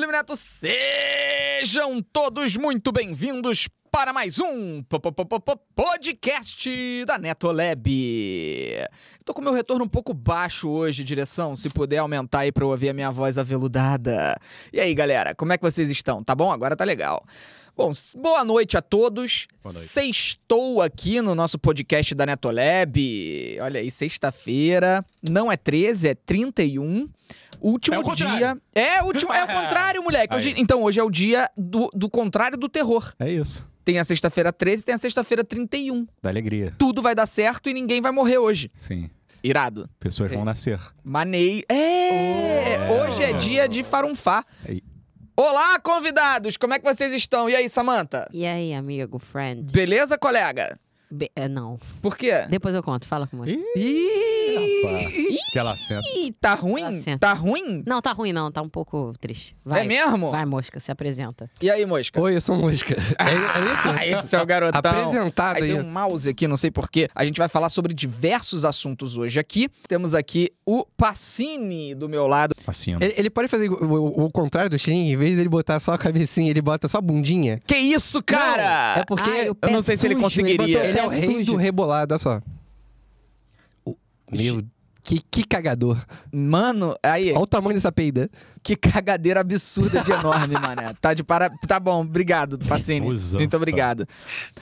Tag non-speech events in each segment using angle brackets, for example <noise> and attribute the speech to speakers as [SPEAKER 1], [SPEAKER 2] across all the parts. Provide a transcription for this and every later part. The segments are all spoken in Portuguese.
[SPEAKER 1] direto, sejam todos muito bem-vindos para mais um po- po- po- po- po- podcast da Netolab. Tô com meu retorno um pouco baixo hoje, direção, se puder aumentar aí pra eu ouvir a minha voz aveludada. E aí, galera, como é que vocês estão? Tá bom? Agora tá legal. Bom, s- boa noite a todos.
[SPEAKER 2] Boa noite.
[SPEAKER 1] Sextou aqui no nosso podcast da Netolab. Olha aí, sexta-feira. Não é 13, é 31. Último
[SPEAKER 2] É o contrário.
[SPEAKER 1] dia. É, último, <laughs> é o contrário, moleque. Hoje- então, hoje é o dia do, do contrário do terror.
[SPEAKER 2] É isso.
[SPEAKER 1] Tem a sexta-feira 13, tem a sexta-feira 31.
[SPEAKER 2] Dá alegria.
[SPEAKER 1] Tudo vai dar certo e ninguém vai morrer hoje.
[SPEAKER 2] Sim.
[SPEAKER 1] Irado.
[SPEAKER 2] Pessoas
[SPEAKER 1] É.
[SPEAKER 2] vão nascer.
[SPEAKER 1] Manei. É!
[SPEAKER 2] Oh.
[SPEAKER 1] Hoje é dia de farunfar.
[SPEAKER 2] Aí.
[SPEAKER 1] Olá, convidados! Como é que vocês estão? E aí, Samanta?
[SPEAKER 3] E aí, amigo, friend?
[SPEAKER 1] Beleza, colega?
[SPEAKER 3] Be- é, não.
[SPEAKER 1] Por quê?
[SPEAKER 3] Depois eu conto, fala com ele.
[SPEAKER 1] Ih,
[SPEAKER 2] Que ela senta.
[SPEAKER 1] ih, tá ruim?
[SPEAKER 3] Tá certo.
[SPEAKER 1] Tá ruim?
[SPEAKER 3] Não, tá ruim, não. Tá um pouco triste. Vai.
[SPEAKER 1] É mesmo?
[SPEAKER 3] Vai, mosca, se apresenta.
[SPEAKER 1] E aí, mosca?
[SPEAKER 4] Oi, eu
[SPEAKER 1] <laughs>
[SPEAKER 4] sou Mosca. É, é isso?
[SPEAKER 1] Ah, esse é o garotão.
[SPEAKER 4] Apresentado
[SPEAKER 1] Aí
[SPEAKER 4] aí.
[SPEAKER 1] tem um mouse aqui, não sei porquê. A gente vai falar sobre diversos assuntos hoje aqui. Temos aqui o Pacini do meu lado.
[SPEAKER 2] Assim,
[SPEAKER 4] Ele, ele pode fazer o, o- o contrário do Shin, em vez dele botar só a cabecinha, ele bota só a bundinha.
[SPEAKER 1] Que isso, cara? Ah,
[SPEAKER 4] Não, é porque
[SPEAKER 3] Ai, o
[SPEAKER 1] eu
[SPEAKER 3] pé
[SPEAKER 1] não sei se ele
[SPEAKER 3] sujo,
[SPEAKER 1] conseguiria. é
[SPEAKER 3] botou o
[SPEAKER 4] ele é
[SPEAKER 3] pé
[SPEAKER 4] o rei
[SPEAKER 3] sujo.
[SPEAKER 4] do rebolado, olha só. O- meu, que, que cagador.
[SPEAKER 1] Mano, aí,
[SPEAKER 4] Olha o tamanho dessa peida.
[SPEAKER 1] que cagadeira absurda de enorme, mané. Tá de para... Tá bom, obrigado, Pacini.
[SPEAKER 2] Usão.
[SPEAKER 1] Muito obrigado.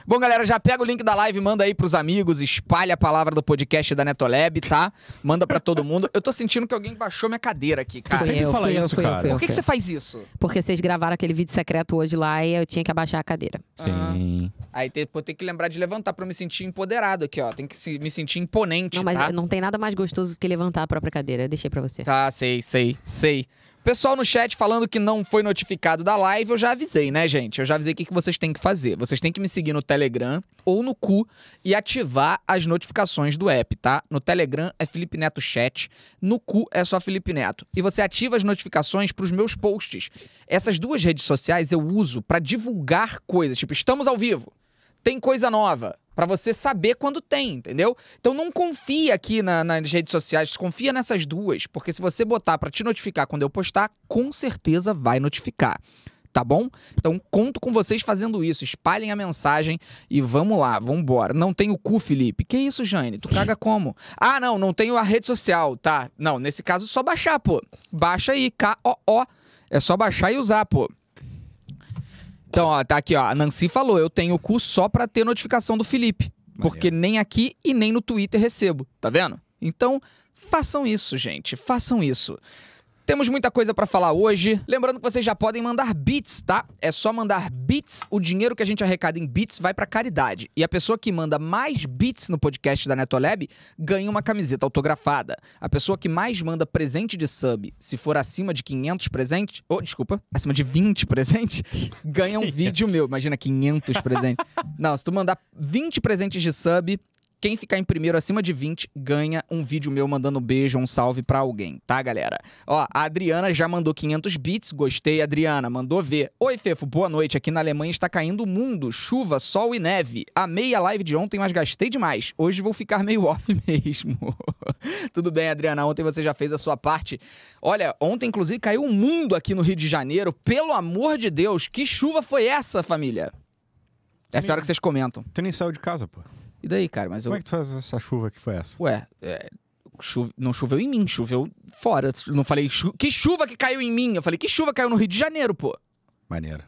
[SPEAKER 1] Bom, galera, já pega o link da live, manda aí pros amigos, espalha a palavra do podcast da Netolab, tá? Manda pra todo mundo. Eu tô sentindo que alguém baixou minha cadeira aqui,
[SPEAKER 2] Tu
[SPEAKER 1] cara.
[SPEAKER 2] sempre
[SPEAKER 3] eu,
[SPEAKER 2] fala
[SPEAKER 3] fui eu,
[SPEAKER 2] isso,
[SPEAKER 3] fui eu,
[SPEAKER 2] cara.
[SPEAKER 3] fui eu.
[SPEAKER 1] Por que, que você faz isso?
[SPEAKER 3] Porque vocês gravaram aquele vídeo secreto hoje lá e eu tinha que abaixar a cadeira.
[SPEAKER 2] Sim.
[SPEAKER 1] Aí tem, pô, tem que lembrar de levantar pra eu me sentir empoderado aqui, ó. Tem que se- me sentir imponente,
[SPEAKER 3] Não, mas
[SPEAKER 1] tá?
[SPEAKER 3] não tem nada mais gostoso do que levantar a própria cadeira. Eu deixei pra você.
[SPEAKER 1] Tá, sei, sei, sei. Pessoal no chat falando que não foi notificado da live, eu já avisei, né, gente? Eu já avisei o que, que vocês têm que fazer. Vocês têm que me seguir no Telegram ou no cu e ativar as notificações do app, tá? No Telegram é Felipe Neto Chat, no cu é só Felipe Neto. E você ativa as notificações pros meus posts. Essas duas redes sociais eu uso pra divulgar coisas, tipo, estamos ao vivo. Tem coisa nova Pra você saber quando tem, entendeu? Então não confia aqui na- nas redes sociais, confia nessas duas, porque se você botar pra te notificar quando eu postar, com certeza vai notificar. Tá bom? Então conto com vocês fazendo isso. Espalhem a mensagem e vamos lá, vamos embora. Não tem o cu, Felipe. Que isso, Jane? Tu caga como? Ah, não, não tenho a rede social, tá? Não, nesse caso é só baixar, pô. Baixa aí, K-O-O. É só baixar e usar, pô. Então, ó, tá aqui, ó. A Nancy falou: eu tenho o cu só pra ter notificação do Felipe. Porque nem aqui e nem no Twitter recebo, tá vendo? Então, façam isso, gente, façam isso. Temos muita coisa pra falar hoje. Lembrando que vocês já podem mandar bits, tá? É só mandar bits. O dinheiro que a gente arrecada em bits vai pra caridade. E a pessoa que manda mais bits no podcast da Netolab ganha uma camiseta autografada. A pessoa que mais manda presente de sub, se for acima de 500 presentes, ou desculpa, acima de 20 presentes, ganha um vídeo meu. Imagina 500 presentes. Não, se tu mandar 20 presentes de sub, quem ficar em primeiro acima de 20 ganha um vídeo meu mandando um beijo, um salve pra alguém, tá, galera? Ó, a Adriana já mandou 500 bits, gostei, Adriana, mandou ver. Oi, Fefo, boa noite. Aqui na Alemanha está caindo o mundo, chuva, sol e neve. Amei a live de ontem, mas gastei demais. Hoje vou ficar meio <laughs> off mesmo. Tudo bem, Adriana, ontem você já fez a sua parte. Olha, ontem inclusive caiu um mundo aqui no Rio de Janeiro. Pelo amor de Deus, que chuva foi essa, família? Essa é a hora que vocês comentam.
[SPEAKER 2] Tu nem saiu de casa, pô.
[SPEAKER 1] E daí, cara? Mas eu.
[SPEAKER 2] Como é que tu faz essa chuva que foi essa?
[SPEAKER 1] Ué, é, chu- não choveu em mim, choveu fora. Eu Não falei, chu- que chuva que caiu em mim? Eu falei, que chuva caiu no Rio de Janeiro, pô.
[SPEAKER 2] Maneira.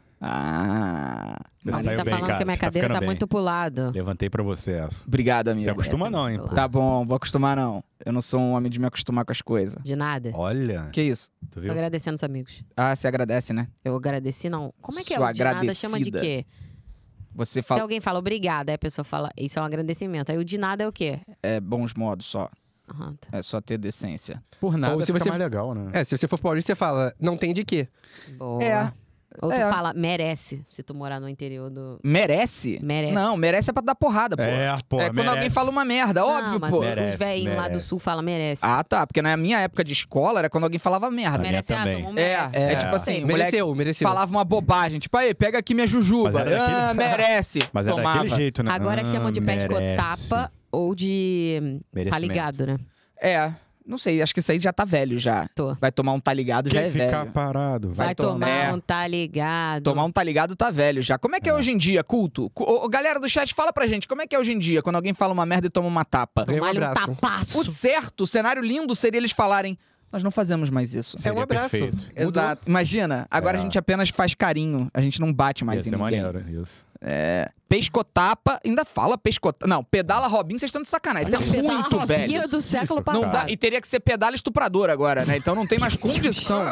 [SPEAKER 1] Ah.
[SPEAKER 2] Você
[SPEAKER 3] Mas
[SPEAKER 1] mano,
[SPEAKER 2] saiu
[SPEAKER 3] tá
[SPEAKER 2] bem,
[SPEAKER 3] falando
[SPEAKER 2] cara.
[SPEAKER 3] que a minha
[SPEAKER 2] Você tá
[SPEAKER 3] cadeira
[SPEAKER 2] ficando
[SPEAKER 3] tá,
[SPEAKER 2] bem.
[SPEAKER 3] muito pro lado.
[SPEAKER 2] Levantei pra você essa.
[SPEAKER 1] Obrigado, amigo.
[SPEAKER 2] Você acostuma
[SPEAKER 3] é,
[SPEAKER 2] não, hein? pô.
[SPEAKER 1] Tá bom, vou acostumar não. Eu não sou um homem de me acostumar com as coisas.
[SPEAKER 3] De nada.
[SPEAKER 1] é.
[SPEAKER 2] Olha.
[SPEAKER 1] Que isso?
[SPEAKER 2] Tu
[SPEAKER 3] Tô
[SPEAKER 2] viu?
[SPEAKER 3] agradecendo os amigos.
[SPEAKER 1] Ah, você agradece, né?
[SPEAKER 3] Eu agradeci, não. Como é que é
[SPEAKER 1] Sua
[SPEAKER 3] o de nada chama de
[SPEAKER 1] agradecida.
[SPEAKER 3] quê?
[SPEAKER 1] Você
[SPEAKER 3] Se
[SPEAKER 1] fala
[SPEAKER 3] alguém fala obrigada, aí a pessoa fala, isso é um agradecimento. Aí o de nada é o quê?
[SPEAKER 1] é, bons modos só.
[SPEAKER 3] Aham, tá.
[SPEAKER 1] É só ter decência.
[SPEAKER 2] Por nada
[SPEAKER 4] Ou se
[SPEAKER 2] fica
[SPEAKER 4] você-
[SPEAKER 2] mais legal, né?
[SPEAKER 4] É, se você for paulista, você fala, não tem de quê.
[SPEAKER 3] Boa.
[SPEAKER 1] É.
[SPEAKER 3] Ou tu
[SPEAKER 1] É.
[SPEAKER 3] fala, merece, se tu morar no interior do.
[SPEAKER 1] Merece?
[SPEAKER 3] Merece.
[SPEAKER 1] Não, merece é pra dar porrada, pô.
[SPEAKER 2] É, pô.
[SPEAKER 1] é quando alguém
[SPEAKER 2] merece.
[SPEAKER 1] fala uma merda, óbvio,
[SPEAKER 3] não, mas
[SPEAKER 1] pô.
[SPEAKER 3] Os
[SPEAKER 2] Merece,
[SPEAKER 3] velhinhos lá do
[SPEAKER 2] merece.
[SPEAKER 3] sul falam merece.
[SPEAKER 1] Ah, tá. Porque na minha época de escola era quando alguém falava merda.
[SPEAKER 2] minha
[SPEAKER 3] merece, ah,
[SPEAKER 2] também.
[SPEAKER 3] tomou um
[SPEAKER 1] É,
[SPEAKER 3] merece.
[SPEAKER 1] é,
[SPEAKER 2] É.
[SPEAKER 1] tipo assim, o moleque
[SPEAKER 4] Mereceu, mereceu.
[SPEAKER 1] falava uma bobagem, tipo, aí, pega aqui minha jujuba.
[SPEAKER 2] Mas era
[SPEAKER 1] Ah,
[SPEAKER 2] daquele-
[SPEAKER 1] merece.
[SPEAKER 2] <laughs> Mas é
[SPEAKER 1] Tomava.
[SPEAKER 2] daquele jeito, né?
[SPEAKER 3] Agora
[SPEAKER 2] Ah,
[SPEAKER 3] chamam de pé de
[SPEAKER 2] merece.
[SPEAKER 3] cotapa ou de. Tá
[SPEAKER 2] Merecimento.
[SPEAKER 3] ligado, né?
[SPEAKER 1] É. Não sei, acho que isso aí já tá velho já.
[SPEAKER 3] Tô.
[SPEAKER 1] Vai tomar um tá ligado, já
[SPEAKER 2] Quem
[SPEAKER 1] é
[SPEAKER 2] ficar
[SPEAKER 1] velho.
[SPEAKER 2] parado, vai.
[SPEAKER 3] Vai, tomar
[SPEAKER 1] tomar. É.
[SPEAKER 3] um tá ligado.
[SPEAKER 1] Tomar um tá ligado tá velho já. Como é que é,
[SPEAKER 2] É.
[SPEAKER 1] hoje em dia, culto? Cu- Ô, ô, galera do chat, fala pra gente, como é que é hoje em dia quando alguém fala uma merda e toma uma tapa?
[SPEAKER 4] Ganha um
[SPEAKER 3] Tomar-lhe um
[SPEAKER 4] abraço.
[SPEAKER 3] tapaço.
[SPEAKER 1] O certo, o cenário lindo seria eles falarem: Nós não fazemos mais isso.
[SPEAKER 2] Seria
[SPEAKER 4] um abraço.
[SPEAKER 2] Perfeito.
[SPEAKER 4] Mudou.
[SPEAKER 1] Exato. Imagina, agora
[SPEAKER 2] É.
[SPEAKER 1] a gente apenas faz carinho, a gente não bate mais
[SPEAKER 2] Ia
[SPEAKER 1] em
[SPEAKER 2] ser
[SPEAKER 1] ninguém.
[SPEAKER 2] maneiro, isso.
[SPEAKER 1] Pescotapa, ainda fala pescotapa. Não, pedala Robin, vocês estão de sacanagem. Isso é
[SPEAKER 3] Pedala
[SPEAKER 1] muito
[SPEAKER 3] Robinho
[SPEAKER 1] velho.
[SPEAKER 3] do século
[SPEAKER 2] Não
[SPEAKER 1] Não
[SPEAKER 3] passado.
[SPEAKER 1] dá- e teria que ser pedala estuprador agora, né? Então não tem mais
[SPEAKER 2] <laughs>
[SPEAKER 1] condição.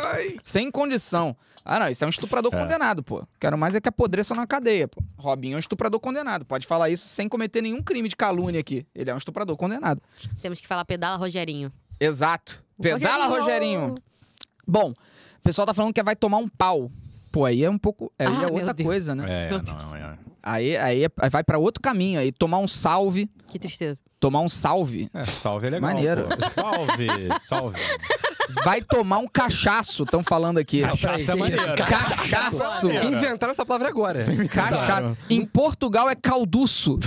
[SPEAKER 1] Sem condição. Ah, não, isso é um estuprador
[SPEAKER 2] É.
[SPEAKER 1] condenado, pô. Quero mais é que apodreça na cadeia, pô. Robinho é um estuprador condenado. Pode falar isso sem cometer nenhum crime de calúnia aqui. Ele é um estuprador condenado.
[SPEAKER 3] Temos que falar pedala Rogerinho.
[SPEAKER 1] Exato. Pedala, Rogerinho.
[SPEAKER 3] Rogerinho!
[SPEAKER 1] Bom, o pessoal tá falando que vai tomar um pau. Pô, aí é um pouco. Aí
[SPEAKER 3] Ah,
[SPEAKER 1] é
[SPEAKER 3] meu
[SPEAKER 1] outra
[SPEAKER 3] Deus.
[SPEAKER 1] coisa, né?
[SPEAKER 2] É,
[SPEAKER 3] Meu
[SPEAKER 2] não, é.
[SPEAKER 1] Aí, aí é- vai pra outro caminho. Aí tomar um salve.
[SPEAKER 3] Que tristeza.
[SPEAKER 1] Tomar um salve.
[SPEAKER 2] é, salve é legal.
[SPEAKER 1] Maneiro.
[SPEAKER 2] pô. Salve, salve.
[SPEAKER 1] Vai tomar um cachaço, estão falando aqui.
[SPEAKER 2] Cachaça é maneiro.
[SPEAKER 1] Cachaço.
[SPEAKER 2] Maneiro.
[SPEAKER 4] É. Inventaram essa
[SPEAKER 1] <laughs>
[SPEAKER 4] palavra agora.
[SPEAKER 1] Cachaço. Em Portugal é calduço.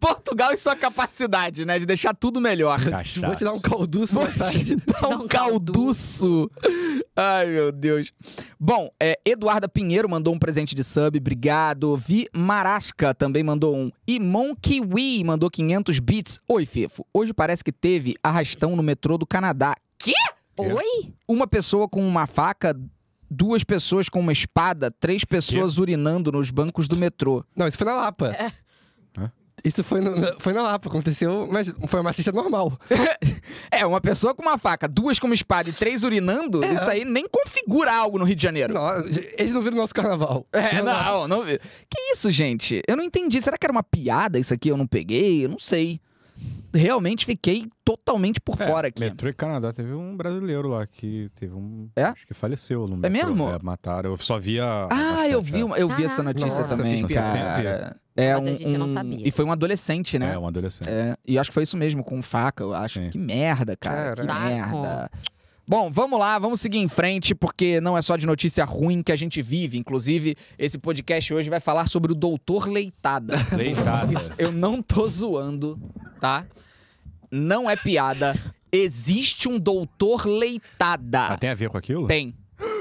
[SPEAKER 1] Portugal e sua capacidade, né? De deixar tudo melhor.
[SPEAKER 2] Cachaça.
[SPEAKER 4] Vou te dar um calduço
[SPEAKER 1] Vou
[SPEAKER 4] mais tarde.
[SPEAKER 1] te dar
[SPEAKER 3] Dá
[SPEAKER 1] um
[SPEAKER 3] um
[SPEAKER 1] calduço. Ai, meu Deus. Bom, é, Eduarda Pinheiro mandou um presente de sub, obrigado. Vi Marasca também mandou um. E Monkey Wee mandou 500 bits. Oi, Fefo. Hoje parece que teve arrastão no metrô do Canadá. Quê?
[SPEAKER 2] Eu?
[SPEAKER 3] Oi?
[SPEAKER 1] Uma pessoa com uma faca, duas pessoas com uma espada, três pessoas urinando nos bancos do metrô.
[SPEAKER 4] Não, isso foi na Lapa.
[SPEAKER 1] É.
[SPEAKER 2] Hã?
[SPEAKER 4] Isso foi, no- na, foi na Lapa, aconteceu, mas foi uma assista normal.
[SPEAKER 1] É, uma pessoa com uma faca, duas com uma espada e três urinando, isso aí nem configura algo no Rio de Janeiro.
[SPEAKER 4] Não, eles não viram nosso carnaval.
[SPEAKER 1] É, não, não vi. Que isso, gente? Eu não entendi. Será que era uma piada isso aqui? Eu não peguei? Eu não sei. Realmente fiquei totalmente por
[SPEAKER 2] É,
[SPEAKER 1] fora aqui.
[SPEAKER 2] Metrô e Canadá teve um brasileiro lá que teve um.
[SPEAKER 1] É?
[SPEAKER 2] Acho que faleceu no metrô. É,
[SPEAKER 1] mesmo?
[SPEAKER 2] mataram. Eu só via.
[SPEAKER 1] Ah,
[SPEAKER 2] bastante,
[SPEAKER 1] eu vi,
[SPEAKER 2] é.
[SPEAKER 1] uma- eu vi essa
[SPEAKER 3] Caraca.
[SPEAKER 1] notícia
[SPEAKER 4] Nossa,
[SPEAKER 1] também,
[SPEAKER 2] fiz notícia
[SPEAKER 1] cara. É
[SPEAKER 3] Mas a gente não sabia.
[SPEAKER 1] E foi um adolescente, né?
[SPEAKER 2] É, um adolescente.
[SPEAKER 1] É, e acho que foi isso mesmo, com faca, eu acho.
[SPEAKER 2] Sim.
[SPEAKER 1] Que merda, cara. Que
[SPEAKER 3] Caraca.
[SPEAKER 1] merda. Bom, vamos lá, vamos seguir em frente, porque não é só de notícia ruim que a gente vive. Inclusive, esse podcast hoje vai falar sobre o
[SPEAKER 2] <laughs>
[SPEAKER 1] Doutor Leitada.
[SPEAKER 2] Leitada.
[SPEAKER 1] É. Isso, Eu não tô zoando, tá? Não é piada. Existe um doutor
[SPEAKER 2] Ah,
[SPEAKER 1] leitada.
[SPEAKER 2] tem a ver com aquilo?
[SPEAKER 1] Tem.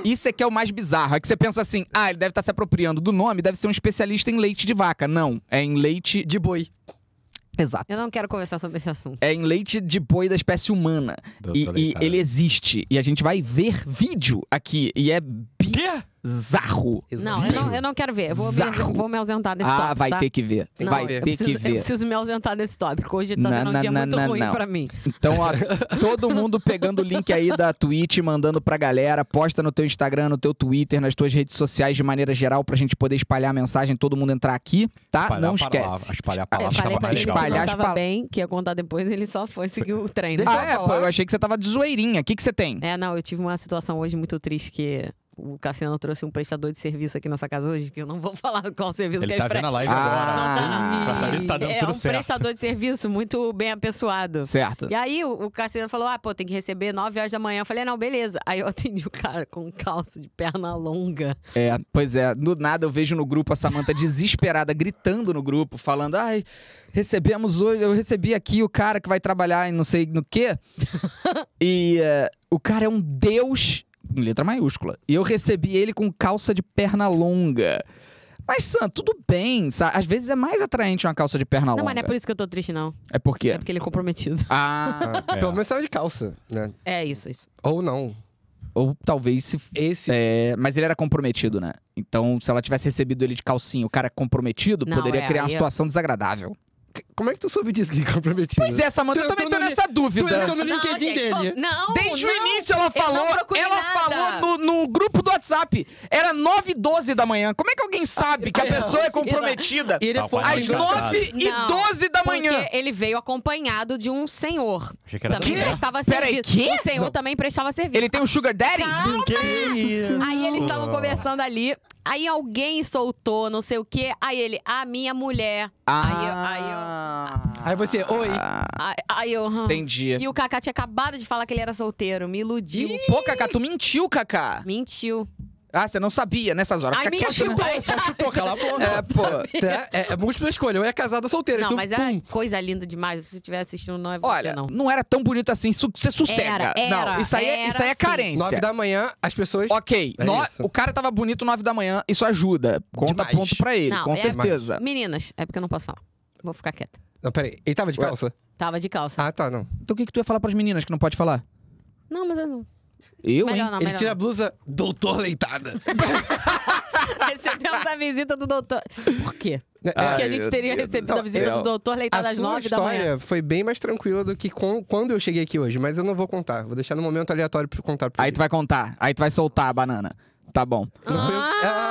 [SPEAKER 1] Isso é que é o mais bizarro. É que você pensa assim, ah, ele deve estar se apropriando do nome, deve ser um especialista em leite de vaca. Não, é em leite de boi. Exato.
[SPEAKER 3] Eu não quero conversar sobre esse assunto.
[SPEAKER 1] É em leite de boi da espécie humana.
[SPEAKER 2] Doutor
[SPEAKER 1] E, e
[SPEAKER 2] Leitada.
[SPEAKER 1] ele existe. E a gente vai ver vídeo aqui. E é bizarro.
[SPEAKER 3] Não eu, não, eu não quero ver. Eu vou, me,
[SPEAKER 1] Zarro.
[SPEAKER 3] vou me ausentar desse
[SPEAKER 1] Ah,
[SPEAKER 3] tópico.
[SPEAKER 1] vai
[SPEAKER 3] tá?
[SPEAKER 1] ter que ver.
[SPEAKER 4] Tem que
[SPEAKER 1] vai
[SPEAKER 4] ver.
[SPEAKER 1] ter
[SPEAKER 3] Eu preciso,
[SPEAKER 1] que
[SPEAKER 3] Eu
[SPEAKER 1] ver.
[SPEAKER 3] preciso me ausentar desse tópico. Hoje tá
[SPEAKER 1] Não,
[SPEAKER 3] sendo um
[SPEAKER 1] não,
[SPEAKER 3] dia
[SPEAKER 1] não,
[SPEAKER 3] muito
[SPEAKER 1] não,
[SPEAKER 3] ruim
[SPEAKER 1] não.
[SPEAKER 3] pra mim.
[SPEAKER 1] Então, ó, todo mundo pegando o link aí da Twitch, mandando pra galera, posta no teu Instagram, no teu Twitter, nas tuas redes sociais de maneira geral, pra gente poder espalhar a mensagem, todo mundo entrar aqui, tá?
[SPEAKER 2] Espalhar
[SPEAKER 1] Não
[SPEAKER 2] a palavra,
[SPEAKER 1] esquece.
[SPEAKER 2] Espalhar a
[SPEAKER 3] Eu
[SPEAKER 2] palavra.
[SPEAKER 3] falei
[SPEAKER 2] tava
[SPEAKER 3] pra
[SPEAKER 2] mais
[SPEAKER 3] ele que
[SPEAKER 2] legal.
[SPEAKER 1] espalhar
[SPEAKER 3] eu
[SPEAKER 1] as
[SPEAKER 3] tava
[SPEAKER 1] pal-
[SPEAKER 3] bem, que ia contar depois, ele só foi seguir o treino.
[SPEAKER 1] Ah, é, pô, eu achei que você tava de zoeirinha. O que, que você tem?
[SPEAKER 3] É, não, eu tive uma situação hoje muito triste que o Cassiano trouxe um prestador de serviço aqui nessa casa hoje, que eu não vou <laughs> falar qual serviço que
[SPEAKER 2] Ele
[SPEAKER 3] ele
[SPEAKER 2] tá vendo
[SPEAKER 3] presta.
[SPEAKER 2] a live
[SPEAKER 1] Ah.
[SPEAKER 2] agora.
[SPEAKER 1] Não tá, não.
[SPEAKER 2] Pra saber se tá dando
[SPEAKER 3] é
[SPEAKER 2] tudo
[SPEAKER 3] um
[SPEAKER 2] certo.
[SPEAKER 3] prestador de serviço muito bem apessoado.
[SPEAKER 1] Certo.
[SPEAKER 3] E aí o, o Cassiano falou: ah, pô, tem que receber 9 horas da manhã. Eu falei, não, beleza. Aí eu <laughs> atendi o cara com calça de perna longa.
[SPEAKER 1] É, pois é, do nada eu vejo no grupo a Samanta desesperada, gritando no grupo, falando: ai, recebemos hoje, eu recebi aqui o cara que vai trabalhar em não sei no
[SPEAKER 3] <laughs>
[SPEAKER 1] quê. e eh, o cara é um deus, em letra maiúscula. E eu recebi ele com calça de perna longa. Mas, Sam, tudo bem. sa- Às vezes é mais atraente uma calça de perna
[SPEAKER 3] Não,
[SPEAKER 1] longa.
[SPEAKER 3] mas não é por isso que eu tô triste, não.
[SPEAKER 1] É por
[SPEAKER 3] É
[SPEAKER 1] quê?
[SPEAKER 3] porque ele é comprometido.
[SPEAKER 1] Ah,
[SPEAKER 2] É.
[SPEAKER 4] Pelo menos saiu de calça, né?
[SPEAKER 3] É isso, isso.
[SPEAKER 4] Ou não.
[SPEAKER 1] ou talvez se.
[SPEAKER 4] Esse
[SPEAKER 1] É, mas ele era comprometido, né? Então, se ela tivesse recebido ele de calcinha, o cara comprometido,
[SPEAKER 3] Não,
[SPEAKER 1] poderia
[SPEAKER 3] é,
[SPEAKER 1] criar uma
[SPEAKER 3] aí eu-
[SPEAKER 1] situação desagradável.
[SPEAKER 4] Como é que tu soube disso que comprometido?
[SPEAKER 1] Pois é, Samanta, eu
[SPEAKER 4] Tu
[SPEAKER 1] também tô
[SPEAKER 4] entrou no li-
[SPEAKER 1] nessa
[SPEAKER 4] Tu entrou
[SPEAKER 1] dúvida.
[SPEAKER 4] no LinkedIn
[SPEAKER 3] não, gente,
[SPEAKER 4] dele.
[SPEAKER 3] pô, não,
[SPEAKER 1] Desde
[SPEAKER 3] não.
[SPEAKER 1] o início ela falou,
[SPEAKER 3] procurei
[SPEAKER 1] ela
[SPEAKER 3] nada.
[SPEAKER 1] falou no, no grupo do WhatsApp, era 9 e 12 da manhã. Como é que alguém sabe que a
[SPEAKER 4] Ai, não.
[SPEAKER 1] pessoa é comprometida
[SPEAKER 4] E ele
[SPEAKER 2] Tá,
[SPEAKER 4] foi
[SPEAKER 2] vai
[SPEAKER 1] às
[SPEAKER 2] Ai, não.
[SPEAKER 1] 9 e
[SPEAKER 3] Não,
[SPEAKER 1] 12 da manhã?
[SPEAKER 3] Porque ele veio acompanhado de um senhor.
[SPEAKER 2] Achei que era
[SPEAKER 3] Também
[SPEAKER 2] mulher.
[SPEAKER 3] prestava
[SPEAKER 1] Peraí,
[SPEAKER 3] serviço.
[SPEAKER 1] quê?
[SPEAKER 3] O senhor também prestava serviço.
[SPEAKER 1] Ele tem um sugar daddy?
[SPEAKER 2] Que
[SPEAKER 1] Ah, tá
[SPEAKER 2] isso?
[SPEAKER 3] Aí eles
[SPEAKER 4] Ah.
[SPEAKER 3] estavam conversando ali. Aí alguém soltou, não sei o quê. Aí ele, a minha mulher. Aí eu- aí
[SPEAKER 4] Aí você, oi.
[SPEAKER 3] Aí, aí eu. hum.
[SPEAKER 1] Ah. Entendi.
[SPEAKER 3] E o Kaká tinha acabado de falar que ele era solteiro. Me iludiu.
[SPEAKER 1] Pô, Cacá, tu mentiu, Cacá.
[SPEAKER 3] Mentiu.
[SPEAKER 1] Ah, você não sabia nessas horas.
[SPEAKER 3] Ai,
[SPEAKER 1] Fica
[SPEAKER 3] minha
[SPEAKER 1] quieto, né?
[SPEAKER 3] chibata.
[SPEAKER 4] Pô, cala a boca.
[SPEAKER 1] É, pô.
[SPEAKER 4] Tá? É, é múltipla escolha. Ou é casado ou solteiro.
[SPEAKER 3] Não,
[SPEAKER 4] então,
[SPEAKER 3] mas
[SPEAKER 4] pum.
[SPEAKER 3] é coisa linda demais. Se você estiver assistindo, não é você,
[SPEAKER 1] um Olha,
[SPEAKER 3] não.
[SPEAKER 1] não. era tão bonito assim. Su você sossega.
[SPEAKER 3] Era, era,
[SPEAKER 1] não, isso aí, é-
[SPEAKER 3] era assim.
[SPEAKER 1] isso aí é
[SPEAKER 3] sim.
[SPEAKER 1] carência.
[SPEAKER 4] Nove da manhã, as pessoas...
[SPEAKER 1] Ok,
[SPEAKER 4] É
[SPEAKER 1] no-
[SPEAKER 4] isso.
[SPEAKER 1] o cara tava bonito 9 da manhã, isso ajuda. Conta
[SPEAKER 4] Demais.
[SPEAKER 1] ponto pra ele,
[SPEAKER 3] Não,
[SPEAKER 1] com
[SPEAKER 3] é-
[SPEAKER 1] certeza.
[SPEAKER 3] Meninas, é porque eu não posso falar. Vou ficar quieta.
[SPEAKER 4] Não, peraí. Ele tava de
[SPEAKER 1] Ué.
[SPEAKER 4] calça?
[SPEAKER 3] Tava de calça.
[SPEAKER 4] Ah, tá, não.
[SPEAKER 1] Então o que, que tu ia falar pras meninas que não pode falar?
[SPEAKER 3] Não, mas eu não.
[SPEAKER 1] Eu, hein?
[SPEAKER 3] melhor não,
[SPEAKER 4] ele
[SPEAKER 3] melhor
[SPEAKER 4] tira a
[SPEAKER 3] não.
[SPEAKER 4] blusa, doutor leitada.
[SPEAKER 3] <laughs> Recebemos a visita do doutor. Por quê?
[SPEAKER 1] Ah,
[SPEAKER 4] É,
[SPEAKER 3] Porque
[SPEAKER 1] Ai,
[SPEAKER 3] a gente
[SPEAKER 1] meu
[SPEAKER 3] teria
[SPEAKER 1] Deus do
[SPEAKER 3] recebido a visita
[SPEAKER 1] céu.
[SPEAKER 3] do doutor leitada
[SPEAKER 4] a
[SPEAKER 3] às
[SPEAKER 4] sua
[SPEAKER 3] nove da manhã.
[SPEAKER 4] história foi bem mais tranquila do que com- quando eu cheguei aqui hoje, mas eu não vou contar. Vou deixar no momento aleatório pra contar pra
[SPEAKER 1] Aí tu vai contar, aí tu vai soltar a banana. Tá bom,
[SPEAKER 4] Não foi eu-
[SPEAKER 3] Ah!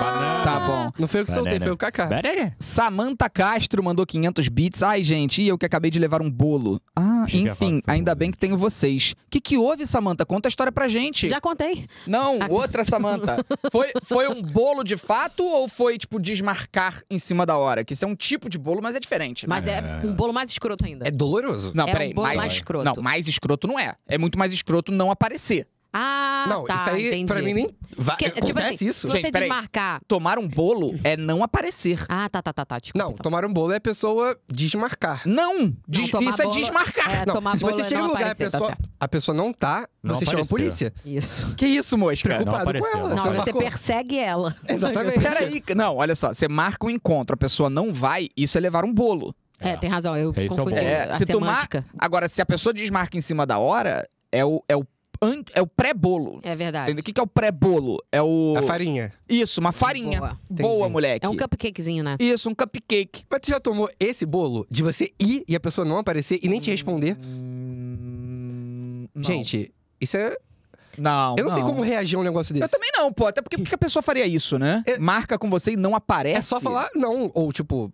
[SPEAKER 2] Banana.
[SPEAKER 1] tá bom.
[SPEAKER 4] Não foi eu que soltei,
[SPEAKER 2] Banana.
[SPEAKER 4] foi o Kaká.
[SPEAKER 2] Banana.
[SPEAKER 1] Samantha Castro mandou 500 bits. Ai, gente, e eu que acabei de levar um bolo. Ah,
[SPEAKER 2] Cheguei a falar
[SPEAKER 1] enfim,
[SPEAKER 2] que foi um
[SPEAKER 1] ainda
[SPEAKER 2] bolo.
[SPEAKER 1] bem que tenho vocês. Que que houve, Samantha? Conta a história pra gente.
[SPEAKER 3] Já contei.
[SPEAKER 1] Não,
[SPEAKER 3] Ah.
[SPEAKER 1] outra Samantha. Foi, foi um bolo de fato ou foi, tipo, desmarcar em cima da hora? Que isso é um tipo de bolo, mas é diferente. né?
[SPEAKER 3] Mas é,
[SPEAKER 2] É.
[SPEAKER 3] um bolo mais escroto ainda.
[SPEAKER 4] É doloroso.
[SPEAKER 1] Não,
[SPEAKER 3] é um
[SPEAKER 1] peraí.
[SPEAKER 3] bolo
[SPEAKER 1] mais,
[SPEAKER 3] mais escroto.
[SPEAKER 1] Não, mais escroto não é. É muito mais escroto não aparecer.
[SPEAKER 3] Ah,
[SPEAKER 4] não,
[SPEAKER 3] tá,
[SPEAKER 4] isso aí
[SPEAKER 3] entendi.
[SPEAKER 4] pra mim nem. Vai,
[SPEAKER 3] Porque, tipo
[SPEAKER 4] acontece
[SPEAKER 3] assim,
[SPEAKER 4] isso.
[SPEAKER 3] Se você
[SPEAKER 1] Gente, peraí.
[SPEAKER 3] desmarcar...
[SPEAKER 1] Tomar um bolo é não aparecer.
[SPEAKER 3] Ah, tá, tá, tá, tá. Desculpa,
[SPEAKER 4] Não,
[SPEAKER 3] então.
[SPEAKER 4] tomar um bolo é a pessoa desmarcar.
[SPEAKER 1] Não! des-
[SPEAKER 3] tomar
[SPEAKER 1] isso
[SPEAKER 3] bolo-
[SPEAKER 1] é desmarcar.
[SPEAKER 3] É,
[SPEAKER 4] não,
[SPEAKER 3] tomar
[SPEAKER 4] se
[SPEAKER 3] bolo
[SPEAKER 4] você
[SPEAKER 3] é
[SPEAKER 4] chega
[SPEAKER 3] não
[SPEAKER 4] no lugar e a
[SPEAKER 3] aparecer, tá
[SPEAKER 4] pessoa,
[SPEAKER 3] certo.
[SPEAKER 4] a pessoa não tá,
[SPEAKER 2] Não
[SPEAKER 4] você chama a
[SPEAKER 2] apareceu.
[SPEAKER 4] polícia.
[SPEAKER 3] Isso.
[SPEAKER 1] Que isso, mosca?
[SPEAKER 4] Preocupado com
[SPEAKER 2] apareceu,
[SPEAKER 4] ela.
[SPEAKER 2] não
[SPEAKER 4] então- você
[SPEAKER 3] Não, você
[SPEAKER 4] marcou.
[SPEAKER 3] persegue ela.
[SPEAKER 4] Exatamente.
[SPEAKER 1] Peraí, que- não, olha só, você marca um encontro, a pessoa não vai, isso é levar um bolo.
[SPEAKER 3] É, tem razão. Eu
[SPEAKER 2] É, isso é o
[SPEAKER 3] confundi
[SPEAKER 2] bolo.
[SPEAKER 1] É,
[SPEAKER 3] a
[SPEAKER 1] se tomar-
[SPEAKER 3] semântica.
[SPEAKER 1] Agora, se a pessoa desmarca em cima da hora, é o, é o, an- é o pré-bolo.
[SPEAKER 3] É verdade.
[SPEAKER 1] Entendeu? O que, que é o pré-bolo? É o.
[SPEAKER 4] A farinha.
[SPEAKER 1] Isso, uma farinha. Boa,
[SPEAKER 3] Boa.
[SPEAKER 4] Entendi.
[SPEAKER 1] moleque.
[SPEAKER 3] É um cupcakezinho, né?
[SPEAKER 1] Isso, um cupcake.
[SPEAKER 4] Mas tu já tomou esse bolo de você ir e a pessoa não aparecer e nem te responder?
[SPEAKER 1] Hum, não.
[SPEAKER 4] Gente, isso é.
[SPEAKER 1] não. é
[SPEAKER 4] Eu não, sei como reagir a um negócio desse.
[SPEAKER 1] Eu também não, pô. Até porque por que a pessoa faria isso, né?
[SPEAKER 4] É-
[SPEAKER 1] Marca com você e não aparece.
[SPEAKER 4] É só falar não, ou tipo,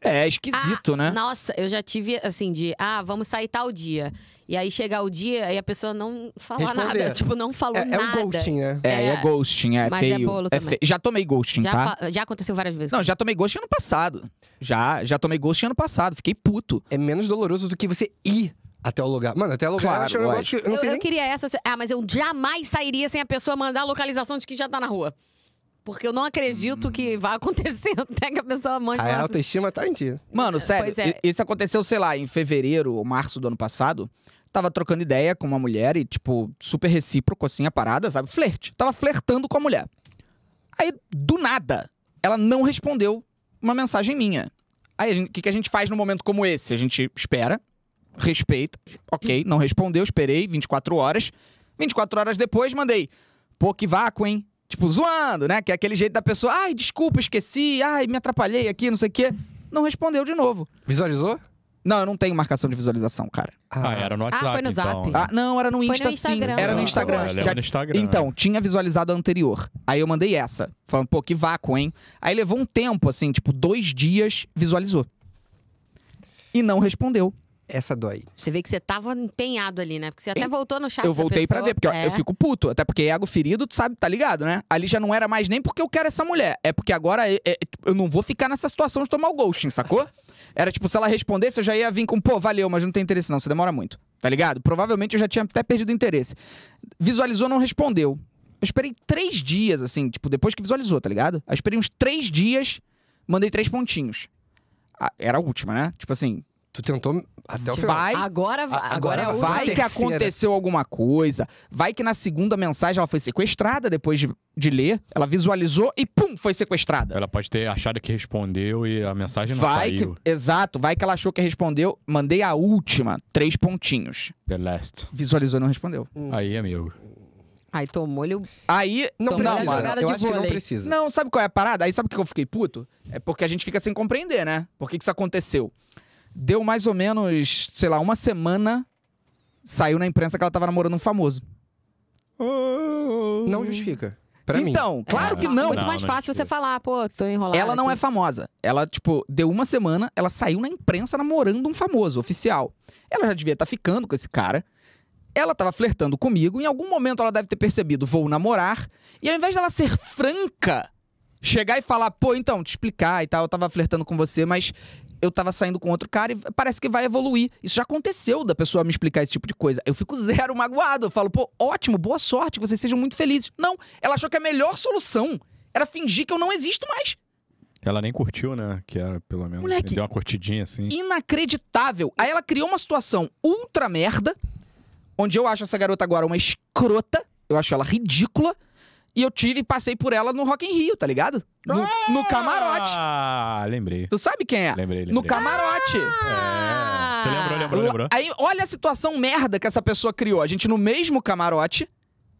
[SPEAKER 1] É esquisito, né?
[SPEAKER 3] Nossa, eu já tive assim de, ah, vamos sair tal dia. E aí chegar o dia e a pessoa não falar
[SPEAKER 4] Responder.
[SPEAKER 3] nada. <laughs> Tipo, não falou
[SPEAKER 4] é, é um
[SPEAKER 3] nada.
[SPEAKER 4] ghosting, né?
[SPEAKER 1] É, é,
[SPEAKER 3] é.
[SPEAKER 1] ghosting, é
[SPEAKER 3] Mas é
[SPEAKER 1] feio.
[SPEAKER 3] bolo também.
[SPEAKER 1] feio. Já tomei ghosting,
[SPEAKER 3] Já,
[SPEAKER 1] tá?
[SPEAKER 3] fa- já aconteceu várias vezes.
[SPEAKER 1] Não, já tomei ghosting ano passado. Já, já tomei ghosting ano passado. Fiquei puto.
[SPEAKER 4] É menos doloroso do que você ir até o lugar. Mano, até o lugar
[SPEAKER 1] Claro,
[SPEAKER 4] eu acho um negócio que eu não
[SPEAKER 3] eu,
[SPEAKER 4] sei
[SPEAKER 3] eu
[SPEAKER 4] nem.
[SPEAKER 3] queria essa. Ah, mas eu jamais sairia sem a pessoa mandar a localização de que já tá na rua. Porque eu não acredito
[SPEAKER 1] Hum.
[SPEAKER 3] que vai acontecer <laughs> até que a pessoa mande.
[SPEAKER 1] Ah,
[SPEAKER 4] A
[SPEAKER 3] uma-
[SPEAKER 4] autoestima tá em dia.
[SPEAKER 1] Mano, sério,
[SPEAKER 3] Pois é.
[SPEAKER 1] i- isso aconteceu, sei lá, em fevereiro ou março do ano passado. Tava trocando ideia com uma mulher e, tipo, super recíproco, assim, a parada, sabe? Flerte. Tava flertando com a mulher. Aí, do nada, ela não respondeu uma mensagem minha. Aí, a gente- o que, que a gente faz num momento como esse? A gente espera, respeita, ok, não respondeu, esperei 24 horas. 24 horas depois, mandei. Pô, que vácuo, hein? Tipo, zoando, né? Que é aquele jeito da pessoa, ai, desculpa, esqueci, ai, me atrapalhei aqui, não sei o quê. Não respondeu de novo.
[SPEAKER 4] Visualizou?
[SPEAKER 1] Não, eu não tenho marcação de visualização, cara.
[SPEAKER 2] Ah, era no
[SPEAKER 3] Ah,
[SPEAKER 2] WhatsApp.
[SPEAKER 3] foi no
[SPEAKER 2] então,
[SPEAKER 3] Zap.
[SPEAKER 2] né?
[SPEAKER 1] Ah, não, era no
[SPEAKER 3] Foi no
[SPEAKER 1] Insta sim.
[SPEAKER 3] Instagram.
[SPEAKER 1] Era no
[SPEAKER 2] Ah,
[SPEAKER 1] Instagram.
[SPEAKER 2] eu
[SPEAKER 5] é um
[SPEAKER 2] lembro
[SPEAKER 1] Já-
[SPEAKER 2] no Instagram.
[SPEAKER 1] Então, tinha visualizado a anterior. Aí eu mandei essa. Falando, pô, que vácuo, hein? Aí levou um tempo, assim, tipo, dois dias, visualizou. E não respondeu.
[SPEAKER 4] Essa dói.
[SPEAKER 3] Você vê que você tava empenhado ali, né? Porque você até
[SPEAKER 1] Em-
[SPEAKER 3] voltou no chat.
[SPEAKER 1] eu
[SPEAKER 3] da
[SPEAKER 1] voltei pra
[SPEAKER 3] pessoa.
[SPEAKER 1] ver, porque ó,
[SPEAKER 3] É.
[SPEAKER 1] eu fico puto. Até porque é ego ferido, tu sabe, tá ligado, né? Ali já não era mais nem porque eu quero essa mulher. É porque agora é- é- eu não vou ficar nessa situação de tomar o ghosting, sacou? Era tipo, se ela respondesse, eu já ia vir com, pô, valeu, mas não tem interesse não, você demora muito. Tá ligado? Provavelmente eu já tinha até perdido o interesse. Visualizou, não respondeu. Eu esperei três dias, assim, tipo, depois que visualizou, tá ligado? Aí eu esperei uns três dias, mandei três pontinhos. Ah, era a última, né? Tipo assim,
[SPEAKER 4] Tu tentou até o final.
[SPEAKER 1] então vai
[SPEAKER 3] Agora, vai-
[SPEAKER 4] A-
[SPEAKER 3] agora,
[SPEAKER 4] agora
[SPEAKER 3] é o
[SPEAKER 1] vai que
[SPEAKER 4] terceira.
[SPEAKER 1] aconteceu alguma coisa. Vai que na segunda mensagem ela foi sequestrada depois de, de ler. Ela visualizou e pum, foi sequestrada.
[SPEAKER 2] Ela pode ter achado que respondeu e a mensagem não
[SPEAKER 1] Vai que.
[SPEAKER 2] saiu.
[SPEAKER 1] Exato, vai que ela achou que respondeu. Mandei a última, três pontinhos.
[SPEAKER 2] The last.
[SPEAKER 1] Visualizou e não respondeu.
[SPEAKER 2] Aí, amigo.
[SPEAKER 3] Aí tomou-lhe o.
[SPEAKER 1] Aí.
[SPEAKER 4] Não
[SPEAKER 3] Então, dá uma
[SPEAKER 4] precisa.
[SPEAKER 3] jogada
[SPEAKER 4] Eu
[SPEAKER 3] de
[SPEAKER 4] acho que não
[SPEAKER 3] vôlei.
[SPEAKER 4] precisa.
[SPEAKER 1] Não, sabe qual é a parada? Aí sabe por que eu fiquei puto? É porque a gente fica sem compreender, né? Por que, que isso aconteceu? Deu mais ou menos, sei lá, uma semana. Saiu na imprensa que ela tava namorando um famoso.
[SPEAKER 4] Não, justifica. Pra mim.
[SPEAKER 1] então, claro
[SPEAKER 2] É,
[SPEAKER 1] que
[SPEAKER 3] Ah,
[SPEAKER 1] não.
[SPEAKER 3] Muito
[SPEAKER 2] Não,
[SPEAKER 3] mais
[SPEAKER 2] não
[SPEAKER 3] fácil
[SPEAKER 2] justifica.
[SPEAKER 3] você falar, pô, tô enrolado.
[SPEAKER 1] Ela não é famosa. Ela, tipo, deu uma semana, ela saiu na imprensa namorando um famoso oficial. Ela já devia estar ficando com esse cara. Ela tava flertando comigo. Em algum momento ela deve ter percebido, vou namorar. E ao invés dela ser franca, Chegar e falar, pô, então, te explicar e tal, eu tava flertando com você, mas eu tava saindo com outro cara e parece que vai evoluir. Isso já aconteceu da pessoa me explicar esse tipo de coisa. Eu fico zero magoado. Eu falo, pô, ótimo, boa sorte, que vocês sejam muito felizes. Não, ela achou que a melhor solução era fingir que eu não existo mais.
[SPEAKER 2] Ela nem curtiu, né? Que era, pelo menos.
[SPEAKER 1] Moleque.
[SPEAKER 2] Deu uma curtidinha, assim.
[SPEAKER 1] Inacreditável. Aí ela criou uma situação ultra merda, onde eu acho essa garota agora uma escrota, eu acho ela ridícula, e eu tive e passei por ela no Rock in Rio, tá ligado? No, no camarote.
[SPEAKER 2] Ah, lembrei.
[SPEAKER 1] Tu sabe quem é?
[SPEAKER 2] Lembrei, lembrei.
[SPEAKER 1] No camarote.
[SPEAKER 2] É.
[SPEAKER 4] Ah!
[SPEAKER 2] Você lembrou, lembrou, lembrou?
[SPEAKER 1] Aí, olha a situação merda que essa pessoa criou. A gente no mesmo camarote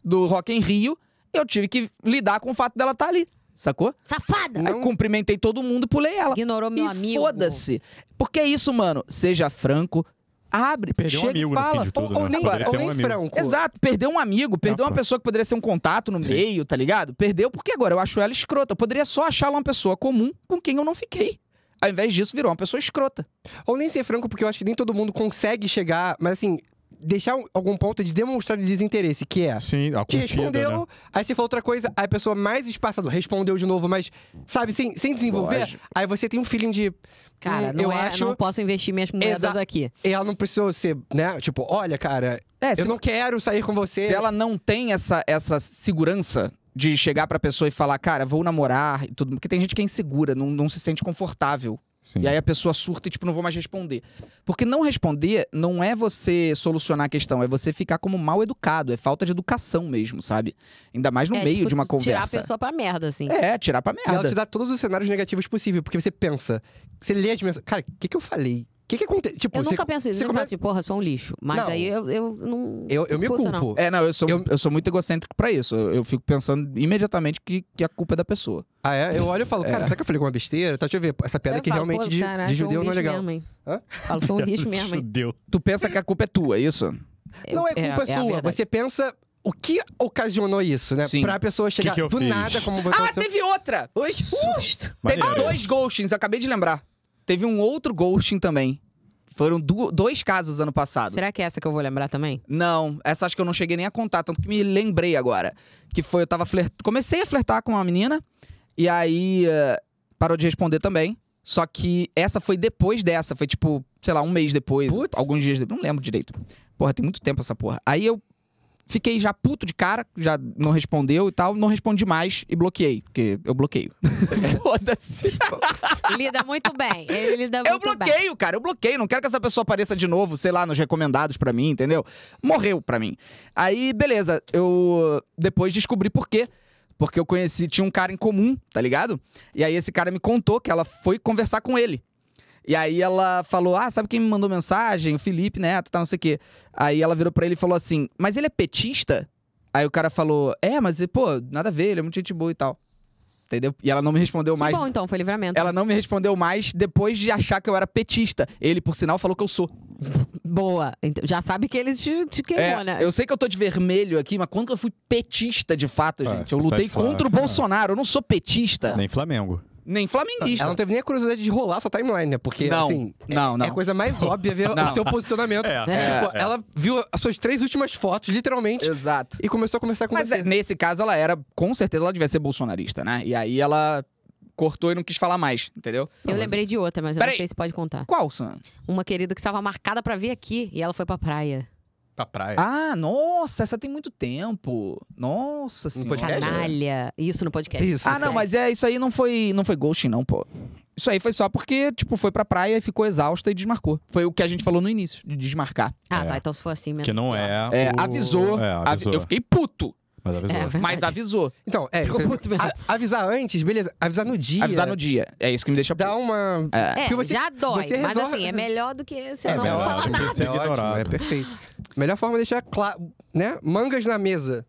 [SPEAKER 1] do Rock em Rio, eu tive que lidar com o fato dela estar ali, sacou?
[SPEAKER 3] Safada!
[SPEAKER 1] Aí cumprimentei todo mundo e pulei ela.
[SPEAKER 3] Ignorou meu
[SPEAKER 1] e
[SPEAKER 3] amigo.
[SPEAKER 1] foda-se. Porque é isso, mano. Seja franco, abre,
[SPEAKER 2] Perdeu
[SPEAKER 1] chega
[SPEAKER 2] um amigo
[SPEAKER 1] e
[SPEAKER 2] no fim
[SPEAKER 1] fala.
[SPEAKER 2] de tudo,
[SPEAKER 1] ou,
[SPEAKER 2] né?
[SPEAKER 1] ou nem,
[SPEAKER 2] Poderia
[SPEAKER 1] ou
[SPEAKER 2] ter
[SPEAKER 1] nem
[SPEAKER 2] um
[SPEAKER 4] nem
[SPEAKER 2] amigo.
[SPEAKER 4] franco.
[SPEAKER 1] Exato, perdeu um amigo, perdeu
[SPEAKER 2] Ah,
[SPEAKER 1] uma
[SPEAKER 2] pô.
[SPEAKER 1] pessoa que poderia ser um contato no
[SPEAKER 2] Sim.
[SPEAKER 1] meio, tá ligado? Perdeu, porque agora eu acho ela escrota. Eu poderia só achá-la uma pessoa comum com quem eu não fiquei. Ao invés disso, virou uma pessoa escrota.
[SPEAKER 4] Ou nem ser franco, porque eu acho que nem todo mundo consegue chegar, mas assim, deixar um- algum ponto de demonstrar desinteresse, que é.
[SPEAKER 2] Sim, a
[SPEAKER 4] Te
[SPEAKER 2] curtida,
[SPEAKER 4] respondeu,
[SPEAKER 2] né?
[SPEAKER 4] aí você falou outra coisa, aí a pessoa mais espaçada respondeu de novo, mas, sabe, sem, sem desenvolver,
[SPEAKER 1] Lógico.
[SPEAKER 4] aí você tem um feeling de.
[SPEAKER 3] Cara,
[SPEAKER 4] "Hum,
[SPEAKER 3] não,
[SPEAKER 4] eu
[SPEAKER 3] é,
[SPEAKER 4] acho.
[SPEAKER 3] não posso investir minhas moedas
[SPEAKER 4] Exa-
[SPEAKER 3] aqui.
[SPEAKER 4] E ela não precisou ser, né? Tipo, olha, cara,
[SPEAKER 1] É,
[SPEAKER 4] eu não quero sair com você.
[SPEAKER 1] Se
[SPEAKER 2] é-
[SPEAKER 1] ela não tem essa, essa segurança de chegar pra pessoa e falar, cara, vou namorar e tudo. Porque tem gente que é insegura, não, não se sente confortável.
[SPEAKER 5] Hum.
[SPEAKER 2] Sim. <laughs>
[SPEAKER 1] E aí a pessoa surta e, tipo, não vou mais responder. Porque não responder não é você solucionar a questão, é você ficar como mal educado. É falta de educação mesmo, sabe? Ainda mais no
[SPEAKER 3] É,
[SPEAKER 1] meio
[SPEAKER 3] tipo,
[SPEAKER 1] de uma
[SPEAKER 3] Tirar a
[SPEAKER 1] conversa.
[SPEAKER 3] pessoa pra merda, assim.
[SPEAKER 1] É, tirar pra
[SPEAKER 4] E ela
[SPEAKER 1] merda.
[SPEAKER 4] te dá todos os cenários negativos possíveis, porque você pensa, você lê as mensagens. Cara, o que, que eu falei? O que, que aconteceu? Tipo,
[SPEAKER 3] Eu
[SPEAKER 4] você-
[SPEAKER 3] nunca penso isso.
[SPEAKER 4] você
[SPEAKER 3] Eu
[SPEAKER 4] começa-
[SPEAKER 3] penso assim, porra, sou um lixo. Mas
[SPEAKER 4] Não.
[SPEAKER 3] aí eu, eu não.
[SPEAKER 4] Eu, eu me
[SPEAKER 3] Puta,
[SPEAKER 4] culpo.
[SPEAKER 3] não.
[SPEAKER 1] É, não, eu sou, eu...
[SPEAKER 4] um Eu-
[SPEAKER 1] sou muito egocêntrico pra isso. Eu, eu fico pensando imediatamente que, que a culpa é da pessoa.
[SPEAKER 4] Ah, é? Eu olho e falo, cara, será que eu falei alguma besteira? Tá, deixa eu ver. Essa piada
[SPEAKER 3] Eu
[SPEAKER 4] aqui
[SPEAKER 3] falo,
[SPEAKER 4] realmente
[SPEAKER 3] pô,
[SPEAKER 4] de,
[SPEAKER 3] caralho,
[SPEAKER 4] de
[SPEAKER 3] sou um
[SPEAKER 4] judeu não é
[SPEAKER 3] lixo
[SPEAKER 4] legal.
[SPEAKER 3] Mesmo, hein?
[SPEAKER 4] Hã?
[SPEAKER 3] Falo, sou um
[SPEAKER 4] <laughs>
[SPEAKER 3] lixo mesmo, hein?
[SPEAKER 2] Judeu.
[SPEAKER 1] Tu pensa que a culpa é tua, é isso?
[SPEAKER 4] Não é culpa
[SPEAKER 3] a
[SPEAKER 4] sua.
[SPEAKER 3] verdade.
[SPEAKER 4] você pensa o que ocasionou isso, né?
[SPEAKER 1] Sim.
[SPEAKER 4] Pra pessoa chegar
[SPEAKER 2] que eu
[SPEAKER 4] do
[SPEAKER 2] fiz?
[SPEAKER 4] nada como você.
[SPEAKER 1] Ah, teve outra!
[SPEAKER 4] Oi, que
[SPEAKER 1] susto! Teve
[SPEAKER 2] Maneiro.
[SPEAKER 1] dois ghostings, eu acabei de lembrar. Teve um outro ghosting também. Foram du- dois casos ano passado.
[SPEAKER 3] Será que é essa que eu vou lembrar também?
[SPEAKER 1] Não, essa acho que eu não cheguei nem a contar, tanto que me lembrei agora. Que foi, eu tava flert... Comecei a flertar com uma menina, e aí eh, parou de responder também. Só que essa foi depois dessa, foi tipo, sei lá, um mês depois,
[SPEAKER 4] Putz.
[SPEAKER 1] alguns dias depois, não lembro direito. Porra, tem muito tempo essa porra. Aí eu fiquei já puto de cara, já não respondeu e tal, não respondi mais e bloqueei, porque eu bloqueio. Foda-se.
[SPEAKER 3] Lida muito bem. Ele lida
[SPEAKER 1] Eu
[SPEAKER 3] muito bem.
[SPEAKER 1] bloqueio, cara, eu bloqueio. Não quero que essa pessoa apareça de novo, sei lá, nos recomendados pra mim, entendeu? Morreu pra mim. Aí, beleza, eu depois descobri por quê. Porque eu conheci, tinha um cara em comum, tá ligado? E aí esse cara me contou que ela foi conversar com ele. E aí ela falou: Ah, sabe quem me mandou mensagem? O Felipe Neto, tá, não sei o quê. Aí ela virou pra ele e falou assim: Mas ele é petista? Aí o cara falou: É, mas pô, nada a ver, ele é muito gente boa e tal. Entendeu? E ela não me respondeu
[SPEAKER 3] Que
[SPEAKER 1] mais
[SPEAKER 3] bom, então, foi
[SPEAKER 4] É-
[SPEAKER 3] livramento.
[SPEAKER 1] ela não me respondeu mais depois de achar que eu era petista. Ele, por sinal, falou que eu sou.
[SPEAKER 3] Boa. Então, já sabe que ele te, te queimou,
[SPEAKER 1] É,
[SPEAKER 3] né?
[SPEAKER 1] eu sei que eu tô de vermelho aqui, mas quando que eu fui petista de fato,
[SPEAKER 2] É,
[SPEAKER 1] gente? Eu
[SPEAKER 2] você tá
[SPEAKER 1] lutei
[SPEAKER 2] de fora.
[SPEAKER 1] contra o Bolsonaro. Eu não sou petista, nem,
[SPEAKER 2] Nem Flamengo.
[SPEAKER 1] flamenguista.
[SPEAKER 4] Ela não teve nem a curiosidade de rolar sua timeline, né? Porque,
[SPEAKER 1] Não,
[SPEAKER 4] assim.
[SPEAKER 1] não, não.
[SPEAKER 4] É a coisa mais óbvia ver
[SPEAKER 1] Não.
[SPEAKER 4] o seu posicionamento.
[SPEAKER 2] É,
[SPEAKER 3] é,
[SPEAKER 4] Tipo, Ela viu as suas três últimas fotos, literalmente,
[SPEAKER 1] Exato.
[SPEAKER 4] e começou a conversar com
[SPEAKER 1] Mas
[SPEAKER 4] você.
[SPEAKER 1] é, nesse caso, ela era, com certeza, ela devia ser bolsonarista, né? E aí ela cortou e não quis falar mais, entendeu?
[SPEAKER 3] Eu lembrei de outra, mas eu
[SPEAKER 1] Peraí.
[SPEAKER 3] não sei se pode contar.
[SPEAKER 1] Qual, Sam?
[SPEAKER 3] Uma querida que estava marcada pra vir aqui e ela foi pra praia.
[SPEAKER 4] Pra
[SPEAKER 2] É.
[SPEAKER 4] praia.
[SPEAKER 1] Ah, nossa, essa tem muito tempo.
[SPEAKER 2] Um
[SPEAKER 1] Nossa senhora.
[SPEAKER 4] podcast?
[SPEAKER 3] Canalha. Isso no podcast.
[SPEAKER 4] Isso.
[SPEAKER 1] Ah, não, mas é, isso aí não foi, não foi ghosting, não, pô. Isso aí foi só porque, tipo, foi pra praia e ficou exausta e desmarcou. Foi o que a gente falou no início, de desmarcar.
[SPEAKER 3] Ah,
[SPEAKER 2] É.
[SPEAKER 3] tá. Então se for assim mesmo.
[SPEAKER 2] Que não é.
[SPEAKER 1] É,
[SPEAKER 2] o-
[SPEAKER 1] avisou.
[SPEAKER 2] É,
[SPEAKER 1] avi-
[SPEAKER 2] avisou.
[SPEAKER 1] Eu fiquei puto,
[SPEAKER 2] Mas avisou.
[SPEAKER 3] É, verdade.
[SPEAKER 1] mas avisou.
[SPEAKER 4] Então,
[SPEAKER 3] <laughs>
[SPEAKER 4] é.
[SPEAKER 3] Ficou puto mesmo.
[SPEAKER 4] a- avisar antes, beleza. Avisar no dia.
[SPEAKER 1] Avisar no dia. É isso que me deixa puto.
[SPEAKER 4] Dá um uma.
[SPEAKER 3] É,
[SPEAKER 4] Porque você-
[SPEAKER 3] já dói.
[SPEAKER 4] você
[SPEAKER 3] mas
[SPEAKER 4] resolve-
[SPEAKER 3] assim, é melhor do que você
[SPEAKER 2] É
[SPEAKER 3] não
[SPEAKER 2] melhor,
[SPEAKER 3] falar
[SPEAKER 2] tipo,
[SPEAKER 3] nada.
[SPEAKER 2] ser
[SPEAKER 4] é, ótimo,
[SPEAKER 2] ignorado.
[SPEAKER 4] é perfeito. Melhor forma é deixar claro, né? Mangas na mesa.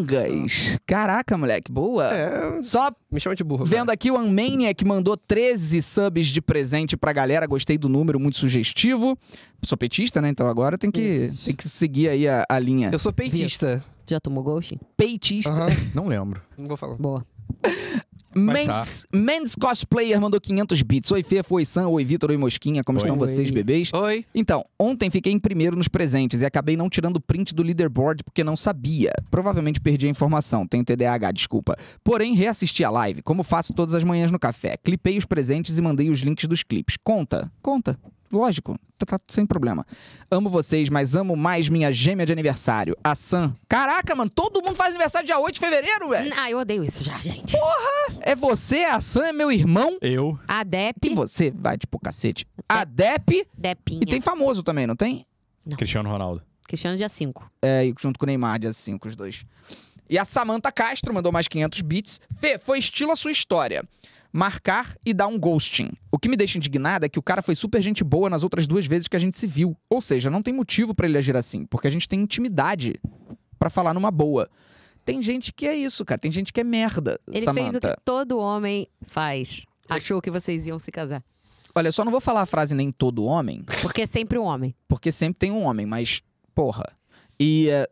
[SPEAKER 1] Mangas. Caraca, moleque, boa.
[SPEAKER 4] É,
[SPEAKER 1] Só
[SPEAKER 4] me chama de burro.
[SPEAKER 1] vendo aqui o Unmania que mandou 13 subs de presente pra galera. Gostei do número, muito sugestivo. Sou petista, né? Então agora tem que,
[SPEAKER 3] Isso.
[SPEAKER 1] tem que seguir aí a, a linha.
[SPEAKER 4] Eu sou peitista.
[SPEAKER 3] Já tomou ghosting?
[SPEAKER 4] <laughs>
[SPEAKER 1] Peitista.
[SPEAKER 4] Aham.
[SPEAKER 2] Não lembro.
[SPEAKER 4] Não vou falar.
[SPEAKER 3] Boa.
[SPEAKER 2] Mas
[SPEAKER 1] Mendes, Mendes Cosplayer mandou 500 bits. Oi, Fefo, oi, Sam, oi, Vitor, oi, Mosquinha. Como
[SPEAKER 2] Oi.
[SPEAKER 1] estão vocês,
[SPEAKER 4] Oi.
[SPEAKER 1] bebês?
[SPEAKER 5] Oi.
[SPEAKER 1] Então, ontem fiquei em primeiro nos presentes e acabei não tirando print do leaderboard porque não sabia. Provavelmente perdi a informação, tenho TDAH, desculpa. Porém, reassisti a live, como faço todas as manhãs no café. Clipei os presentes e mandei os links dos clipes. Conta, conta. Lógico, tá, tá sem problema. Amo vocês, mas amo mais minha gêmea de aniversário, a Sam. Caraca, mano, todo mundo faz aniversário dia 8 de fevereiro, velho.
[SPEAKER 3] Ah, eu odeio isso já, gente.
[SPEAKER 1] É você, a Sam é meu irmão.
[SPEAKER 2] Eu.
[SPEAKER 3] A Dep,
[SPEAKER 1] E você vai, tipo, cacete. A Dep.
[SPEAKER 3] Depinha.
[SPEAKER 1] E tem famoso também, não tem?
[SPEAKER 2] Cristiano Ronaldo.
[SPEAKER 3] Cristiano dia 5.
[SPEAKER 1] É, e junto com o Neymar, dia 5, os dois. E a Samantha Castro mandou mais 500 bits. Fê, foi estilo a sua história. Marcar e dar um ghosting. O que me deixa indignada é que o cara foi super gente boa nas outras duas vezes que a gente se viu. Ou seja, não tem motivo pra ele agir assim, porque a gente tem intimidade pra falar numa boa. Tem gente que é isso, cara. Tem gente que é merda,
[SPEAKER 3] Ele fez o
[SPEAKER 1] Samantha.
[SPEAKER 3] que todo homem faz. Achou que vocês iam se casar.
[SPEAKER 1] Olha, eu só não vou falar a frase nem todo homem,
[SPEAKER 3] Porque é sempre um homem.
[SPEAKER 1] porque sempre tem um homem, mas porra. E é,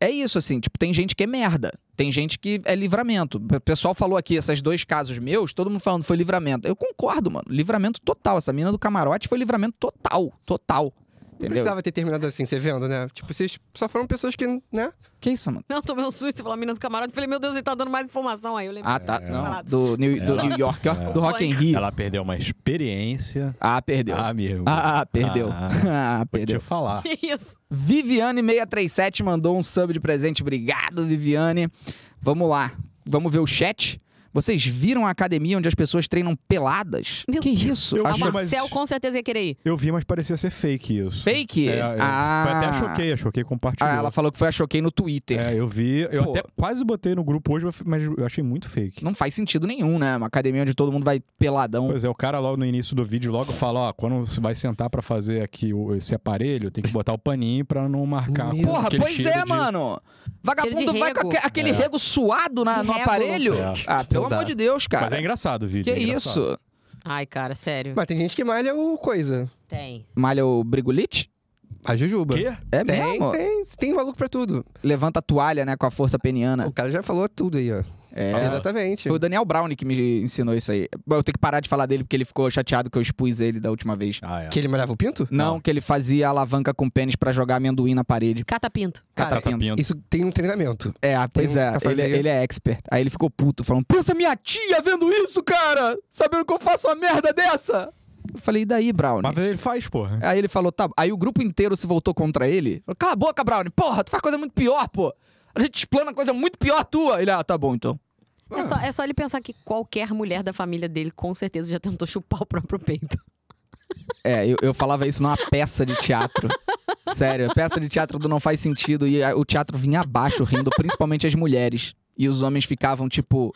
[SPEAKER 1] é isso assim, tipo, tem gente que é merda, tem gente que é livramento. O pessoal falou aqui esses dois casos meus, todo mundo falando foi livramento. Eu concordo, mano. Livramento total. Essa mina do camarote foi livramento total, total.
[SPEAKER 4] Não
[SPEAKER 1] Entendeu?
[SPEAKER 4] precisava ter terminado assim, você vendo, né? Tipo, vocês só foram pessoas que, né?
[SPEAKER 1] Que isso, mano?
[SPEAKER 3] <laughs> Não, tomei um susto, falou a menina do camarote. Falei, meu Deus, ele tá dando mais informação aí. Eu lembrei.
[SPEAKER 1] Ah, tá.
[SPEAKER 2] É.
[SPEAKER 1] Não, do New, do
[SPEAKER 2] Ela-
[SPEAKER 1] New York, ó,
[SPEAKER 2] É.
[SPEAKER 1] do Rock in Rio.
[SPEAKER 2] Ela perdeu uma experiência.
[SPEAKER 1] Ah, perdeu.
[SPEAKER 2] Ah, amigo.
[SPEAKER 1] Ah, perdeu. <laughs> Ah,
[SPEAKER 2] Vou te
[SPEAKER 1] perdeu.
[SPEAKER 2] falar.
[SPEAKER 3] <laughs> Que isso?
[SPEAKER 1] Viviane637 mandou um sub de presente. Obrigado, Viviane. Vamos lá. Vamos ver o chat. Vocês viram a academia onde as pessoas treinam peladas?
[SPEAKER 3] Meu
[SPEAKER 1] que
[SPEAKER 3] Deus.
[SPEAKER 1] isso?
[SPEAKER 2] Eu
[SPEAKER 3] Ah,
[SPEAKER 1] Acho
[SPEAKER 3] o
[SPEAKER 2] vi, mas-
[SPEAKER 3] Marcel com certeza ia querer ir.
[SPEAKER 2] Eu vi, mas parecia ser fake isso.
[SPEAKER 1] fake.
[SPEAKER 2] É, é,
[SPEAKER 1] ah,
[SPEAKER 2] Foi até a Choquei, a Choquei compartilhou.
[SPEAKER 1] Ah, ela falou que foi a Choquei no Twitter.
[SPEAKER 2] É, eu vi. Eu
[SPEAKER 1] Pô.
[SPEAKER 2] até quase botei no grupo hoje, mas eu achei muito fake.
[SPEAKER 1] Não faz sentido nenhum, né? Uma academia onde todo mundo vai peladão.
[SPEAKER 2] Pois é, o cara logo no início do vídeo logo fala, ó, quando você vai sentar pra fazer aqui o- esse aparelho, tem que botar o paninho pra não marcar.
[SPEAKER 4] Meu
[SPEAKER 2] com
[SPEAKER 1] Porra,
[SPEAKER 2] aquele
[SPEAKER 1] pois
[SPEAKER 2] cheiro
[SPEAKER 1] é,
[SPEAKER 2] de-
[SPEAKER 1] mano. Vagabundo
[SPEAKER 3] Cheiro de
[SPEAKER 1] vai com
[SPEAKER 3] rego.
[SPEAKER 1] aque- aquele
[SPEAKER 2] É.
[SPEAKER 1] rego suado na-
[SPEAKER 3] De
[SPEAKER 1] no
[SPEAKER 3] rego.
[SPEAKER 1] aparelho.
[SPEAKER 2] É.
[SPEAKER 1] Ah, pelo
[SPEAKER 2] Não dá.
[SPEAKER 1] amor de Deus, cara.
[SPEAKER 2] Mas é engraçado o vídeo.
[SPEAKER 1] que
[SPEAKER 2] é engraçado.
[SPEAKER 1] isso?
[SPEAKER 3] Ai, cara, sério.
[SPEAKER 4] Mas tem gente que malha o coisa.
[SPEAKER 3] Tem.
[SPEAKER 1] Malha o brigolite?
[SPEAKER 4] A jujuba.
[SPEAKER 2] Quê?
[SPEAKER 1] É
[SPEAKER 4] Tem,
[SPEAKER 1] mesmo?
[SPEAKER 4] tem, tem maluco pra tudo.
[SPEAKER 1] Levanta a toalha, né, com a força peniana.
[SPEAKER 4] O cara já falou tudo aí, ó.
[SPEAKER 1] É.
[SPEAKER 4] Exatamente.
[SPEAKER 1] Foi o Daniel Brown que me ensinou isso aí. Bom, Eu tenho que parar de falar dele porque ele ficou chateado que eu expus ele da última vez.
[SPEAKER 2] Ah, é.
[SPEAKER 4] Que ele malhava o pinto?
[SPEAKER 1] Não, que ele fazia alavanca com pênis pra jogar amendoim na parede.
[SPEAKER 3] Catapinto.
[SPEAKER 1] Cara,
[SPEAKER 2] Catapinto.
[SPEAKER 4] Isso tem um treinamento.
[SPEAKER 1] É, ah, pois
[SPEAKER 4] Tem um
[SPEAKER 1] é,
[SPEAKER 4] pra
[SPEAKER 1] ele,
[SPEAKER 4] fazer.
[SPEAKER 1] ele é expert. Aí ele ficou puto, falando: Pensa minha tia vendo isso, cara! Sabendo que eu faço uma merda dessa! Eu falei: e daí, Brown?
[SPEAKER 2] Mas ele faz, porra.
[SPEAKER 1] Aí ele falou: tá. Aí o grupo inteiro se voltou contra ele. Falou, Cala a boca, Brown! Porra, tu faz coisa muito pior, pô! A gente explana coisa muito pior tua! Ele, ah, tá bom então.
[SPEAKER 3] É só, é só ele pensar que qualquer mulher da família dele com certeza já tentou chupar o próprio peito.
[SPEAKER 1] É,
[SPEAKER 3] <laughs>
[SPEAKER 1] eu, eu falava isso numa peça de teatro. Sério, peça de teatro do não faz sentido. E a- o teatro vinha abaixo rindo, principalmente as mulheres. E os homens ficavam, tipo.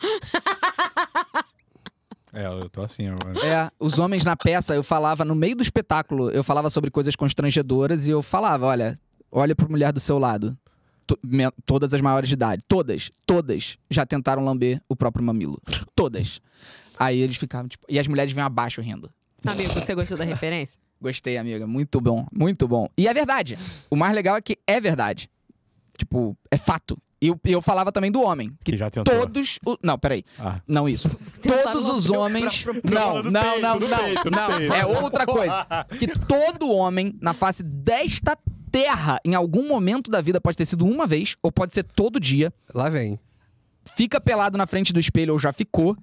[SPEAKER 2] É, eu tô assim agora.
[SPEAKER 1] É, os homens na peça, eu falava, no meio do espetáculo, eu falava sobre coisas constrangedoras e eu falava: olha, olha pra mulher do seu lado. To- me- todas as maiores de idade. Todas, todas já tentaram lamber o próprio mamilo. Todas. Aí eles ficavam, tipo. E as mulheres vinham abaixo rindo.
[SPEAKER 3] Amigo, você gostou da referência?
[SPEAKER 1] Gostei, amiga. Muito bom, muito bom. E é verdade. O mais legal é que é verdade. Tipo, é fato. E eu, e eu falava também do homem. Que
[SPEAKER 2] Que já tentou.
[SPEAKER 1] todos. o- Não, peraí.
[SPEAKER 2] Ah.
[SPEAKER 1] Não isso.
[SPEAKER 3] Tentaram
[SPEAKER 1] Todos os
[SPEAKER 3] lamber o
[SPEAKER 1] homens.
[SPEAKER 3] próprio
[SPEAKER 1] Não,
[SPEAKER 2] do
[SPEAKER 1] não,
[SPEAKER 2] peito,
[SPEAKER 1] não,
[SPEAKER 2] do
[SPEAKER 1] não.
[SPEAKER 2] peito, do
[SPEAKER 1] Não,
[SPEAKER 2] peito.
[SPEAKER 1] é outra coisa. Que todo homem na face desta terra, em algum momento da vida, pode ter sido uma vez, ou pode ser todo dia,
[SPEAKER 4] Lá vem.
[SPEAKER 1] fica pelado na frente do espelho ou já ficou,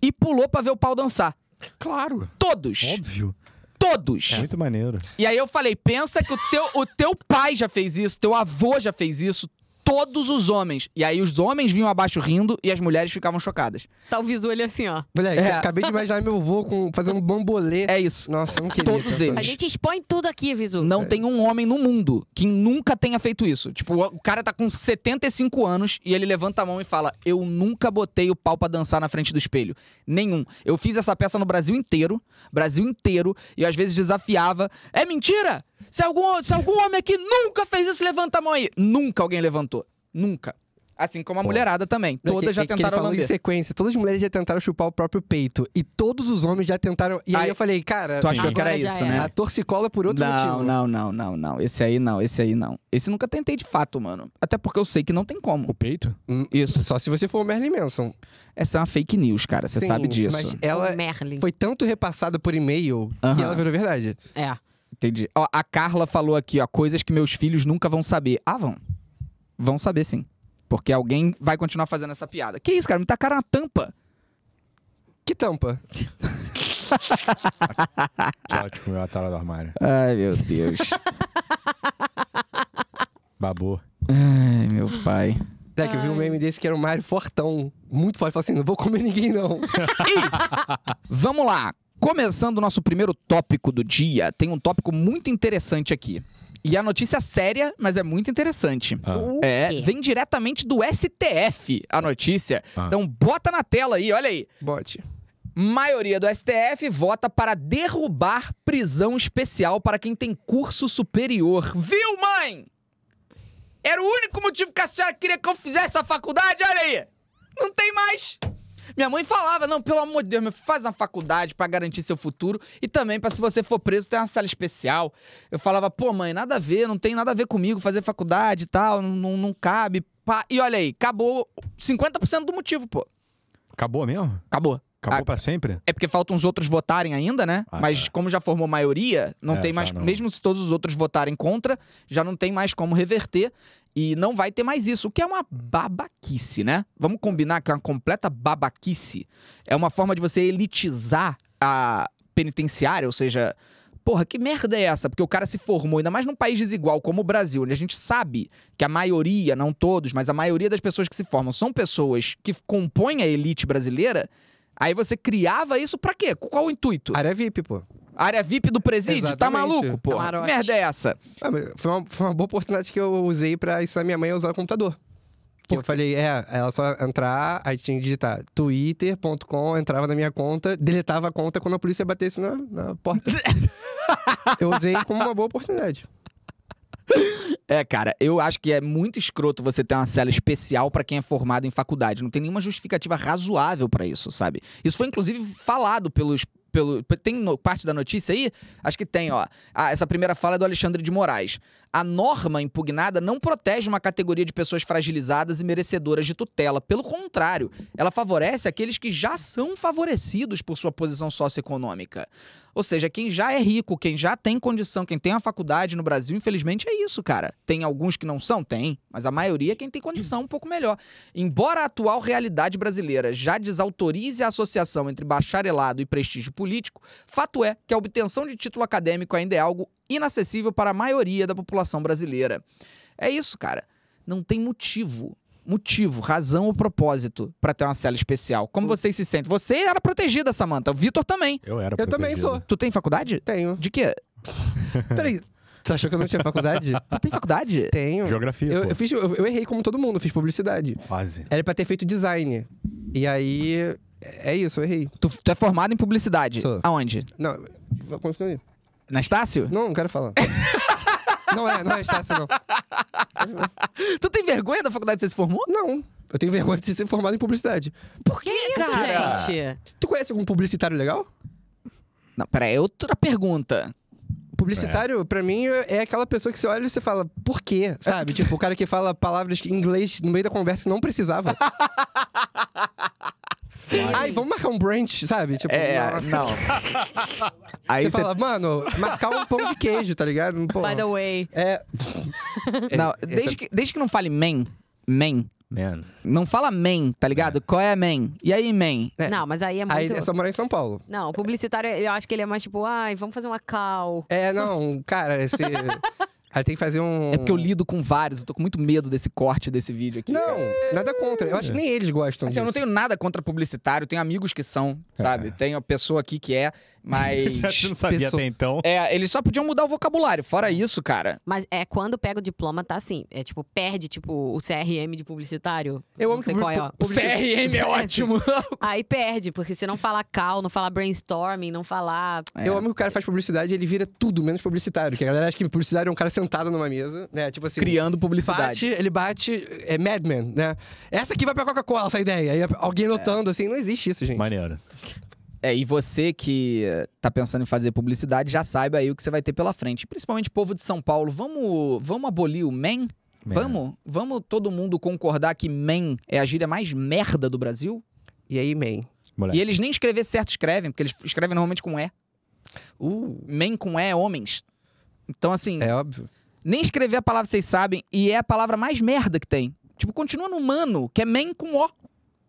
[SPEAKER 1] e pulou pra ver o pau dançar.
[SPEAKER 2] <laughs> Claro.
[SPEAKER 1] Todos.
[SPEAKER 2] Óbvio.
[SPEAKER 1] Todos.
[SPEAKER 5] É.
[SPEAKER 2] Muito maneiro.
[SPEAKER 1] E aí eu falei, pensa que o teu, o teu pai já fez isso, teu avô já fez isso, todos os homens. E aí os homens vinham abaixo rindo e as mulheres ficavam chocadas.
[SPEAKER 3] Tá o visu ele assim, ó.
[SPEAKER 4] Moleque,
[SPEAKER 1] É.
[SPEAKER 4] acabei de imaginar meu avô com, fazendo um bambolê.
[SPEAKER 1] É isso.
[SPEAKER 4] Nossa, um eu não queria.
[SPEAKER 1] Todos
[SPEAKER 4] pensar
[SPEAKER 1] eles.
[SPEAKER 3] A
[SPEAKER 4] nisso.
[SPEAKER 3] gente expõe tudo aqui, visu.
[SPEAKER 1] Não
[SPEAKER 4] É
[SPEAKER 1] tem um homem no mundo que nunca tenha feito isso. Tipo, o- o cara tá com 75 anos e ele levanta a mão e fala: Eu nunca botei o pau pra dançar na frente do espelho. Nenhum. Eu fiz essa peça no Brasil inteiro, Brasil inteiro, e eu às vezes desafiava. É mentira! Se algum, se algum homem aqui nunca fez isso, levanta a mão aí. Nunca alguém levantou. Nunca. Assim como a
[SPEAKER 2] Pô.
[SPEAKER 1] mulherada também. Todas
[SPEAKER 4] Que- é
[SPEAKER 1] já
[SPEAKER 4] que ele
[SPEAKER 1] tentaram
[SPEAKER 4] falou em
[SPEAKER 1] lamber.
[SPEAKER 4] sequência, todas as mulheres já tentaram chupar o próprio peito. E todos os homens já tentaram. E aí,
[SPEAKER 1] Ai,
[SPEAKER 4] eu falei, cara,
[SPEAKER 1] Tu
[SPEAKER 4] assim,
[SPEAKER 1] achou que era
[SPEAKER 3] Agora já é.
[SPEAKER 1] isso,
[SPEAKER 3] era.
[SPEAKER 1] né?
[SPEAKER 4] a torcicola por outro
[SPEAKER 1] não,
[SPEAKER 4] motivo. né?
[SPEAKER 1] não, não, não, não. Esse aí não, esse aí não. Esse nunca tentei de fato, mano. Até porque eu sei que não tem como.
[SPEAKER 2] O peito?
[SPEAKER 1] Isso.
[SPEAKER 4] Hum, Só se você for o Merlin Manson.
[SPEAKER 1] Essa é uma fake news, cara. Você
[SPEAKER 4] Sim,
[SPEAKER 1] sabe disso.
[SPEAKER 4] Mas ela
[SPEAKER 3] O Merlin.
[SPEAKER 4] foi tanto repassada por e-mail
[SPEAKER 1] Aham.
[SPEAKER 4] que ela virou verdade.
[SPEAKER 1] Ah.
[SPEAKER 3] É.
[SPEAKER 1] Entendi. Ó, a Carla falou aqui, ó, coisas que meus filhos nunca vão saber. Ah, vão. Vão saber sim. Porque alguém vai continuar fazendo essa piada. Que isso, cara? Me tacaram na tampa.
[SPEAKER 4] Que tampa.
[SPEAKER 2] Que ótimo, meu atara do armário.
[SPEAKER 1] Ai, meu Deus.
[SPEAKER 2] Babou.
[SPEAKER 1] <laughs> Ai, meu pai.
[SPEAKER 4] É que eu vi um meme desse que era o Mário Fortão, muito forte, falou assim: não vou comer ninguém, não.
[SPEAKER 1] Vamos lá. Começando o nosso primeiro tópico do dia, tem um tópico muito interessante aqui. E a notícia é séria, mas é muito interessante.
[SPEAKER 2] Ah.
[SPEAKER 3] O
[SPEAKER 1] É,
[SPEAKER 3] quê?
[SPEAKER 1] vem diretamente do STF a notícia.
[SPEAKER 2] Ah.
[SPEAKER 1] Então bota na tela aí, olha aí.
[SPEAKER 4] Bote.
[SPEAKER 1] Maioria do STF vota para derrubar prisão especial para quem tem curso superior. Viu, mãe? Era o único motivo que a senhora queria que eu fizesse a faculdade, olha aí. Não tem mais. Minha mãe falava, não, pelo amor de Deus, meu filho, faz uma faculdade para garantir seu futuro e também para se você for preso ter uma sala especial. Eu falava, pô, mãe, nada a ver, não tem nada a ver comigo fazer faculdade e tal, não, não, não cabe. pá. E olha aí, acabou 50% do motivo, pô.
[SPEAKER 2] Acabou mesmo?
[SPEAKER 1] Acabou.
[SPEAKER 2] Acabou
[SPEAKER 1] Ah.
[SPEAKER 2] pra sempre?
[SPEAKER 1] É porque faltam os outros votarem ainda, né?
[SPEAKER 2] Ah,
[SPEAKER 1] Mas
[SPEAKER 2] é.
[SPEAKER 1] como já formou maioria, não
[SPEAKER 2] É,
[SPEAKER 1] tem
[SPEAKER 2] já
[SPEAKER 1] mais.
[SPEAKER 2] não.
[SPEAKER 1] Mesmo se todos os outros votarem contra, já não tem mais como reverter. E não vai ter mais isso, o que é uma babaquice, né? Vamos combinar que é uma completa babaquice. É uma forma de você elitizar a penitenciária, ou seja, porra, que merda é essa? Porque o cara se formou, ainda mais num país desigual como o Brasil, onde a gente sabe que a maioria, não todos, mas a maioria das pessoas que se formam são pessoas que compõem a elite brasileira. Aí você criava isso pra quê? Qual o intuito?
[SPEAKER 4] Área VIP, pô.
[SPEAKER 1] Área VIP do presídio? Tá
[SPEAKER 4] Exatamente.
[SPEAKER 1] maluco, pô? Que
[SPEAKER 3] Camarote.
[SPEAKER 1] merda é essa?
[SPEAKER 4] Ah, mas foi, uma, foi uma boa oportunidade que eu usei pra ensinar minha mãe a usar o computador. Que eu falei, é, ela só entrar, aí tinha que digitar twitter.com, entrava na minha conta, deletava a conta quando a polícia batesse na, na porta. eu usei como uma boa oportunidade.
[SPEAKER 1] É, cara, eu acho que é muito escroto você ter uma cela especial pra quem é formado em faculdade. Não tem nenhuma justificativa razoável pra isso, sabe? Isso foi, inclusive, falado pelos. Pelo, tem no- parte da notícia aí? Acho que tem, ó. Ah, essa primeira fala é do Alexandre de Moraes. A norma impugnada não protege uma categoria de pessoas fragilizadas e merecedoras de tutela. Pelo contrário, ela favorece aqueles que já são favorecidos por sua posição socioeconômica. Ou seja, quem já é rico, quem já tem condição, quem tem uma faculdade no Brasil, infelizmente é isso, cara. Tem alguns que não são? Tem. Mas a maioria é quem tem condição um pouco melhor. Embora a atual realidade brasileira já desautorize a associação entre bacharelado e prestígio político, fato é que a obtenção de título acadêmico ainda é algo inacessível para a maioria da população brasileira. É isso, cara. Não tem motivo. Motivo, razão ou propósito para ter uma cela especial. Como vocês se sentem? Você era protegida, Samantha. O Vitor também.
[SPEAKER 2] Eu era
[SPEAKER 4] Eu também
[SPEAKER 2] protegido.
[SPEAKER 4] sou.
[SPEAKER 1] Tu tem faculdade?
[SPEAKER 4] Tenho.
[SPEAKER 1] De quê?
[SPEAKER 4] Peraí, você achou que eu não tinha faculdade?
[SPEAKER 1] Tu tem faculdade?
[SPEAKER 4] Tenho.
[SPEAKER 2] Geografia,
[SPEAKER 4] Eu,
[SPEAKER 2] pô.
[SPEAKER 4] eu fiz, eu, eu errei como todo mundo, eu fiz publicidade.
[SPEAKER 2] Quase.
[SPEAKER 4] Era pra ter feito design. E aí, é isso, eu errei.
[SPEAKER 1] Tu, tu é formado em publicidade.
[SPEAKER 4] Sou.
[SPEAKER 1] Aonde?
[SPEAKER 4] Não, continua aí.
[SPEAKER 1] Na Estácio?
[SPEAKER 4] Não, não quero falar. não é, não é Estácio, não.
[SPEAKER 1] <laughs> Tu tem vergonha da faculdade que você se formou?
[SPEAKER 4] Não. Eu tenho vergonha de ser formado em publicidade.
[SPEAKER 1] Por que,
[SPEAKER 3] Isso,
[SPEAKER 1] É, cara?
[SPEAKER 3] gente.
[SPEAKER 4] Tu conhece algum publicitário legal?
[SPEAKER 1] Não, peraí, é outra pergunta.
[SPEAKER 4] Publicitário, pra mim, é aquela pessoa que você olha e você fala, por quê? Sabe? tipo, o cara que fala palavras em inglês no meio da conversa que não precisava. Ai, vamos marcar um brunch, sabe? Tipo,
[SPEAKER 1] é,
[SPEAKER 4] nossa.
[SPEAKER 1] <laughs> não. Aí
[SPEAKER 4] Você
[SPEAKER 1] você.
[SPEAKER 4] fala, mano, marcar um pão de queijo, tá ligado? Pô,
[SPEAKER 3] By the way.
[SPEAKER 4] é,
[SPEAKER 1] não,
[SPEAKER 4] esse-
[SPEAKER 1] desde, que, desde que não fale man, man.
[SPEAKER 2] Man.
[SPEAKER 1] Não fala man, tá ligado? Qual é man? E aí, man?
[SPEAKER 4] é.
[SPEAKER 3] Não, mas aí é muito.
[SPEAKER 4] Aí é só morar em São Paulo.
[SPEAKER 3] Não, o publicitário, eu acho que ele é mais tipo, ai, vamos fazer uma cal.
[SPEAKER 4] É, não, cara,
[SPEAKER 1] <laughs>
[SPEAKER 4] esse... Aí tem que fazer um...
[SPEAKER 1] É porque eu lido com vários, eu tô com muito medo desse corte desse vídeo aqui.
[SPEAKER 4] Não,
[SPEAKER 1] cara.
[SPEAKER 4] nada contra. Eu acho que nem eles gostam
[SPEAKER 1] Assim,
[SPEAKER 4] disso.
[SPEAKER 1] eu não tenho nada contra publicitário, tenho amigos que são, sabe? Tenho <laughs> a pessoa aqui que é, Mas.
[SPEAKER 5] não sabia
[SPEAKER 4] pessoa-
[SPEAKER 5] até então.
[SPEAKER 1] é, eles só podiam mudar o vocabulário.
[SPEAKER 4] É.
[SPEAKER 1] Fora isso, cara.
[SPEAKER 3] Mas é quando pega o diploma, tá assim. É tipo, perde, tipo, o CRM de publicitário.
[SPEAKER 4] Eu
[SPEAKER 3] não
[SPEAKER 4] amo
[SPEAKER 3] sei
[SPEAKER 4] que
[SPEAKER 3] qual é, ó.
[SPEAKER 1] O CRM <laughs> é ótimo.
[SPEAKER 3] Aí perde, porque se não falar cal, não falar brainstorming, não falar.
[SPEAKER 1] É.
[SPEAKER 4] Eu amo que o cara faz publicidade ele vira tudo menos publicitário. Que a galera acha que publicitário é um cara sentado numa mesa, né? Tipo assim.
[SPEAKER 1] Criando publicidade.
[SPEAKER 4] Bate, ele bate, é Madman, né? Essa aqui vai pra Coca-Cola, essa ideia. Aí alguém notando, assim, não existe isso, gente.
[SPEAKER 5] Maneiro.
[SPEAKER 1] É, e você que eh, tá pensando em fazer publicidade, já saiba aí o que você vai ter pela frente. Principalmente povo de São Paulo, vamos, vamos abolir o MEN? Vamos? Vamos todo mundo concordar que MEN é a gíria mais merda do Brasil?
[SPEAKER 4] E aí, man. É.
[SPEAKER 5] Moleque.
[SPEAKER 1] E eles nem escrever certo escrevem, porque eles escrevem normalmente com E.
[SPEAKER 4] Uh,
[SPEAKER 1] MEN com E é homens. Então, assim,
[SPEAKER 4] é óbvio.
[SPEAKER 1] nem escrever a palavra vocês sabem, e é a palavra mais merda que tem. Tipo, continua no mano, que é MEN com O.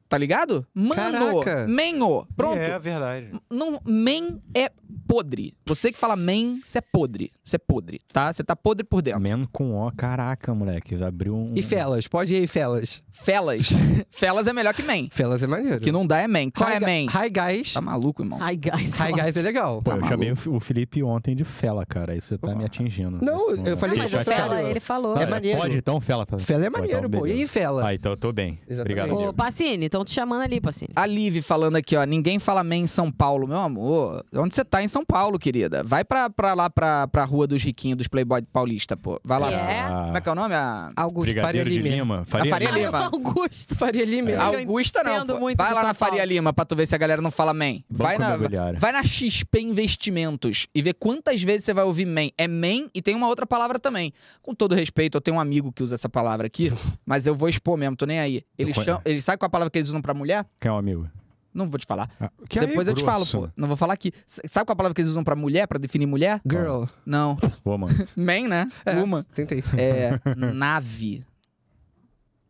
[SPEAKER 1] Tá ligado? Mano,
[SPEAKER 4] Caraca.
[SPEAKER 1] menho. Pronto.
[SPEAKER 5] É verdade.
[SPEAKER 1] Não, men é podre. Você que fala men, você é podre. Você é podre, tá? Você tá podre por dentro.
[SPEAKER 5] Men com O, caraca, moleque. Abriu um.
[SPEAKER 1] Uhum.
[SPEAKER 4] E felas, pode ir aí, felas.
[SPEAKER 1] Felas. Felas é melhor que men.
[SPEAKER 4] Felas é maneiro.
[SPEAKER 1] O que não dá é men. Qual
[SPEAKER 4] Hi
[SPEAKER 1] é
[SPEAKER 4] Gu-
[SPEAKER 1] men?
[SPEAKER 4] Hi Guys.
[SPEAKER 1] Tá maluco, irmão?
[SPEAKER 3] Ai, guys.
[SPEAKER 4] Hi Guys é legal.
[SPEAKER 5] Pô,
[SPEAKER 1] Tá
[SPEAKER 5] eu
[SPEAKER 1] maluco.
[SPEAKER 5] chamei o Fi- o Felipe ontem de Fela, cara. Aí você tá me atingindo. Isso,
[SPEAKER 4] Não, eu
[SPEAKER 5] né?
[SPEAKER 3] Não,
[SPEAKER 4] falei que
[SPEAKER 3] mas
[SPEAKER 4] já
[SPEAKER 3] o Fela,
[SPEAKER 4] falou.
[SPEAKER 3] ele falou.
[SPEAKER 5] Tá,
[SPEAKER 4] É maneiro.
[SPEAKER 5] Pode, então, Fela. Tá...
[SPEAKER 4] Fela
[SPEAKER 1] um
[SPEAKER 4] é maneiro,
[SPEAKER 5] então,
[SPEAKER 4] pô. E aí,
[SPEAKER 5] beleza.
[SPEAKER 4] fela?
[SPEAKER 5] Ah, então eu tô bem.
[SPEAKER 4] Exatamente.
[SPEAKER 5] Obrigado,
[SPEAKER 3] Ô,
[SPEAKER 5] Diego.
[SPEAKER 3] Pacini, estão te chamando ali, Pacini.
[SPEAKER 1] A Liv falando aqui, ó. Ninguém fala men em São Paulo, meu amor. Onde você tá em São Paulo, querida? Vai pra, pra lá, pra, pra rua dos riquinhos, dos playboy paulista, pô. Vai lá.
[SPEAKER 3] É.
[SPEAKER 1] Como é que é o nome? A...
[SPEAKER 3] Augusto.
[SPEAKER 5] Brigadeiro de
[SPEAKER 4] Faria Lima.
[SPEAKER 5] Lima.
[SPEAKER 1] A Faria Lima.
[SPEAKER 3] Augusto.
[SPEAKER 4] <laughs> Faria Lima.
[SPEAKER 3] É. Eu
[SPEAKER 1] Augusta não,
[SPEAKER 3] entendo
[SPEAKER 1] pô.
[SPEAKER 3] muito
[SPEAKER 1] Vai
[SPEAKER 3] de
[SPEAKER 1] lá
[SPEAKER 3] São
[SPEAKER 1] na Faria
[SPEAKER 3] Paulo.
[SPEAKER 1] Lima pra tu ver se a galera não fala men. Vai na,
[SPEAKER 5] imobiliário.
[SPEAKER 1] Vai na XP Investimentos e vê quantas vezes você vai ouvir MEN. É MEN e tem uma outra palavra também. Com todo respeito, eu tenho um amigo que usa essa palavra
[SPEAKER 5] <laughs>
[SPEAKER 1] aqui, mas eu vou expor mesmo, tô nem aí. Eles,
[SPEAKER 5] Eu conhe-
[SPEAKER 1] chamam, eles sabem qual a palavra que eles usam pra mulher?
[SPEAKER 5] Quem é o amigo?
[SPEAKER 1] Não vou te falar.
[SPEAKER 5] Ah, que aí,
[SPEAKER 1] Depois eu te falo,
[SPEAKER 5] grosso.
[SPEAKER 1] pô. Não vou falar aqui. S- Sabe qual é a palavra que eles usam pra mulher, pra definir mulher?
[SPEAKER 4] Girl.
[SPEAKER 5] <laughs>
[SPEAKER 1] Não.
[SPEAKER 5] Pô, mano.
[SPEAKER 1] MEN, né?
[SPEAKER 5] <laughs>
[SPEAKER 1] Uma.
[SPEAKER 4] Tentei.
[SPEAKER 1] É. nave.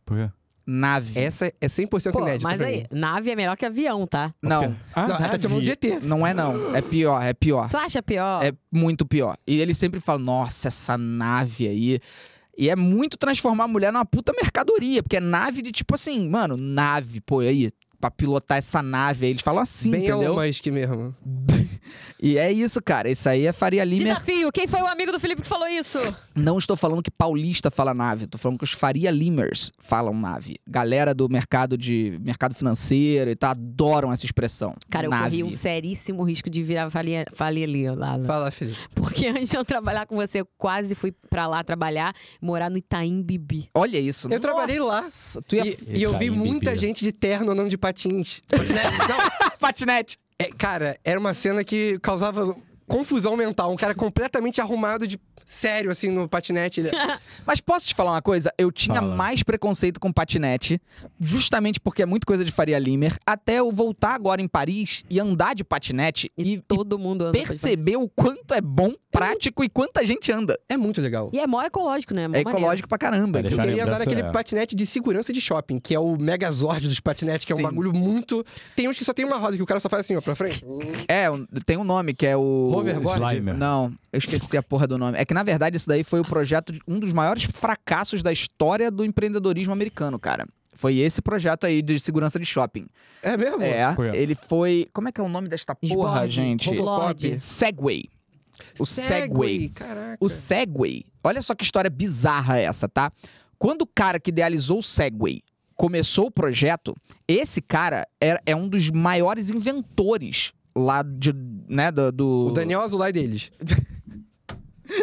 [SPEAKER 5] Por quê?
[SPEAKER 1] Nave.
[SPEAKER 4] Essa é 100%
[SPEAKER 3] Pô,
[SPEAKER 4] inédita.
[SPEAKER 3] mas
[SPEAKER 4] pra
[SPEAKER 3] aí,
[SPEAKER 4] mim.
[SPEAKER 3] nave é melhor que avião, tá?
[SPEAKER 1] Não,
[SPEAKER 5] Ah,
[SPEAKER 4] Não, ela tá
[SPEAKER 5] Davi.
[SPEAKER 4] chamando de ET.
[SPEAKER 1] não é não. É pior, é pior.
[SPEAKER 3] Tu acha pior?
[SPEAKER 1] É muito pior. E ele sempre fala, nossa, essa nave aí. E é muito transformar a mulher numa puta mercadoria, porque é nave de tipo assim, mano, nave, pô, e aí, pra pilotar essa nave aí. Eles falam assim,
[SPEAKER 4] Bem é o
[SPEAKER 1] entendeu?
[SPEAKER 4] Musk mesmo.
[SPEAKER 1] E é isso, cara. Isso aí é Faria Lima.
[SPEAKER 3] Desafio, quem foi o amigo do Felipe que falou isso?
[SPEAKER 1] Não estou falando que paulista fala nave, estou falando que os Faria Limers falam nave. Galera do mercado de mercado financeiro e tal, adoram essa expressão.
[SPEAKER 3] Cara, eu
[SPEAKER 1] nave.
[SPEAKER 3] corri um seríssimo risco de virar falia, falia ali, lá, lá.
[SPEAKER 4] Fala, Felipe.
[SPEAKER 3] Porque antes de eu trabalhar com você, eu quase fui pra lá trabalhar, morar no Itaim Bibi.
[SPEAKER 1] Olha isso.
[SPEAKER 4] Eu trabalhei lá.
[SPEAKER 1] Nossa, Tu ia
[SPEAKER 4] E, e eu vi
[SPEAKER 5] Itaim Bibi.
[SPEAKER 4] muita gente de terno andando de patins.
[SPEAKER 1] é.
[SPEAKER 4] <laughs>
[SPEAKER 1] patinete.
[SPEAKER 4] É, cara, era uma cena que causava confusão mental. Um cara completamente arrumado de sério, assim, no patinete. Ele...
[SPEAKER 1] Mas posso te falar uma coisa? Eu tinha
[SPEAKER 5] Fala.
[SPEAKER 1] mais preconceito com patinete, justamente porque é muito coisa de Faria Limer, até eu voltar agora em Paris e andar de patinete
[SPEAKER 3] E,
[SPEAKER 1] e, e
[SPEAKER 3] todo mundo anda. pra Itaim.
[SPEAKER 1] perceber o quanto é bom, prático e quanta gente anda.
[SPEAKER 4] É muito legal.
[SPEAKER 3] E é mó ecológico, né? Mó
[SPEAKER 1] É
[SPEAKER 3] maneiro.
[SPEAKER 1] ecológico pra caramba.
[SPEAKER 5] Vai
[SPEAKER 4] Eu
[SPEAKER 5] deixar
[SPEAKER 4] queria andar
[SPEAKER 5] lembrança,
[SPEAKER 4] naquele
[SPEAKER 5] é.
[SPEAKER 4] patinete de segurança de shopping, que é o Megazord dos patinetes, que é um
[SPEAKER 1] Sim.
[SPEAKER 4] bagulho muito. Tem uns que só tem uma roda, que o cara só faz assim, ó, pra frente.
[SPEAKER 1] É, um- tem um nome que é o.
[SPEAKER 4] Hoverboard?
[SPEAKER 5] Slimer.
[SPEAKER 1] Não, eu esqueci a porra do nome. É que na verdade isso daí foi o projeto, de, um dos maiores fracassos da história do empreendedorismo americano, cara. Foi esse projeto aí de segurança de shopping.
[SPEAKER 4] É mesmo?
[SPEAKER 1] É,
[SPEAKER 5] Foi, ó.
[SPEAKER 1] ele foi. Como é que é o nome desta porra,
[SPEAKER 3] Esborde,
[SPEAKER 1] gente?
[SPEAKER 3] Lorde.
[SPEAKER 1] Segway. O Segway.
[SPEAKER 4] Caraca.
[SPEAKER 1] O Segway. Olha só que história bizarra essa, tá? Quando o cara que idealizou o Segway começou o projeto, esse cara é, é um dos maiores inventores lá de, né, do... do-
[SPEAKER 4] O Daniel Azulay deles.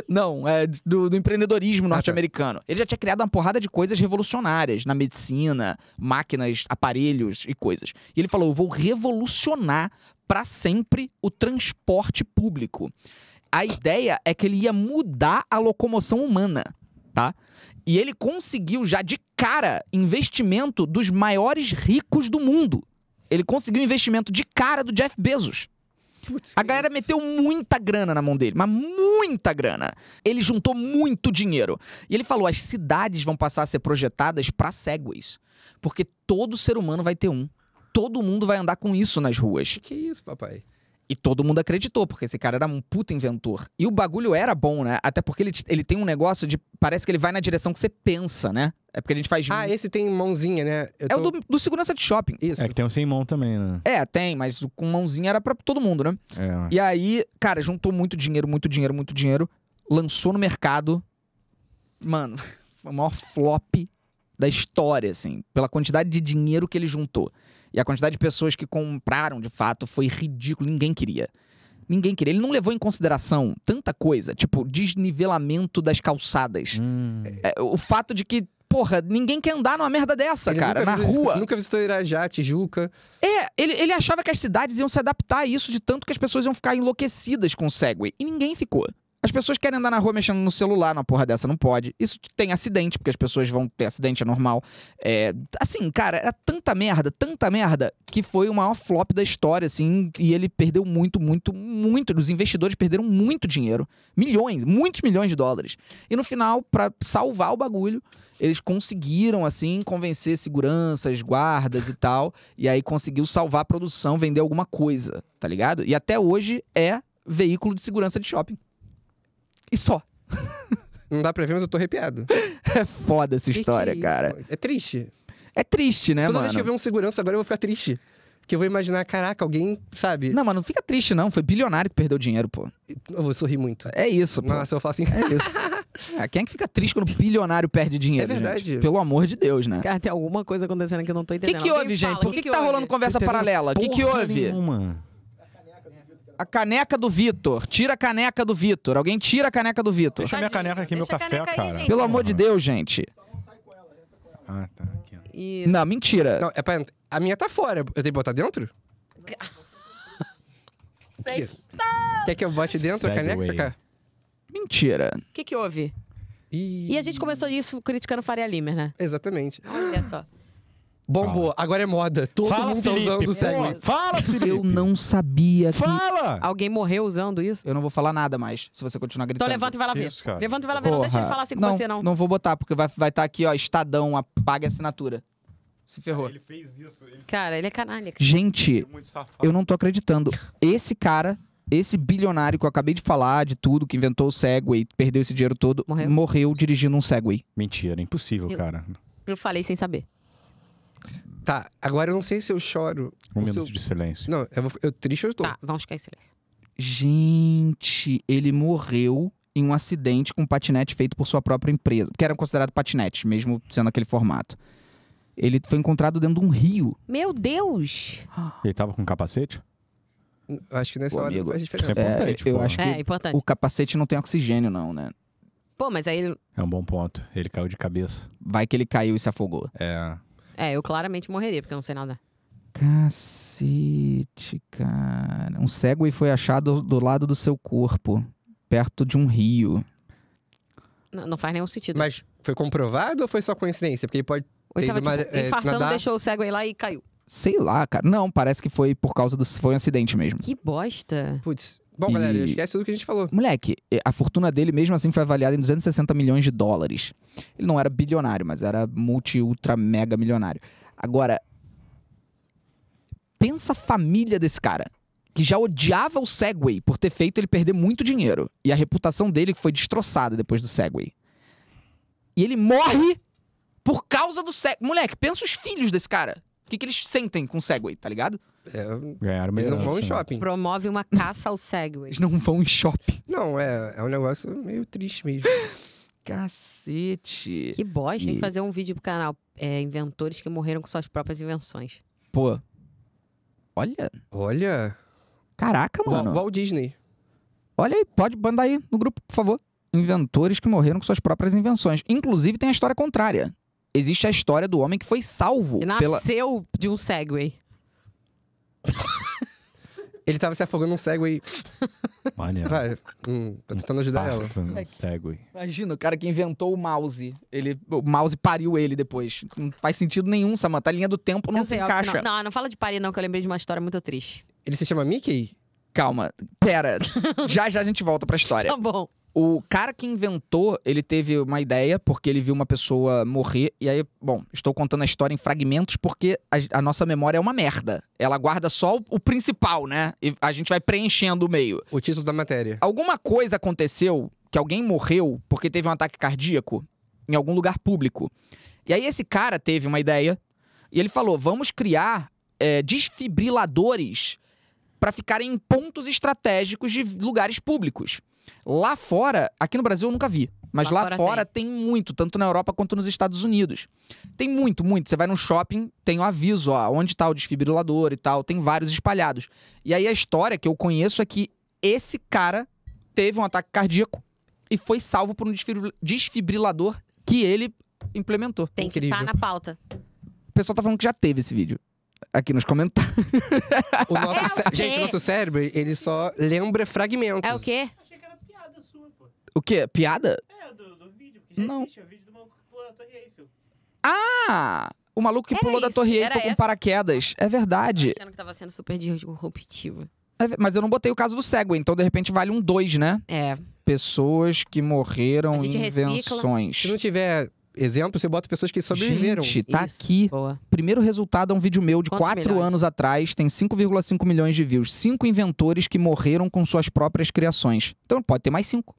[SPEAKER 1] Não, é do, do empreendedorismo
[SPEAKER 4] Ah, tá.
[SPEAKER 1] norte-americano. Ele já tinha criado uma porrada de coisas revolucionárias na medicina, máquinas, aparelhos e coisas. E ele falou, eu vou revolucionar pra sempre o transporte público. A ideia é que ele ia mudar a locomoção humana, tá? E ele conseguiu já de cara investimento dos maiores ricos do mundo. Ele conseguiu investimento de cara do Jeff Bezos.
[SPEAKER 4] Putz,
[SPEAKER 1] A galera meteu muita grana na mão dele, mas muita grana. Ele juntou muito dinheiro. E ele falou: as cidades vão passar a ser projetadas para segways. Porque todo ser humano vai ter um. Todo mundo vai andar com isso nas ruas.
[SPEAKER 4] que isso, papai?
[SPEAKER 1] E todo mundo acreditou, porque esse cara era um puta inventor. E o bagulho era bom, né? Até porque ele, t- ele tem um negócio de. Parece que ele vai na direção que você pensa, né? É porque a gente faz.
[SPEAKER 4] Ah, esse tem mãozinha, né? Eu
[SPEAKER 1] é
[SPEAKER 4] tô-
[SPEAKER 1] o do, do segurança de shopping.
[SPEAKER 4] Isso.
[SPEAKER 5] É que tem o sem mão também, né?
[SPEAKER 1] É, tem, mas o com mãozinha era pra todo mundo, né?
[SPEAKER 5] É.
[SPEAKER 1] E aí, cara, juntou muito dinheiro, muito dinheiro, muito dinheiro. Lançou no mercado. Mano, <laughs> foi o maior flop da história, assim. Pela quantidade de dinheiro que ele juntou. E a quantidade de pessoas que compraram, de fato, foi ridículo. Ninguém queria. Ninguém queria. Ele não levou em consideração tanta coisa, tipo desnivelamento das calçadas.
[SPEAKER 5] Hum.
[SPEAKER 1] É, o fato de que, porra, ninguém quer andar numa merda dessa,
[SPEAKER 4] Ele
[SPEAKER 1] cara,
[SPEAKER 4] nunca
[SPEAKER 1] na
[SPEAKER 4] visitou-
[SPEAKER 1] rua.
[SPEAKER 4] Nunca visitou Irajá, Tijuca.
[SPEAKER 1] É, ele, ele achava que as cidades iam se adaptar a isso de tanto que as pessoas iam ficar enlouquecidas com o Segway. E ninguém ficou. As pessoas querem andar na rua mexendo no celular, numa porra dessa, não pode. Isso tem acidente, porque as pessoas vão ter acidente, é normal. É, assim, cara, era tanta merda, tanta merda, que foi o maior flop da história, assim. E ele perdeu muito, muito, muito. Os investidores perderam muito dinheiro. Milhões, muitos milhões de dólares. E no final, pra salvar o bagulho, eles conseguiram, assim, convencer seguranças, guardas e tal. E aí conseguiu salvar a produção, vender alguma coisa, tá ligado? E até hoje é veículo de segurança de shopping. E só. <laughs>
[SPEAKER 4] Não dá pra ver, mas eu tô arrepiado.
[SPEAKER 1] É foda essa
[SPEAKER 4] Que que
[SPEAKER 1] história,
[SPEAKER 4] é isso,
[SPEAKER 1] cara.
[SPEAKER 4] mano? É triste.
[SPEAKER 1] É triste, né,
[SPEAKER 4] Toda
[SPEAKER 1] mano?
[SPEAKER 4] vez que eu ver um segurança agora eu vou ficar triste. Que eu vou imaginar, caraca, alguém, sabe?
[SPEAKER 1] Não, mas não fica triste, não. Foi bilionário que perdeu dinheiro, pô.
[SPEAKER 4] Eu vou sorrir muito.
[SPEAKER 1] É isso, pô.
[SPEAKER 4] Nossa, eu falo assim,
[SPEAKER 1] É isso. É, quem é que fica triste quando bilionário perde dinheiro?
[SPEAKER 4] É verdade.
[SPEAKER 1] gente? Pelo amor de Deus,
[SPEAKER 3] <laughs>
[SPEAKER 1] né?
[SPEAKER 3] Cara, Ah, tem alguma coisa acontecendo que eu não tô
[SPEAKER 1] O que,
[SPEAKER 3] entendendo.
[SPEAKER 1] que
[SPEAKER 3] Alguém
[SPEAKER 1] houve,
[SPEAKER 3] fala,
[SPEAKER 1] gente? Por
[SPEAKER 3] o
[SPEAKER 1] que, que tá rolando conversa
[SPEAKER 4] um
[SPEAKER 5] Entendeu?
[SPEAKER 1] paralela? O que, que
[SPEAKER 5] Porra
[SPEAKER 1] houve?
[SPEAKER 5] nenhuma.
[SPEAKER 1] A caneca do Vitor. Tira a caneca do Vitor. Alguém tira a caneca do Vitor.
[SPEAKER 5] Deixa minha
[SPEAKER 3] Tadinho,
[SPEAKER 5] caneca aqui, meu
[SPEAKER 3] deixa a
[SPEAKER 5] café,
[SPEAKER 3] caneca aí,
[SPEAKER 5] cara.
[SPEAKER 3] gente.
[SPEAKER 1] Pelo amor de Deus, gente.
[SPEAKER 5] Ah, tá. Aqui, ó.
[SPEAKER 3] E...
[SPEAKER 1] Não, mentira.
[SPEAKER 4] <laughs> não, é pra... ent- a minha tá fora. Eu tenho que botar dentro?
[SPEAKER 3] Sei.
[SPEAKER 4] Quer que eu bote dentro
[SPEAKER 5] Segue
[SPEAKER 4] a caneca,
[SPEAKER 5] away.
[SPEAKER 4] cara?
[SPEAKER 1] Mentira.
[SPEAKER 3] O que, que houve?
[SPEAKER 4] Ih,
[SPEAKER 3] E a gente começou isso criticando Faria Limer, né?
[SPEAKER 4] Exatamente.
[SPEAKER 3] Olha só.
[SPEAKER 4] É. Bombou, agora é moda. Todo
[SPEAKER 5] Fala,
[SPEAKER 4] mundo tá
[SPEAKER 5] Felipe.
[SPEAKER 4] usando o Segway.
[SPEAKER 5] Pô, fala, Felipe.
[SPEAKER 1] Eu não é sabia que...
[SPEAKER 5] Fala!
[SPEAKER 3] Alguém morreu usando isso?
[SPEAKER 1] Eu não vou falar nada mais, se você continuar gritando.
[SPEAKER 3] Então levanta e vai lá ver.
[SPEAKER 5] Isso, cara.
[SPEAKER 3] Levanta e vai lá ver. Não deixa ele falar assim com você, não.
[SPEAKER 1] Não vou botar, porque vai estar vai tá aqui, ó, Estadão, apaga a assinatura. Se ferrou.
[SPEAKER 5] fez isso. Ele
[SPEAKER 3] Cara, ele é canalha. cara.
[SPEAKER 1] Gente,
[SPEAKER 5] muito safado.
[SPEAKER 1] eu não tô acreditando. Esse cara, esse bilionário que eu acabei de falar, de tudo, que inventou o Segway, perdeu esse dinheiro todo,
[SPEAKER 3] Morreu.
[SPEAKER 1] dirigindo um Segway.
[SPEAKER 5] Mentira, impossível,
[SPEAKER 3] Eu-
[SPEAKER 5] cara.
[SPEAKER 3] Eu falei sem saber.
[SPEAKER 4] Tá, agora eu não sei se eu choro.
[SPEAKER 5] Um
[SPEAKER 4] ou se eu-
[SPEAKER 5] minuto de silêncio.
[SPEAKER 4] Não, eu, vou... eu triste eu tô.
[SPEAKER 3] Tá, vamos ficar em silêncio.
[SPEAKER 1] Gente, ele morreu em um acidente com um patinete feito por sua própria empresa, porque era considerado patinete, mesmo sendo aquele formato. Ele foi encontrado dentro de um rio.
[SPEAKER 3] Meu Deus!
[SPEAKER 5] Ele tava com capacete?
[SPEAKER 4] Eu Acho que nessa
[SPEAKER 1] Pô,
[SPEAKER 4] hora
[SPEAKER 1] amigo,
[SPEAKER 4] não faz diferença.
[SPEAKER 5] você
[SPEAKER 1] É,
[SPEAKER 5] Importante,
[SPEAKER 1] eu
[SPEAKER 5] pô.
[SPEAKER 1] acho que
[SPEAKER 3] É, importante.
[SPEAKER 1] o capacete não tem oxigênio, não, né?
[SPEAKER 3] Pô, mas aí ele.
[SPEAKER 5] É um bom ponto. Ele caiu de cabeça.
[SPEAKER 1] Vai que ele caiu e se afogou.
[SPEAKER 5] É.
[SPEAKER 3] É, eu claramente morreria, porque eu não sei nada.
[SPEAKER 1] Cacete, cara. Um Segway foi achado do lado do seu corpo, perto de um rio.
[SPEAKER 3] Não, não faz nenhum sentido.
[SPEAKER 4] Mas foi comprovado ou foi só coincidência? Porque ele pode.
[SPEAKER 3] Ou ele
[SPEAKER 4] tem
[SPEAKER 3] tava,
[SPEAKER 4] uma-
[SPEAKER 3] tipo,
[SPEAKER 4] é,
[SPEAKER 3] infartando,
[SPEAKER 4] nadar.
[SPEAKER 3] deixou o cego aí lá e caiu.
[SPEAKER 1] Sei lá, cara. Não, parece que foi por causa do. Foi um acidente mesmo.
[SPEAKER 3] Que bosta.
[SPEAKER 4] Putz. Bom,
[SPEAKER 1] E-
[SPEAKER 4] galera, esquece tudo que a gente falou.
[SPEAKER 1] Moleque, eh, a fortuna dele mesmo assim foi avaliada em 260 milhões de dólares. Ele não era bilionário, mas era multi, ultra, mega milionário. Agora, pensa a família desse cara, que já odiava o Segway por ter feito ele perder muito dinheiro. E a reputação dele que foi destroçada depois do Segway. E ele morre por causa do Segway. Moleque, pensa os filhos desse cara. O que, que eles sentem com o Segway, tá ligado?
[SPEAKER 4] É,
[SPEAKER 5] Ganharam uma
[SPEAKER 4] eles
[SPEAKER 5] herança,
[SPEAKER 4] não vão em
[SPEAKER 5] né?
[SPEAKER 4] shopping.
[SPEAKER 3] Promove uma caça ao
[SPEAKER 4] <laughs>
[SPEAKER 3] Segway.
[SPEAKER 1] Eles não vão em shopping.
[SPEAKER 4] Não, é, é um negócio meio triste mesmo.
[SPEAKER 1] Cacete.
[SPEAKER 3] Que bosta. Tem
[SPEAKER 1] E-
[SPEAKER 3] que fazer um vídeo pro canal. É, inventores que morreram com suas próprias invenções.
[SPEAKER 1] Pô. Olha.
[SPEAKER 4] Olha.
[SPEAKER 1] Caraca,
[SPEAKER 4] Wal-
[SPEAKER 1] mano.
[SPEAKER 4] Walt Disney.
[SPEAKER 1] Olha aí, pode mandar aí no grupo, por favor. Inventores que morreram com suas próprias invenções. Inclusive, tem a história contrária. Existe a história do homem que foi salvo
[SPEAKER 3] E
[SPEAKER 1] pela.
[SPEAKER 3] nasceu de um Segway.
[SPEAKER 4] Ele tava se afogando num Segway.
[SPEAKER 5] Maneiro.
[SPEAKER 4] Vai. Hum, tô tentando ajudar ela.
[SPEAKER 5] Parto, um
[SPEAKER 1] É
[SPEAKER 5] Segway.
[SPEAKER 1] Imagina, o cara que inventou o mouse. Ele... O mouse pariu ele depois. Não faz sentido nenhum, Samanta. A linha do tempo não
[SPEAKER 3] Eu
[SPEAKER 1] se
[SPEAKER 3] sei, óbvio que
[SPEAKER 1] encaixa.
[SPEAKER 3] Não. não, não fala de Paris, não, que eu lembrei de uma história muito triste.
[SPEAKER 4] Ele se chama Mickey?
[SPEAKER 3] <laughs>
[SPEAKER 1] Calma, pera. já já a gente volta pra história.
[SPEAKER 3] Tá bom.
[SPEAKER 1] O cara que inventou, ele teve uma ideia, porque ele viu uma pessoa morrer. E aí, bom, estou contando a história em fragmentos, porque a, a nossa memória é uma merda. Ela guarda só o, o principal, né? E a gente vai preenchendo o meio.
[SPEAKER 4] O título da matéria.
[SPEAKER 1] Alguma coisa aconteceu que alguém morreu porque teve um ataque cardíaco em algum lugar público. E aí esse cara teve uma ideia e ele falou: vamos criar é, desfibriladores para ficarem em pontos estratégicos de lugares públicos. Lá fora, aqui no Brasil eu nunca vi, mas lá, fora,
[SPEAKER 3] Lá fora
[SPEAKER 1] tem. muito, tanto na Europa quanto nos Estados Unidos. Tem muito, muito. Você vai num shopping, tem o aviso, ó, onde tá o desfibrilador e tal, tem vários espalhados. E aí a história que eu conheço é que esse cara teve um ataque cardíaco e foi salvo por um desfibri- desfibrilador que ele implementou.
[SPEAKER 3] Tem que
[SPEAKER 4] Incrível.
[SPEAKER 3] estar na pauta.
[SPEAKER 1] O pessoal tá falando que já teve esse vídeo aqui nos comentários.
[SPEAKER 3] <laughs>
[SPEAKER 4] O nosso cé-
[SPEAKER 3] o quê?
[SPEAKER 4] Gente, o nosso cérebro, ele só lembra fragmentos.
[SPEAKER 3] É o quê?
[SPEAKER 6] Achei que era piada sua, pô.
[SPEAKER 1] O quê? Piada?
[SPEAKER 6] É, do, do vídeo, porque já
[SPEAKER 1] Não.
[SPEAKER 6] existe, é o vídeo do maluco que pulou na torre Eiffel.
[SPEAKER 1] Ah! O maluco que
[SPEAKER 3] Era
[SPEAKER 1] pulou da
[SPEAKER 3] isso,
[SPEAKER 1] Torre
[SPEAKER 3] era
[SPEAKER 1] Eiffel com
[SPEAKER 3] essa?
[SPEAKER 1] paraquedas. É
[SPEAKER 3] Tô
[SPEAKER 1] verdade.
[SPEAKER 3] achando que tava sendo super disruptiva.
[SPEAKER 1] É ve- mas eu não botei o caso do Segway, então de repente vale um 2, né?
[SPEAKER 3] É,
[SPEAKER 1] Pessoas que morreram
[SPEAKER 3] A
[SPEAKER 1] em
[SPEAKER 3] gente recicla.
[SPEAKER 1] invenções.
[SPEAKER 4] Se não tiver exemplo, você bota pessoas que sobreviveram.
[SPEAKER 1] Gente, tá
[SPEAKER 3] Isso.
[SPEAKER 1] aqui.
[SPEAKER 3] boa.
[SPEAKER 1] Primeiro resultado é um vídeo meu de
[SPEAKER 3] Quantos
[SPEAKER 1] 4
[SPEAKER 3] milhões?
[SPEAKER 1] anos atrás, tem 5,5 milhões de views. Cinco inventores que morreram com suas próprias criações. Então pode ter mais cinco.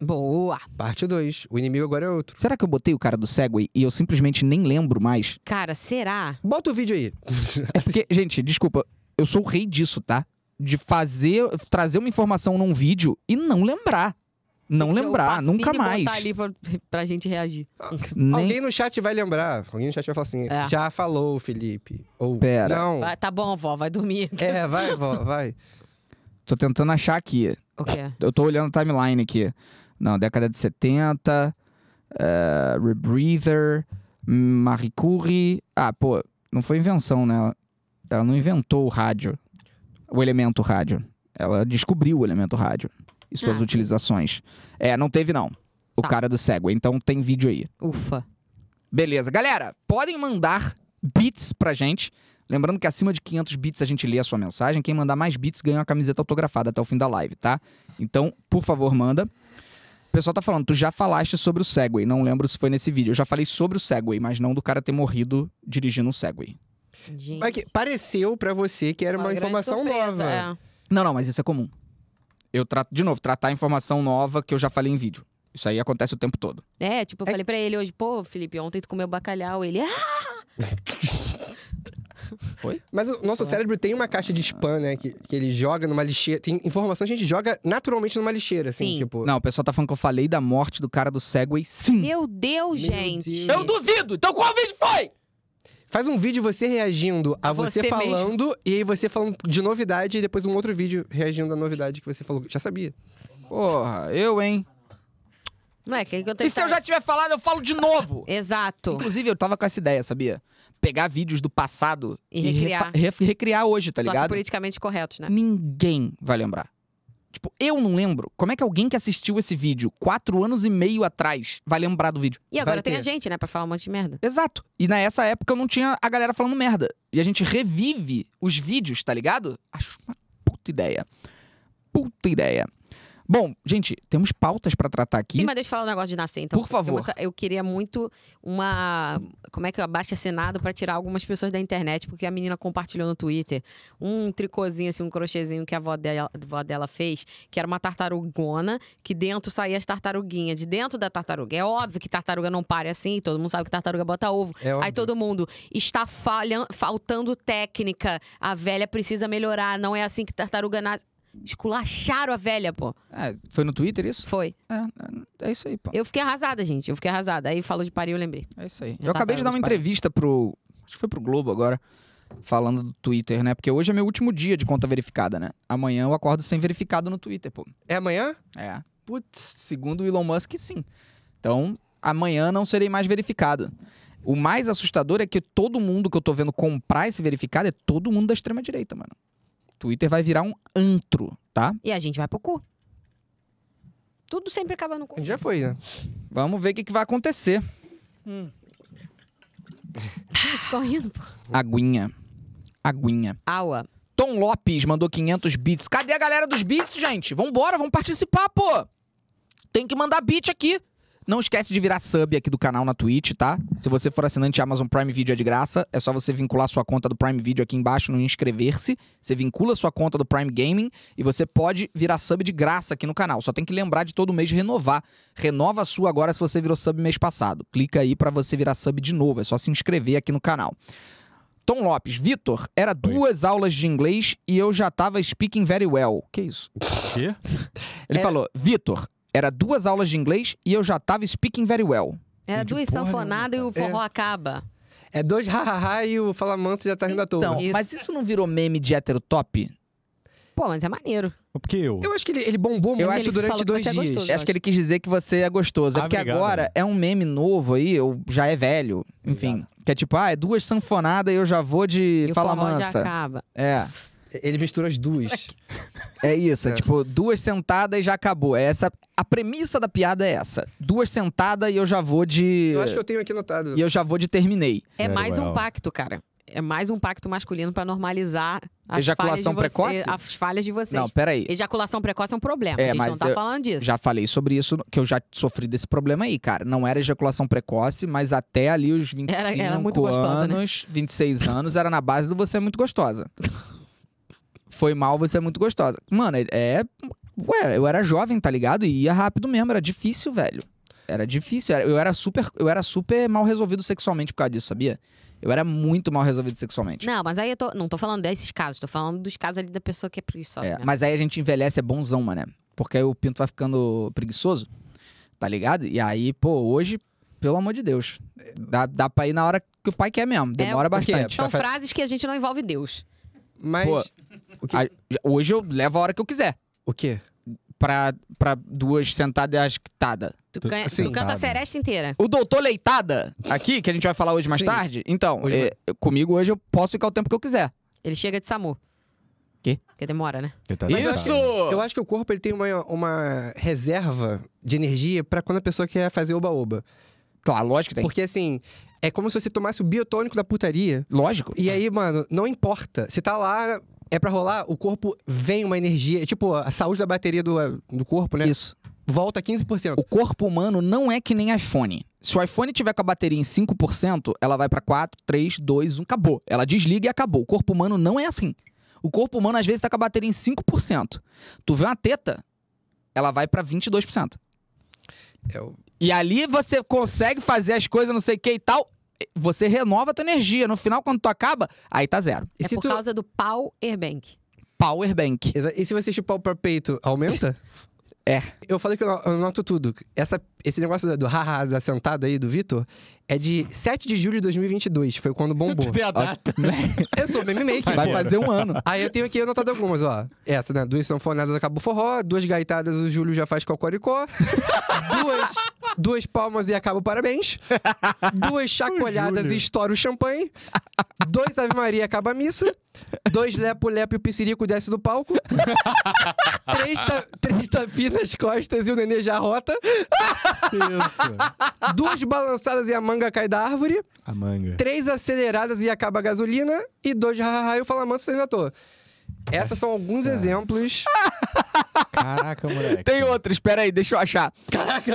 [SPEAKER 3] Boa.
[SPEAKER 4] Parte 2. O inimigo agora é outro.
[SPEAKER 1] Será que eu botei o cara do Segway e eu simplesmente nem lembro mais?
[SPEAKER 3] Cara, será?
[SPEAKER 4] Bota o vídeo aí.
[SPEAKER 1] É porque, gente, desculpa, eu sou o rei disso, tá? De fazer, trazer uma informação num vídeo e não lembrar. Não
[SPEAKER 3] Tem que ter o
[SPEAKER 1] lembrar,
[SPEAKER 3] passinho
[SPEAKER 1] nunca
[SPEAKER 3] e
[SPEAKER 1] mais.
[SPEAKER 3] botar ali pra, pra gente reagir.
[SPEAKER 1] Nem...
[SPEAKER 4] Alguém no chat vai lembrar. Alguém no chat vai falar assim:
[SPEAKER 3] É.
[SPEAKER 4] já falou, Felipe. Ou
[SPEAKER 1] Pera.
[SPEAKER 4] não.
[SPEAKER 3] Vai- tá bom, vó, vai dormir.
[SPEAKER 4] É, vai, vó, vai.
[SPEAKER 1] Tô tentando achar aqui.
[SPEAKER 3] O quê?
[SPEAKER 1] Eu tô olhando a timeline aqui. Não, década de 70, eh, Rebreather, Marie Curie. Ah, pô, não foi invenção, né? Ela não inventou o rádio, o elemento rádio. Ela descobriu o elemento rádio e suas
[SPEAKER 3] Ah.
[SPEAKER 1] utilizações. É, não teve não. O
[SPEAKER 3] Tá.
[SPEAKER 1] cara do Segway. Então tem vídeo aí.
[SPEAKER 3] Ufa.
[SPEAKER 1] Beleza. Galera, podem mandar bits pra gente. Lembrando que acima de 500 bits a gente lê a sua mensagem. Quem mandar mais bits ganha uma camiseta autografada até o fim da live, tá? Então, por favor, manda. O pessoal tá falando, tu já falaste sobre o Segway. Não lembro se foi nesse vídeo. Eu já falei sobre o Segway, mas não do cara ter morrido dirigindo um Segway.
[SPEAKER 3] Gente.
[SPEAKER 4] Mas que pareceu pra você que era uma,
[SPEAKER 3] grande
[SPEAKER 4] informação
[SPEAKER 3] surpresa,
[SPEAKER 4] nova.
[SPEAKER 3] é.
[SPEAKER 1] Não, não, mas isso é comum. Eu trato, de novo, tratar informação nova que eu já falei em vídeo. Isso aí acontece o tempo todo.
[SPEAKER 3] É, tipo, eu falei pra ele hoje, pô, Felipe, ontem tu comeu bacalhau. Ele, ah,
[SPEAKER 4] Mas o nosso cérebro tem uma caixa de spam, né? Que, que ele joga numa lixeira. Tem informação que a gente joga naturalmente numa lixeira, assim,
[SPEAKER 3] Sim.
[SPEAKER 4] tipo.
[SPEAKER 1] Não, o pessoal tá falando que eu falei da morte do cara do Segway, sim.
[SPEAKER 3] meu Deus,
[SPEAKER 4] Meu
[SPEAKER 3] gente.
[SPEAKER 4] Deus. Eu
[SPEAKER 1] duvido! Então qual vídeo foi?
[SPEAKER 4] Faz um vídeo você reagindo a você,
[SPEAKER 3] Você
[SPEAKER 4] falando, e aí você falando de novidade, e depois um outro vídeo reagindo à novidade que você falou. Já sabia.
[SPEAKER 1] Porra, eu, hein?
[SPEAKER 3] Não é, que que eu tenho
[SPEAKER 1] E se eu já tiver falado, eu falo de novo.
[SPEAKER 3] Exato.
[SPEAKER 1] Inclusive, eu tava com essa ideia, sabia? Pegar vídeos do passado
[SPEAKER 3] E
[SPEAKER 1] refa-
[SPEAKER 3] recriar.
[SPEAKER 1] ref- recriar hoje, tá
[SPEAKER 3] Só que
[SPEAKER 1] ligado?
[SPEAKER 3] politicamente corretos, né?
[SPEAKER 1] Ninguém vai lembrar. Tipo, eu não lembro. Como é que alguém que assistiu esse vídeo quatro anos e meio atrás vai lembrar do vídeo?
[SPEAKER 3] E agora tem
[SPEAKER 4] ter.
[SPEAKER 3] a gente, né, pra falar um monte de merda.
[SPEAKER 1] Exato. E nessa época eu não tinha a galera falando merda. E a gente revive os vídeos, tá ligado? Acho uma puta ideia. Puta ideia. Bom, gente, temos pautas pra tratar aqui.
[SPEAKER 3] Sim, mas deixa eu falar um negócio de nascer, então.
[SPEAKER 1] Por favor.
[SPEAKER 3] Eu, eu queria muito uma. Como é que eu abaixo assinado pra tirar algumas pessoas da internet, porque a menina compartilhou no Twitter um tricôzinho, assim, um crochêzinho que a avó dela, avó dela fez, que era uma tartarugona, que dentro saía as tartaruguinhas, de dentro da tartaruga. É óbvio que tartaruga não para assim, todo mundo sabe que tartaruga bota ovo.
[SPEAKER 4] É óbvio.
[SPEAKER 3] Aí todo mundo está falhan- faltando técnica, a velha precisa melhorar, não é assim que tartaruga nasce. Esculacharam a velha, pô.
[SPEAKER 1] Ah, foi no Twitter isso?
[SPEAKER 3] Foi.
[SPEAKER 1] É, é isso aí, pô.
[SPEAKER 3] Eu fiquei arrasada, gente. Eu fiquei arrasada. Aí falou de parir, eu lembrei.
[SPEAKER 1] É isso aí.
[SPEAKER 3] Já
[SPEAKER 1] eu
[SPEAKER 3] tá
[SPEAKER 1] acabei de dar uma
[SPEAKER 3] parando de parar.
[SPEAKER 1] entrevista pro. Acho que foi pro Globo agora. Falando do Twitter, né? Porque hoje é meu último dia de conta verificada, né? Amanhã eu acordo sem verificado no Twitter, pô.
[SPEAKER 4] É amanhã?
[SPEAKER 1] É. Putz, segundo o Elon Musk, sim. Então, amanhã não serei mais verificado. O mais assustador é que todo mundo que eu tô vendo comprar esse verificado é todo mundo da extrema-direita, mano. Twitter vai virar um antro, tá?
[SPEAKER 3] E a gente vai pro cu. Tudo sempre acaba no cu.
[SPEAKER 4] Já foi, né?
[SPEAKER 1] Vamos ver o que, que vai acontecer.
[SPEAKER 3] <laughs> Ficou rindo, pô.
[SPEAKER 1] Aguinha. Aguinha.
[SPEAKER 3] Aua.
[SPEAKER 1] Tom Lopes mandou 500 bits. Cadê a galera dos bits, gente? Vambora, vamos participar, pô! Tem que mandar beat aqui. Não esquece de virar sub aqui do canal na Twitch, tá? Se você for assinante Amazon Prime Video é de graça. É só você vincular sua conta do Prime Video aqui embaixo no inscrever-se. Você vincula sua conta do Prime Gaming e você pode virar sub de graça aqui no canal. Só tem que lembrar de todo mês renovar. Renova a sua agora se você virou sub mês passado. Clica aí pra você virar sub de novo. É só se inscrever aqui no canal. Tom Lopes, Vitor, era duas aulas de inglês e eu já tava speaking very well. Que isso?
[SPEAKER 2] Quê?
[SPEAKER 1] Ele falou, Vitor, era duas aulas de inglês e eu já tava speaking very well.
[SPEAKER 3] Era
[SPEAKER 2] Entendi
[SPEAKER 3] duas
[SPEAKER 2] porra nenhuma,
[SPEAKER 3] sanfonadas e o forró acaba.
[SPEAKER 4] É dois <laughs> hahaha e o Fala Manso já tá rindo à toa.
[SPEAKER 1] Então,
[SPEAKER 3] Isso.
[SPEAKER 1] mas isso não virou meme de hétero top?
[SPEAKER 3] Pô, mas é maneiro.
[SPEAKER 2] Porque eu.
[SPEAKER 4] Eu acho que ele, ele bombou
[SPEAKER 1] Eu
[SPEAKER 4] muito
[SPEAKER 1] acho que
[SPEAKER 4] durante
[SPEAKER 3] falou que
[SPEAKER 4] dois
[SPEAKER 3] você é
[SPEAKER 4] dias. né?
[SPEAKER 3] gostoso.
[SPEAKER 1] Acho que ele quis dizer que você é gostoso. É
[SPEAKER 2] Ah,
[SPEAKER 1] porque
[SPEAKER 2] obrigado.
[SPEAKER 1] agora é um meme novo aí, eu já é velho. Enfim, que é tipo, ah, é duas sanfonadas e eu já vou de
[SPEAKER 3] e o
[SPEAKER 1] fala
[SPEAKER 3] forró já
[SPEAKER 1] mansa.
[SPEAKER 3] acaba.
[SPEAKER 1] É,
[SPEAKER 4] Ele mistura as duas.
[SPEAKER 1] é isso. É.
[SPEAKER 4] É.
[SPEAKER 1] tipo, duas sentadas e já acabou. É essa, a premissa da piada é essa. Duas sentadas e eu já vou de...
[SPEAKER 4] Eu acho que eu tenho aqui anotado.
[SPEAKER 1] E eu já vou de terminei.
[SPEAKER 3] É
[SPEAKER 5] Very
[SPEAKER 3] mais um
[SPEAKER 5] well.
[SPEAKER 3] pacto, cara. É mais um pacto masculino pra normalizar as
[SPEAKER 1] Ejaculação
[SPEAKER 3] falhas de você-
[SPEAKER 1] precoce?
[SPEAKER 3] As falhas de vocês.
[SPEAKER 1] Não, peraí.
[SPEAKER 3] Ejaculação precoce é um problema.
[SPEAKER 1] É,
[SPEAKER 3] a gente
[SPEAKER 1] mas
[SPEAKER 3] não tá
[SPEAKER 1] eu-
[SPEAKER 3] falando disso.
[SPEAKER 1] Já falei sobre isso, que eu já sofri desse problema aí, cara. Não era ejaculação precoce, mas até ali os 25
[SPEAKER 3] Era- era muito gostosa, né?
[SPEAKER 1] anos, 26 anos, era na base do você é muito
[SPEAKER 3] <laughs>
[SPEAKER 1] gostosa. Foi mal, você é muito gostosa. Mano, é- é. Ué, eu era jovem, tá ligado? E ia rápido mesmo, era difícil, velho. Era difícil. era- Eu era super, eu era super mal resolvido sexualmente por causa disso, sabia? Eu era muito mal resolvido sexualmente.
[SPEAKER 3] Não, mas aí eu tô. Não tô falando desses casos, tô falando dos casos ali da pessoa que é
[SPEAKER 4] Tá
[SPEAKER 3] preguiçosa.
[SPEAKER 1] É,
[SPEAKER 3] né?
[SPEAKER 1] mas aí a gente envelhece, é bonzão, mano. né? Porque aí o pinto vai ficando preguiçoso, tá ligado? E aí, pô, hoje, pelo amor de Deus, dá, dá pra ir na hora que o pai quer mesmo. Demora
[SPEAKER 4] É, o quê? Então
[SPEAKER 1] bastante.
[SPEAKER 3] São
[SPEAKER 4] pra-
[SPEAKER 3] frases que a gente não envolve Deus.
[SPEAKER 4] Mas.
[SPEAKER 1] Pô.
[SPEAKER 4] O quê?
[SPEAKER 1] A- hoje eu levo a hora que eu quiser.
[SPEAKER 4] O quê?
[SPEAKER 1] Pra, pra duas sentadas quitada.
[SPEAKER 3] Tu, ganha-
[SPEAKER 4] assim,
[SPEAKER 3] tu canta a
[SPEAKER 2] sabe.
[SPEAKER 3] seresta inteira.
[SPEAKER 1] O doutor Leitada, aqui, que a gente vai falar hoje mais
[SPEAKER 4] Sim.
[SPEAKER 1] tarde. Então,
[SPEAKER 4] Hoje
[SPEAKER 1] é, comigo hoje eu posso ficar o tempo que eu quiser.
[SPEAKER 3] Ele chega de SAMU.
[SPEAKER 1] Quê?
[SPEAKER 3] Porque demora, né?
[SPEAKER 5] Ele tá
[SPEAKER 1] Isso!
[SPEAKER 5] tentando.
[SPEAKER 4] Eu acho que o corpo ele tem uma, uma reserva de energia pra quando a pessoa quer fazer oba-oba.
[SPEAKER 1] Claro, lógico que tem.
[SPEAKER 4] Porque assim, é como se você tomasse o biotônico da putaria.
[SPEAKER 1] Lógico.
[SPEAKER 4] E aí, mano, não importa. Você tá lá, é pra rolar, o corpo vem uma energia. É tipo, a saúde da bateria do, do corpo, né?
[SPEAKER 1] Isso.
[SPEAKER 4] Volta 15%.
[SPEAKER 1] O corpo humano não é que nem iPhone. Se o iPhone tiver com a bateria em 5%, ela vai pra 4, 3, 2, 1, acabou. Ela desliga e acabou. O corpo humano não é assim. O corpo humano às vezes tá com a bateria em 5%. Tu vê uma teta, ela vai pra 22%.
[SPEAKER 4] É o-
[SPEAKER 1] E ali você consegue fazer as coisas, não sei o que e tal. Você renova a tua energia. No final, quando tu acaba, aí tá zero.
[SPEAKER 4] E
[SPEAKER 3] é
[SPEAKER 4] se
[SPEAKER 3] por
[SPEAKER 4] tu-
[SPEAKER 3] causa do pau Airbank.
[SPEAKER 1] Power bank.
[SPEAKER 4] Exa- E se você chupar o próprio peito, aumenta?
[SPEAKER 1] É.
[SPEAKER 4] Eu falei que eu no- eu noto tudo. Essa, esse negócio da- do haha da sentada aí do Vitor é de 7 de julho de 2022. Foi quando bombou.
[SPEAKER 2] Tem a data.
[SPEAKER 4] <laughs> eu sou meme maker.
[SPEAKER 1] Vai fazer um ano.
[SPEAKER 4] <laughs> Aí eu tenho aqui anotado algumas, ó. Essa, né? Duas sanfonadas acaba o forró, duas gaitadas o Júlio já faz cocoricó, duas, duas palmas e acaba o parabéns, duas chacoalhadas
[SPEAKER 2] Júlio.
[SPEAKER 4] e estoura o champanhe, dois Ave Maria e acaba a missa, dois Lepo Lepo e o Piscirico desce do palco, três, ta, três tapinhas nas costas e o Nenê já rota,
[SPEAKER 2] Isso.
[SPEAKER 4] duas balançadas e a manga cai da árvore,
[SPEAKER 5] A manga.
[SPEAKER 4] três aceleradas e acaba a gasolina, e dois hahaha e o Falamanso saindo à toa. Essas são alguns exemplos.
[SPEAKER 5] Caraca, moleque.
[SPEAKER 1] Tem outro, espera aí, deixa eu achar.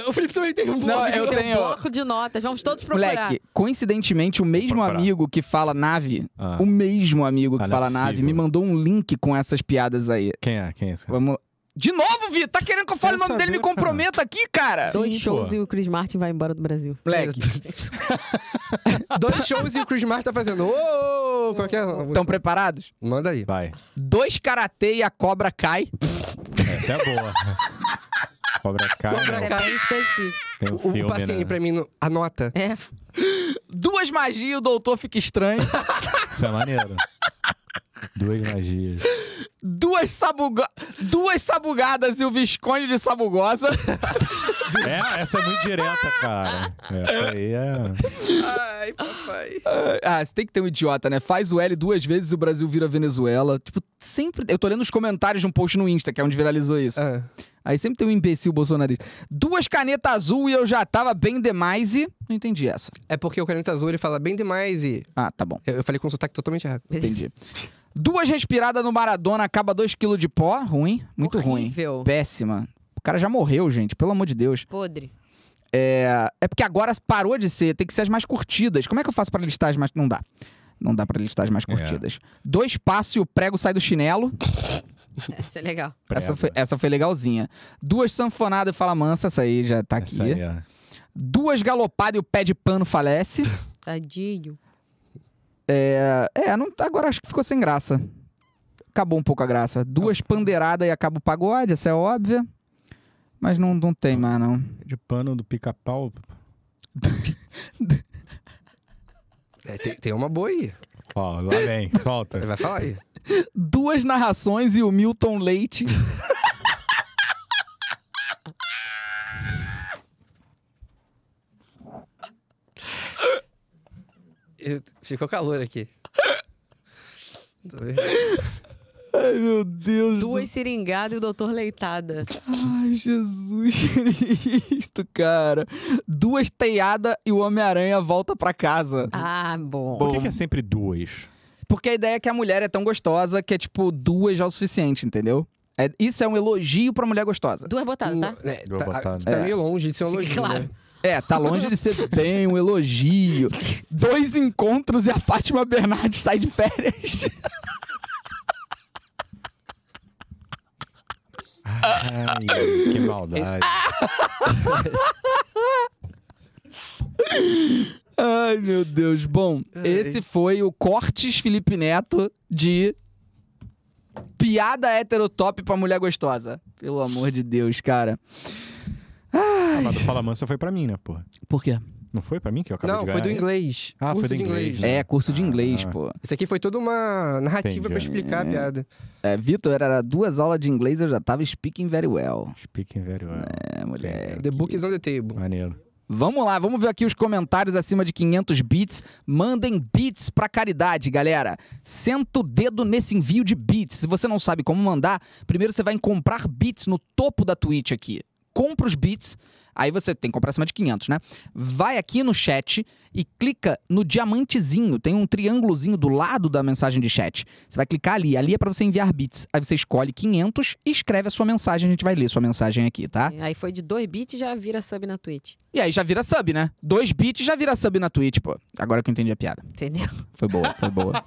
[SPEAKER 4] O Felipe também tem um
[SPEAKER 1] Não, eu tenho.
[SPEAKER 3] Bloco de notas, vamos todos procurar.
[SPEAKER 1] Moleque, coincidentemente, o mesmo
[SPEAKER 5] procurar.
[SPEAKER 1] amigo que fala nave,
[SPEAKER 5] Ah,
[SPEAKER 1] o mesmo amigo que
[SPEAKER 5] Ah, não é
[SPEAKER 1] fala
[SPEAKER 5] possível.
[SPEAKER 1] nave, me mandou um link com essas piadas aí.
[SPEAKER 5] Quem é? Quem é esse cara?
[SPEAKER 1] Vamos. De novo, Vi, tá querendo que eu fale o
[SPEAKER 5] Quero
[SPEAKER 1] nome dele? Me
[SPEAKER 5] saber, cara.
[SPEAKER 1] comprometa aqui, cara.
[SPEAKER 3] Dois
[SPEAKER 5] Sim,
[SPEAKER 3] shows
[SPEAKER 5] pô.
[SPEAKER 3] e o Chris Martin vai embora do Brasil.
[SPEAKER 1] Moleque, <laughs>
[SPEAKER 4] Dois shows e o Chris Martin tá fazendo. Ô, qualquer.
[SPEAKER 1] estão preparados?
[SPEAKER 4] Manda aí.
[SPEAKER 5] Vai.
[SPEAKER 1] Dois karatê e a cobra cai.
[SPEAKER 5] Essa é boa. Cobra Kai,
[SPEAKER 4] Cobra
[SPEAKER 5] né?
[SPEAKER 3] É bem específico.
[SPEAKER 5] Tem um
[SPEAKER 4] O,
[SPEAKER 5] filme,
[SPEAKER 4] o Pacini
[SPEAKER 5] né?
[SPEAKER 4] pra mim no- anota.
[SPEAKER 3] É.
[SPEAKER 1] Duas magias e o doutor fica estranho.
[SPEAKER 5] Isso é maneiro. Duas magias.
[SPEAKER 1] Duas, sabuga... Duas sabugadas e o Visconde de Sabugosa.
[SPEAKER 5] É, essa é muito direta, cara. Essa aí é...
[SPEAKER 4] Ai, papai.
[SPEAKER 1] Ah, você tem que ter um idiota, né? Faz o L duas vezes e o Brasil vira Venezuela. Tipo, sempre. Eu tô lendo os comentários de um post no Insta, que é onde viralizou isso.
[SPEAKER 4] Ah,
[SPEAKER 1] Aí sempre tem um imbecil bolsonarista. Duas canetas azul e eu já tava bem demais e. Não entendi essa.
[SPEAKER 4] É porque o Caneta Azul ele fala bem demais e.
[SPEAKER 1] Ah, tá bom.
[SPEAKER 4] Eu, eu falei com o sotaque totalmente errado.
[SPEAKER 1] Entendi. Duas respiradas no Maradona acaba 2kg de pó. Ruim. Muito ruim.
[SPEAKER 3] Horrível.
[SPEAKER 1] Péssima. cara já morreu, gente, pelo amor de Deus.
[SPEAKER 3] Podre.
[SPEAKER 1] É, é porque agora parou de ser, tem que ser as mais curtidas. Como é que eu faço pra listar as mais. Não dá. Não dá pra listar as mais
[SPEAKER 5] É.
[SPEAKER 1] curtidas. Dois passos e o prego sai do chinelo.
[SPEAKER 3] Isso é legal.
[SPEAKER 1] Essa foi, essa foi legalzinha. Duas sanfonadas e fala mansa, essa aí já tá aqui.
[SPEAKER 5] Essa aí, é- ó.
[SPEAKER 1] Duas galopadas e o pé de pano falece.
[SPEAKER 3] Tadinho.
[SPEAKER 1] É, não, agora acho que ficou sem graça. Acabou um pouco a graça. Duas pandeiradas e acaba o pagode, essa é óbvia. Mas não, não tem mais, não.
[SPEAKER 2] De pano do pica-pau.
[SPEAKER 4] É, tem, tem uma boa aí.
[SPEAKER 5] Ó, lá vem, solta.
[SPEAKER 4] Ele vai falar aí.
[SPEAKER 1] Duas narrações e o Milton Leite.
[SPEAKER 4] Eu- Ficou calor <laughs> aqui. Tô vendo.
[SPEAKER 1] <laughs> Ai, meu Deus.
[SPEAKER 3] Duas seringadas e o doutor leitada.
[SPEAKER 1] Ai, Jesus <laughs> Cristo, cara. Duas teiadas e o Homem-Aranha volta pra casa.
[SPEAKER 3] Ah, bom.
[SPEAKER 5] Por que, que é sempre duas?
[SPEAKER 1] Porque a ideia é que a mulher é tão gostosa que é, tipo, duas já é o suficiente, entendeu? É- isso é um elogio pra mulher gostosa.
[SPEAKER 3] Duas botadas, tá?
[SPEAKER 4] É,
[SPEAKER 5] Vou
[SPEAKER 4] tá,
[SPEAKER 5] botar, né?
[SPEAKER 4] tá meio longe de ser um
[SPEAKER 3] Fique
[SPEAKER 4] elogio,
[SPEAKER 3] claro.
[SPEAKER 4] né?
[SPEAKER 1] É, tá longe de ser bem um elogio. Dois encontros e a Fátima Bernardes sai de férias.
[SPEAKER 5] Ai, que maldade.
[SPEAKER 1] Ai, meu Deus. Bom, esse foi o Cortes Felipe Neto de Piada Heterotop pra Mulher Gostosa. Pelo amor de Deus, cara.
[SPEAKER 5] Ah, mas do Fala Mansa foi pra mim, né, porra?
[SPEAKER 1] Por quê?
[SPEAKER 5] Não foi pra mim que eu acabei
[SPEAKER 4] Não,
[SPEAKER 5] de
[SPEAKER 4] foi
[SPEAKER 5] ganhar?
[SPEAKER 4] do inglês.
[SPEAKER 5] Ah, foi
[SPEAKER 4] Curso
[SPEAKER 5] do
[SPEAKER 4] de
[SPEAKER 5] inglês.
[SPEAKER 1] É, curso de inglês,
[SPEAKER 5] Ah.
[SPEAKER 1] pô.
[SPEAKER 4] Isso aqui foi toda uma narrativa
[SPEAKER 5] Entendi.
[SPEAKER 4] pra explicar a piada.
[SPEAKER 1] É, Vitor, era duas aulas de inglês, eu já tava speaking very well.
[SPEAKER 5] Speaking very well.
[SPEAKER 1] É, mulher.
[SPEAKER 4] The book is on the table.
[SPEAKER 5] Maneiro.
[SPEAKER 1] Vamos lá, vamos ver aqui os comentários acima de 500 bits. Mandem bits pra caridade, galera. Senta o dedo nesse envio de bits. Se você não sabe como mandar, primeiro você vai em comprar bits no topo da Twitch aqui. Compra os bits, aí você tem que comprar acima de 500, né? Vai aqui no chat e clica no diamantezinho. Tem um triângulozinho do lado da mensagem de chat. Você vai clicar ali. Ali é pra você enviar bits. Aí você escolhe 500 e escreve a sua mensagem. A gente vai ler sua mensagem aqui, tá?
[SPEAKER 3] Aí foi de dois bits e já vira sub na Twitch.
[SPEAKER 1] E aí já vira sub, né? Dois bits já vira sub na Twitch, pô. Agora que eu entendi a piada. <laughs>
[SPEAKER 3] Entendeu?
[SPEAKER 1] Foi boa, foi
[SPEAKER 5] <laughs>
[SPEAKER 1] boa.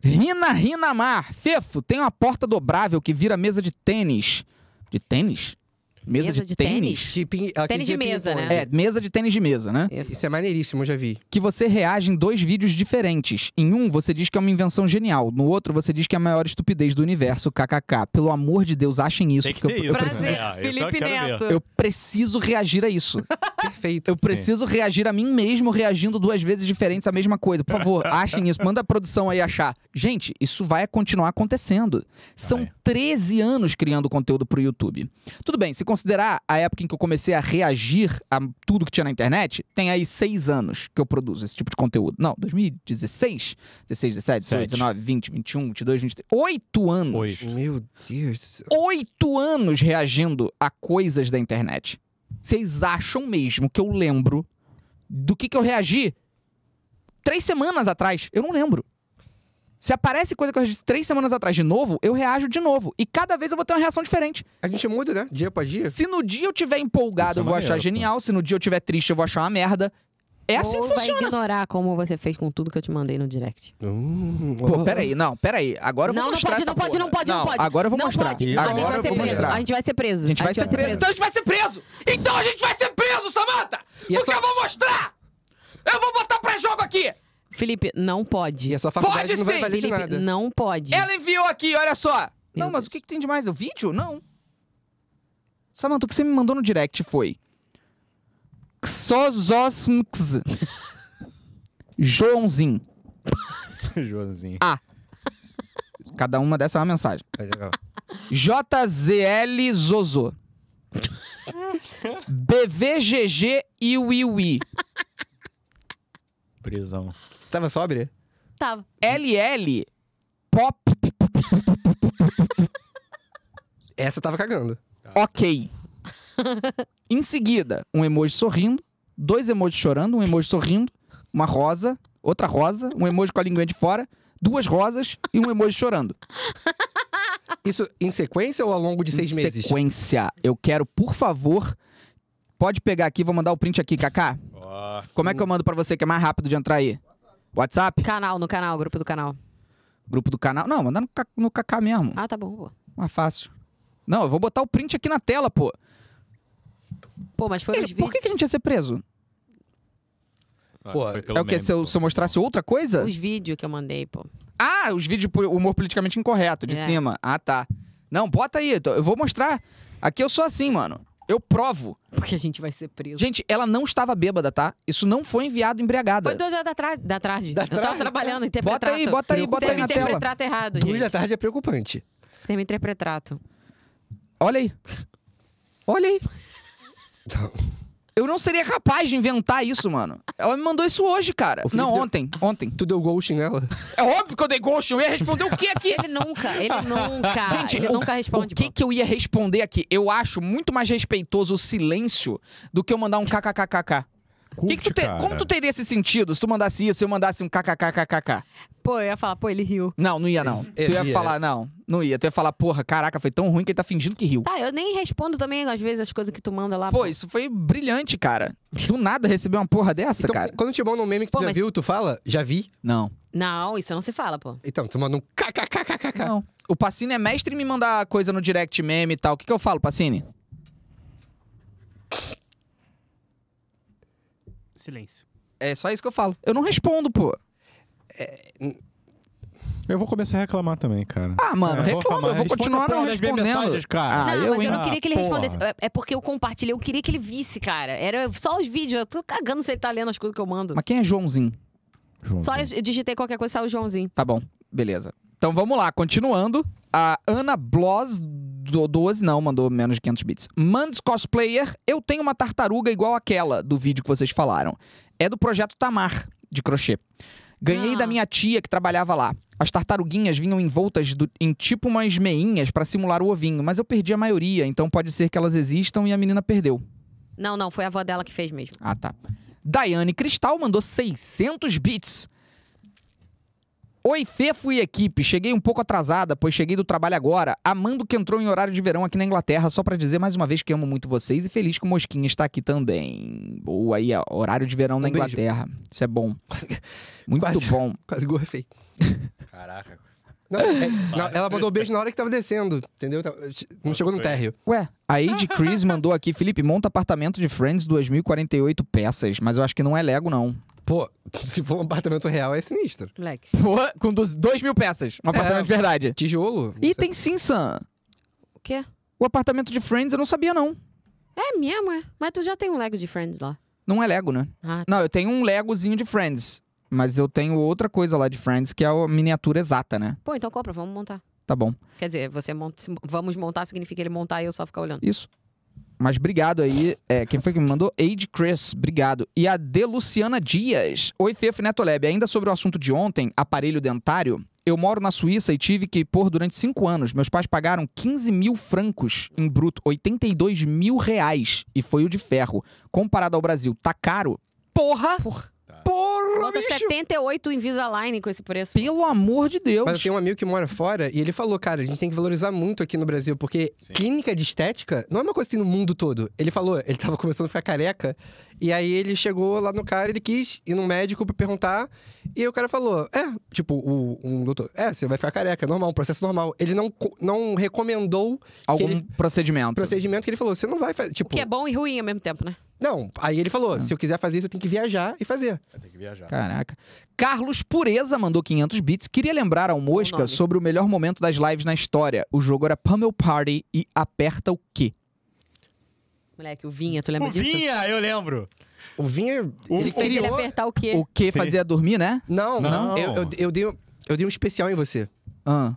[SPEAKER 1] Rina Rina Mar. Fefo, tem uma porta dobrável que vira mesa de tênis. De tênis? Mesa, de, tênis?
[SPEAKER 4] De pin- ela
[SPEAKER 3] Tênis de
[SPEAKER 4] quis dizer
[SPEAKER 3] mesa,
[SPEAKER 4] ping-pong.
[SPEAKER 3] né?
[SPEAKER 1] É, mesa de tênis de mesa, né?
[SPEAKER 3] Isso.
[SPEAKER 4] Isso é maneiríssimo, eu já vi.
[SPEAKER 1] Que você reage em dois vídeos diferentes. Em um, você diz que é uma invenção genial. No outro, você diz que é a maior estupidez do universo, kkk. Pelo amor de Deus, achem isso.
[SPEAKER 5] Tem que
[SPEAKER 1] porque
[SPEAKER 5] ter
[SPEAKER 1] eu, eu
[SPEAKER 5] isso, né?
[SPEAKER 1] preciso,
[SPEAKER 3] Prazer,
[SPEAKER 5] Ah, esse eu
[SPEAKER 3] Felipe
[SPEAKER 5] quero ver.
[SPEAKER 3] Neto.
[SPEAKER 1] eu preciso reagir a isso.
[SPEAKER 4] Perfeito.
[SPEAKER 1] Eu preciso reagir a mim mesmo reagindo duas vezes diferentes à mesma coisa. Por
[SPEAKER 5] <laughs>
[SPEAKER 1] favor, achem isso. Manda a produção aí achar. Gente, isso vai continuar acontecendo. São
[SPEAKER 5] Vai.
[SPEAKER 1] 13 anos criando conteúdo pro YouTube. Tudo bem, se considerar a época em que eu comecei a reagir a tudo que tinha na internet, tem aí 6 anos que eu produzo esse tipo de conteúdo. Não, 2016, 16, 17, 18,
[SPEAKER 5] Sete.
[SPEAKER 1] 19, 20, 21, 22, 23. 8 anos
[SPEAKER 2] <laughs>
[SPEAKER 5] Oi.
[SPEAKER 4] Meu Deus do céu.
[SPEAKER 1] oito anos reagindo a coisas da internet. Vocês acham mesmo que eu lembro do que, que eu reagi três semanas atrás? Eu não lembro. Se aparece coisa que eu reagi três semanas atrás de novo, eu reajo de novo. E cada vez eu vou ter uma reação diferente.
[SPEAKER 4] A gente muda, né? Dia pra dia.
[SPEAKER 1] Se no dia eu tiver empolgado,
[SPEAKER 5] Isso é
[SPEAKER 1] eu vou achar
[SPEAKER 5] maneiro, pô.
[SPEAKER 1] genial. Se no dia eu tiver triste, eu vou achar uma merda. É assim
[SPEAKER 3] Ou
[SPEAKER 1] que funciona.
[SPEAKER 3] vai ignorar como você fez com tudo que eu te mandei no direct.
[SPEAKER 4] Hum,
[SPEAKER 1] Pô,
[SPEAKER 4] ó.
[SPEAKER 1] peraí, não, peraí. Agora eu vou
[SPEAKER 3] Não, não
[SPEAKER 1] mostrar
[SPEAKER 3] pode,
[SPEAKER 1] essa
[SPEAKER 3] não pode,
[SPEAKER 1] porra.
[SPEAKER 3] não pode, não pode.
[SPEAKER 1] Agora eu vou
[SPEAKER 3] não
[SPEAKER 1] mostrar.
[SPEAKER 3] pode.
[SPEAKER 5] Agora
[SPEAKER 3] a gente vai
[SPEAKER 4] eu
[SPEAKER 3] ser
[SPEAKER 4] vou
[SPEAKER 3] preso.
[SPEAKER 4] mostrar.
[SPEAKER 3] A gente vai ser preso.
[SPEAKER 1] A gente vai ser preso. Então a gente vai ser preso! Então a gente vai ser preso, Samantha!
[SPEAKER 4] E é
[SPEAKER 1] Porque
[SPEAKER 4] só-
[SPEAKER 1] eu vou mostrar! Eu vou botar pra jogo aqui!
[SPEAKER 3] Felipe, não
[SPEAKER 4] E
[SPEAKER 3] pode.
[SPEAKER 4] a sua faculdade
[SPEAKER 1] Pode
[SPEAKER 4] não vai
[SPEAKER 1] sim,
[SPEAKER 4] valer de
[SPEAKER 3] Felipe,
[SPEAKER 4] nada.
[SPEAKER 3] não pode.
[SPEAKER 1] Ela enviou aqui, olha só!
[SPEAKER 3] Meu
[SPEAKER 1] não, mas o que, que tem de mais? O vídeo? Não. Samantha, o que você me mandou no direct foi. Xozosmx. <laughs> Joãozinho.
[SPEAKER 5] Joãozinho.
[SPEAKER 1] Cada uma dessa é uma mensagem.
[SPEAKER 4] Tá legal.
[SPEAKER 1] JZL Zozô. BVGG Iwiwi.
[SPEAKER 5] Prisão.
[SPEAKER 4] Tava sóbria?
[SPEAKER 3] Tava.
[SPEAKER 1] LL Pop
[SPEAKER 4] Essa tava cagando.
[SPEAKER 1] Ok. em seguida, um emoji sorrindo, dois emojis chorando, um emoji sorrindo, uma rosa, outra rosa, um emoji com a linguinha de fora, duas rosas e um emoji chorando.
[SPEAKER 4] Isso em sequência ou ao longo de seis
[SPEAKER 1] Em
[SPEAKER 4] meses?
[SPEAKER 1] Sequência. Eu quero, por favor. Pode pegar aqui, vou mandar o print aqui, Kaká. Como é que eu mando pra você que é mais rápido de entrar aí? WhatsApp?
[SPEAKER 3] Canal, no canal, grupo do canal.
[SPEAKER 1] Grupo do canal? Não, mandar no, Ca- no Kaká mesmo.
[SPEAKER 3] Ah, tá bom. Pô,
[SPEAKER 1] Mais fácil. Não, eu vou botar o print aqui na tela, pô.
[SPEAKER 3] Pô, mas foram os
[SPEAKER 1] Ele- por
[SPEAKER 3] vídeos.
[SPEAKER 1] que, que a gente ia ser preso?
[SPEAKER 4] Pô,
[SPEAKER 1] é o quê? Se eu, se eu mostrasse outra coisa?
[SPEAKER 3] Os vídeos que eu mandei, pô.
[SPEAKER 1] Ah, os vídeos por humor politicamente incorreto, de
[SPEAKER 3] É.
[SPEAKER 1] cima. Ah, tá. Não, bota aí, tô- eu vou mostrar. Aqui eu sou assim, mano. Eu provo.
[SPEAKER 3] Porque a gente vai ser preso.
[SPEAKER 1] Gente, ela não estava bêbada, tá? Isso não foi enviado embriagada.
[SPEAKER 3] Foi duas horas da, tra... da tarde.
[SPEAKER 4] Da
[SPEAKER 3] eu tava
[SPEAKER 4] tarde?
[SPEAKER 3] trabalhando, interpretrato.
[SPEAKER 1] Bota aí, bota aí, bota aí
[SPEAKER 3] Termo
[SPEAKER 1] na tela.
[SPEAKER 3] interpretato errado,
[SPEAKER 4] Duas da
[SPEAKER 3] gente.
[SPEAKER 4] tarde é preocupante.
[SPEAKER 3] Termo interpretato.
[SPEAKER 1] Olha aí. Olha aí.
[SPEAKER 4] Então,
[SPEAKER 1] Eu não seria capaz de inventar isso, mano. Ela me mandou isso hoje, cara.
[SPEAKER 4] Ô, Felipe,
[SPEAKER 1] Não,
[SPEAKER 4] deu-
[SPEAKER 1] ontem. Ontem.
[SPEAKER 4] tu deu ghost nela?
[SPEAKER 1] É óbvio que eu dei ghost. Eu ia responder o que aqui?
[SPEAKER 3] Ele nunca, ele nunca,
[SPEAKER 1] Gente,
[SPEAKER 3] ele
[SPEAKER 1] o-
[SPEAKER 3] nunca responde.
[SPEAKER 1] o que,
[SPEAKER 3] pô.
[SPEAKER 1] que eu ia responder aqui? Eu acho muito mais respeitoso o silêncio do que eu mandar um kkkk.
[SPEAKER 5] Curte,
[SPEAKER 1] que que tu te-
[SPEAKER 5] cara.
[SPEAKER 1] Como tu teria esse sentido se tu mandasse isso e eu mandasse um kkkkkk?
[SPEAKER 3] Pô, eu ia falar, pô, ele riu.
[SPEAKER 1] Não, não ia não.
[SPEAKER 4] Ele
[SPEAKER 1] Tu ia
[SPEAKER 4] ia.
[SPEAKER 1] falar, não, não ia. Tu ia falar, porra, caraca, foi tão ruim que ele tá fingindo que riu.
[SPEAKER 3] Tá, eu nem respondo também, às vezes, as coisas que tu manda lá.
[SPEAKER 1] Pô, isso foi brilhante, cara. Do nada receber uma porra dessa,
[SPEAKER 4] Então,
[SPEAKER 1] cara.
[SPEAKER 4] quando te manda um meme que tu
[SPEAKER 3] Pô,
[SPEAKER 4] já
[SPEAKER 3] mas-
[SPEAKER 4] viu, tu fala, já vi.
[SPEAKER 1] Não,
[SPEAKER 3] Não, isso não se fala, pô.
[SPEAKER 4] Então, tu manda um kkkkk.
[SPEAKER 1] não. O Pacini é mestre em me mandar coisa no direct meme e tal. O que, que eu falo, Pacini?
[SPEAKER 6] Silêncio.
[SPEAKER 1] É só isso que eu falo. Eu não respondo, pô.
[SPEAKER 5] Eu vou começar a reclamar também, cara.
[SPEAKER 1] Ah, mano,
[SPEAKER 5] É,
[SPEAKER 1] reclama.
[SPEAKER 5] reclamar.
[SPEAKER 1] Eu vou
[SPEAKER 5] Responde
[SPEAKER 1] continuar
[SPEAKER 5] a porra
[SPEAKER 1] não
[SPEAKER 5] das minhas
[SPEAKER 1] respondendo.
[SPEAKER 5] mensagens, cara.
[SPEAKER 1] Ah,
[SPEAKER 3] não,
[SPEAKER 1] eu,
[SPEAKER 3] mas
[SPEAKER 1] hein?
[SPEAKER 3] eu não queria que ele
[SPEAKER 5] Ah, porra.
[SPEAKER 3] respondesse. É- É porque eu compartilhei, eu queria que ele visse, cara. Era só os vídeos, eu tô cagando se ele tá lendo as coisas que eu mando.
[SPEAKER 1] Mas quem é Joãozinho?
[SPEAKER 5] Junto.
[SPEAKER 3] Só eu eu digitei qualquer coisa, saiu o Joãozinho.
[SPEAKER 1] Tá bom, beleza. Então vamos lá, continuando. A Ana Bloss, do 12, não, mandou menos de 500 bits. Mandes cosplayer, eu tenho uma tartaruga igual aquela do vídeo que vocês falaram. É do projeto Tamar, de crochê. Ganhei
[SPEAKER 3] Ah.
[SPEAKER 1] da minha tia que trabalhava lá. As tartaruguinhas vinham envoltas do- em tipo umas meinhas pra simular o ovinho, mas eu perdi a maioria, então pode ser que elas existam e a menina perdeu.
[SPEAKER 3] Não, não, foi a avó dela que fez mesmo.
[SPEAKER 1] Ah, tá. Daiane Cristal mandou 600 bits. Oi, Fefo e equipe. Cheguei um pouco atrasada, pois cheguei do trabalho agora. Amando que entrou em horário de verão aqui na Inglaterra, só pra dizer mais uma vez que amo muito vocês e feliz que o Mosquinha está aqui também. Boa aí, ó, horário de verão na
[SPEAKER 4] Um beijo.
[SPEAKER 1] Inglaterra. Isso é
[SPEAKER 4] <laughs>
[SPEAKER 1] bom. Muito
[SPEAKER 4] Quase.
[SPEAKER 1] bom.
[SPEAKER 4] Quase gorfei. Caraca. Não, é- não, ela mandou beijo na hora que tava descendo, entendeu? Tava- Não chegou no térreo.
[SPEAKER 1] Ué, a Ed Chris mandou aqui, Felipe, monta apartamento de Friends 2048 peças, mas eu acho que não é Lego, não.
[SPEAKER 4] Pô, se for um apartamento real, é sinistro.
[SPEAKER 3] Moleque.
[SPEAKER 1] Pô, com 2 mil peças. Um apartamento
[SPEAKER 4] É.
[SPEAKER 1] de verdade.
[SPEAKER 4] Tijolo. não
[SPEAKER 1] E
[SPEAKER 4] sei.
[SPEAKER 1] tem sim, Sam.
[SPEAKER 3] O quê?
[SPEAKER 1] O apartamento de Friends eu não sabia, não.
[SPEAKER 3] É mesmo, é? Mas tu já tem um Lego de Friends lá.
[SPEAKER 1] Não é Lego, né?
[SPEAKER 3] Ah,
[SPEAKER 1] Não, eu tenho um Legozinho de Friends. Mas eu tenho outra coisa lá de Friends, que é a miniatura exata, né?
[SPEAKER 3] pô, então compra, vamos montar.
[SPEAKER 1] Tá bom.
[SPEAKER 3] Quer dizer, você monta, se- vamos montar significa ele montar e eu só ficar olhando.
[SPEAKER 1] Isso. Mas obrigado aí. É, quem foi que me mandou? Age Chris, obrigado. E a de Luciana Dias. Oi, Fefo e Neto Leb. Ainda sobre o assunto de ontem, aparelho dentário. Eu moro na Suíça e tive que pôr durante cinco anos. Meus pais pagaram 15 mil francos em bruto, 82 mil reais. E foi o de ferro. Comparado ao Brasil, tá caro? Porra!
[SPEAKER 3] Porra.
[SPEAKER 1] Porra,
[SPEAKER 3] Bota
[SPEAKER 1] bicho!
[SPEAKER 3] 78 Invisalign com esse preço.
[SPEAKER 1] Pelo amor de Deus.
[SPEAKER 4] Mas eu tenho um amigo que mora fora e ele falou, cara, a gente tem que valorizar muito aqui no Brasil, porque clínica de estética não é uma coisa que tem no mundo todo. Ele falou, ele tava começando a ficar careca, e aí ele chegou lá no cara, ele quis ir num médico pra perguntar, e aí o cara falou, é, tipo, o, um doutor, é, você vai ficar careca, é normal, um processo normal. Ele não, co- não recomendou
[SPEAKER 1] Algum
[SPEAKER 4] um ele-
[SPEAKER 1] procedimento.
[SPEAKER 4] procedimento que ele falou, você não vai fazer,
[SPEAKER 3] O
[SPEAKER 4] tipo...
[SPEAKER 3] que é bom e ruim ao mesmo tempo, né?
[SPEAKER 4] Não, aí ele falou, se eu quiser fazer isso, eu tenho que viajar e fazer.
[SPEAKER 5] Tem que viajar.
[SPEAKER 1] Caraca. Carlos Pureza mandou 500 bits. Queria lembrar ao Mosca
[SPEAKER 3] nome.
[SPEAKER 1] sobre o melhor momento das lives na história. O jogo era Pummel Party e aperta o quê?
[SPEAKER 3] Moleque, o Vinha,
[SPEAKER 1] é
[SPEAKER 3] tu lembra
[SPEAKER 5] O
[SPEAKER 3] disso?
[SPEAKER 5] Vinha, eu lembro.
[SPEAKER 4] O vinho,
[SPEAKER 5] O-
[SPEAKER 4] ele
[SPEAKER 5] o-
[SPEAKER 3] Fez ele é
[SPEAKER 4] criou...
[SPEAKER 3] apertar o quê?
[SPEAKER 1] O que
[SPEAKER 5] Sim.
[SPEAKER 1] fazia dormir, né?
[SPEAKER 4] Não,
[SPEAKER 5] Não.
[SPEAKER 4] não, eu, eu, eu, dei, um- eu dei um especial em você.
[SPEAKER 1] Ah.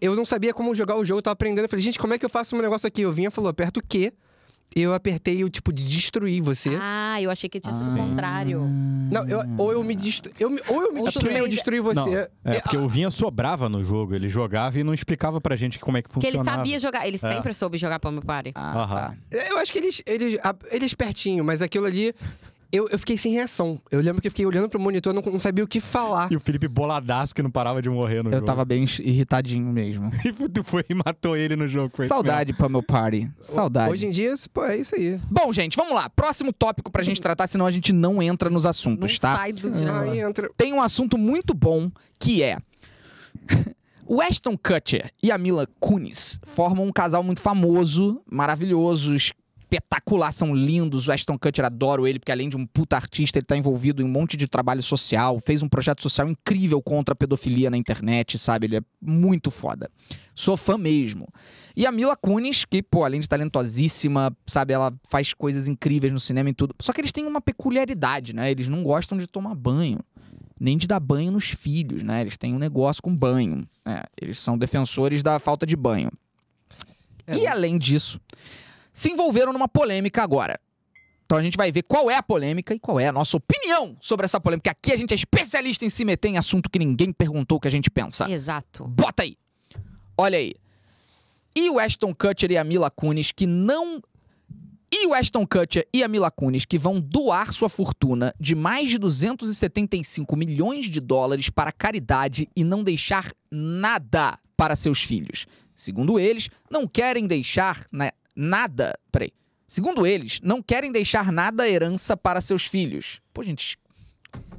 [SPEAKER 4] eu não sabia como jogar o jogo, eu tava aprendendo. Eu falei, gente, como é que eu faço um negócio aqui? Eu vinha e falou, aperta o quê? Eu apertei o tipo de destruir você.
[SPEAKER 3] Ah, eu achei que tinha sido
[SPEAKER 1] Ah.
[SPEAKER 3] o contrário.
[SPEAKER 4] Não, eu- ou eu me destruí. Eu, me- ou eu me
[SPEAKER 3] Ou tu
[SPEAKER 4] destruí,
[SPEAKER 3] fez-
[SPEAKER 4] eu destruí você.
[SPEAKER 5] Não, é,
[SPEAKER 4] Eu-
[SPEAKER 5] porque o Vinha sobrava no jogo. Ele jogava e não explicava pra gente como é que
[SPEAKER 3] Porque ele
[SPEAKER 5] funcionava.
[SPEAKER 3] sabia jogar, ele sempre soube jogar Pummel Party.
[SPEAKER 1] É. Ah,
[SPEAKER 5] Aham.
[SPEAKER 1] tá.
[SPEAKER 4] Eu acho que eles, eles, a- ele é espertinho, mas aquilo ali. eu, eu fiquei sem reação. Eu lembro que eu fiquei olhando pro monitor, não, não sabia o que falar.
[SPEAKER 5] E o Felipe boladaço que não parava de morrer no
[SPEAKER 1] Eu
[SPEAKER 5] jogo.
[SPEAKER 1] tava bem irritadinho
[SPEAKER 4] <laughs>
[SPEAKER 1] mesmo.
[SPEAKER 5] <laughs> E tu foi e matou ele no jogo. foi isso
[SPEAKER 1] Saudade, Pummel Party. Saudade.
[SPEAKER 4] Hoje em dia, pô, é isso aí.
[SPEAKER 1] Bom, gente, vamos lá. Próximo tópico pra gente tratar, senão a gente não entra nos
[SPEAKER 3] Não
[SPEAKER 1] assuntos, tá?
[SPEAKER 3] sai do
[SPEAKER 4] Aí
[SPEAKER 3] jogo.
[SPEAKER 4] entra.
[SPEAKER 1] Tem um assunto muito bom que é. <laughs> O Ashton Kutcher e a Mila Kunis formam um casal muito famoso, maravilhoso, espetacular, são lindos. O Ashton Kutcher, adoro ele, porque além de um puta artista, ele tá envolvido em um monte de trabalho social. Fez um projeto social incrível contra a pedofilia na internet, sabe? Ele é muito foda. Sou fã mesmo. E a Mila Kunis, que, pô, além de talentosíssima, sabe, ela faz coisas incríveis no cinema e tudo. Só que eles têm uma peculiaridade, né? Eles não gostam de tomar banho. Nem de dar banho nos filhos, né? Eles têm um negócio com banho. né? eles são defensores da falta de banho.
[SPEAKER 4] É,
[SPEAKER 1] E
[SPEAKER 4] né?
[SPEAKER 1] além disso, se envolveram numa polêmica agora. Então a gente vai ver qual é a polêmica e qual é a nossa opinião sobre essa polêmica. Aqui a gente é especialista em se meter em assunto que ninguém perguntou o que a gente pensa.
[SPEAKER 3] Exato.
[SPEAKER 1] Bota aí. Olha aí. E o Ashton Kutcher e a Mila Kunis que não e o Ashton Kutcher e a Mila Kunis que vão doar sua fortuna de mais de 275 milhões de dólares para caridade e não deixar nada para seus filhos. Segundo eles, não querem deixar né, nada, peraí. Segundo eles, não querem deixar nada herança para seus filhos. Pô, gente, es-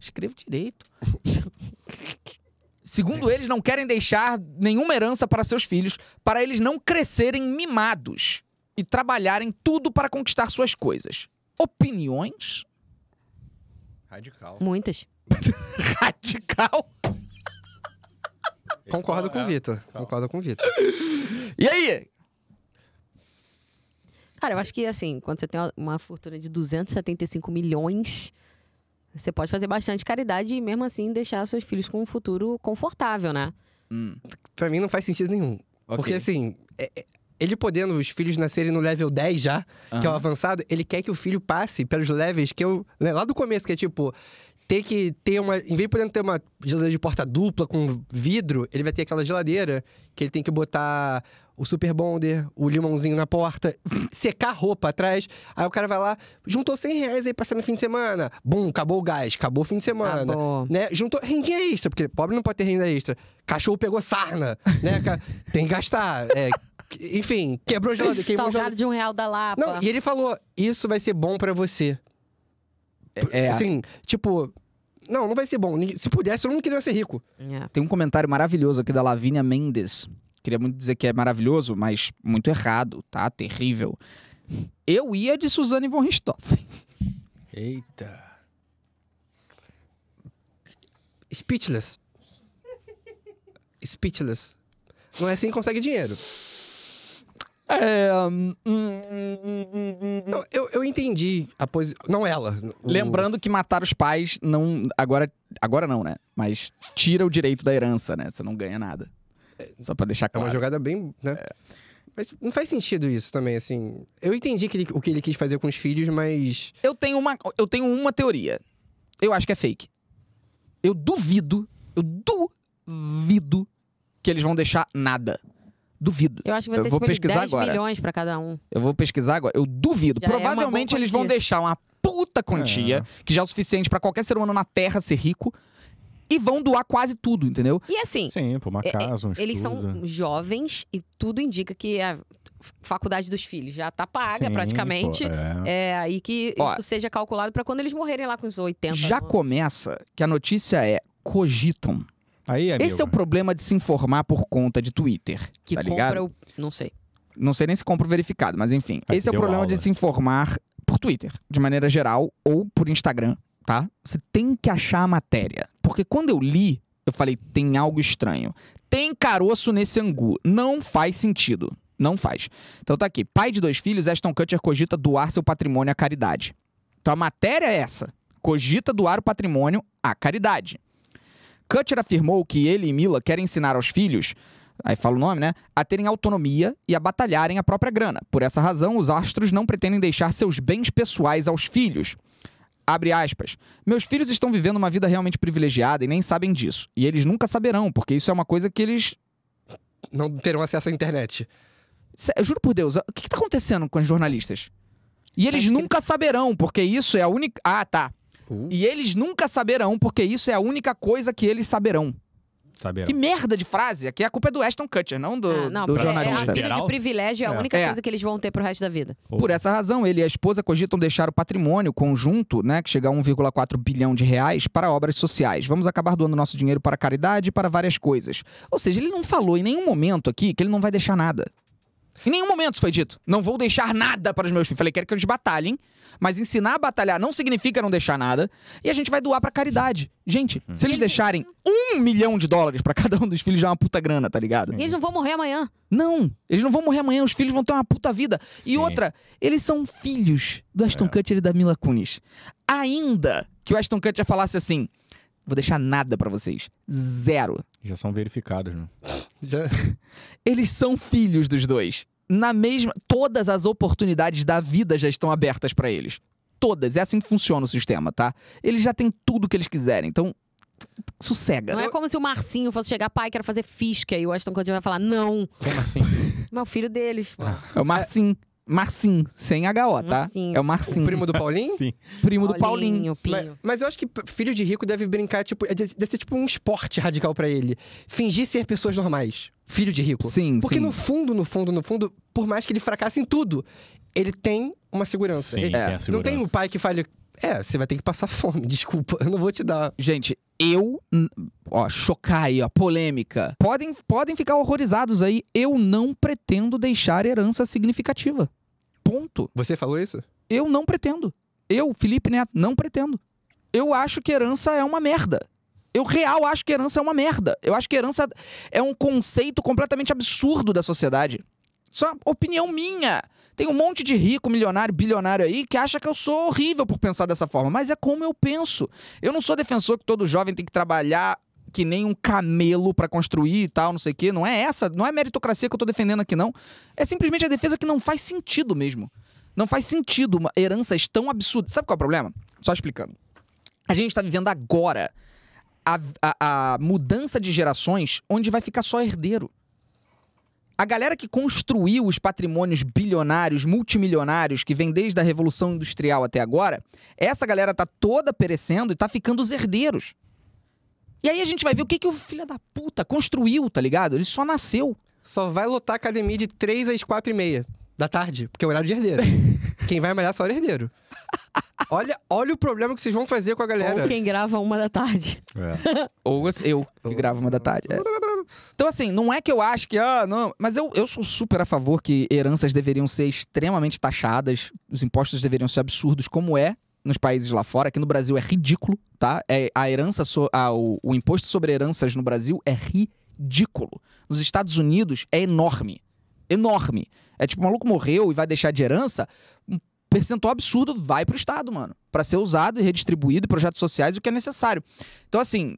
[SPEAKER 1] escrevo direito. Segundo eles, não querem deixar nenhuma herança para seus filhos, para eles não crescerem mimados e trabalharem tudo para conquistar suas coisas. Opiniões? <laughs>
[SPEAKER 4] Radical.
[SPEAKER 3] Muitas.
[SPEAKER 1] Radical.
[SPEAKER 4] Concordo com o Vitor. Concordo com o Vitor.
[SPEAKER 1] E aí?
[SPEAKER 3] Cara, eu acho que assim, quando você tem uma- uma fortuna de 275 milhões, você pode fazer bastante caridade e mesmo assim deixar seus filhos com um futuro confortável, né?
[SPEAKER 4] Pra mim não faz sentido nenhum. Porque
[SPEAKER 1] Ok.
[SPEAKER 4] assim, é- é- ele podendo os filhos nascerem no level 10 já, que é o
[SPEAKER 1] Aham.
[SPEAKER 4] avançado, ele quer que o filho passe pelos levels que eu. né, lá do começo, que é tipo. Ter que ter uma. Em vez de podendo ter uma geladeira de porta dupla com vidro, ele vai ter aquela geladeira que ele tem que botar o super bonder, o limãozinho na porta, <laughs> secar a roupa atrás. Aí o cara vai lá, juntou 100 reais aí passando no fim de semana. Bum, acabou o gás, acabou o fim de semana
[SPEAKER 3] Acabou.
[SPEAKER 4] né? Juntou rendinha extra, porque pobre não pode ter renda extra. Cachorro pegou sarna, né? Ca- Tem que gastar. é, que- enfim, quebrou geladeira, queimou
[SPEAKER 3] Salgado
[SPEAKER 4] geladeira.
[SPEAKER 3] de um real da Lapa.
[SPEAKER 4] Não, e ele falou: Isso vai ser bom pra você.
[SPEAKER 1] É,
[SPEAKER 4] Assim, tipo, não, não vai ser bom. Ninguém- Se pudesse, eu não queria ser rico.
[SPEAKER 3] É.
[SPEAKER 1] tem um comentário maravilhoso aqui da Lavínia Mendes. Queria muito dizer que é maravilhoso, mas muito errado, tá? Terrível. Eu ia de Suzane von Richthofen.
[SPEAKER 2] Eita.
[SPEAKER 4] Speechless. Speechless. Não é assim que consegue dinheiro.
[SPEAKER 1] É, hum, hum, hum, hum, hum.
[SPEAKER 4] Não, eu, eu entendi a posição. Não ela. o-
[SPEAKER 1] Lembrando que matar os pais não. Agora, agora não, né? Mas tira o direito da herança, né? Você não ganha nada. Só pra deixar
[SPEAKER 4] É uma
[SPEAKER 1] claro. É.
[SPEAKER 4] jogada bem, né? Mas não faz sentido isso também, assim. Eu entendi que ele- o que ele quis fazer com os filhos, mas.
[SPEAKER 1] Eu, tenho uma, eu tenho uma teoria. Eu acho que é fake. Eu duvido, eu duvido que eles vão deixar nada. Duvido.
[SPEAKER 3] Eu acho que vai
[SPEAKER 1] Eu
[SPEAKER 3] ser
[SPEAKER 1] vou
[SPEAKER 3] tipo, de
[SPEAKER 1] pesquisar
[SPEAKER 3] 10
[SPEAKER 1] agora.
[SPEAKER 3] milhões pra cada um.
[SPEAKER 1] Eu vou pesquisar agora. Eu duvido.
[SPEAKER 3] Já é uma boa
[SPEAKER 1] Provavelmente eles vão
[SPEAKER 3] quantia.
[SPEAKER 1] deixar uma puta quantia, que já é o suficiente pra qualquer ser humano na Terra ser rico, e vão doar quase tudo, entendeu?
[SPEAKER 3] E assim,
[SPEAKER 5] Sim, pô, uma
[SPEAKER 3] É, é,
[SPEAKER 5] casa, um
[SPEAKER 3] eles
[SPEAKER 5] estudo.
[SPEAKER 3] são jovens e tudo indica que a faculdade dos filhos já tá paga
[SPEAKER 5] Sim,
[SPEAKER 3] praticamente.
[SPEAKER 5] pô, é.
[SPEAKER 3] É, aí que
[SPEAKER 1] Ó.
[SPEAKER 3] isso seja calculado pra quando eles morrerem lá com os 80.
[SPEAKER 1] Já
[SPEAKER 3] né?
[SPEAKER 1] começa que a notícia é cogitam.
[SPEAKER 5] Aí, amigo.
[SPEAKER 1] Esse é o problema de se informar por conta de Twitter,
[SPEAKER 3] que
[SPEAKER 1] tá ligado?
[SPEAKER 3] compra o... Não sei.
[SPEAKER 1] Não sei nem se compra o verificado, mas enfim.
[SPEAKER 5] Aqui
[SPEAKER 1] esse é o
[SPEAKER 5] deu
[SPEAKER 1] problema
[SPEAKER 5] aula. né?
[SPEAKER 1] de se informar por Twitter, de maneira geral, ou por Instagram, tá? Você tem que achar a matéria. Porque quando eu li, eu falei, tem algo estranho. Tem caroço nesse angu. Não faz sentido. Não faz. Então tá aqui. Pai de dois filhos, Ashton Kutcher cogita doar seu patrimônio à caridade. Então a matéria é essa. Cogita doar o patrimônio à caridade. Kutcher afirmou que ele e Mila querem ensinar aos filhos, aí fala o nome, né? A terem autonomia e a batalharem a própria grana. Por essa razão, os astros não pretendem deixar seus bens pessoais aos filhos. Abre aspas. Meus filhos estão vivendo uma vida realmente privilegiada e nem sabem disso. E eles nunca saberão, porque isso é uma coisa que eles.
[SPEAKER 4] não terão acesso à internet.
[SPEAKER 1] Sé- eu Juro por Deus, o que, que tá acontecendo com os jornalistas? E eles nunca saberão, porque isso é a única. Ah, tá.
[SPEAKER 4] Uh.
[SPEAKER 1] E eles nunca saberão, porque isso é a única coisa que eles saberão.
[SPEAKER 5] Saberá.
[SPEAKER 1] Que merda de frase! Aqui a culpa é do Ashton Kutcher, não do,
[SPEAKER 3] Ah, não,
[SPEAKER 1] do
[SPEAKER 3] porque é-
[SPEAKER 1] jornalista.
[SPEAKER 3] É a filha de
[SPEAKER 5] Geral?
[SPEAKER 3] privilégio é a
[SPEAKER 5] É.
[SPEAKER 3] única
[SPEAKER 1] É.
[SPEAKER 3] coisa que eles vão ter pro resto da vida.
[SPEAKER 1] Por essa razão, ele e a esposa cogitam deixar o patrimônio conjunto, né, que chega a 1,4 bilhão de reais, para obras sociais. Vamos acabar doando nosso dinheiro para caridade e para várias coisas. Ou seja, ele não falou em nenhum momento aqui que ele não vai deixar nada. Em nenhum momento isso foi dito. Não vou deixar nada para os meus filhos. Falei, quero que eles batalhem, mas ensinar a batalhar não significa não deixar nada. E a gente vai doar para caridade. Gente, se eles deixarem um milhão de dólares para cada um dos filhos, já é uma puta grana, tá ligado?
[SPEAKER 3] E eles não vão morrer amanhã.
[SPEAKER 1] Não, eles não vão morrer amanhã, os filhos vão ter uma puta vida. E
[SPEAKER 5] Sim.
[SPEAKER 1] outra, eles são filhos do Aston Kutcher e da Mila Kunis. Ainda que o Aston Kutcher falasse assim, vou deixar nada pra vocês, zero.
[SPEAKER 2] Já são verificados, né?
[SPEAKER 4] Já-
[SPEAKER 1] Eles são filhos dos dois. Na mesma, todas as oportunidades da vida já estão abertas pra eles. Todas, é assim que funciona o sistema, tá? Eles já têm tudo que eles quiserem, então sossega.
[SPEAKER 3] Não é como se o Marcinho fosse chegar, pai, quero fazer fisca. E o Aston Kutcher vai falar, não.
[SPEAKER 2] Como
[SPEAKER 3] <laughs>
[SPEAKER 2] assim?
[SPEAKER 3] Mas o filho deles. pô.
[SPEAKER 1] É o Marcin, Marcin, sem HO, tá?
[SPEAKER 3] Marcinho.
[SPEAKER 1] É o Marcin,
[SPEAKER 4] O primo do Paulinho?
[SPEAKER 5] Sim.
[SPEAKER 1] primo do Paulinho.
[SPEAKER 3] Pinho.
[SPEAKER 4] Mas, mas eu acho que p- filho de rico deve brincar, tipo, é de- deve ser tipo um esporte radical pra ele. Fingir ser pessoas normais. Filho de rico.
[SPEAKER 1] Sim,
[SPEAKER 4] Porque
[SPEAKER 1] sim.
[SPEAKER 4] no fundo, no fundo, no fundo, por mais que ele fracasse em tudo, ele tem uma segurança.
[SPEAKER 5] Sim,
[SPEAKER 4] Ele-
[SPEAKER 5] tem
[SPEAKER 3] É,
[SPEAKER 5] a
[SPEAKER 4] Não tem um
[SPEAKER 5] segurança.
[SPEAKER 4] pai que fale, é, você vai ter que passar fome, <laughs> desculpa, eu não vou te dar.
[SPEAKER 1] Gente, eu. n- Ó, chocar aí, ó, polêmica. Podem, podem ficar horrorizados aí. Eu não pretendo deixar herança significativa. Ponto.
[SPEAKER 4] Você falou isso?
[SPEAKER 1] Eu não pretendo. Eu, Felipe Neto, não pretendo. Eu acho que herança é uma merda. Eu real acho que herança é uma merda. Eu acho que herança é um conceito completamente absurdo da sociedade. Só opinião minha. Tem um monte de rico, milionário, bilionário aí que acha que eu sou horrível por pensar dessa forma, mas é como eu penso. Eu não sou defensor que todo jovem tem que trabalhar que nem um camelo pra construir e tal, não sei o quê. Não é essa, não é meritocracia que eu tô defendendo aqui não. É simplesmente a defesa que não faz sentido mesmo. Não faz sentido uma heranças tão absurdas. Sabe qual é o problema? Só explicando. A gente tá vivendo agora a, a- a mudança de gerações onde vai ficar só herdeiro. A galera que construiu os patrimônios bilionários, multimilionários, que vem desde a Revolução Industrial até agora, essa galera tá toda perecendo e tá ficando os herdeiros. E aí a gente vai ver o que, que o filho da puta construiu, tá ligado? Ele só nasceu.
[SPEAKER 4] Só vai lotar a academia de 3 às 4 e meia da tarde, porque é o horário de herdeiro. Quem vai malhar só é o herdeiro. Olha, olha o problema que vocês vão fazer com a galera.
[SPEAKER 3] Ou quem grava uma da tarde.
[SPEAKER 5] É.
[SPEAKER 1] Ou assim, eu, que gravo uma da tarde. é. Então, assim, não é que eu acho que, ah, não. Mas eu, eu sou super a favor que heranças deveriam ser extremamente taxadas, os impostos deveriam ser absurdos, como é nos países lá fora. Aqui no Brasil é ridículo, tá? É, a herança, so- ah, o, o imposto sobre heranças no Brasil é ridículo. Nos Estados Unidos é enorme. Enorme. É tipo, o maluco morreu e vai deixar de herança, um percentual absurdo vai pro Estado, mano. Pra ser usado e redistribuído em projetos sociais, o que é necessário. Então, assim,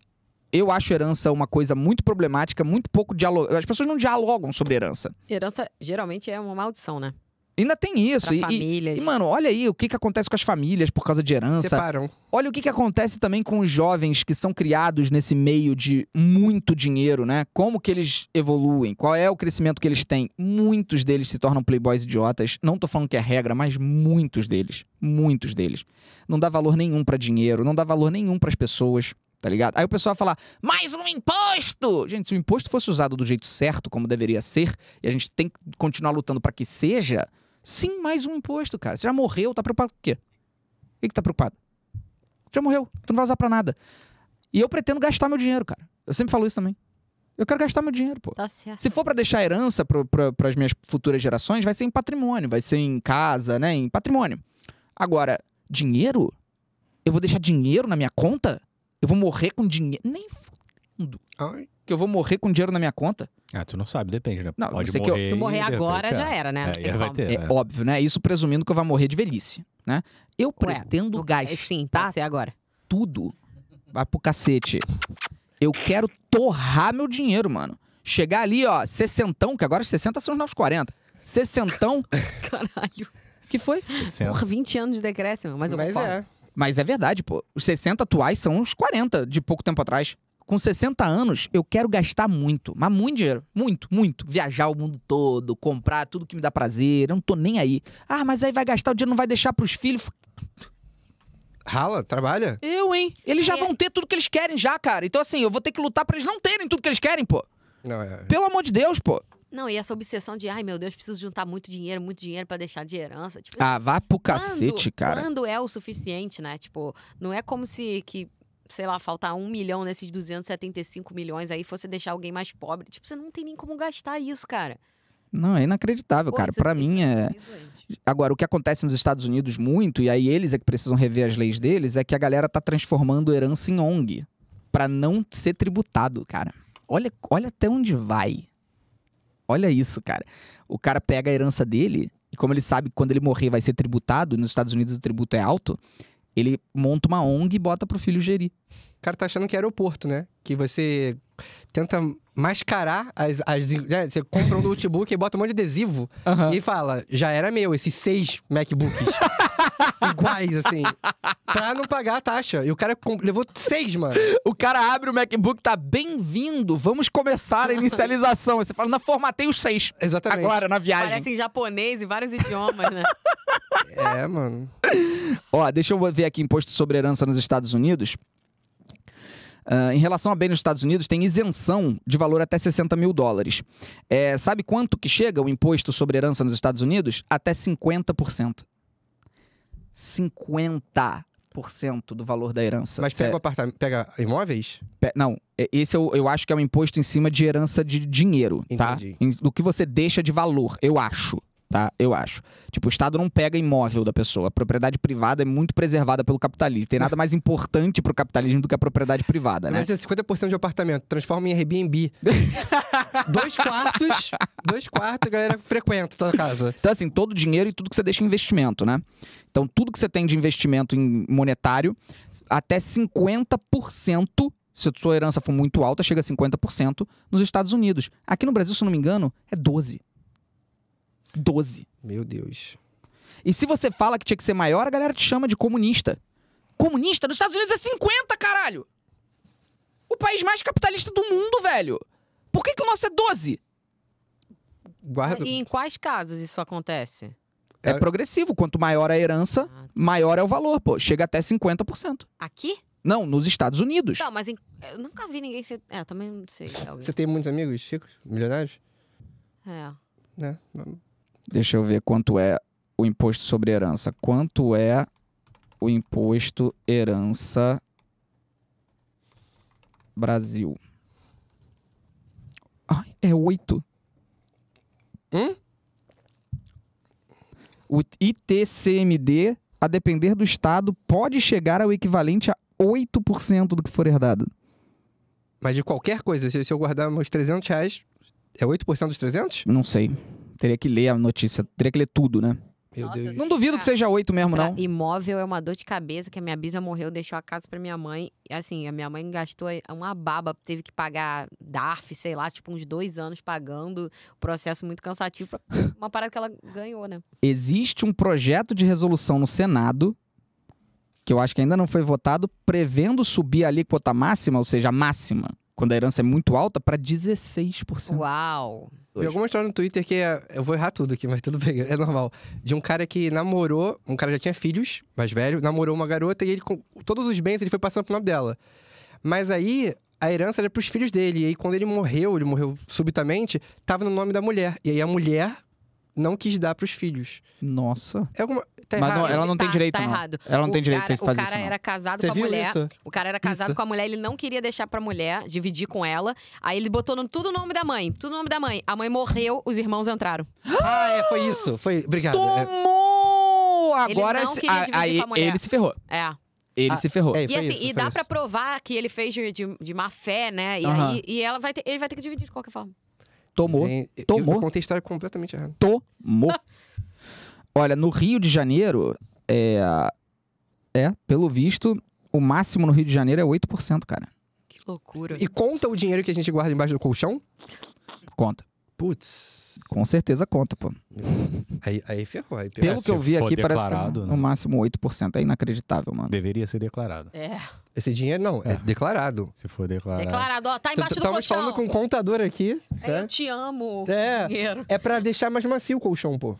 [SPEAKER 1] eu acho herança uma coisa muito problemática, muito pouco dialogada. As pessoas não dialogam sobre herança.
[SPEAKER 3] Herança geralmente é uma maldição, né?
[SPEAKER 1] Ainda tem isso.
[SPEAKER 3] Pra
[SPEAKER 1] E, e-
[SPEAKER 3] famílias.
[SPEAKER 1] e, mano, olha aí o que, que acontece com as famílias por causa de herança.
[SPEAKER 4] Separam.
[SPEAKER 1] Olha o que, que acontece também com os jovens que são criados nesse meio de muito dinheiro, né? Como que eles evoluem? Qual é o crescimento que eles têm? Muitos deles se tornam playboys idiotas. Não tô falando que é regra, mas muitos deles, muitos deles. Não dá valor nenhum pra dinheiro, não dá valor nenhum pras pessoas. Tá ligado? Aí o pessoal fala, mais um imposto! Gente, se o imposto fosse usado do jeito certo, como deveria ser, e a gente tem que continuar lutando pra que seja, sim, mais um imposto, cara. Você já morreu, tá preocupado com o quê? O que, que tá preocupado? Tu já morreu, tu não vai usar pra nada. E eu pretendo gastar meu dinheiro, cara. Eu sempre falo isso também. Eu quero gastar meu dinheiro, pô.
[SPEAKER 3] Tá certo.
[SPEAKER 1] Se for pra deixar herança para as minhas futuras gerações, vai ser em patrimônio, vai ser em casa, né, em patrimônio. Agora, dinheiro? Eu vou deixar dinheiro na minha conta? Eu vou morrer com dinheiro? Nem fudendo
[SPEAKER 4] Ai.
[SPEAKER 1] que eu vou morrer com dinheiro na minha conta.
[SPEAKER 5] Ah, tu não sabe, depende, né?
[SPEAKER 1] Não,
[SPEAKER 5] Pode
[SPEAKER 1] sei que eu-
[SPEAKER 5] morrer.
[SPEAKER 3] Tu morrer
[SPEAKER 5] e, de repente,
[SPEAKER 3] agora
[SPEAKER 5] é.
[SPEAKER 3] já era, né?
[SPEAKER 5] É,
[SPEAKER 3] Não tem
[SPEAKER 5] vai
[SPEAKER 3] como.
[SPEAKER 5] ter,
[SPEAKER 1] É
[SPEAKER 5] né?
[SPEAKER 1] óbvio, né? Isso presumindo que eu vá morrer de velhice, né? Eu
[SPEAKER 3] Ué, é
[SPEAKER 1] pretendo
[SPEAKER 3] não-
[SPEAKER 1] gastar
[SPEAKER 3] Sim, pode ser agora.
[SPEAKER 1] tudo. Vai pro cacete. Eu quero torrar meu dinheiro, mano. Chegar ali, ó, sessentão, que agora os 60 são os novos 40. Sessentão,
[SPEAKER 3] <laughs> Caralho.
[SPEAKER 1] que foi?
[SPEAKER 5] Sessenta.
[SPEAKER 3] Porra, 20 anos de decréscimo. Mas, eu
[SPEAKER 4] Mas
[SPEAKER 3] concordo.
[SPEAKER 4] é.
[SPEAKER 1] Mas é verdade, pô. Os 60 atuais são os 40 de pouco tempo atrás. com 60 anos, eu quero gastar muito, mas muito dinheiro. Muito, muito. Viajar o mundo todo, comprar tudo que me dá prazer, eu não tô nem aí. Ah, mas aí vai gastar o dinheiro, não vai deixar pros filhos.
[SPEAKER 4] Rala, trabalha.
[SPEAKER 1] Eu, hein? Eles já
[SPEAKER 3] É.
[SPEAKER 1] vão ter tudo que eles querem já, cara. Então, assim, eu vou ter que lutar pra eles não terem tudo que eles querem, pô.
[SPEAKER 4] Não, é.
[SPEAKER 1] Pelo amor de Deus, pô.
[SPEAKER 3] Não, e essa obsessão de, ai meu Deus, preciso juntar muito dinheiro, muito dinheiro pra deixar de herança. Tipo,
[SPEAKER 1] Ah, vá pro
[SPEAKER 3] quando-
[SPEAKER 1] cacete, cara.
[SPEAKER 3] Quando é o suficiente, né? Tipo, não é como se que, sei lá, faltar um milhão nesses 275 milhões aí fosse deixar alguém mais pobre. Tipo, você não tem nem como gastar isso, cara.
[SPEAKER 1] Não, é inacreditável,
[SPEAKER 3] Pô,
[SPEAKER 1] cara.
[SPEAKER 3] você um
[SPEAKER 1] Pra
[SPEAKER 3] pensa
[SPEAKER 1] mim é.
[SPEAKER 3] comigo antes.
[SPEAKER 1] Agora, o que acontece nos Estados Unidos muito, e aí eles é que precisam rever as leis deles, é que a galera tá transformando herança em ONG pra não ser tributado, cara. Olha, olha até onde vai. Olha isso, cara. O cara pega a herança dele, e como ele sabe que quando ele morrer vai ser tributado, e nos Estados Unidos o tributo é alto, ele monta uma ONG e bota pro filho gerir.
[SPEAKER 4] O cara tá achando que é aeroporto, né? Que você tenta mascarar as. as né? Você compra um notebook e bota um monte de adesivo
[SPEAKER 1] Ah.
[SPEAKER 4] e fala: já era meu, esses seis MacBooks. Iguais, assim. Pra não pagar a taxa. E o cara com- levou seis, mano.
[SPEAKER 1] O cara abre o MacBook, tá bem-vindo, vamos começar a inicialização. Aí Você fala, não, formatei os seis.
[SPEAKER 4] Exatamente.
[SPEAKER 1] Agora, na viagem.
[SPEAKER 3] Parece em japonês e vários
[SPEAKER 1] <laughs>
[SPEAKER 3] idiomas, né?
[SPEAKER 4] É, mano.
[SPEAKER 1] Ó, deixa eu ver aqui imposto sobre herança nos Estados Unidos. Ah, em relação a bem nos Estados Unidos, tem isenção de valor até 60 mil dólares. É, sabe quanto que chega o imposto sobre herança nos Estados Unidos? Até 50%. 50% do valor da herança. É,
[SPEAKER 4] Mas
[SPEAKER 1] Cê-
[SPEAKER 4] pega, o apartamento, pega imóveis?
[SPEAKER 1] Pe- Não, é- esse eu, eu acho que é um imposto em cima de herança de dinheiro, tá?
[SPEAKER 4] Entendi.
[SPEAKER 1] Em- Do que você deixa de valor, eu acho, tá? Eu acho. Tipo, o Estado não pega imóvel da pessoa. A propriedade privada é muito preservada pelo capitalismo. Tem nada mais importante pro capitalismo do que a propriedade privada,
[SPEAKER 4] Né?
[SPEAKER 1] né?
[SPEAKER 4] 50% de apartamento, transforma em Airbnb. dois quartos, dois quartos, a galera frequenta toda casa.
[SPEAKER 1] Então, assim, todo o dinheiro e tudo que você deixa em investimento, né? Então, tudo que você tem de investimento em monetário, até 50%, se a sua herança for muito alta, chega a 50% nos Estados Unidos. Aqui no Brasil, se eu não me engano, é 12. 12.
[SPEAKER 4] Meu Deus.
[SPEAKER 1] E se você fala que tinha que ser maior, a galera te chama de comunista. Comunista? Nos Estados Unidos é 50, caralho! O país mais capitalista do mundo, velho! Por que, que o nosso é 12?
[SPEAKER 4] Guarda.
[SPEAKER 3] E em quais casos isso acontece?
[SPEAKER 1] É
[SPEAKER 4] É.
[SPEAKER 1] progressivo. Quanto maior a herança,
[SPEAKER 3] Ah,
[SPEAKER 1] maior é o valor, pô. Chega até 50%.
[SPEAKER 3] Aqui?
[SPEAKER 1] Não, nos Estados Unidos.
[SPEAKER 3] Não, mas em- eu nunca vi ninguém ser. É, eu também não sei.
[SPEAKER 4] Você tem muitos amigos ricos? Milionários?
[SPEAKER 3] É.
[SPEAKER 4] Né?
[SPEAKER 1] Deixa eu ver quanto é o imposto sobre herança. Quanto é o imposto herança Brasil? Ai, é 8.
[SPEAKER 4] Hum?
[SPEAKER 1] O ITCMD, a depender do estado, pode chegar ao equivalente a 8% do que for herdado.
[SPEAKER 4] Mas de qualquer coisa, se se eu guardar meus 300 reais, é 8% dos 300?
[SPEAKER 1] Não sei. Teria que ler a notícia, teria que ler tudo, né?
[SPEAKER 4] Meu
[SPEAKER 3] Nossa,
[SPEAKER 4] Deus.
[SPEAKER 1] Não duvido que seja 8 mesmo,
[SPEAKER 3] Pra
[SPEAKER 1] não.
[SPEAKER 3] imóvel é uma dor de cabeça, que a minha bisa morreu, deixou a casa pra minha mãe. E assim, a minha mãe gastou uma baba, teve que pagar DARF, sei lá, tipo uns dois anos pagando. Processo muito cansativo pra uma parada que ela ganhou, né?
[SPEAKER 1] existe um projeto de resolução no Senado, que eu acho que ainda não foi votado, prevendo subir a alíquota máxima, ou seja, a máxima, quando a herança é muito alta, para 16%.
[SPEAKER 3] Uau!
[SPEAKER 4] Vi alguma história no Twitter que é, eu vou errar tudo aqui, mas tudo bem, é normal. De um cara que namorou, um cara já tinha filhos, mais velho, namorou uma garota e ele com todos os bens ele foi passando pro nome dela. Mas aí a herança era pros filhos dele, e aí quando ele morreu, ele morreu subitamente, tava no nome da mulher. E aí a mulher não quis dar pros filhos.
[SPEAKER 1] Nossa.
[SPEAKER 4] É alguma tá
[SPEAKER 1] Mas
[SPEAKER 4] errado.
[SPEAKER 1] não, ela não tem
[SPEAKER 3] Tá-
[SPEAKER 1] direito,
[SPEAKER 3] tá
[SPEAKER 1] não.
[SPEAKER 3] errado.
[SPEAKER 1] Ela não
[SPEAKER 3] O
[SPEAKER 1] tem direito
[SPEAKER 3] cara,
[SPEAKER 1] a fazer
[SPEAKER 3] O
[SPEAKER 1] isso,
[SPEAKER 3] cara
[SPEAKER 1] não.
[SPEAKER 3] era casado
[SPEAKER 4] Você
[SPEAKER 3] com a
[SPEAKER 4] viu
[SPEAKER 3] mulher.
[SPEAKER 4] isso?
[SPEAKER 3] O cara era casado
[SPEAKER 4] Isso.
[SPEAKER 3] com a mulher, ele não queria deixar pra mulher, dividir com ela. Aí ele botou no, tudo o nome da mãe, tudo o nome da mãe. A mãe morreu, os irmãos entraram.
[SPEAKER 4] Ah, é, foi isso. Foi, obrigado. É,
[SPEAKER 1] Tomou!
[SPEAKER 3] Ele
[SPEAKER 1] Agora
[SPEAKER 3] não
[SPEAKER 1] se-
[SPEAKER 3] queria
[SPEAKER 1] a-
[SPEAKER 3] dividir
[SPEAKER 1] aí
[SPEAKER 3] com a mulher.
[SPEAKER 1] ele se ferrou.
[SPEAKER 3] É.
[SPEAKER 1] Ele
[SPEAKER 4] Ah,
[SPEAKER 1] se ferrou.
[SPEAKER 4] é,
[SPEAKER 3] E
[SPEAKER 4] foi
[SPEAKER 3] assim,
[SPEAKER 4] isso,
[SPEAKER 3] e
[SPEAKER 4] foi
[SPEAKER 3] dá
[SPEAKER 4] isso.
[SPEAKER 3] pra provar que ele fez de, de, de má fé, né? E,
[SPEAKER 1] Aham.
[SPEAKER 3] aí, e ela vai ter, ele vai ter que dividir de qualquer forma.
[SPEAKER 1] Tomou.
[SPEAKER 4] Gente, eu-
[SPEAKER 1] Tomou.
[SPEAKER 4] Eu contei a história completamente errada.
[SPEAKER 1] <laughs> Tomou. Olha, no Rio de Janeiro, é, é, pelo visto, o máximo no Rio de Janeiro é 8%, cara.
[SPEAKER 3] Que loucura.
[SPEAKER 4] E conta o dinheiro que a gente guarda embaixo do colchão?
[SPEAKER 1] Conta.
[SPEAKER 4] Putz.
[SPEAKER 1] Com certeza conta, pô.
[SPEAKER 4] Aí, aí ferrou. Aí
[SPEAKER 1] Pelo
[SPEAKER 4] ferrou.
[SPEAKER 1] que eu vi
[SPEAKER 5] for
[SPEAKER 1] aqui, parece que é
[SPEAKER 5] declarado,
[SPEAKER 1] no
[SPEAKER 5] né?
[SPEAKER 1] máximo 8%. É inacreditável, mano.
[SPEAKER 5] Deveria ser declarado.
[SPEAKER 3] É.
[SPEAKER 4] Esse dinheiro não, é,
[SPEAKER 2] É.
[SPEAKER 4] declarado.
[SPEAKER 2] Se for
[SPEAKER 4] É.
[SPEAKER 2] declarar.
[SPEAKER 3] Declarado, ó, tá
[SPEAKER 4] T-
[SPEAKER 3] embaixo do
[SPEAKER 4] Estamos
[SPEAKER 3] colchão.
[SPEAKER 4] falando com um contador aqui.
[SPEAKER 3] É, Eu
[SPEAKER 4] Né?
[SPEAKER 3] te amo,
[SPEAKER 4] É.
[SPEAKER 3] dinheiro.
[SPEAKER 4] É pra deixar mais macio o colchão, pô.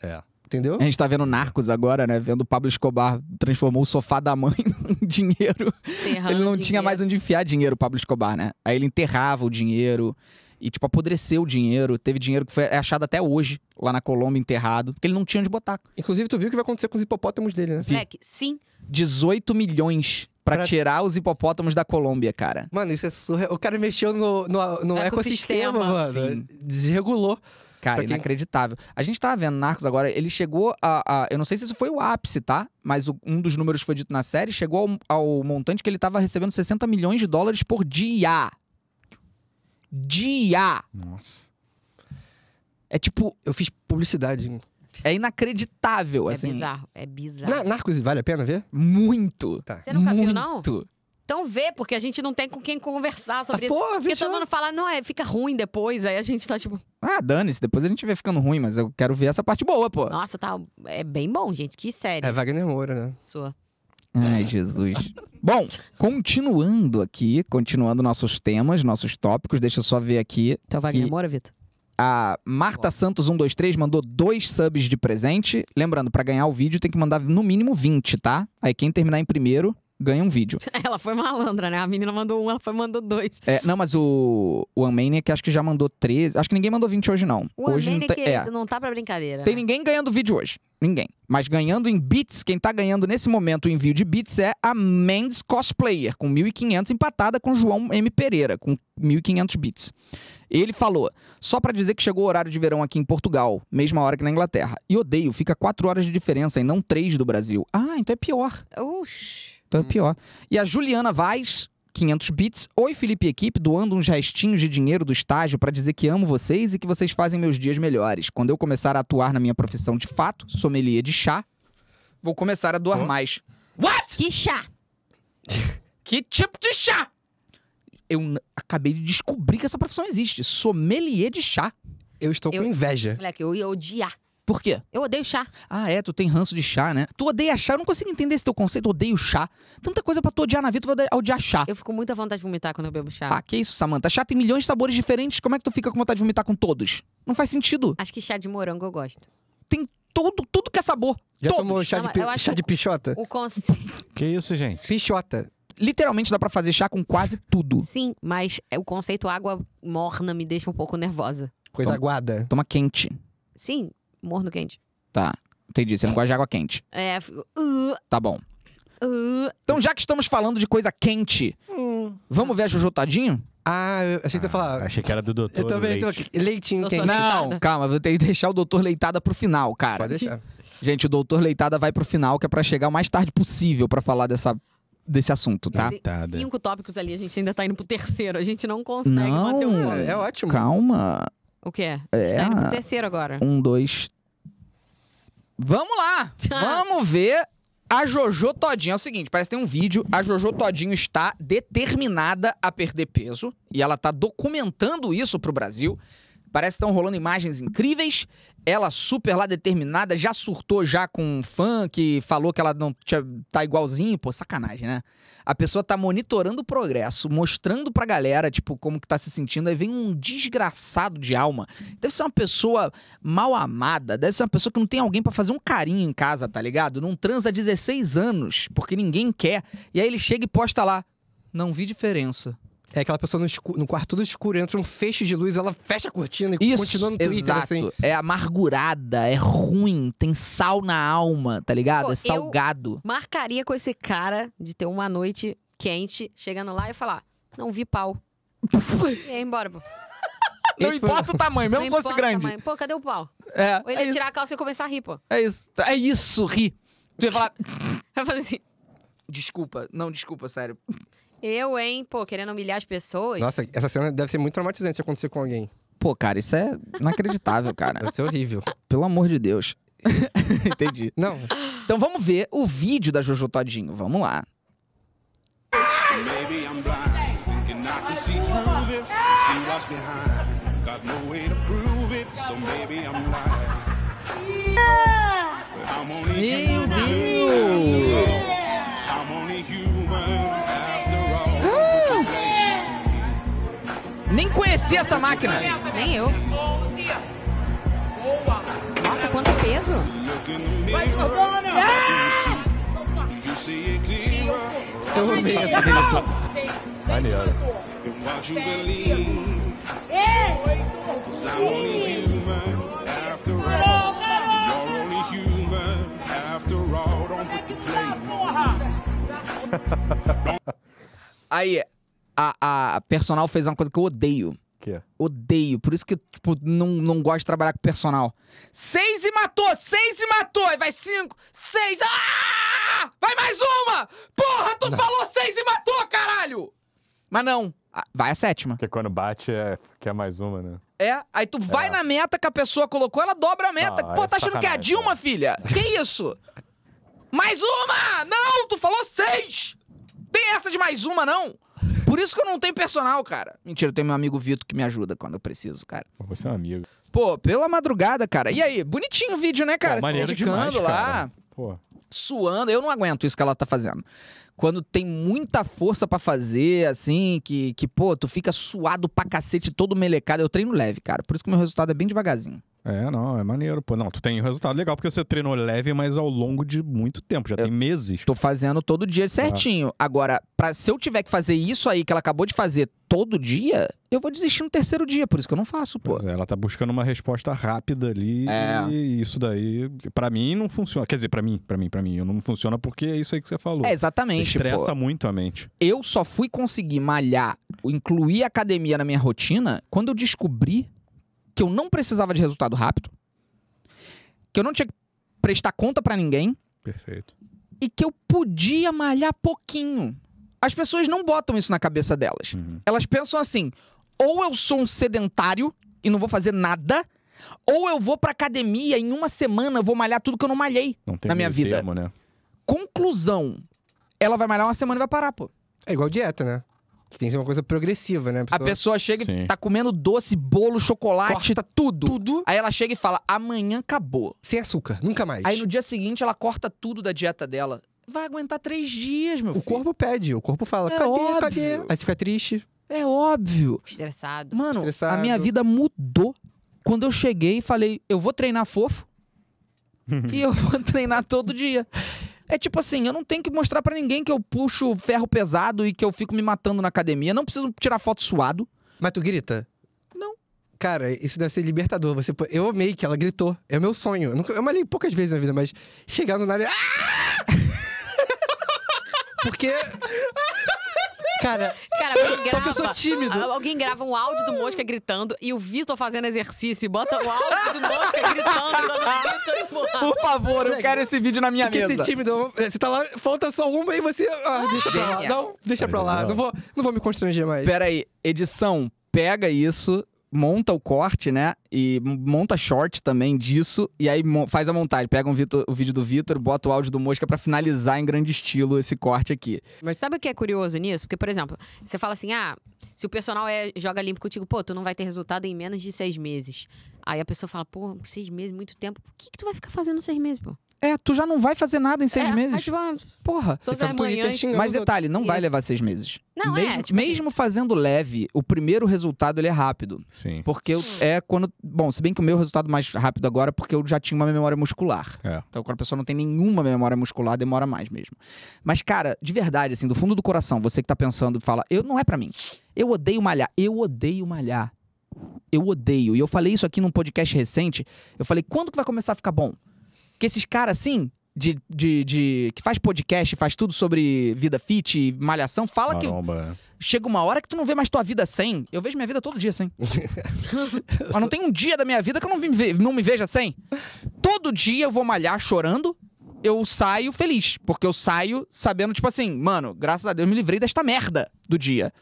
[SPEAKER 2] É.
[SPEAKER 4] Entendeu?
[SPEAKER 1] A gente tá vendo Narcos agora, né? Vendo o Pablo Escobar transformou o sofá da mãe <laughs> em Ah, dinheiro.
[SPEAKER 3] Enterrando
[SPEAKER 1] Ele não tinha
[SPEAKER 3] dinheiro.
[SPEAKER 1] mais onde enfiar dinheiro, o Pablo Escobar, né? Aí ele enterrava o dinheiro e, tipo, apodreceu o dinheiro. Teve dinheiro que foi é achado até hoje, lá na Colômbia, enterrado, porque ele não tinha onde botar.
[SPEAKER 4] Inclusive, tu viu o que vai acontecer com os hipopótamos dele, né?
[SPEAKER 3] Moleque, sim,
[SPEAKER 1] 18 milhões pra
[SPEAKER 4] Pra-
[SPEAKER 1] tirar os hipopótamos da Colômbia, cara.
[SPEAKER 4] Mano, isso é surreal. O cara mexeu no, no, no ecossistema,
[SPEAKER 3] Ecossistema,
[SPEAKER 4] mano. Desregulou.
[SPEAKER 1] Cara,
[SPEAKER 4] Pra quem-
[SPEAKER 1] inacreditável. A gente tava vendo Narcos agora, ele chegou a, a- Eu não sei se isso foi o ápice, tá? Mas o- um dos números que foi dito na série chegou ao, ao montante que ele tava recebendo 60 milhões de dólares por dia. Dia!
[SPEAKER 2] Nossa.
[SPEAKER 1] É tipo,
[SPEAKER 4] Eu fiz publicidade.
[SPEAKER 1] é inacreditável,
[SPEAKER 3] é
[SPEAKER 1] assim.
[SPEAKER 3] bizarro, é bizarro.
[SPEAKER 4] Na, Narcos, vale a pena ver?
[SPEAKER 1] Muito.
[SPEAKER 4] Tá.
[SPEAKER 3] Você nunca
[SPEAKER 1] muito.
[SPEAKER 3] viu, não? Então vê, porque a gente não tem com quem conversar sobre
[SPEAKER 4] Ah,
[SPEAKER 3] isso.
[SPEAKER 4] pô,
[SPEAKER 3] Porque
[SPEAKER 4] fechou.
[SPEAKER 3] todo mundo fala, não, é, fica ruim depois, aí a gente tá tipo,
[SPEAKER 1] Ah, dane-se, depois a gente vê ficando ruim, mas eu quero ver essa parte boa, pô.
[SPEAKER 3] nossa, tá, é bem bom, gente, que série
[SPEAKER 4] É Wagner Moura, né?
[SPEAKER 3] sua.
[SPEAKER 1] Ai, Jesus. É. <laughs> Bom, continuando aqui, continuando nossos temas, nossos tópicos, deixa eu só ver aqui.
[SPEAKER 3] Então Wagner
[SPEAKER 1] Que-
[SPEAKER 3] Moura, Vitor?
[SPEAKER 1] A Marta Santos 123 mandou dois subs de presente. Lembrando, pra ganhar o vídeo tem que mandar no mínimo 20, tá? Aí quem terminar em primeiro ganha um vídeo.
[SPEAKER 3] Ela foi malandra, né? A menina mandou um, ela foi mandou dois.
[SPEAKER 1] É, não, mas o, o Unmaniac acho que já mandou 13. Acho que ninguém mandou 20 hoje, não.
[SPEAKER 3] O
[SPEAKER 1] hoje
[SPEAKER 3] Amanda
[SPEAKER 1] não
[SPEAKER 3] que
[SPEAKER 1] tem, é,
[SPEAKER 3] não tá pra brincadeira.
[SPEAKER 1] tem
[SPEAKER 3] né?
[SPEAKER 1] ninguém ganhando vídeo hoje. Ninguém. Mas ganhando em bits, quem tá ganhando nesse momento o envio de bits é a Mendes Cosplayer, com 1.500, empatada com João M. Pereira, com 1.500 bits. Ele falou: só pra dizer que chegou o horário de verão aqui em Portugal, mesma hora que na Inglaterra. E odeio, fica 4 horas de diferença e não 3 do Brasil. Ah, então é pior.
[SPEAKER 3] Oxi.
[SPEAKER 1] Então é pior. E a Juliana Vaz, 500 bits. Oi, Felipe e equipe, doando uns restinhos de dinheiro do estágio pra dizer que amo vocês e que vocês fazem meus dias melhores. Quando eu começar a atuar na minha profissão de fato, sommelier de chá, vou começar a doar
[SPEAKER 2] Ó.
[SPEAKER 1] mais. What?
[SPEAKER 3] Que chá!
[SPEAKER 1] Que tipo de chá? Eu n- acabei de descobrir que essa profissão existe. Sommelier de chá.
[SPEAKER 4] Eu estou
[SPEAKER 3] Eu-
[SPEAKER 4] com inveja.
[SPEAKER 3] Moleque, eu ia odiar.
[SPEAKER 1] Por quê?
[SPEAKER 3] Eu odeio chá.
[SPEAKER 1] Ah, é, tu tem ranço de chá, né? Tu odeia chá, eu não consigo entender esse teu conceito, odeio chá. Tanta coisa pra tu odiar na vida, tu vai ode- odiar chá.
[SPEAKER 3] Eu fico muita vontade de vomitar quando eu bebo chá.
[SPEAKER 1] Ah, que isso, Samanta? Chá tem milhões de sabores diferentes, como é que tu fica com vontade de vomitar com todos? Não faz sentido.
[SPEAKER 3] Acho que chá de morango eu gosto.
[SPEAKER 1] Todo, tudo que é sabor.
[SPEAKER 4] Já
[SPEAKER 1] Todos.
[SPEAKER 4] tomou chá,
[SPEAKER 3] Não,
[SPEAKER 4] de, pi-
[SPEAKER 3] eu acho-
[SPEAKER 4] chá de pichota?
[SPEAKER 1] <laughs>
[SPEAKER 3] O conceito,
[SPEAKER 2] Que isso, gente?
[SPEAKER 4] Pichota.
[SPEAKER 1] Literalmente dá pra fazer chá com quase tudo.
[SPEAKER 3] sim, mas é, o conceito água morna me deixa um pouco nervosa.
[SPEAKER 4] Coisa
[SPEAKER 1] Toma.
[SPEAKER 4] aguada.
[SPEAKER 1] Toma quente.
[SPEAKER 3] Sim, morno quente.
[SPEAKER 1] Tá, entendi. Você não gosta de água quente.
[SPEAKER 3] É, fico, uh,
[SPEAKER 1] Tá bom.
[SPEAKER 3] uh.
[SPEAKER 1] Então, já que estamos falando de coisa quente,
[SPEAKER 4] Hum.
[SPEAKER 1] vamos ver a Jojo Todinho?
[SPEAKER 4] Ah, eu achei que você ia falar.
[SPEAKER 5] Achei que era do doutor.
[SPEAKER 4] eu também.
[SPEAKER 5] Leite.
[SPEAKER 4] sei lá, Leitinho
[SPEAKER 3] Doutor
[SPEAKER 4] quente.
[SPEAKER 3] Leite.
[SPEAKER 1] Não, calma, vou ter que deixar o doutor Leitada pro final, cara.
[SPEAKER 4] Pode deixar.
[SPEAKER 3] <laughs>
[SPEAKER 1] Gente, o doutor Leitada vai pro final, que é pra chegar o mais tarde possível pra falar dessa, desse assunto, tá?
[SPEAKER 3] Tem
[SPEAKER 2] Coitada.
[SPEAKER 3] Cinco tópicos ali, a gente ainda tá indo pro terceiro. A gente não consegue
[SPEAKER 1] Não,
[SPEAKER 3] manter o
[SPEAKER 4] É ótimo.
[SPEAKER 1] calma.
[SPEAKER 3] O quê? É. A gente tá indo pro terceiro agora.
[SPEAKER 1] Um, dois. Vamos lá! Vamos ver a Jojo Todinho. É o seguinte, parece que tem um vídeo. A Jojo Todinho está determinada a perder peso. E ela está documentando isso pro Brasil. Parece que estão rolando imagens incríveis. Ela super lá determinada, já surtou já com um fã que falou que ela não tinha- tá igualzinho. Pô, sacanagem, né? A pessoa tá monitorando o progresso, mostrando pra galera, tipo, como que tá se sentindo. Aí vem um desgraçado de alma. Deve ser uma pessoa mal amada, deve ser uma pessoa que não tem alguém pra fazer um carinho em casa, tá ligado? Não transa há 16 anos, porque ninguém quer. E aí ele chega e posta lá. Não vi diferença.
[SPEAKER 4] É aquela pessoa no, escu- no quarto do escuro, entra um feixe de luz, ela fecha a cortina e
[SPEAKER 1] Isso,
[SPEAKER 4] continua no Twitter,
[SPEAKER 1] exato.
[SPEAKER 4] assim.
[SPEAKER 1] É amargurada, é ruim, tem sal na alma, tá ligado?
[SPEAKER 3] Pô,
[SPEAKER 1] é
[SPEAKER 3] eu-
[SPEAKER 1] salgado.
[SPEAKER 3] Marcaria com esse cara de ter uma noite quente, chegando lá e falar: não vi pau. e aí, embora, pô.
[SPEAKER 1] Não
[SPEAKER 4] Esse foi-
[SPEAKER 1] importa o tamanho, mesmo
[SPEAKER 3] não
[SPEAKER 1] se fosse
[SPEAKER 3] importa,
[SPEAKER 1] grande.
[SPEAKER 3] mãe. Pô, cadê o pau?
[SPEAKER 1] É,
[SPEAKER 3] Ou ele
[SPEAKER 1] é,
[SPEAKER 3] ia
[SPEAKER 1] isso,
[SPEAKER 3] tirar a calça e começar a rir, pô.
[SPEAKER 1] é isso. É isso, ri. Tu ia falar,
[SPEAKER 3] Vai fazer assim.
[SPEAKER 1] desculpa, não, desculpa, sério.
[SPEAKER 3] Eu, hein, pô, querendo humilhar as pessoas.
[SPEAKER 4] Nossa, essa cena deve ser muito traumatizante se acontecer com alguém.
[SPEAKER 1] Pô, cara, isso é inacreditável, cara.
[SPEAKER 4] Deve ser horrível.
[SPEAKER 1] <laughs> Pelo amor de Deus. Entendi.
[SPEAKER 4] Não,
[SPEAKER 1] Então vamos ver o vídeo da Jojo Todinho. Vamos lá.
[SPEAKER 7] Maybe I'm blind, thinking I can see through this, and see what's behind. Got no way to prove it, so maybe I'm lying. But I'm only human.
[SPEAKER 1] Deus!
[SPEAKER 7] I'm only human.
[SPEAKER 1] conhecia essa máquina.
[SPEAKER 3] Nem eu. Nossa, quanto peso.
[SPEAKER 7] Look in the mirror. You see it clearer.
[SPEAKER 4] Eu amei essa vinheta.
[SPEAKER 5] Maneiro.
[SPEAKER 7] And what you believe. Cause I'm only human after all. You're only human after all. Don't put the blame on
[SPEAKER 1] Aí, a, a personal fez uma coisa que eu odeio.
[SPEAKER 5] Que?
[SPEAKER 1] Odeio. Por isso que, tipo, não, não gosto de trabalhar com personal. Seis e matou! Seis e matou! Aí vai cinco, seis. Ah! Vai mais uma! Porra, tu falou seis e matou, caralho! Mas não. Ah, Vai a sétima.
[SPEAKER 5] Porque quando bate é que é mais uma, né?
[SPEAKER 1] É, aí tu vai na meta que a pessoa colocou, ela dobra a meta.
[SPEAKER 5] Ah,
[SPEAKER 1] Pô,
[SPEAKER 5] é
[SPEAKER 1] tá achando que é a
[SPEAKER 5] sacanagem,
[SPEAKER 1] Dilma, filha? Que isso? Mais uma! Não, tu falou seis! Tem essa de mais uma, não? Por isso que eu não tenho personal, cara. Mentira, eu tenho meu amigo Vitor que me ajuda quando eu preciso, cara.
[SPEAKER 5] Pô, Você é um amigo.
[SPEAKER 1] Pô, pela madrugada, cara. E aí, bonitinho o vídeo, né, cara?
[SPEAKER 5] Pô,
[SPEAKER 1] Se
[SPEAKER 5] maneiro
[SPEAKER 1] dedicando
[SPEAKER 5] demais,
[SPEAKER 1] lá,
[SPEAKER 5] cara. Pô,
[SPEAKER 1] suando. Eu não aguento isso que ela tá fazendo. Quando tem muita força pra fazer, assim, que, que, pô, tu fica suado pra cacete, todo melecado. Eu treino leve, cara. Por isso que meu resultado é bem devagarzinho.
[SPEAKER 5] é, não, é maneiro, pô. Não, tu tem um resultado legal porque você treinou leve, mas ao longo de muito tempo, já tem meses.
[SPEAKER 1] Tô fazendo todo dia certinho. Agora, pra, se eu tiver que fazer isso aí que ela acabou de fazer todo dia, eu vou desistir no terceiro dia, por isso que eu não faço, pô.
[SPEAKER 5] Pois é, Ela tá buscando uma resposta rápida ali
[SPEAKER 1] É.
[SPEAKER 5] e isso daí, pra mim, não funciona. Quer dizer, pra mim, pra mim, pra mim, eu não funciona porque é isso aí que você falou.
[SPEAKER 1] É, exatamente,
[SPEAKER 5] Estressa
[SPEAKER 1] pô.
[SPEAKER 5] muito a mente.
[SPEAKER 1] Eu só fui conseguir malhar, incluir a academia na minha rotina, quando eu descobri que eu não precisava de resultado rápido, que eu não tinha que prestar conta pra ninguém
[SPEAKER 5] Perfeito.
[SPEAKER 1] e que eu podia malhar pouquinho. As pessoas não botam isso na cabeça delas. Elas pensam assim: ou eu sou um sedentário e não vou fazer nada, ou eu vou pra academia em uma semana eu vou malhar tudo que eu não malhei.
[SPEAKER 5] Não tem
[SPEAKER 1] Na minha
[SPEAKER 5] meio
[SPEAKER 1] vida.
[SPEAKER 5] termo, né?
[SPEAKER 1] Conclusão: ela vai malhar uma semana e vai parar, pô.
[SPEAKER 4] É igual dieta, né? Que tem que ser uma coisa progressiva, né?
[SPEAKER 1] A pessoa chega e
[SPEAKER 5] Sim.
[SPEAKER 1] tá comendo doce, bolo, chocolate,
[SPEAKER 4] corta
[SPEAKER 1] tudo.
[SPEAKER 4] tudo
[SPEAKER 1] Aí ela chega e fala: amanhã acabou.
[SPEAKER 4] sem açúcar, nunca mais.
[SPEAKER 1] Aí no dia seguinte ela corta tudo da dieta dela. Vai aguentar três dias, meu
[SPEAKER 4] O
[SPEAKER 1] filho.
[SPEAKER 4] corpo pede, o corpo fala,
[SPEAKER 1] É
[SPEAKER 4] cadê,
[SPEAKER 1] óbvio.
[SPEAKER 4] cadê? Aí você fica triste.
[SPEAKER 1] É óbvio.
[SPEAKER 3] Estressado.
[SPEAKER 1] Mano, a
[SPEAKER 4] Estressado.
[SPEAKER 1] minha vida mudou quando eu cheguei e falei, eu vou treinar <laughs> fofo e eu vou treinar todo dia. É tipo assim, eu não tenho que mostrar pra ninguém que eu puxo ferro pesado e que eu fico me matando na academia. Não preciso tirar foto suado.
[SPEAKER 4] Mas tu grita?
[SPEAKER 1] Não.
[SPEAKER 4] Cara, isso deve ser libertador. Você, pô- eu amei que ela gritou. É o meu sonho. Eu, nunca, eu malhei poucas vezes na vida, mas chegar no nada. "Ah!" <laughs> Porque.
[SPEAKER 1] <laughs>
[SPEAKER 4] Cara,
[SPEAKER 3] Cara, alguém
[SPEAKER 4] Só que
[SPEAKER 3] grava.
[SPEAKER 4] eu sou tímido.
[SPEAKER 1] Ah,
[SPEAKER 3] al- Alguém grava um áudio do Mosca gritando e o Vitor fazendo exercício. E bota o áudio do Mosca gritando quando o Vitor morre.
[SPEAKER 1] Por favor, eu quero esse vídeo na minha
[SPEAKER 4] Porque esse
[SPEAKER 1] mesa.
[SPEAKER 4] time não- Você é tá lá, falta só uma e você. Ah, deixa pra lá.
[SPEAKER 1] Genial.
[SPEAKER 4] Não, deixa pra lá. Não vou, não vou me constranger mais.
[SPEAKER 1] Pera aí, edição, pega isso, monta o corte, né? E m- monta short também disso. E aí mo- faz a montagem. Pega um Vitor- o vídeo do Vitor, bota o áudio do Mosca pra finalizar em grande estilo esse corte aqui.
[SPEAKER 3] Sabe o que é curioso nisso? Porque, por exemplo, você fala assim: ah, se o personal é, joga limpo contigo, pô, tu não vai ter resultado em menos de seis meses. Aí a pessoa fala, pô, seis meses, muito tempo. O que, que tu vai ficar fazendo seis meses, pô?
[SPEAKER 1] É, tu já não vai fazer nada em seis
[SPEAKER 3] É,
[SPEAKER 1] meses.
[SPEAKER 3] aí, tipo, ah,
[SPEAKER 1] Porra.
[SPEAKER 4] Você
[SPEAKER 3] todas
[SPEAKER 4] fica
[SPEAKER 3] as
[SPEAKER 4] no Twitter
[SPEAKER 3] manhãs.
[SPEAKER 4] xingando.
[SPEAKER 1] Mas
[SPEAKER 4] os outros.
[SPEAKER 1] detalhe, não vai
[SPEAKER 3] Isso.
[SPEAKER 1] levar seis meses.
[SPEAKER 3] Não, é,
[SPEAKER 1] mesmo,
[SPEAKER 3] tipo assim-
[SPEAKER 1] mesmo fazendo leve, o primeiro resultado ele é rápido.
[SPEAKER 5] Sim.
[SPEAKER 1] Porque eu-
[SPEAKER 3] Hum.
[SPEAKER 1] é quando. Bom, se bem que o meu resultado mais rápido agora é porque eu já tinha uma memória muscular.
[SPEAKER 5] É.
[SPEAKER 1] Então, quando a pessoa não tem nenhuma memória muscular, demora mais mesmo. Mas, cara, de verdade, assim, do fundo do coração, você que tá pensando fala, eu não é pra mim. Eu odeio malhar. Eu odeio malhar. Eu odeio. E eu falei isso aqui num podcast recente. Eu falei, quando que vai começar a ficar bom? Que esses caras, assim, de, de, de- que faz podcast, faz tudo sobre vida fit, e malhação, fala que
[SPEAKER 5] Caramba.
[SPEAKER 1] chega uma hora que tu não vê mais tua vida sem. Eu vejo minha vida todo dia sem. Mas não tem um dia da minha vida que eu não me, ve- não me veja sem. Todo dia eu vou malhar chorando, eu saio feliz. Porque eu saio sabendo, tipo assim, mano, graças a Deus eu me livrei desta merda do dia.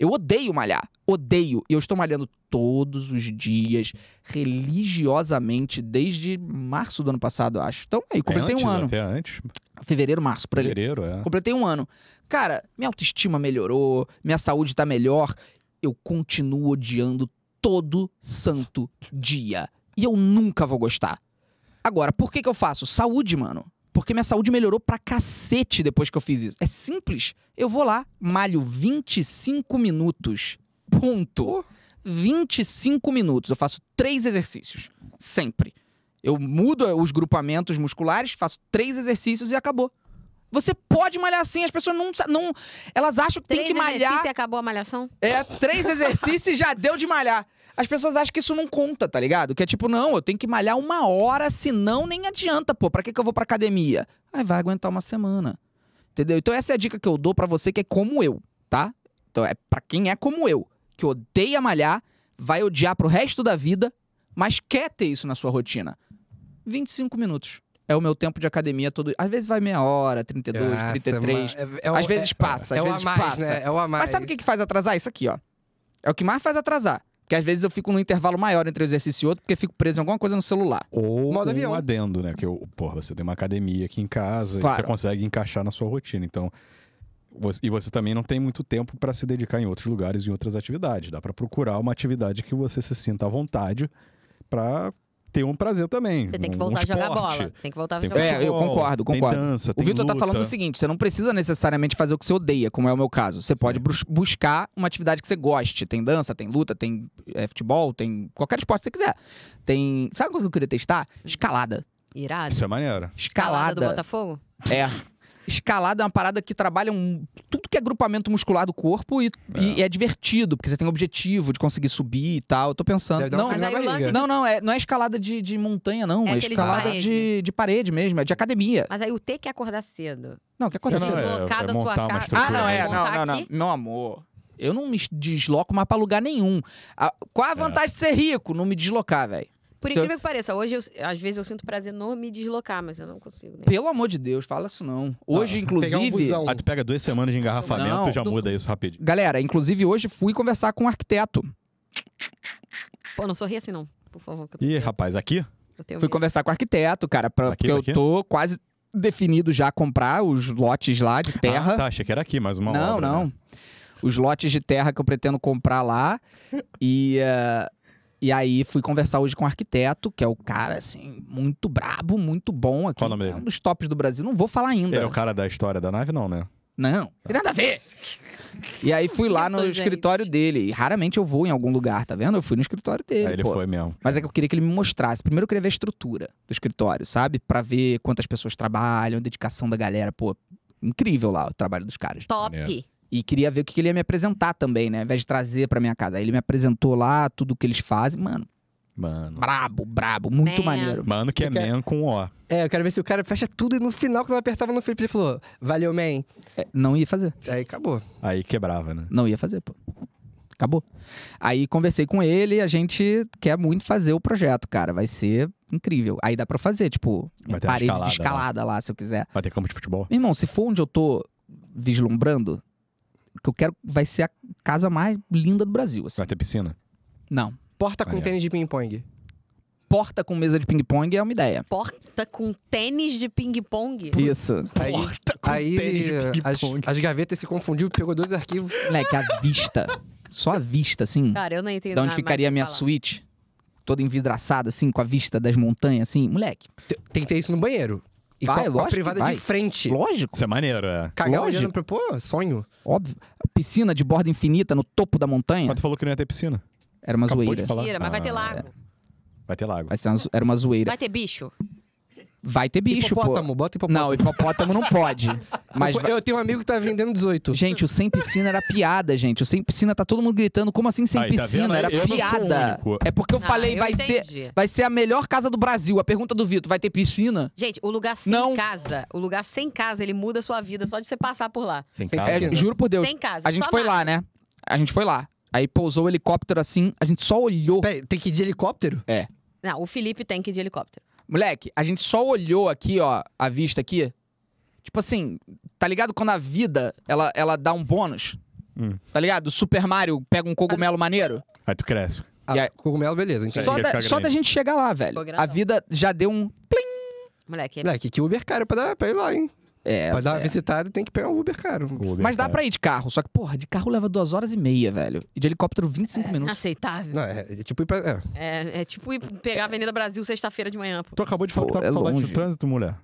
[SPEAKER 1] Eu odeio malhar. Odeio. E eu estou malhando todos os dias, religiosamente, desde março do ano passado, eu acho. Então, aí, completei
[SPEAKER 5] É antes,
[SPEAKER 1] um ano.
[SPEAKER 5] Até antes.
[SPEAKER 1] Fevereiro, março, por ali.
[SPEAKER 5] Fevereiro, é.
[SPEAKER 1] Completei um ano. Cara, minha autoestima melhorou, minha saúde tá melhor. Eu continuo odiando todo santo dia. E eu nunca vou gostar. Agora, por que, que eu faço? Saúde, mano. Porque minha saúde melhorou pra cacete depois que eu fiz isso. É simples. Eu vou lá, malho 25 minutos. Ponto. 25 minutos. Eu faço três exercícios. Sempre. Eu mudo os grupamentos musculares, faço três exercícios e acabou. Você pode malhar assim, as pessoas não. sa- não elas acham que tem
[SPEAKER 3] Três
[SPEAKER 1] que malhar.
[SPEAKER 3] exercícios e acabou a malhação?
[SPEAKER 1] É, três exercícios e já deu de malhar. As pessoas acham que isso não conta, tá ligado? Que é tipo, não, eu tenho que malhar uma hora, senão nem adianta, pô. Pra que, que eu vou pra academia? Aí vai aguentar uma semana. Entendeu? Então essa é a dica que eu dou pra você que é como eu, tá? Então é pra quem é como eu, que odeia malhar, vai odiar pro resto da vida, mas quer ter isso na sua rotina. 25 minutos. É o meu tempo de academia todo. Às vezes vai meia hora, 32,
[SPEAKER 4] Nossa,
[SPEAKER 1] 33.
[SPEAKER 4] mano, é- é o-
[SPEAKER 1] Às vezes passa,
[SPEAKER 4] é
[SPEAKER 1] às
[SPEAKER 4] o a
[SPEAKER 1] vezes
[SPEAKER 4] mais,
[SPEAKER 1] passa.
[SPEAKER 4] Né? É o a mais.
[SPEAKER 1] Mas sabe o que, que faz atrasar? Isso aqui, ó. É o que mais faz atrasar. Porque às vezes eu fico num intervalo maior entre um exercício e outro, porque fico preso em alguma coisa no celular.
[SPEAKER 5] Ou
[SPEAKER 4] Modo
[SPEAKER 5] um
[SPEAKER 4] avião.
[SPEAKER 5] adendo, né? Que, eu, porra, você tem uma academia aqui em casa
[SPEAKER 1] Claro.
[SPEAKER 5] e você consegue encaixar na sua rotina. Então, você- e você também não tem muito tempo para se dedicar em outros lugares e em outras atividades. Dá para procurar uma atividade que você se sinta à vontade para ter um prazer também.
[SPEAKER 3] Você tem que
[SPEAKER 5] Um
[SPEAKER 3] voltar a jogar
[SPEAKER 5] esporte.
[SPEAKER 3] bola. Tem que voltar a
[SPEAKER 5] Tem
[SPEAKER 3] jogar bola.
[SPEAKER 1] É, eu
[SPEAKER 5] futebol,
[SPEAKER 1] concordo,
[SPEAKER 5] tem
[SPEAKER 1] concordo.
[SPEAKER 5] dança,
[SPEAKER 1] O
[SPEAKER 5] tem
[SPEAKER 1] Vitor tá falando o
[SPEAKER 5] luta.
[SPEAKER 1] seguinte: você não precisa necessariamente fazer o que você odeia, como é o meu caso. Você pode brus- buscar uma atividade que você goste. Tem dança, tem luta, tem é, futebol, tem qualquer esporte que você quiser. Tem. Sabe uma coisa que eu queria testar? Escalada.
[SPEAKER 3] Irado.
[SPEAKER 5] Isso é maneiro.
[SPEAKER 3] Calada do
[SPEAKER 1] Escalada.
[SPEAKER 3] Botafogo?
[SPEAKER 1] É. Escalada é uma parada que trabalha um- tudo que é agrupamento muscular do corpo e e é. divertido, porque você tem o objetivo de conseguir subir e tal. Eu tô pensando.
[SPEAKER 4] Deve dar um
[SPEAKER 1] Não,
[SPEAKER 4] uma
[SPEAKER 3] Mas
[SPEAKER 4] coisa
[SPEAKER 3] aí
[SPEAKER 4] na
[SPEAKER 3] o lance
[SPEAKER 4] barriga.
[SPEAKER 1] não, não, é, não é escalada de, de montanha, não. É,
[SPEAKER 3] É aquele de
[SPEAKER 1] escalada
[SPEAKER 3] parede.
[SPEAKER 1] de parede. de parede mesmo, é de academia.
[SPEAKER 3] Mas aí o ter que acordar cedo.
[SPEAKER 1] Não, o que
[SPEAKER 3] Você
[SPEAKER 1] aconteceu?
[SPEAKER 5] Não, é-
[SPEAKER 3] deslocar
[SPEAKER 5] é
[SPEAKER 3] da sua
[SPEAKER 5] montar uma
[SPEAKER 3] casa-
[SPEAKER 5] estrutura.
[SPEAKER 1] Ah, não, é.
[SPEAKER 3] Montar
[SPEAKER 1] Não, não, não.
[SPEAKER 3] aqui.
[SPEAKER 1] Meu amor. Eu não me desloco mais pra lugar nenhum. Ah,
[SPEAKER 5] É.
[SPEAKER 1] Qual a vantagem de ser rico? Não me deslocar, velho.
[SPEAKER 3] Por
[SPEAKER 1] Se eu-
[SPEAKER 3] incrível que pareça, hoje eu- às vezes eu sinto prazer no me deslocar, mas eu não consigo. Né?
[SPEAKER 1] Pelo amor de Deus, fala isso não. Hoje,
[SPEAKER 4] Pegar um
[SPEAKER 1] inclusive.
[SPEAKER 4] busão.
[SPEAKER 5] Ah, tu pega duas semanas de engarrafamento
[SPEAKER 1] Não.
[SPEAKER 5] e já muda isso rapidinho.
[SPEAKER 1] Galera, inclusive hoje fui conversar com um arquiteto.
[SPEAKER 3] Pô, não sorri assim não, por favor. que eu tô-
[SPEAKER 5] Ih, rapaz, aqui?
[SPEAKER 3] eu tenho
[SPEAKER 1] Fui
[SPEAKER 3] medo.
[SPEAKER 1] conversar com o arquiteto, cara, pra,
[SPEAKER 5] Aqui,
[SPEAKER 1] porque eu
[SPEAKER 5] daqui?
[SPEAKER 1] tô quase definido já a comprar os lotes lá de terra.
[SPEAKER 5] Ah, tá, achei que era aqui, mas uma
[SPEAKER 1] não,
[SPEAKER 5] obra,
[SPEAKER 1] não.
[SPEAKER 5] né?
[SPEAKER 1] Os lotes de terra que eu pretendo comprar lá. e, eh, e aí fui conversar hoje com o arquiteto, que é o cara, assim, muito brabo, muito bom aqui.
[SPEAKER 5] Qual o nome
[SPEAKER 1] é
[SPEAKER 5] dele?
[SPEAKER 1] um dos tops do Brasil. Não vou falar ainda.
[SPEAKER 5] Ele é o cara da história da nave, não, né?
[SPEAKER 1] Não, tem nada a ver. E aí fui lá no
[SPEAKER 3] Então, gente.
[SPEAKER 1] escritório dele. E raramente eu vou em algum lugar, tá vendo? Eu fui no escritório dele.
[SPEAKER 5] Aí ele
[SPEAKER 1] pô.
[SPEAKER 5] foi mesmo.
[SPEAKER 1] Mas é que eu queria que ele me mostrasse. Primeiro eu queria ver a estrutura do escritório, sabe? Pra ver quantas pessoas trabalham, a dedicação da galera, pô. Incrível lá o trabalho dos caras.
[SPEAKER 3] Top.
[SPEAKER 5] Maneiro.
[SPEAKER 1] E queria ver o que que ele ia me apresentar também, né? Ao invés de trazer pra minha casa. Aí ele me apresentou lá tudo que eles fazem. Mano,
[SPEAKER 5] Mano.
[SPEAKER 1] brabo, brabo, muito
[SPEAKER 3] Man.
[SPEAKER 1] maneiro.
[SPEAKER 5] Mano que é
[SPEAKER 4] Porque-
[SPEAKER 5] man com O.
[SPEAKER 4] É, eu quero ver se o cara fecha tudo e no final, quando eu apertava no Felipe, ele falou: Valeu, man.
[SPEAKER 1] É, não ia fazer.
[SPEAKER 4] Aí acabou.
[SPEAKER 5] Aí quebrava, né?
[SPEAKER 1] Não ia fazer, pô. Acabou. Aí conversei com ele, a gente quer muito fazer o projeto, cara. Vai ser incrível. Aí dá pra fazer, tipo,
[SPEAKER 5] Vai ter uma
[SPEAKER 1] parede de
[SPEAKER 5] escalada lá.
[SPEAKER 1] escalada lá, se eu quiser.
[SPEAKER 5] Vai ter campo de futebol?
[SPEAKER 1] Meu irmão, se for onde eu tô vislumbrando, o que eu quero vai ser a casa mais linda do Brasil. assim.
[SPEAKER 5] Vai ter piscina?
[SPEAKER 1] Não.
[SPEAKER 4] Porta com
[SPEAKER 5] Maneiro.
[SPEAKER 4] tênis de ping-pong.
[SPEAKER 1] Porta com mesa de ping-pong é uma ideia.
[SPEAKER 3] Porta com tênis de ping-pong.
[SPEAKER 1] Isso.
[SPEAKER 4] Aí,
[SPEAKER 5] tá
[SPEAKER 4] aí eh, as, as gavetas se confundiu, pegou dois arquivos.
[SPEAKER 1] Moleque, a vista. Só a vista, assim.
[SPEAKER 3] Cara, eu Tá, não entendo
[SPEAKER 1] da
[SPEAKER 3] nada
[SPEAKER 1] onde
[SPEAKER 3] mais
[SPEAKER 1] ficaria a
[SPEAKER 3] que
[SPEAKER 1] minha
[SPEAKER 3] falar.
[SPEAKER 1] suíte. Toda envidraçada, assim, com a vista das montanhas, assim. Moleque,
[SPEAKER 4] Te- Tem que ter isso no banheiro. E
[SPEAKER 1] Vai,
[SPEAKER 4] com a- com
[SPEAKER 1] lógico
[SPEAKER 4] a
[SPEAKER 1] que
[SPEAKER 4] privada
[SPEAKER 1] vai.
[SPEAKER 4] de frente.
[SPEAKER 1] lógico,
[SPEAKER 5] Isso é maneiro, é.
[SPEAKER 4] Cagar
[SPEAKER 1] lógico.
[SPEAKER 4] olhando pra. Pô, sonho.
[SPEAKER 1] óbvio. A piscina de borda infinita no topo da montanha
[SPEAKER 5] Mas tu falou que não ia ter piscina.
[SPEAKER 1] era uma
[SPEAKER 5] acabou de
[SPEAKER 1] zoeira.
[SPEAKER 5] falar.
[SPEAKER 3] Mentira, mas vai ter
[SPEAKER 5] Ah,
[SPEAKER 3] lago.
[SPEAKER 5] Vai ter lago.
[SPEAKER 1] Vai ser uma zo- era uma zoeira.
[SPEAKER 3] Vai ter bicho.
[SPEAKER 1] Vai ter bicho,
[SPEAKER 4] hipopótamo,
[SPEAKER 1] pô.
[SPEAKER 4] bota hipopótamo.
[SPEAKER 1] Não, hipopótamo não pode. Mas vai-
[SPEAKER 4] Eu tenho um amigo que tá vendendo 18.
[SPEAKER 1] Gente, o sem piscina era piada, gente. O sem piscina tá todo mundo gritando, como assim sem
[SPEAKER 5] Aí, tá
[SPEAKER 1] piscina?
[SPEAKER 5] vendo?
[SPEAKER 1] era
[SPEAKER 5] Eu não sou
[SPEAKER 1] piada.
[SPEAKER 5] o único.
[SPEAKER 1] É porque eu
[SPEAKER 3] Ah,
[SPEAKER 1] falei,
[SPEAKER 3] eu
[SPEAKER 1] vai
[SPEAKER 3] entendi.
[SPEAKER 1] ser, vai ser a melhor casa do Brasil. A pergunta do Vitor, vai ter piscina?
[SPEAKER 3] Gente, o lugar sem
[SPEAKER 1] Não.
[SPEAKER 3] casa, o lugar sem casa, ele muda a sua vida só de você passar por lá.
[SPEAKER 5] Sem
[SPEAKER 4] Sem
[SPEAKER 5] casa.
[SPEAKER 1] É, juro por Deus.
[SPEAKER 3] Sem casa.
[SPEAKER 1] A gente
[SPEAKER 3] só
[SPEAKER 1] foi
[SPEAKER 3] nada.
[SPEAKER 1] lá, né? A gente foi lá. Aí pousou o helicóptero assim, a gente só olhou.
[SPEAKER 4] Peraí, tem que ir de helicóptero?
[SPEAKER 3] Não, o Felipe tem que ir de helicóptero.
[SPEAKER 1] Moleque, a gente só olhou aqui, ó, a vista aqui. Tipo assim, tá ligado quando a vida, ela, ela dá um bônus?
[SPEAKER 5] Hum.
[SPEAKER 1] Tá ligado? Super Mario pega um cogumelo maneiro?
[SPEAKER 5] Aí tu cresce.
[SPEAKER 1] E
[SPEAKER 4] Ah,
[SPEAKER 1] aí-
[SPEAKER 4] Cogumelo, beleza. entendi.
[SPEAKER 5] Sim.
[SPEAKER 1] Só
[SPEAKER 5] quer
[SPEAKER 1] da,
[SPEAKER 5] ficar
[SPEAKER 1] só da
[SPEAKER 5] grande.
[SPEAKER 1] gente chegar lá, velho.
[SPEAKER 3] Ficou
[SPEAKER 1] A
[SPEAKER 3] grandão.
[SPEAKER 1] vida já deu um
[SPEAKER 3] Moleque, é
[SPEAKER 4] Moleque, que Uber caro pra, dar, pra ir lá, hein?
[SPEAKER 1] É,
[SPEAKER 4] pra dar uma visitada, tem que pegar um Uber caro.
[SPEAKER 5] O Uber
[SPEAKER 1] Mas dá
[SPEAKER 5] tá-
[SPEAKER 1] pra ir de carro, só que, porra, de carro leva duas horas e meia, velho. E de helicóptero,
[SPEAKER 3] É.
[SPEAKER 1] 25 minutos.
[SPEAKER 3] inaceitável.
[SPEAKER 4] Não, é, é tipo ir pra. É.
[SPEAKER 3] É, é tipo ir pegar a Avenida Brasil sexta-feira de manhã. pô.
[SPEAKER 5] Tu acabou de falar
[SPEAKER 1] Pô,
[SPEAKER 5] que tá
[SPEAKER 1] é
[SPEAKER 5] com saudade
[SPEAKER 1] longe.
[SPEAKER 5] do trânsito, mulher.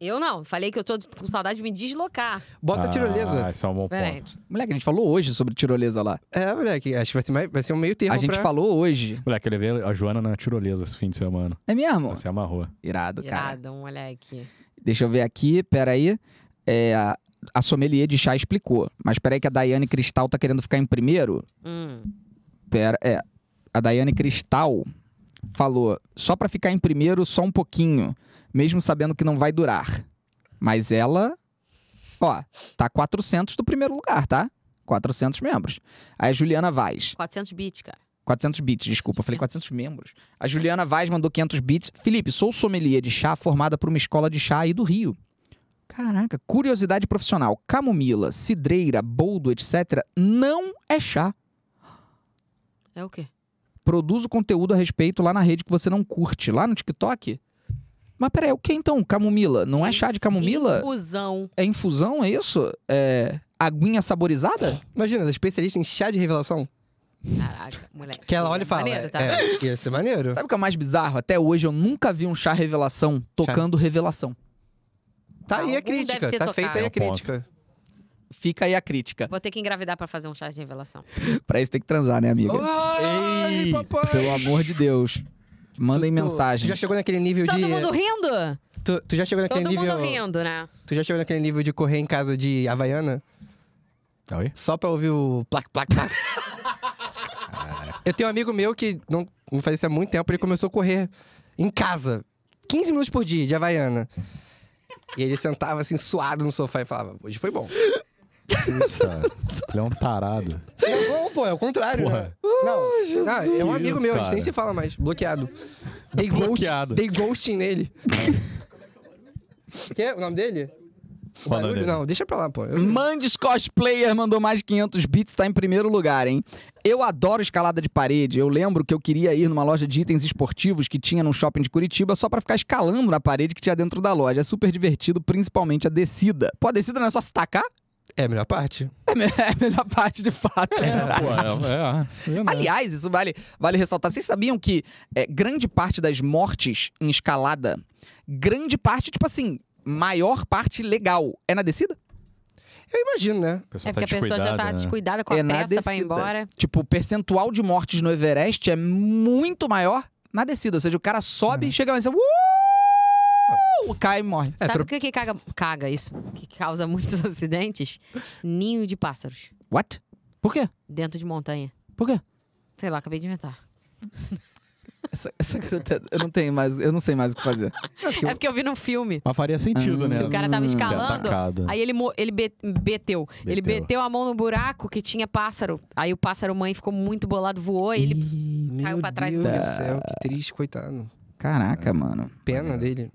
[SPEAKER 3] Eu não. Falei que eu tô com saudade de me deslocar.
[SPEAKER 4] Bota a tirolesa.
[SPEAKER 5] Ah, esse é um bom
[SPEAKER 3] Peraí.
[SPEAKER 5] ponto.
[SPEAKER 1] Moleque, a gente falou hoje sobre tirolesa lá.
[SPEAKER 4] É, moleque, acho que vai ser, mais- vai ser um meio termo
[SPEAKER 1] A gente
[SPEAKER 4] pra...
[SPEAKER 1] falou hoje.
[SPEAKER 5] Moleque, eu levei a Joana na tirolesa esse fim de semana.
[SPEAKER 1] É mesmo?
[SPEAKER 5] Ela se amarrou.
[SPEAKER 1] Irado, cara.
[SPEAKER 3] Irado, moleque.
[SPEAKER 1] Deixa eu ver aqui, peraí. É, a- a sommelier de chá explicou. Mas peraí que a Daiane Cristal tá querendo ficar em primeiro.
[SPEAKER 3] Hum.
[SPEAKER 1] Pera, é. A Daiane Cristal falou, só pra ficar em primeiro, só um pouquinho. Mesmo sabendo que não vai durar. Mas ela, ó, tá 400 do primeiro lugar, tá? 400 membros. Aí a Juliana Vaz.
[SPEAKER 3] 400 bits, cara.
[SPEAKER 1] 400 bits, desculpa, eu falei 400 membros. A Juliana Vaz mandou 500 bits. Felipe, sou sommelier de chá formada por uma escola de chá aí do Rio. Caraca, curiosidade profissional. Camomila, cidreira, boldo, etc. não é chá.
[SPEAKER 3] É o quê?
[SPEAKER 1] Produzo conteúdo a respeito lá na rede que você não curte, lá no TikTok. Mas peraí, o que então? Camomila? Não é chá de camomila?
[SPEAKER 3] Infusão.
[SPEAKER 1] É infusão, é isso? É aguinha saborizada?
[SPEAKER 4] Imagina, ela é especialista em chá de revelação.
[SPEAKER 3] Caraca, moleque.
[SPEAKER 4] Que ela olha e fala.
[SPEAKER 3] Maneiro, tá?
[SPEAKER 4] É, ia ser maneiro.
[SPEAKER 1] Sabe o que é mais bizarro? Até hoje eu nunca vi um chá revelação tocando revelação.
[SPEAKER 4] Tá aí
[SPEAKER 3] Algum
[SPEAKER 4] a
[SPEAKER 3] deve
[SPEAKER 4] crítica.
[SPEAKER 3] ter
[SPEAKER 4] Tá
[SPEAKER 3] tocado.
[SPEAKER 4] feita aí
[SPEAKER 5] É
[SPEAKER 4] a
[SPEAKER 5] um ponto.
[SPEAKER 4] crítica.
[SPEAKER 1] Fica aí a crítica.
[SPEAKER 3] Vou ter que engravidar pra fazer um chá de revelação.
[SPEAKER 1] Pra isso tem que transar, né, amiga?
[SPEAKER 4] Ai, papai!
[SPEAKER 1] Pelo amor de Deus. Mandem mensagem.
[SPEAKER 4] Tu já chegou naquele nível
[SPEAKER 3] Todo
[SPEAKER 4] de.
[SPEAKER 3] mundo rindo?
[SPEAKER 4] Tu, tu já chegou naquele
[SPEAKER 3] Todo
[SPEAKER 4] nível.
[SPEAKER 3] mundo rindo, né?
[SPEAKER 4] Tu já chegou naquele nível de correr em casa de Havaiana?
[SPEAKER 5] Oi?
[SPEAKER 4] Só pra ouvir o plac, plac,
[SPEAKER 5] <laughs>
[SPEAKER 4] plac. Eu tenho um amigo meu que não, não faz isso há muito tempo, ele começou a correr em casa. 15 minutos por dia, de Havaiana. E ele sentava assim, suado no sofá e falava, hoje foi bom.
[SPEAKER 5] Ele é um tarado.
[SPEAKER 4] É bom, pô, é o contrário, né?
[SPEAKER 5] Porra.
[SPEAKER 4] Não, não, é um amigo
[SPEAKER 5] Jesus,
[SPEAKER 4] meu, a gente
[SPEAKER 5] cara.
[SPEAKER 4] nem se fala mais. Bloqueado. Dei,
[SPEAKER 5] Bloqueado.
[SPEAKER 4] Ghost, dei ghosting
[SPEAKER 5] <laughs>
[SPEAKER 4] nele. Quer o nome dele? O
[SPEAKER 5] Qual o nome
[SPEAKER 4] <laughs> barulho?
[SPEAKER 5] dele?
[SPEAKER 4] Não, deixa pra lá, pô. Eu-
[SPEAKER 1] Mandes Cosplayer mandou mais 500 bits, tá em primeiro lugar, hein? Eu adoro escalada de parede. Eu lembro que eu queria ir numa loja de itens esportivos que tinha num shopping de Curitiba só pra ficar escalando na parede que tinha dentro da loja. É super divertido, principalmente a descida. Pô, a descida não é só se tacar? <laughs>
[SPEAKER 4] É a melhor parte.
[SPEAKER 1] É a melhor parte, de fato.
[SPEAKER 5] Pô, é, é, é, né?
[SPEAKER 1] Aliás, isso vale, vale ressaltar. Vocês sabiam que é, grande parte das mortes em escalada, grande parte, tipo assim, maior parte legal, é na descida?
[SPEAKER 4] Eu imagino, né?
[SPEAKER 5] O pessoal
[SPEAKER 3] É porque
[SPEAKER 5] tá
[SPEAKER 3] a pessoa já
[SPEAKER 5] descuidada,
[SPEAKER 3] tá
[SPEAKER 5] né?
[SPEAKER 3] descuidada com a
[SPEAKER 1] é na
[SPEAKER 3] peça
[SPEAKER 1] descida.
[SPEAKER 3] pra ir embora.
[SPEAKER 1] Tipo, o percentual de mortes no Everest é muito maior na descida. Ou seja, o cara sobe, chega lá e diz, "Uou!" cai e morre.
[SPEAKER 4] É,
[SPEAKER 3] Sabe
[SPEAKER 4] tro-
[SPEAKER 3] o que que caga, caga isso? Que causa muitos <laughs> acidentes? Ninho de pássaros.
[SPEAKER 1] What? Por quê?
[SPEAKER 3] Dentro de montanha.
[SPEAKER 1] Por quê?
[SPEAKER 3] Sei lá, acabei de inventar.
[SPEAKER 1] Essa, essa garota, eu não tenho mais, eu não sei mais o que fazer.
[SPEAKER 3] É porque eu vi num filme.
[SPEAKER 5] Mas faria
[SPEAKER 4] Ah.
[SPEAKER 5] sentido, né?
[SPEAKER 3] que o cara
[SPEAKER 4] Hum,
[SPEAKER 3] tava
[SPEAKER 4] tá
[SPEAKER 5] Ser
[SPEAKER 3] escalando.
[SPEAKER 5] atacado.
[SPEAKER 3] Aí ele, mo- ele be- beteu. Ele
[SPEAKER 5] Beteu.
[SPEAKER 3] beteu a mão no buraco que tinha pássaro. Aí o pássaro mãe ficou muito bolado, voou. e Ele... Caiu pra trás
[SPEAKER 4] Meu
[SPEAKER 3] do-
[SPEAKER 4] Deus do céu, que triste, coitado.
[SPEAKER 1] Caraca, mano.
[SPEAKER 4] Pena dele.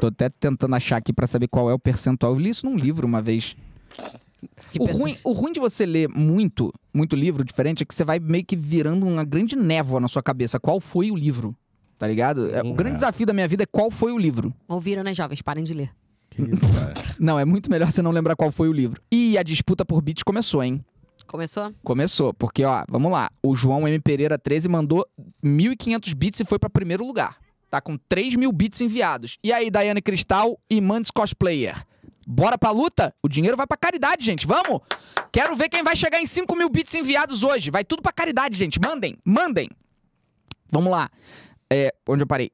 [SPEAKER 1] Tô até tentando achar aqui pra saber qual é o percentual. Eu li isso num livro uma vez.
[SPEAKER 3] Que
[SPEAKER 1] O
[SPEAKER 3] pessoa-
[SPEAKER 1] ruim, o ruim de você ler muito, muito livro diferente é que você vai meio que virando uma grande névoa na sua cabeça. Qual foi o livro? Tá ligado? É, o
[SPEAKER 4] Sim,
[SPEAKER 1] grande
[SPEAKER 5] é.
[SPEAKER 1] desafio da minha vida é qual foi o livro.
[SPEAKER 3] Ouviram, né, jovens? Parem de ler.
[SPEAKER 5] Que isso, cara.
[SPEAKER 1] Não, é muito melhor você não lembrar qual foi o livro. E a disputa por bits começou, hein?
[SPEAKER 3] Começou?
[SPEAKER 1] Começou, porque ó, vamos lá. O João M Pereira 13 mandou 1500 bits e foi pra primeiro lugar. Tá com 3 mil bits enviados. E aí, Daiane Cristal e Mandes Cosplayer. Bora pra luta? O dinheiro vai pra caridade, gente. Vamos! Quero ver quem vai chegar em 5 mil bits enviados hoje. Vai tudo pra caridade, gente. Mandem, mandem. Vamos lá. É, onde eu parei?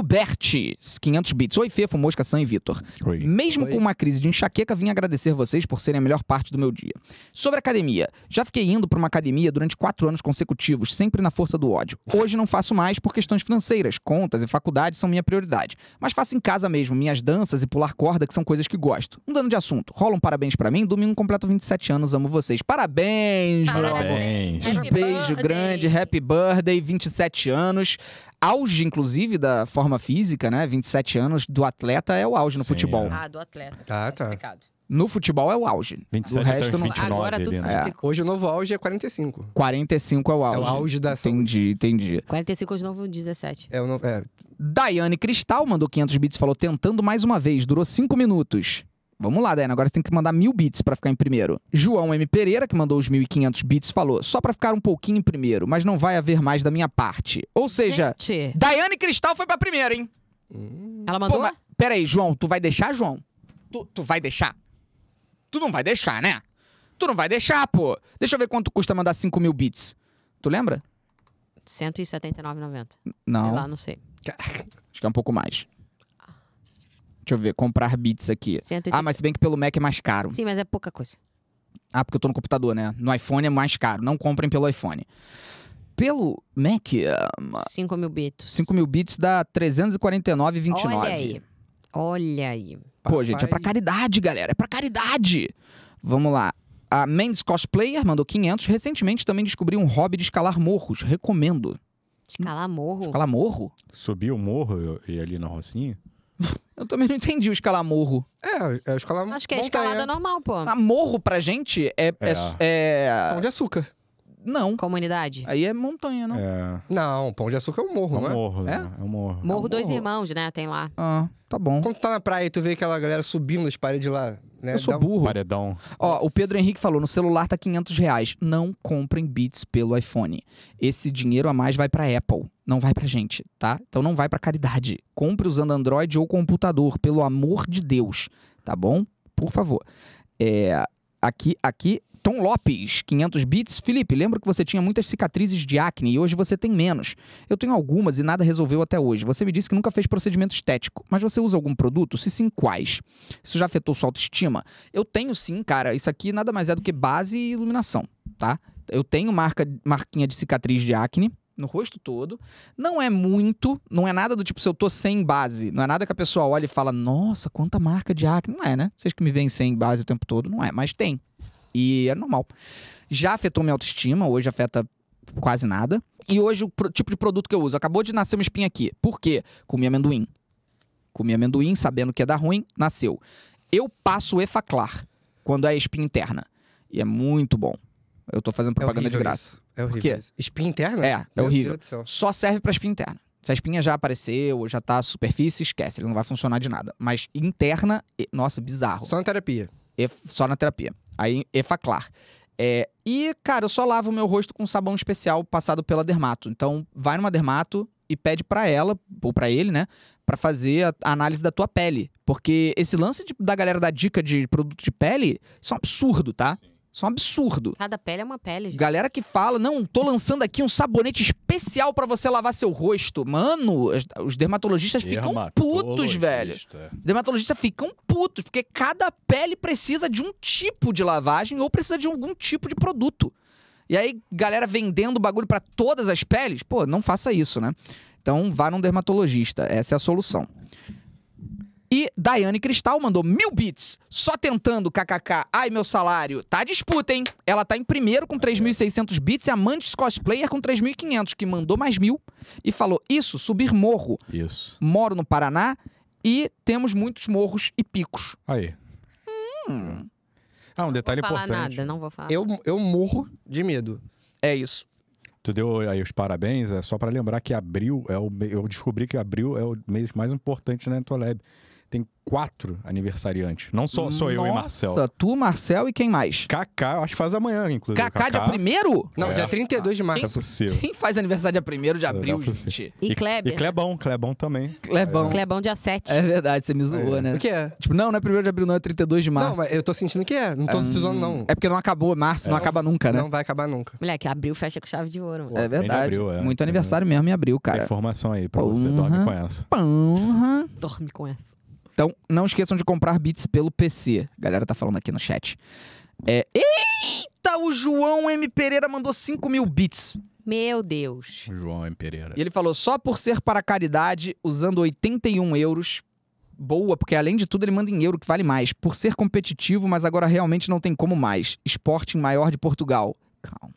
[SPEAKER 1] Naagubertes, 500 bits. Oi, Fefo, Mosca, Sam e Vitor.
[SPEAKER 5] Oi.
[SPEAKER 1] Mesmo
[SPEAKER 4] Oi.
[SPEAKER 1] com uma crise de enxaqueca, vim agradecer vocês por serem a melhor parte do meu dia. Sobre academia, já fiquei indo para uma academia durante quatro anos consecutivos, sempre na força do ódio. Hoje não faço mais por questões financeiras, contas e faculdade são minha prioridade. Mas faço em casa mesmo, minhas danças e pular corda, que são coisas que gosto. Mudando de assunto, rola um parabéns para mim, domingo completo 27 anos, amo vocês. Parabéns, meu amor.
[SPEAKER 5] Parabéns.
[SPEAKER 1] Um
[SPEAKER 3] Happy
[SPEAKER 1] beijo
[SPEAKER 3] birthday.
[SPEAKER 1] grande, happy birthday, 27 anos. Auge, inclusive, da forma física, né? 27 anos do atleta é o auge no
[SPEAKER 5] Sim,
[SPEAKER 1] futebol.
[SPEAKER 5] é.
[SPEAKER 3] Ah, do atleta.
[SPEAKER 4] Ah, tá.
[SPEAKER 3] Explicado.
[SPEAKER 1] No futebol é o auge. Do
[SPEAKER 5] 27
[SPEAKER 1] resto,
[SPEAKER 5] até os
[SPEAKER 1] não.
[SPEAKER 5] 29
[SPEAKER 3] Agora
[SPEAKER 5] ali,
[SPEAKER 3] tudo se
[SPEAKER 5] né?
[SPEAKER 1] É.
[SPEAKER 3] explicou.
[SPEAKER 4] Hoje o novo auge é 45.
[SPEAKER 1] 45 é o
[SPEAKER 4] É
[SPEAKER 1] auge.
[SPEAKER 4] o auge da saúde.
[SPEAKER 1] Entendi, entendi.
[SPEAKER 3] 45 de novo, 17.
[SPEAKER 4] É o novo. É.
[SPEAKER 1] Daiane Cristal mandou 500 bits, falou tentando mais uma vez, durou 5 minutos. Vamos lá, Daiane, agora você tem que mandar mil bits pra ficar em primeiro. João M. Pereira, que mandou os 1.500 bits, falou só pra ficar um pouquinho em primeiro, mas não vai haver mais da minha parte. Ou seja,
[SPEAKER 3] Gente,
[SPEAKER 1] Daiane Cristal foi pra primeiro, hein?
[SPEAKER 4] Hum.
[SPEAKER 3] ela
[SPEAKER 1] Pô,
[SPEAKER 3] mandou?
[SPEAKER 1] mas, Peraí, João, tu vai deixar, João? Tu, tu vai deixar? Tu não vai deixar, né? Tu não vai deixar, pô. Deixa eu ver quanto custa mandar 5 mil bits. Tu lembra?
[SPEAKER 3] 179,90. Sei
[SPEAKER 1] Não,
[SPEAKER 3] lá, não sei.
[SPEAKER 1] acho que é um pouco mais. Deixa eu ver, comprar bits aqui.
[SPEAKER 3] 180.
[SPEAKER 1] Ah, mas se bem que pelo Mac é mais caro.
[SPEAKER 3] Sim, mas é pouca coisa.
[SPEAKER 1] Ah, porque eu tô no computador, né? No iPhone é mais caro. Não comprem pelo iPhone. Pelo Mac, Ah.
[SPEAKER 3] 5 mil bits.
[SPEAKER 1] 5 mil bits dá 349,29.
[SPEAKER 3] Olha aí. Olha aí.
[SPEAKER 1] Pô, gente, é pra caridade, galera. É pra caridade. Vamos lá. A Mendes Cosplayer mandou 500. Recentemente também descobri um hobby de escalar morros. Recomendo. Hum.
[SPEAKER 3] Escalar morro.
[SPEAKER 1] Escalar morro?
[SPEAKER 5] Subir o morro e e ali na rocinha.
[SPEAKER 1] Eu também não entendi o escalar morro.
[SPEAKER 4] É, é a escola
[SPEAKER 3] Acho que é
[SPEAKER 4] montanha. né?
[SPEAKER 3] escalada normal, pô.
[SPEAKER 1] Ah, morro pra gente é. é,
[SPEAKER 5] É.
[SPEAKER 1] é-
[SPEAKER 4] Pão de açúcar.
[SPEAKER 1] Não.
[SPEAKER 3] Comunidade.
[SPEAKER 1] Aí é montanha, não.
[SPEAKER 5] É,
[SPEAKER 4] Não, pão de açúcar é um
[SPEAKER 5] é
[SPEAKER 4] morro,
[SPEAKER 5] um
[SPEAKER 4] não é?
[SPEAKER 5] morro, né?
[SPEAKER 1] É?
[SPEAKER 5] É um morro.
[SPEAKER 3] Morro Dois
[SPEAKER 1] morro.
[SPEAKER 3] Irmãos, né? Tem lá.
[SPEAKER 1] Ah, tá bom.
[SPEAKER 4] Quando tu tá na praia e tu vê aquela galera subindo as paredes lá, né?
[SPEAKER 1] Eu sou
[SPEAKER 4] dá-
[SPEAKER 1] burro.
[SPEAKER 5] Paredão.
[SPEAKER 1] Ó, o Pedro Henrique falou, no celular tá 500 reais. Não comprem bits pelo iPhone. Esse dinheiro a mais vai pra Apple, não vai pra gente, tá? Então não vai pra caridade. Compre usando Android ou computador, pelo amor de Deus, tá bom? Por favor. É, aqui, aqui, Tom Lopes, 500 bits. Felipe, lembro que você tinha muitas cicatrizes de acne e hoje você tem menos. Eu tenho algumas e nada resolveu até hoje. Você me disse que nunca fez procedimento estético, mas você usa algum produto? Se sim, quais? Isso já afetou sua autoestima? Eu tenho sim, cara. Isso aqui nada mais é do que base e iluminação, tá? Eu tenho marca, marquinha de cicatriz de acne no rosto todo. Não é muito, não é nada do tipo se eu tô sem base. Não é nada que a pessoa olha e fala, nossa, quanta marca de acne. Não é, né? Vocês que me veem sem base o tempo todo, não é, mas tem. E é normal. Já afetou minha autoestima, hoje afeta quase nada. E hoje o pro- tipo de produto que eu uso, acabou de nascer uma espinha aqui. Por quê? Comi amendoim. Comi amendoim, sabendo que ia dar ruim, nasceu. Eu passo Efaclar quando é espinha interna. E é muito bom. Eu tô fazendo
[SPEAKER 4] É
[SPEAKER 1] propaganda de
[SPEAKER 4] horrível
[SPEAKER 1] graça.
[SPEAKER 4] isso. É
[SPEAKER 1] quê?
[SPEAKER 4] horrível. isso. Espinha interna?
[SPEAKER 1] É, é horrível.
[SPEAKER 4] Deus do céu.
[SPEAKER 1] Só serve pra espinha interna. Se a espinha já apareceu, já tá à superfície, esquece, ele não vai funcionar de nada. Mas interna, e- nossa, bizarro.
[SPEAKER 4] Só na terapia.
[SPEAKER 1] E- só na terapia. Aí, efaclar. É, e, cara, eu só lavo meu rosto com sabão especial passado pela dermato. Então, vai numa dermato e pede pra ela, ou pra ele, né, Pra fazer a a análise da tua pele. Porque esse lance de- da galera da dica de produto de pele, isso é um absurdo, tá? Isso é um absurdo.
[SPEAKER 3] Cada pele é uma pele. gente.
[SPEAKER 1] Galera que fala, não, tô lançando aqui um sabonete especial pra você lavar seu rosto. Mano, as- os dermatologistas ficam putos, velho.
[SPEAKER 5] Dermatologista.
[SPEAKER 1] Dermatologistas ficam putos, porque cada pele precisa de um tipo de lavagem ou precisa de algum tipo de produto. E aí, galera vendendo bagulho pra todas as peles, pô, não faça isso, né? Então, vá num dermatologista. Essa é a solução. E Daiane Cristal mandou mil bits, só tentando, kkk. Ai, meu salário. Tá a disputa, hein? Ela tá em primeiro com 3.600 bits e a Mantis Cosplayer com 3.500, que mandou mais mil e falou: Isso, subir morro.
[SPEAKER 5] Isso.
[SPEAKER 1] Moro no Paraná e temos muitos morros e picos.
[SPEAKER 5] Aí. Ah, um detalhe
[SPEAKER 3] Não vou falar
[SPEAKER 5] importante.
[SPEAKER 3] nada, não vou falar.
[SPEAKER 4] Eu, eu morro de medo.
[SPEAKER 1] É isso.
[SPEAKER 5] Tu deu aí os parabéns, é só pra lembrar que abril é o me- eu descobri que abril é o mês mais importante na Entolab. Tem quatro aniversariantes. Não só sou eu e Marcel.
[SPEAKER 1] Nossa, tu, Marcel e quem mais?
[SPEAKER 5] Kaká, eu acho que faz amanhã, inclusive.
[SPEAKER 1] Kaká dia primeiro?
[SPEAKER 4] Não,
[SPEAKER 5] É.
[SPEAKER 4] dia 32 de
[SPEAKER 5] Não é
[SPEAKER 4] março.
[SPEAKER 5] possível.
[SPEAKER 1] Quem faz aniversário dia 1 de abril,
[SPEAKER 5] Não, não sei.
[SPEAKER 1] gente?
[SPEAKER 3] E Kleber.
[SPEAKER 5] E Clebão, Clebão também.
[SPEAKER 1] Clebão.
[SPEAKER 3] Clebão dia 7.
[SPEAKER 1] É verdade, você me zoou, né?
[SPEAKER 4] O que é?
[SPEAKER 1] Tipo, não, não é 1 de abril, não, é 32 de março.
[SPEAKER 4] Não, mas eu tô sentindo que é. Não tô precisando, não.
[SPEAKER 1] É porque não acabou, março
[SPEAKER 5] É.
[SPEAKER 1] não acaba nunca, né?
[SPEAKER 4] Não vai acabar nunca.
[SPEAKER 3] Moleque, abriu fecha com chave de ouro. mano.
[SPEAKER 5] Pô,
[SPEAKER 1] É
[SPEAKER 5] bem de
[SPEAKER 1] verdade.
[SPEAKER 5] abril, é.
[SPEAKER 1] Muito aniversário mesmo em abril,
[SPEAKER 5] Tem
[SPEAKER 1] cara.
[SPEAKER 5] informação aí pra você,
[SPEAKER 1] Porra.
[SPEAKER 5] dorme com essa.
[SPEAKER 1] Porra.
[SPEAKER 3] Dorme com essa.
[SPEAKER 1] Então, não esqueçam de comprar bits pelo PC. A galera tá falando aqui no chat. É, Eita, o João M. Pereira mandou 5 mil bits.
[SPEAKER 3] Meu Deus.
[SPEAKER 5] João M. Pereira.
[SPEAKER 1] E ele falou, só por ser para caridade, usando 81 euros, boa, porque além de tudo ele manda em euro, que vale mais. Por ser competitivo, mas agora realmente não tem como mais. Sporting maior de Portugal. Calma.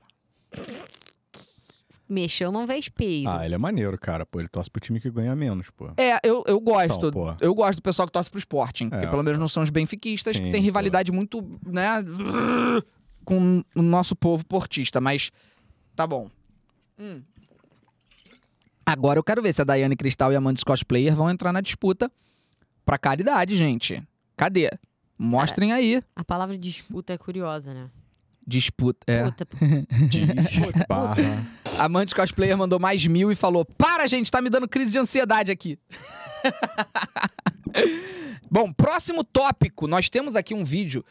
[SPEAKER 3] Mexeu, não vê espelho.
[SPEAKER 5] Ah, ele é maneiro, cara. Pô, ele torce pro time que ganha menos, pô.
[SPEAKER 1] É, eu, eu gosto.
[SPEAKER 5] Então, pô.
[SPEAKER 1] eu gosto do pessoal que torce pro Sporting.
[SPEAKER 5] É.
[SPEAKER 1] Porque pelo menos não são os benfiquistas, que
[SPEAKER 5] Sim,
[SPEAKER 1] tem
[SPEAKER 5] pô.
[SPEAKER 1] rivalidade muito, né, com o nosso povo portista. Mas tá bom. Hum. Agora eu quero ver se a Daiane Cristal e a Mantis Cosplayer vão entrar na disputa pra caridade, gente. Cadê? Mostrem aí.
[SPEAKER 3] A palavra disputa é curiosa, né?
[SPEAKER 1] Disputa. É. <laughs>
[SPEAKER 3] Puta, pô.
[SPEAKER 5] Diz, barra.
[SPEAKER 1] A Mantis Cosplayer mandou mais mil e falou: Para, gente, tá me dando crise de ansiedade aqui. <laughs> Bom, próximo tópico. Nós temos aqui um vídeo.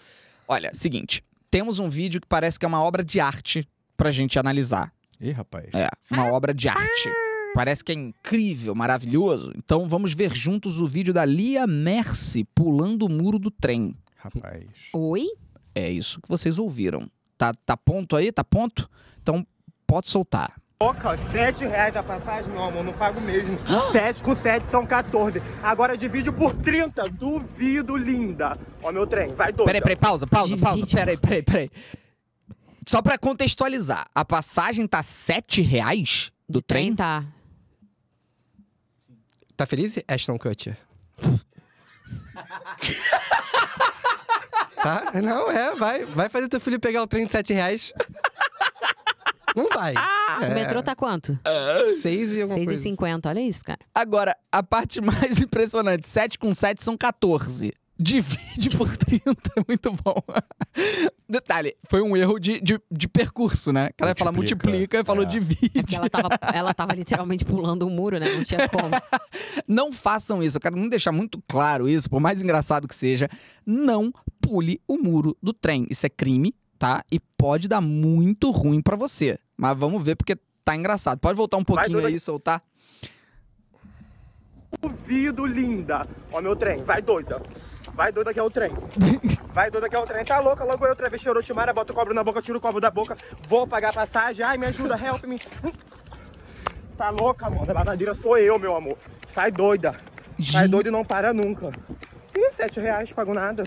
[SPEAKER 1] Olha, seguinte. Temos um vídeo que parece que é uma obra de arte pra gente analisar.
[SPEAKER 5] Ih, rapaz.
[SPEAKER 1] É, uma obra de arte. Parece que é incrível, maravilhoso. Então vamos ver juntos o vídeo da Lia Mercy pulando o muro do trem.
[SPEAKER 5] Rapaz.
[SPEAKER 3] Oi?
[SPEAKER 1] É isso que vocês ouviram. Tá, tá ponto aí? Tá ponto? Então pode soltar.
[SPEAKER 8] Boca, 7 reais a passagem, não, amor, não pago mesmo. 7 com 7 são 14. Agora divide por 30. Duvido, linda. Ó, meu trem, vai doida.
[SPEAKER 1] Peraí, peraí, pausa, pausa,
[SPEAKER 3] De
[SPEAKER 1] pausa.
[SPEAKER 3] vídeo.
[SPEAKER 1] Peraí, peraí, peraí. Só pra contextualizar, a passagem tá R$ 7 reais do trem?
[SPEAKER 3] Tá.
[SPEAKER 4] Tá feliz, Ashton Kutcher? tá? Não, é, vai. Vai fazer teu filho pegar o trem de 7 reais. Não vai.
[SPEAKER 3] O
[SPEAKER 4] É,
[SPEAKER 3] metrô tá quanto?
[SPEAKER 4] Seis e alguma coisa.
[SPEAKER 3] 6,50. Olha isso, cara.
[SPEAKER 1] Agora, a parte <laughs> mais impressionante: 7 com 7 são 14. Divide
[SPEAKER 3] <laughs>
[SPEAKER 1] por 30, é muito bom. Detalhe, foi um erro de, de, de percurso, né? Que ela ia falar
[SPEAKER 5] Multiplica,
[SPEAKER 1] multiplica e falou
[SPEAKER 5] é.
[SPEAKER 1] divide. <laughs>
[SPEAKER 3] Porque ela tava, ela tava literalmente pulando o muro, né? Não tinha como.
[SPEAKER 1] Não façam isso. Eu quero muito deixar muito claro isso, por mais engraçado que seja. Não pule o muro do trem. Isso é crime, tá? E pode dar muito ruim pra você. Mas vamos ver, porque tá engraçado. Pode voltar um pouquinho
[SPEAKER 8] Duda.
[SPEAKER 1] aí, soltar.
[SPEAKER 8] Duvido, linda. Ó, meu trem, vai doida. Vai doida que é o
[SPEAKER 1] <laughs>
[SPEAKER 8] trem. Vai doida que é o trem. Tá louca, logo eu outra vez chorou, chimara, bota o cobro na boca, tira o cobro da boca. Vou pagar a passagem. Ai, me ajuda, help me. Hum. Tá louca, amor. Da babadeira sou eu, meu amor. Sai doida. Sai
[SPEAKER 1] Gente.
[SPEAKER 8] doida e não para nunca. Ih, sete reais, pago nada.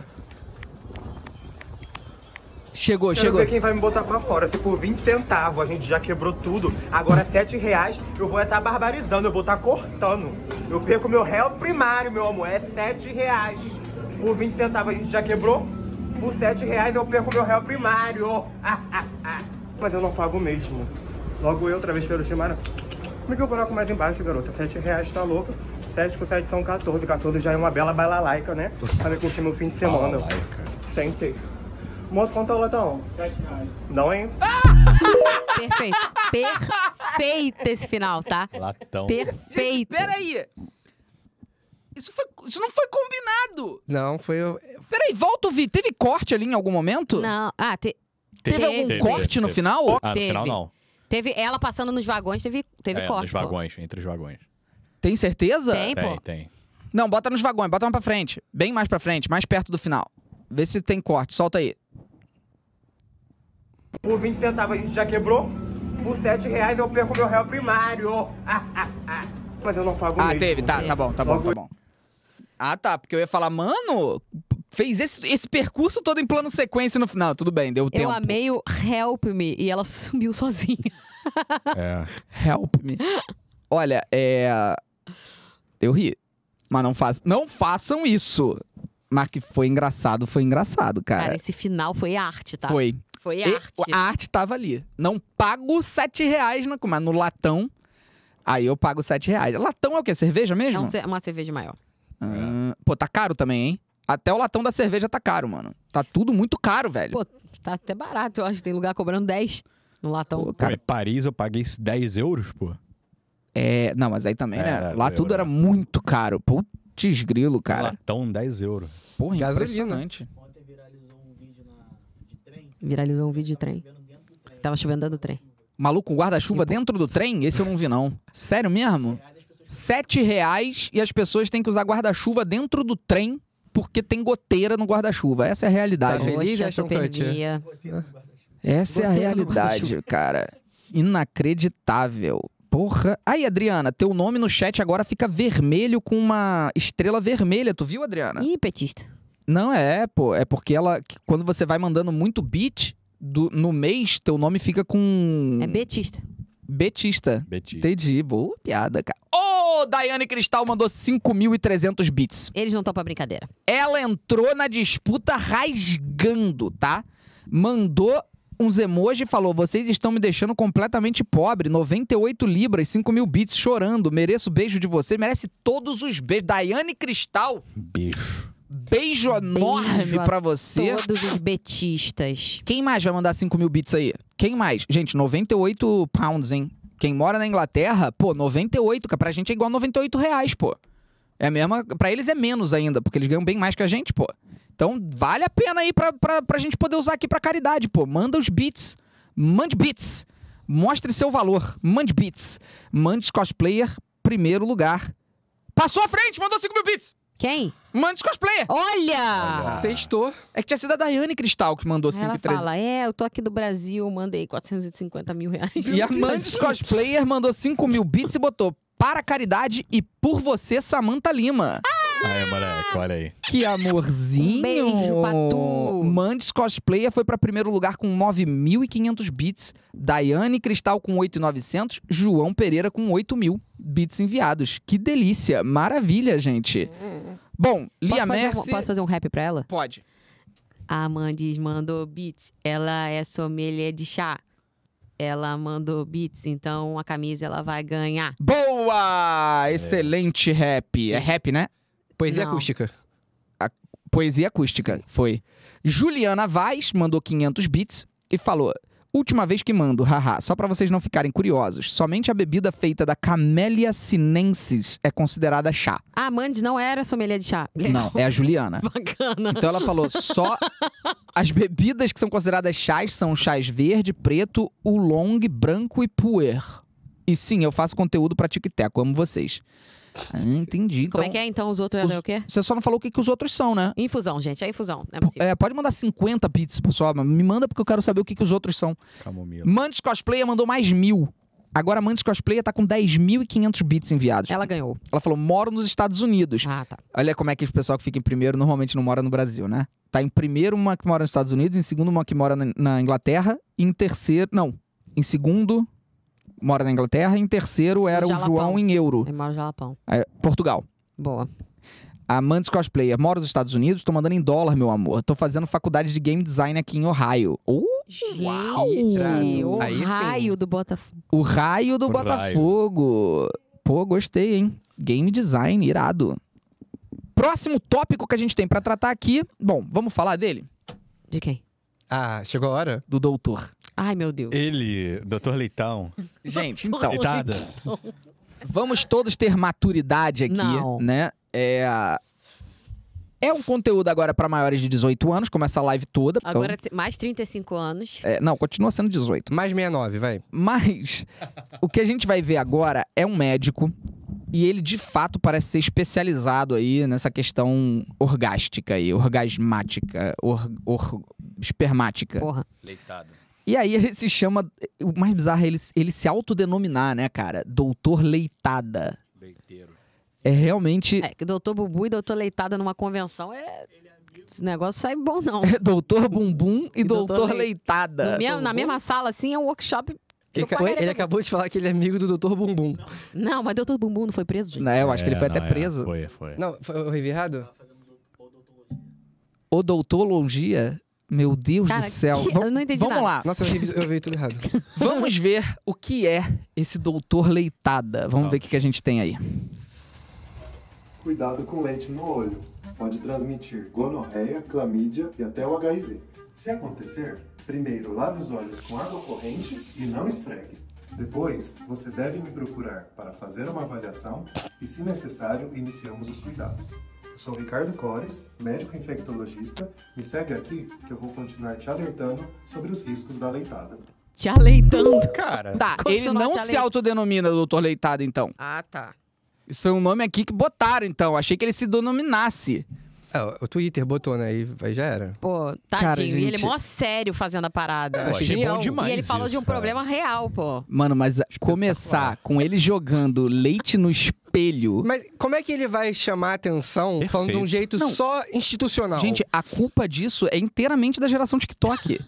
[SPEAKER 1] Chegou,
[SPEAKER 8] Quero
[SPEAKER 1] chegou.
[SPEAKER 8] ver quem vai me botar pra fora. Ficou 20 centavos, a gente já quebrou tudo. Agora 7 reais, eu vou estar barbarizando, eu vou estar cortando. Eu perco meu réu primário, meu amor, é 7 reais. Por 20 centavos a gente já quebrou. Por 7 reais eu perco meu réu primário. <laughs> Ah, ah, ah. Mas eu não pago mesmo. Logo eu, travesteiro Chimara. Como é que eu buraco mais embaixo, garota? 7 reais tá louco. 7 com 7 são 14. 14 já é uma bela balalaica, né? Pra me curtir meu fim de semana. Sentei. Moço, quanto é o latão? 7 reais. Não, hein?
[SPEAKER 3] Perfeito. Perfeito esse final, tá?
[SPEAKER 5] Latão.
[SPEAKER 1] Gente,
[SPEAKER 3] Perfeito.
[SPEAKER 1] peraí. Isso, foi, isso não foi combinado.
[SPEAKER 4] Não, foi. o-
[SPEAKER 1] Peraí, volta ouvir. Teve corte ali em algum momento?
[SPEAKER 3] Não. Ah, te-
[SPEAKER 1] Teve,
[SPEAKER 3] Teve.
[SPEAKER 1] algum
[SPEAKER 3] Teve,
[SPEAKER 1] corte no
[SPEAKER 5] teve.
[SPEAKER 1] final?
[SPEAKER 5] Ah, no
[SPEAKER 3] Teve.
[SPEAKER 5] final não.
[SPEAKER 3] teve ela passando nos vagões, teve, teve
[SPEAKER 5] é,
[SPEAKER 3] corte.
[SPEAKER 5] nos
[SPEAKER 3] pô.
[SPEAKER 5] vagões, entre os vagões.
[SPEAKER 1] Tem certeza?
[SPEAKER 3] Tem,
[SPEAKER 5] Tem,
[SPEAKER 1] <laughs>
[SPEAKER 3] pô.
[SPEAKER 5] tem.
[SPEAKER 1] Não, bota nos vagões, bota mais pra frente. Bem mais pra frente, mais perto do final. Vê se tem corte, solta aí.
[SPEAKER 8] Por 20 centavos a gente já quebrou. Por 7 reais eu perco meu réu primário. <laughs> Ah, ah, ah. Mas eu não pago
[SPEAKER 1] Ah,
[SPEAKER 8] mesmo.
[SPEAKER 1] teve, tá, tá bom, tá bom, tá bom. Ah, tá, porque eu ia falar, mano, fez esse, esse percurso todo em plano sequência no final. Tudo bem, deu tempo.
[SPEAKER 3] Eu amei o Help Me e ela sumiu sozinha.
[SPEAKER 5] É.
[SPEAKER 1] Help me. Olha, é. Eu ri. Mas não, faça, não façam isso. Mas que foi engraçado, foi engraçado,
[SPEAKER 3] Cara,
[SPEAKER 1] cara.
[SPEAKER 3] esse final foi arte, tá?
[SPEAKER 1] foi.
[SPEAKER 3] Foi
[SPEAKER 1] E-
[SPEAKER 3] arte.
[SPEAKER 1] a arte tava ali. Não pago 7 reais no, mas no latão. Aí eu pago 7 reais. Latão é o quê? Cerveja
[SPEAKER 3] É
[SPEAKER 1] mesmo?
[SPEAKER 3] um ce- uma cerveja maior.
[SPEAKER 1] Ah, pô, tá caro também, hein? Até o latão da cerveja tá caro, mano. Tá tudo muito caro, velho.
[SPEAKER 3] Pô, Tá até barato, eu acho. Tem lugar cobrando 10 no latão.
[SPEAKER 1] Pô,
[SPEAKER 5] Pô,
[SPEAKER 1] cara,
[SPEAKER 5] em Paris eu paguei 10 euros, pô.
[SPEAKER 1] é. Não, mas aí também,
[SPEAKER 5] É,
[SPEAKER 1] né?
[SPEAKER 5] é,
[SPEAKER 1] Lá
[SPEAKER 5] eu-
[SPEAKER 1] tudo era muito caro. Putz, grilo, cara.
[SPEAKER 5] Latão, 10 euros.
[SPEAKER 1] Porra,
[SPEAKER 4] Gasolina.
[SPEAKER 1] impressionante.
[SPEAKER 6] Ontem viralizou um vídeo na, de trem.
[SPEAKER 3] Viralizou um vídeo de trem.
[SPEAKER 6] Vendo dentro do trem.
[SPEAKER 3] Tava chovendo dentro do trem.
[SPEAKER 1] Maluco, um guarda-chuva dentro do trem? Esse eu não vi, não. Sério mesmo? Sete reais e as pessoas têm que usar guarda-chuva dentro do trem porque tem goteira no guarda-chuva. Essa é a realidade.
[SPEAKER 4] Tá vendo? Feliz,
[SPEAKER 3] Poxa,
[SPEAKER 1] um
[SPEAKER 4] Ashton
[SPEAKER 3] super
[SPEAKER 4] Kutcher?
[SPEAKER 3] dia.
[SPEAKER 1] Essa é a
[SPEAKER 3] Goteira no
[SPEAKER 1] realidade,
[SPEAKER 3] guarda-chuva.
[SPEAKER 1] cara. Inacreditável. Porra. Aí, Adriana, teu nome no chat agora fica vermelho com uma estrela vermelha. Tu viu, Adriana?
[SPEAKER 3] Ih, petista.
[SPEAKER 1] Não é, pô. É porque ela, que quando você vai mandando muito bit do- no mês, teu nome fica com.
[SPEAKER 3] É betista.
[SPEAKER 1] Betista.
[SPEAKER 5] Beti.
[SPEAKER 1] Entendi, boa piada, cara. Ô, Daiane Cristal mandou 5.300 bits.
[SPEAKER 3] Eles não estão pra brincadeira.
[SPEAKER 1] Ela entrou na disputa rasgando, tá? Mandou uns emojis e falou: Vocês estão me deixando completamente pobre. 98 libras, 5 mil bits, chorando. Mereço beijo de vocês. Merece todos os beijos. Daiane Cristal,
[SPEAKER 5] Bicho.
[SPEAKER 1] beijo
[SPEAKER 3] Beijo
[SPEAKER 1] enorme
[SPEAKER 3] a
[SPEAKER 1] pra você.
[SPEAKER 3] Todos os betistas.
[SPEAKER 1] Quem mais vai mandar 5 mil bits aí? Quem mais? Gente, 98 pounds, hein? Quem mora na Inglaterra, pô, 98, cara, pra gente é igual 98 reais, pô. É a mesma. Pra eles é menos ainda, porque eles ganham bem mais que a gente, pô. Então vale a pena aí pra, pra, pra gente poder usar aqui pra caridade, pô. Manda os beats. Mande beats. Mostre seu valor. Mande beats. Mande cosplayer, primeiro lugar. Passou à frente, mandou 5 mil bits.
[SPEAKER 3] Quem?
[SPEAKER 1] Mande cosplayer.
[SPEAKER 5] Ah.
[SPEAKER 3] Olha!
[SPEAKER 4] Sextou.
[SPEAKER 1] É que tinha sido a Daiane Cristal que mandou
[SPEAKER 3] Ela
[SPEAKER 1] 5,13.
[SPEAKER 3] fala, é, eu tô aqui do Brasil, mandei 450 mil reais.
[SPEAKER 1] E a Mandes Cosplayer mandou 5 mil bits e botou para a caridade e por você, Samanta Lima.
[SPEAKER 5] Ah. Aí, moleque, olha aí.
[SPEAKER 1] Que amorzinho!
[SPEAKER 3] Um beijo pra tu.
[SPEAKER 1] Mandes Cosplayer foi pra primeiro lugar com 9.500 bits, Daiane Cristal com 8.900, João Pereira com 8.000 bits enviados. Que delícia! Maravilha, gente! Bom, Lia
[SPEAKER 3] posso, fazer um-
[SPEAKER 1] Mercy...
[SPEAKER 3] posso fazer um rap pra ela?
[SPEAKER 1] Pode.
[SPEAKER 3] A Mandes mandou beats, ela é sommelier de chá. Ela mandou beats, então a camisa ela vai ganhar.
[SPEAKER 1] Boa! Excelente rap. É rap, né?
[SPEAKER 4] Poesia
[SPEAKER 3] Não.
[SPEAKER 4] acústica.
[SPEAKER 1] Poesia acústica, foi. Juliana Vaz mandou 500 bits e falou: Última vez que mando, haha, só pra vocês não ficarem curiosos, somente a bebida feita da Camellia sinensis é considerada chá.
[SPEAKER 3] A Mandes não era sommelier de chá.
[SPEAKER 1] Não, é a
[SPEAKER 3] <laughs>
[SPEAKER 1] Juliana.
[SPEAKER 3] Bacana.
[SPEAKER 1] Então ela falou: só as bebidas que são consideradas chás são chás verde, preto, oolong, branco e puer. E sim, eu faço conteúdo pra Tico e Teco, amo vocês. Ah, entendi. Então,
[SPEAKER 3] Como é que é então os outros
[SPEAKER 1] os-
[SPEAKER 3] é o quê?
[SPEAKER 1] Você só não falou o que, que os outros são, né?
[SPEAKER 3] Infusão, gente, é infusão. Não é possível.
[SPEAKER 1] É, pode mandar 50 bits, pessoal. mas Me manda porque eu quero saber o que, que os outros são.
[SPEAKER 5] Camomila.
[SPEAKER 1] Mantis Cosplayer mandou mais mil. Agora Mantis Cosplayer tá com 10.500 bits enviados.
[SPEAKER 3] Ela ganhou.
[SPEAKER 1] Ela falou, moro nos Estados Unidos.
[SPEAKER 3] Ah, tá.
[SPEAKER 1] Olha como é que o pessoal que fica em primeiro normalmente não mora no Brasil, né? Tá em primeiro uma que mora nos Estados Unidos, em segundo uma que mora na, na Inglaterra, e em terceiro... Não, em segundo mora na Inglaterra, e em terceiro era o
[SPEAKER 3] Jalapão.
[SPEAKER 1] João em euro.
[SPEAKER 3] Eu moro Jalapão.
[SPEAKER 1] É, Portugal.
[SPEAKER 3] Boa.
[SPEAKER 1] Amantes Cosplayer, moro nos Estados Unidos, tô mandando em dólar, meu amor. Tô fazendo faculdade de game design aqui em Ohio. Uh, Uau!
[SPEAKER 3] Gente, o
[SPEAKER 4] Aí sim.
[SPEAKER 3] raio do Botafogo.
[SPEAKER 1] o raio do
[SPEAKER 5] O raio.
[SPEAKER 1] Botafogo. Pô, gostei, hein? Game design, irado. Próximo tópico que a gente tem pra tratar aqui. Bom, vamos falar dele?
[SPEAKER 3] De quem?
[SPEAKER 4] Ah, chegou a hora?
[SPEAKER 1] Do doutor.
[SPEAKER 3] Ai, meu Deus.
[SPEAKER 5] Ele, Dr. Leitão.
[SPEAKER 1] Gente, então,
[SPEAKER 5] Leitada.
[SPEAKER 1] vamos todos ter maturidade aqui,
[SPEAKER 3] Não.
[SPEAKER 1] né? É. É um conteúdo agora pra maiores de 18 anos, como essa live toda. então-
[SPEAKER 3] Agora, te- mais 35 anos.
[SPEAKER 1] É, não, continua sendo 18.
[SPEAKER 4] Mais 69, vai.
[SPEAKER 1] Mas o que a gente vai ver agora é um médico e ele de fato parece ser especializado aí nessa questão orgástica aí, orgasmática, or, or- espermática.
[SPEAKER 3] Porra.
[SPEAKER 5] Leitada.
[SPEAKER 1] E aí ele se chama, o mais bizarro é ele, ele se autodenominar, né, cara? Doutor Leitada.
[SPEAKER 5] Leiteiro.
[SPEAKER 1] É realmente
[SPEAKER 3] É, que doutor Bubu e doutor Leitada numa convenção é. Esse negócio sai bom, não.
[SPEAKER 1] <laughs> Doutor Bumbum e,
[SPEAKER 3] E
[SPEAKER 1] Doutor,
[SPEAKER 3] Doutor Lei-
[SPEAKER 1] Leitada.
[SPEAKER 3] No mesmo- na mesma sala, assim, é um workshop.
[SPEAKER 4] Ele,
[SPEAKER 3] do
[SPEAKER 4] aca-
[SPEAKER 3] Pacaembu.
[SPEAKER 4] ele acabou de falar que ele é amigo do Dr. Bumbum.
[SPEAKER 3] Não, mas doutor Bumbum não foi preso, gente.
[SPEAKER 1] Não, eu acho que ele foi até preso.
[SPEAKER 5] É, Foi, foi.
[SPEAKER 4] Não, foi, eu revi errado?
[SPEAKER 1] O Doutologia, meu Deus
[SPEAKER 3] Cara,
[SPEAKER 1] do céu.
[SPEAKER 3] que-
[SPEAKER 1] Vam-
[SPEAKER 3] eu não entendi
[SPEAKER 1] Vamos
[SPEAKER 3] nada.
[SPEAKER 1] lá.
[SPEAKER 4] Nossa, eu revi, eu revi tudo errado.
[SPEAKER 1] Vamos ver o que é esse doutor leitada. Vamos ver o que, que a gente tem aí.
[SPEAKER 9] Cuidado com leite no olho. Pode transmitir gonorreia, clamídia e até o HIV. Se acontecer, primeiro lave os olhos com água corrente e não esfregue. Depois, você deve me procurar para fazer uma avaliação e, se necessário, iniciamos os cuidados. Sou Ricardo Cores, médico infectologista. Me segue aqui que eu vou continuar te alertando sobre os riscos da leitada.
[SPEAKER 3] Te aleitando.
[SPEAKER 5] Cara,
[SPEAKER 1] Tá,
[SPEAKER 3] Continua
[SPEAKER 1] ele não
[SPEAKER 3] te
[SPEAKER 1] se
[SPEAKER 3] ale-
[SPEAKER 1] autodenomina doutor leitada, então.
[SPEAKER 3] Ah, tá.
[SPEAKER 1] Isso foi um nome aqui que botaram, então. Achei que ele se denominasse.
[SPEAKER 4] Ah, o- o Twitter botou, né? E aí já era.
[SPEAKER 3] Pô, tadinho.
[SPEAKER 1] Cara,
[SPEAKER 3] E ele é
[SPEAKER 1] gente.
[SPEAKER 3] mó sério fazendo a parada.
[SPEAKER 5] Pô,
[SPEAKER 2] é
[SPEAKER 5] achei
[SPEAKER 4] genial.
[SPEAKER 5] bom demais.
[SPEAKER 3] e ele falou de um
[SPEAKER 5] É, isso, cara.
[SPEAKER 3] problema real, pô.
[SPEAKER 1] Mano, mas começar com ele jogando leite no espelho.
[SPEAKER 4] Mas como é que ele vai chamar a atenção falando de um
[SPEAKER 5] Perfeito.
[SPEAKER 4] jeito
[SPEAKER 1] Não.
[SPEAKER 4] só institucional?
[SPEAKER 1] Gente, a culpa disso é inteiramente da geração TikTok.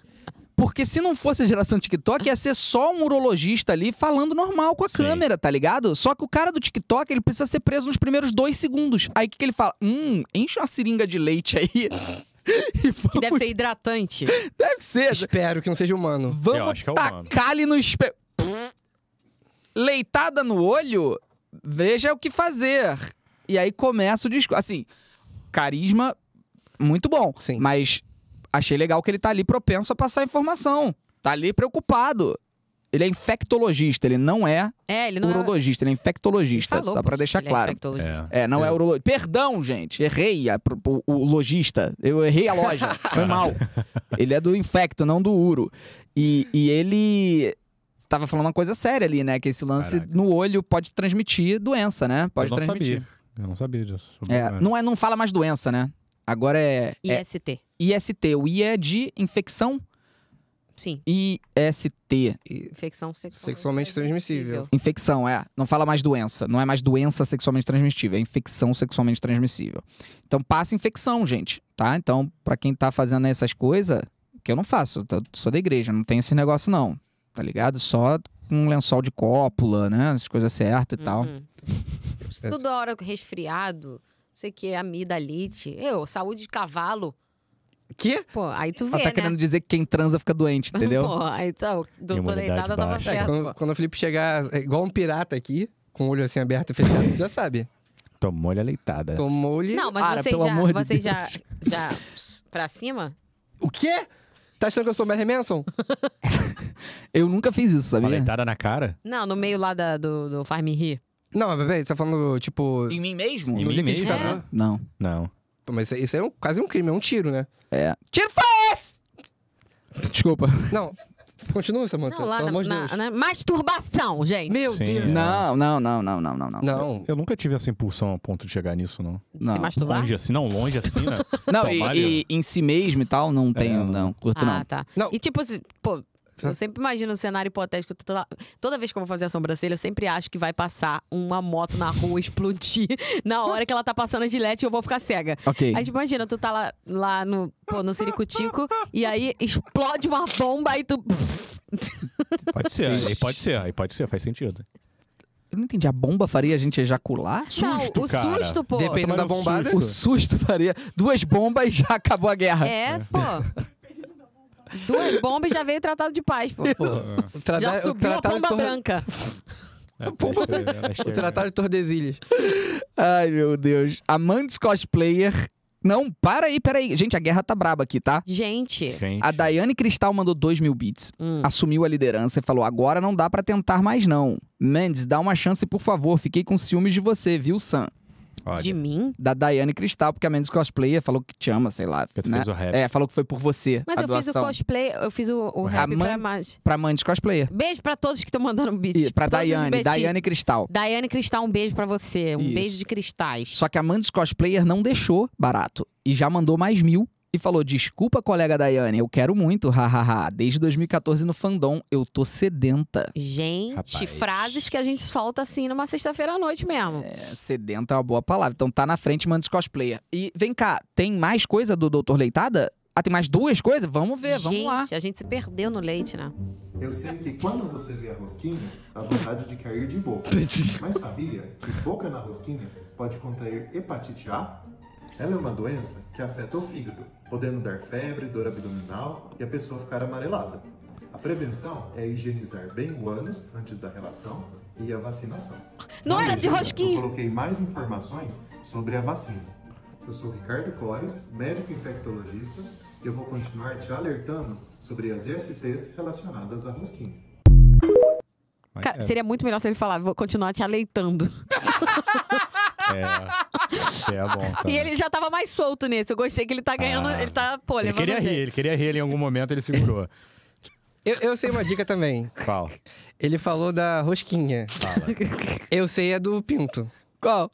[SPEAKER 1] Porque se não fosse a geração TikTok, ia ser só um urologista ali falando normal com a
[SPEAKER 5] Sim.
[SPEAKER 1] câmera, tá ligado? Só que o cara do TikTok, ele precisa ser preso nos primeiros dois segundos. Aí o que, que ele fala? Hum, enche uma seringa de leite aí. <laughs> E
[SPEAKER 3] Que
[SPEAKER 1] <laughs> vamos...
[SPEAKER 3] deve ser hidratante.
[SPEAKER 1] Deve ser.
[SPEAKER 4] espero que não seja humano.
[SPEAKER 5] Eu
[SPEAKER 1] Vamos
[SPEAKER 5] acho que é humano.
[SPEAKER 1] tacar-lhe no espelho. Leitada no olho, veja o que fazer. E aí começa o discurso. Assim, carisma, muito bom.
[SPEAKER 4] Sim.
[SPEAKER 1] Mas achei legal que ele tá ali propenso a passar informação. Tá ali preocupado. Ele é infectologista, ele não é
[SPEAKER 3] É, ele não é-
[SPEAKER 1] urologista, ele é
[SPEAKER 3] ele
[SPEAKER 1] infectologista,
[SPEAKER 3] falou,
[SPEAKER 1] só pra
[SPEAKER 3] pô,
[SPEAKER 1] deixar
[SPEAKER 3] ele é
[SPEAKER 1] claro.
[SPEAKER 3] infectologista.
[SPEAKER 1] É, não é, urologista. Perdão, gente, errei a pro- o, o lojista. Eu errei a loja.
[SPEAKER 2] <laughs>
[SPEAKER 1] Foi mal. Ele é do infecto, não do uro. E, e ele tava falando uma coisa séria ali, né? Que esse lance
[SPEAKER 2] Caraca.
[SPEAKER 1] no olho pode transmitir doença, né? Pode
[SPEAKER 2] eu não
[SPEAKER 1] transmitir.
[SPEAKER 2] sabia. Eu não sabia disso.
[SPEAKER 1] É, não, é, não fala mais doença, né? Agora é, é
[SPEAKER 3] IST.
[SPEAKER 1] IST. O I é de infecção
[SPEAKER 3] Sim.
[SPEAKER 1] IST.
[SPEAKER 3] Infecção sexualmente,
[SPEAKER 4] Sexualmente transmissível.
[SPEAKER 1] Infecção, é. Não fala mais doença. Não é mais doença sexualmente transmissível. É infecção sexualmente transmissível. Então passa infecção, gente, tá? Então, pra quem tá fazendo essas coisas, que eu não faço, eu tô- sou da igreja, não tem esse negócio não, tá ligado? Só um lençol de cópula, né? As coisas certas e tal.
[SPEAKER 3] Uhum. Toda hora resfriado, sei que é amidalite. Eu, saúde de cavalo.
[SPEAKER 4] Quê?
[SPEAKER 3] Pô, aí tu vê,
[SPEAKER 1] Ela tá
[SPEAKER 3] né?
[SPEAKER 1] querendo dizer que quem transa fica
[SPEAKER 3] <laughs>
[SPEAKER 1] doente, entendeu?
[SPEAKER 3] Pô, aí tá, o doutor
[SPEAKER 2] Imunidade
[SPEAKER 3] Leitada tava
[SPEAKER 2] baixa.
[SPEAKER 4] É,
[SPEAKER 3] certo.
[SPEAKER 4] quando, quando o Felipe chegar é, igual um pirata aqui, com o olho assim aberto e fechado, tu já sabe.
[SPEAKER 2] Tomou-lhe a leitada.
[SPEAKER 4] Tomou-lhe.
[SPEAKER 3] É. Não, mas
[SPEAKER 1] Para,
[SPEAKER 3] vocês,
[SPEAKER 1] pelo
[SPEAKER 3] já,
[SPEAKER 1] amor de Deus.
[SPEAKER 3] vocês já, já. Pra cima?
[SPEAKER 4] O quê? Tá achando que eu sou o Mary Manson?
[SPEAKER 1] Eu nunca fiz isso,
[SPEAKER 2] Uma
[SPEAKER 1] sabia?
[SPEAKER 2] leitada na cara?
[SPEAKER 3] Não, no meio lá da, do, do Farm Rir.
[SPEAKER 4] Não, mas peraí, você tá falando, tipo.
[SPEAKER 1] Em mim mesmo?
[SPEAKER 2] Em
[SPEAKER 4] no né?
[SPEAKER 2] mim mesmo? né?
[SPEAKER 4] liquidificador?
[SPEAKER 1] Não.
[SPEAKER 2] Não.
[SPEAKER 4] Pô, Mas isso aí- isso aí é um- quase um crime, é um tiro, né?
[SPEAKER 1] É. Tiro esse! Desculpa.
[SPEAKER 4] Não, continua, Samanta.
[SPEAKER 3] Não, lá
[SPEAKER 4] pelo
[SPEAKER 3] na,
[SPEAKER 4] amor de
[SPEAKER 3] na-
[SPEAKER 4] Deus.
[SPEAKER 3] na- Masturbação, gente.
[SPEAKER 4] Meu
[SPEAKER 2] Sim,
[SPEAKER 4] Deus.
[SPEAKER 2] é.
[SPEAKER 1] Não, não, não, não, não, não, não.
[SPEAKER 4] Não.
[SPEAKER 2] Eu nunca tive essa impulsão a ponto de chegar nisso, não.
[SPEAKER 1] não.
[SPEAKER 3] Se masturbar?
[SPEAKER 2] Longe assim, não, longe assim, né?
[SPEAKER 1] Não, É.
[SPEAKER 2] Tomar-lhe-
[SPEAKER 1] e, e em si mesmo e tal, não tenho, não. Curto
[SPEAKER 3] Ah,
[SPEAKER 1] não.
[SPEAKER 3] tá.
[SPEAKER 4] Não.
[SPEAKER 3] E tipo, se- pô, eu sempre imagino um cenário hipotético. Toda, toda vez que eu vou fazer a sobrancelha, eu sempre acho que vai passar uma moto na rua <laughs> explodir na hora que ela tá passando a gilete e eu vou ficar cega.
[SPEAKER 1] Ok.
[SPEAKER 3] Aí, tipo, imagina, tu tá lá, lá no, pô, no Ciricutico e aí explode uma bomba e tu.
[SPEAKER 2] Pode ser, aí pode ser, aí pode ser, faz sentido.
[SPEAKER 1] Eu não entendi. A bomba faria a gente ejacular?
[SPEAKER 2] Susto,
[SPEAKER 3] não, o
[SPEAKER 2] cara.
[SPEAKER 3] susto, pô.
[SPEAKER 4] Dependendo
[SPEAKER 2] Tomar
[SPEAKER 4] da
[SPEAKER 2] um
[SPEAKER 4] bombada.
[SPEAKER 1] O susto faria. Duas bombas e já acabou a guerra.
[SPEAKER 3] É, pô. Duas bombas já veio tratado de paz, pô.
[SPEAKER 4] Pô, o
[SPEAKER 1] tá
[SPEAKER 4] trata-
[SPEAKER 3] Já
[SPEAKER 4] o
[SPEAKER 3] subiu a
[SPEAKER 4] tratado de
[SPEAKER 3] pomba
[SPEAKER 4] Torre-
[SPEAKER 3] branca.
[SPEAKER 2] É, acho que- acho
[SPEAKER 5] É.
[SPEAKER 2] que-
[SPEAKER 4] O Tratado de Tordesilhas.
[SPEAKER 1] Ai, meu Deus. Amantes cosplayer. Não, para aí, pera aí. Gente, a guerra tá braba aqui, tá?
[SPEAKER 3] Gente.
[SPEAKER 2] Gente,
[SPEAKER 1] A Daiane Cristal mandou 2 mil bits.
[SPEAKER 3] Hum.
[SPEAKER 1] Assumiu a liderança e falou: agora não dá pra tentar mais, não. Mendes, dá uma chance, por favor. Fiquei com ciúmes de você, viu, Sam?
[SPEAKER 2] olha, porque
[SPEAKER 3] De mim?
[SPEAKER 1] Da Daiane Cristal, porque a Mendes Cosplayer falou que te ama, sei lá.
[SPEAKER 2] tu
[SPEAKER 1] né?
[SPEAKER 2] fez o rap.
[SPEAKER 1] É, falou que foi por você
[SPEAKER 3] Mas
[SPEAKER 1] a
[SPEAKER 3] eu fiz o
[SPEAKER 1] doação.
[SPEAKER 3] cosplay, eu fiz o, o
[SPEAKER 2] A
[SPEAKER 3] rap
[SPEAKER 1] mãe-
[SPEAKER 3] pra mais.
[SPEAKER 1] pra Mandes Cosplayer.
[SPEAKER 3] Beijo pra todos que estão mandando um beat.
[SPEAKER 1] E pra
[SPEAKER 3] Todos os
[SPEAKER 1] Daiane,
[SPEAKER 3] betistas.
[SPEAKER 1] Daiane Cristal.
[SPEAKER 3] Daiane Cristal, um beijo pra você. Um
[SPEAKER 1] Isso.
[SPEAKER 3] beijo de cristais.
[SPEAKER 1] Só que a Mandes Cosplayer não deixou barato e já mandou mais mil e falou: Desculpa, colega Daiane, eu quero muito, hahaha. Desde 2014 no fandom, eu tô sedenta.
[SPEAKER 3] Gente,
[SPEAKER 2] Rapaz.
[SPEAKER 3] frases que a gente solta assim numa sexta-feira à noite mesmo.
[SPEAKER 1] É, sedenta é uma boa palavra. Então tá na frente Mandes Cosplayer. E vem cá, tem mais coisa do Doutor Leitada? Ah, tem mais duas coisas? Vamos ver, vamos
[SPEAKER 3] gente,
[SPEAKER 1] lá.
[SPEAKER 3] a gente se perdeu no leite, né?
[SPEAKER 9] Eu sei que quando você vê a rosquinha, dá vontade de cair de boca. Mas sabia que boca na rosquinha pode contrair hepatite A? Ela é uma doença que afeta o fígado, podendo dar febre, dor abdominal e a pessoa ficar amarelada. A prevenção é higienizar bem o ânus antes da relação e a vacinação.
[SPEAKER 3] Não era de
[SPEAKER 9] mentira,
[SPEAKER 3] rosquinha.
[SPEAKER 9] Eu coloquei mais informações sobre a vacina. Eu sou Ricardo Cores, médico infectologista, e eu vou continuar te alertando sobre as ISTs relacionadas à rosquinha.
[SPEAKER 2] Mas
[SPEAKER 3] Cara,
[SPEAKER 2] é,
[SPEAKER 3] seria muito melhor se ele falar, vou continuar te aleitando.
[SPEAKER 2] é, é bom. tá.
[SPEAKER 3] E ele já tava mais solto nesse. Eu gostei que ele tá ganhando.
[SPEAKER 2] Ah.
[SPEAKER 3] ele tá, pô,
[SPEAKER 2] Ele
[SPEAKER 3] levando.
[SPEAKER 2] queria
[SPEAKER 3] o
[SPEAKER 2] rir,
[SPEAKER 3] jeito.
[SPEAKER 2] ele queria rir, ele em algum momento ele segurou.
[SPEAKER 4] Eu, eu sei uma dica também.
[SPEAKER 2] Fala.
[SPEAKER 4] Ele falou da rosquinha. <laughs> Eu sei a do pinto.
[SPEAKER 1] Qual?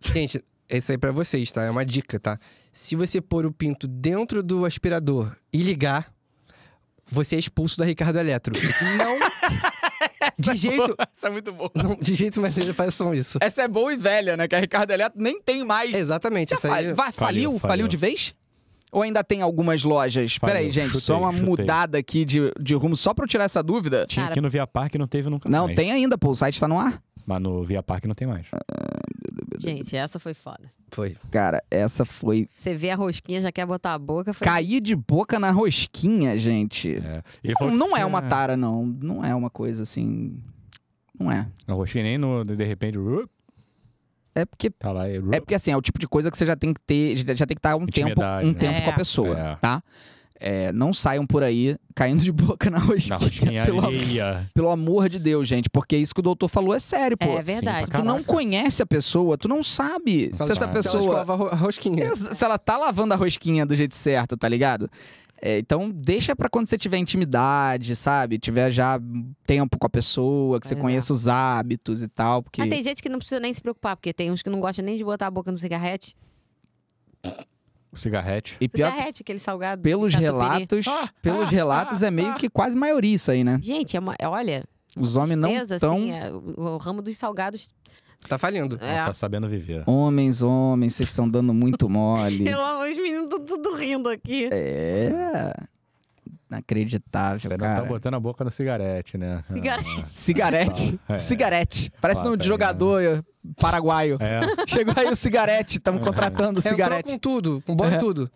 [SPEAKER 4] Gente, isso aí pra vocês, tá? É uma dica, tá? Se você pôr o pinto dentro do aspirador e ligar, você é expulso da Ricardo Eletro. Não. de jeito.
[SPEAKER 1] <laughs> <laughs> Essa é muito boa.
[SPEAKER 4] Não, de jeito maneiro façam isso.
[SPEAKER 1] Essa é boa e velha, né? Que a Ricardo Eletro nem tem mais.
[SPEAKER 4] Exatamente.
[SPEAKER 1] Já
[SPEAKER 4] Essa
[SPEAKER 1] fali-
[SPEAKER 4] aí...
[SPEAKER 1] vai- faliu,
[SPEAKER 2] Faliu,
[SPEAKER 1] faliu,
[SPEAKER 2] faliu.
[SPEAKER 1] de vez? Ou ainda tem algumas lojas? Peraí,
[SPEAKER 2] Faliu.
[SPEAKER 1] gente,
[SPEAKER 2] Chutei,
[SPEAKER 1] só uma
[SPEAKER 2] chutei.
[SPEAKER 1] mudada aqui de, de rumo, só pra eu tirar essa dúvida.
[SPEAKER 2] Tinha
[SPEAKER 3] Cara.
[SPEAKER 2] aqui no Via Parque, não teve nunca
[SPEAKER 1] Não,
[SPEAKER 2] mais.
[SPEAKER 1] tem ainda, pô, o site tá no ar.
[SPEAKER 2] Mas no Via Parque não tem mais.
[SPEAKER 3] Gente, essa foi foda.
[SPEAKER 4] Foi.
[SPEAKER 1] Cara, essa foi.
[SPEAKER 3] Você vê a rosquinha, já quer botar a boca. Foi...
[SPEAKER 1] Cair de boca na rosquinha, gente.
[SPEAKER 2] É. Ele
[SPEAKER 1] Não,
[SPEAKER 2] falou que
[SPEAKER 1] não é
[SPEAKER 2] tinha-
[SPEAKER 1] uma tara, não. Não é uma coisa assim. Não é.
[SPEAKER 2] A roxinha nem no, de repente, rup,
[SPEAKER 1] É porque.
[SPEAKER 2] tá lá e rup.
[SPEAKER 1] É porque assim, é o tipo de coisa que você já tem que ter. Já já tem que estar um tempo,
[SPEAKER 2] Intimidade,
[SPEAKER 1] um
[SPEAKER 2] né?
[SPEAKER 1] tempo
[SPEAKER 3] É.
[SPEAKER 1] com a pessoa,
[SPEAKER 2] É.
[SPEAKER 1] tá? É, não saiam por aí caindo de boca na
[SPEAKER 2] Na
[SPEAKER 1] rosquinha.
[SPEAKER 2] rosquinha
[SPEAKER 1] pelo,
[SPEAKER 2] alheia.
[SPEAKER 1] pelo amor de Deus, gente. Porque isso que o doutor falou é sério, pô.
[SPEAKER 3] É verdade.
[SPEAKER 1] Tu não conhece a pessoa, tu não sabe se essa
[SPEAKER 2] sabe.
[SPEAKER 1] pessoa.
[SPEAKER 4] Ela escova a ro- a rosquinha.
[SPEAKER 1] É, Se ela tá lavando a rosquinha do jeito certo, tá ligado? É, então deixa pra quando você tiver intimidade, sabe? Tiver já tempo com a pessoa, que você
[SPEAKER 3] É.
[SPEAKER 1] conheça os hábitos e tal, porque
[SPEAKER 3] Mas tem gente que não precisa nem se preocupar, porque tem uns que não gostam nem de botar a boca no cigarrete.
[SPEAKER 2] Cigarrete.
[SPEAKER 1] e pior que
[SPEAKER 3] Cigarrete, aquele salgado.
[SPEAKER 1] pelos
[SPEAKER 3] catupiry.
[SPEAKER 1] relatos,
[SPEAKER 3] Ah,
[SPEAKER 1] pelos relatos é meio que quase maioria isso aí, né?
[SPEAKER 3] Gente, é uma, é, olha,
[SPEAKER 1] Os homens não
[SPEAKER 3] tristeza,
[SPEAKER 1] tão
[SPEAKER 3] assim, é, o, o ramo dos salgados.
[SPEAKER 4] Tá falindo.
[SPEAKER 3] É.
[SPEAKER 2] Não tá sabendo viver.
[SPEAKER 1] homens, homens, vocês estão dando muito mole.
[SPEAKER 3] <laughs> Eu amo, os meninos tão tudo rindo aqui.
[SPEAKER 1] É. Inacreditável,
[SPEAKER 2] Você não tá
[SPEAKER 1] cara.
[SPEAKER 2] botando a boca no cigarete, né?
[SPEAKER 3] Cigarete.
[SPEAKER 1] Cigarete.
[SPEAKER 2] É.
[SPEAKER 1] Cigarete. Parece
[SPEAKER 2] Ah,
[SPEAKER 1] nome
[SPEAKER 2] tá
[SPEAKER 1] de jogador eh, paraguaio.
[SPEAKER 2] É.
[SPEAKER 1] Chegou aí o cigarete,
[SPEAKER 2] <laughs>
[SPEAKER 1] estamos contratando o
[SPEAKER 4] Entrou
[SPEAKER 1] cigarete.
[SPEAKER 4] com tudo, com bom
[SPEAKER 1] É.
[SPEAKER 4] tudo.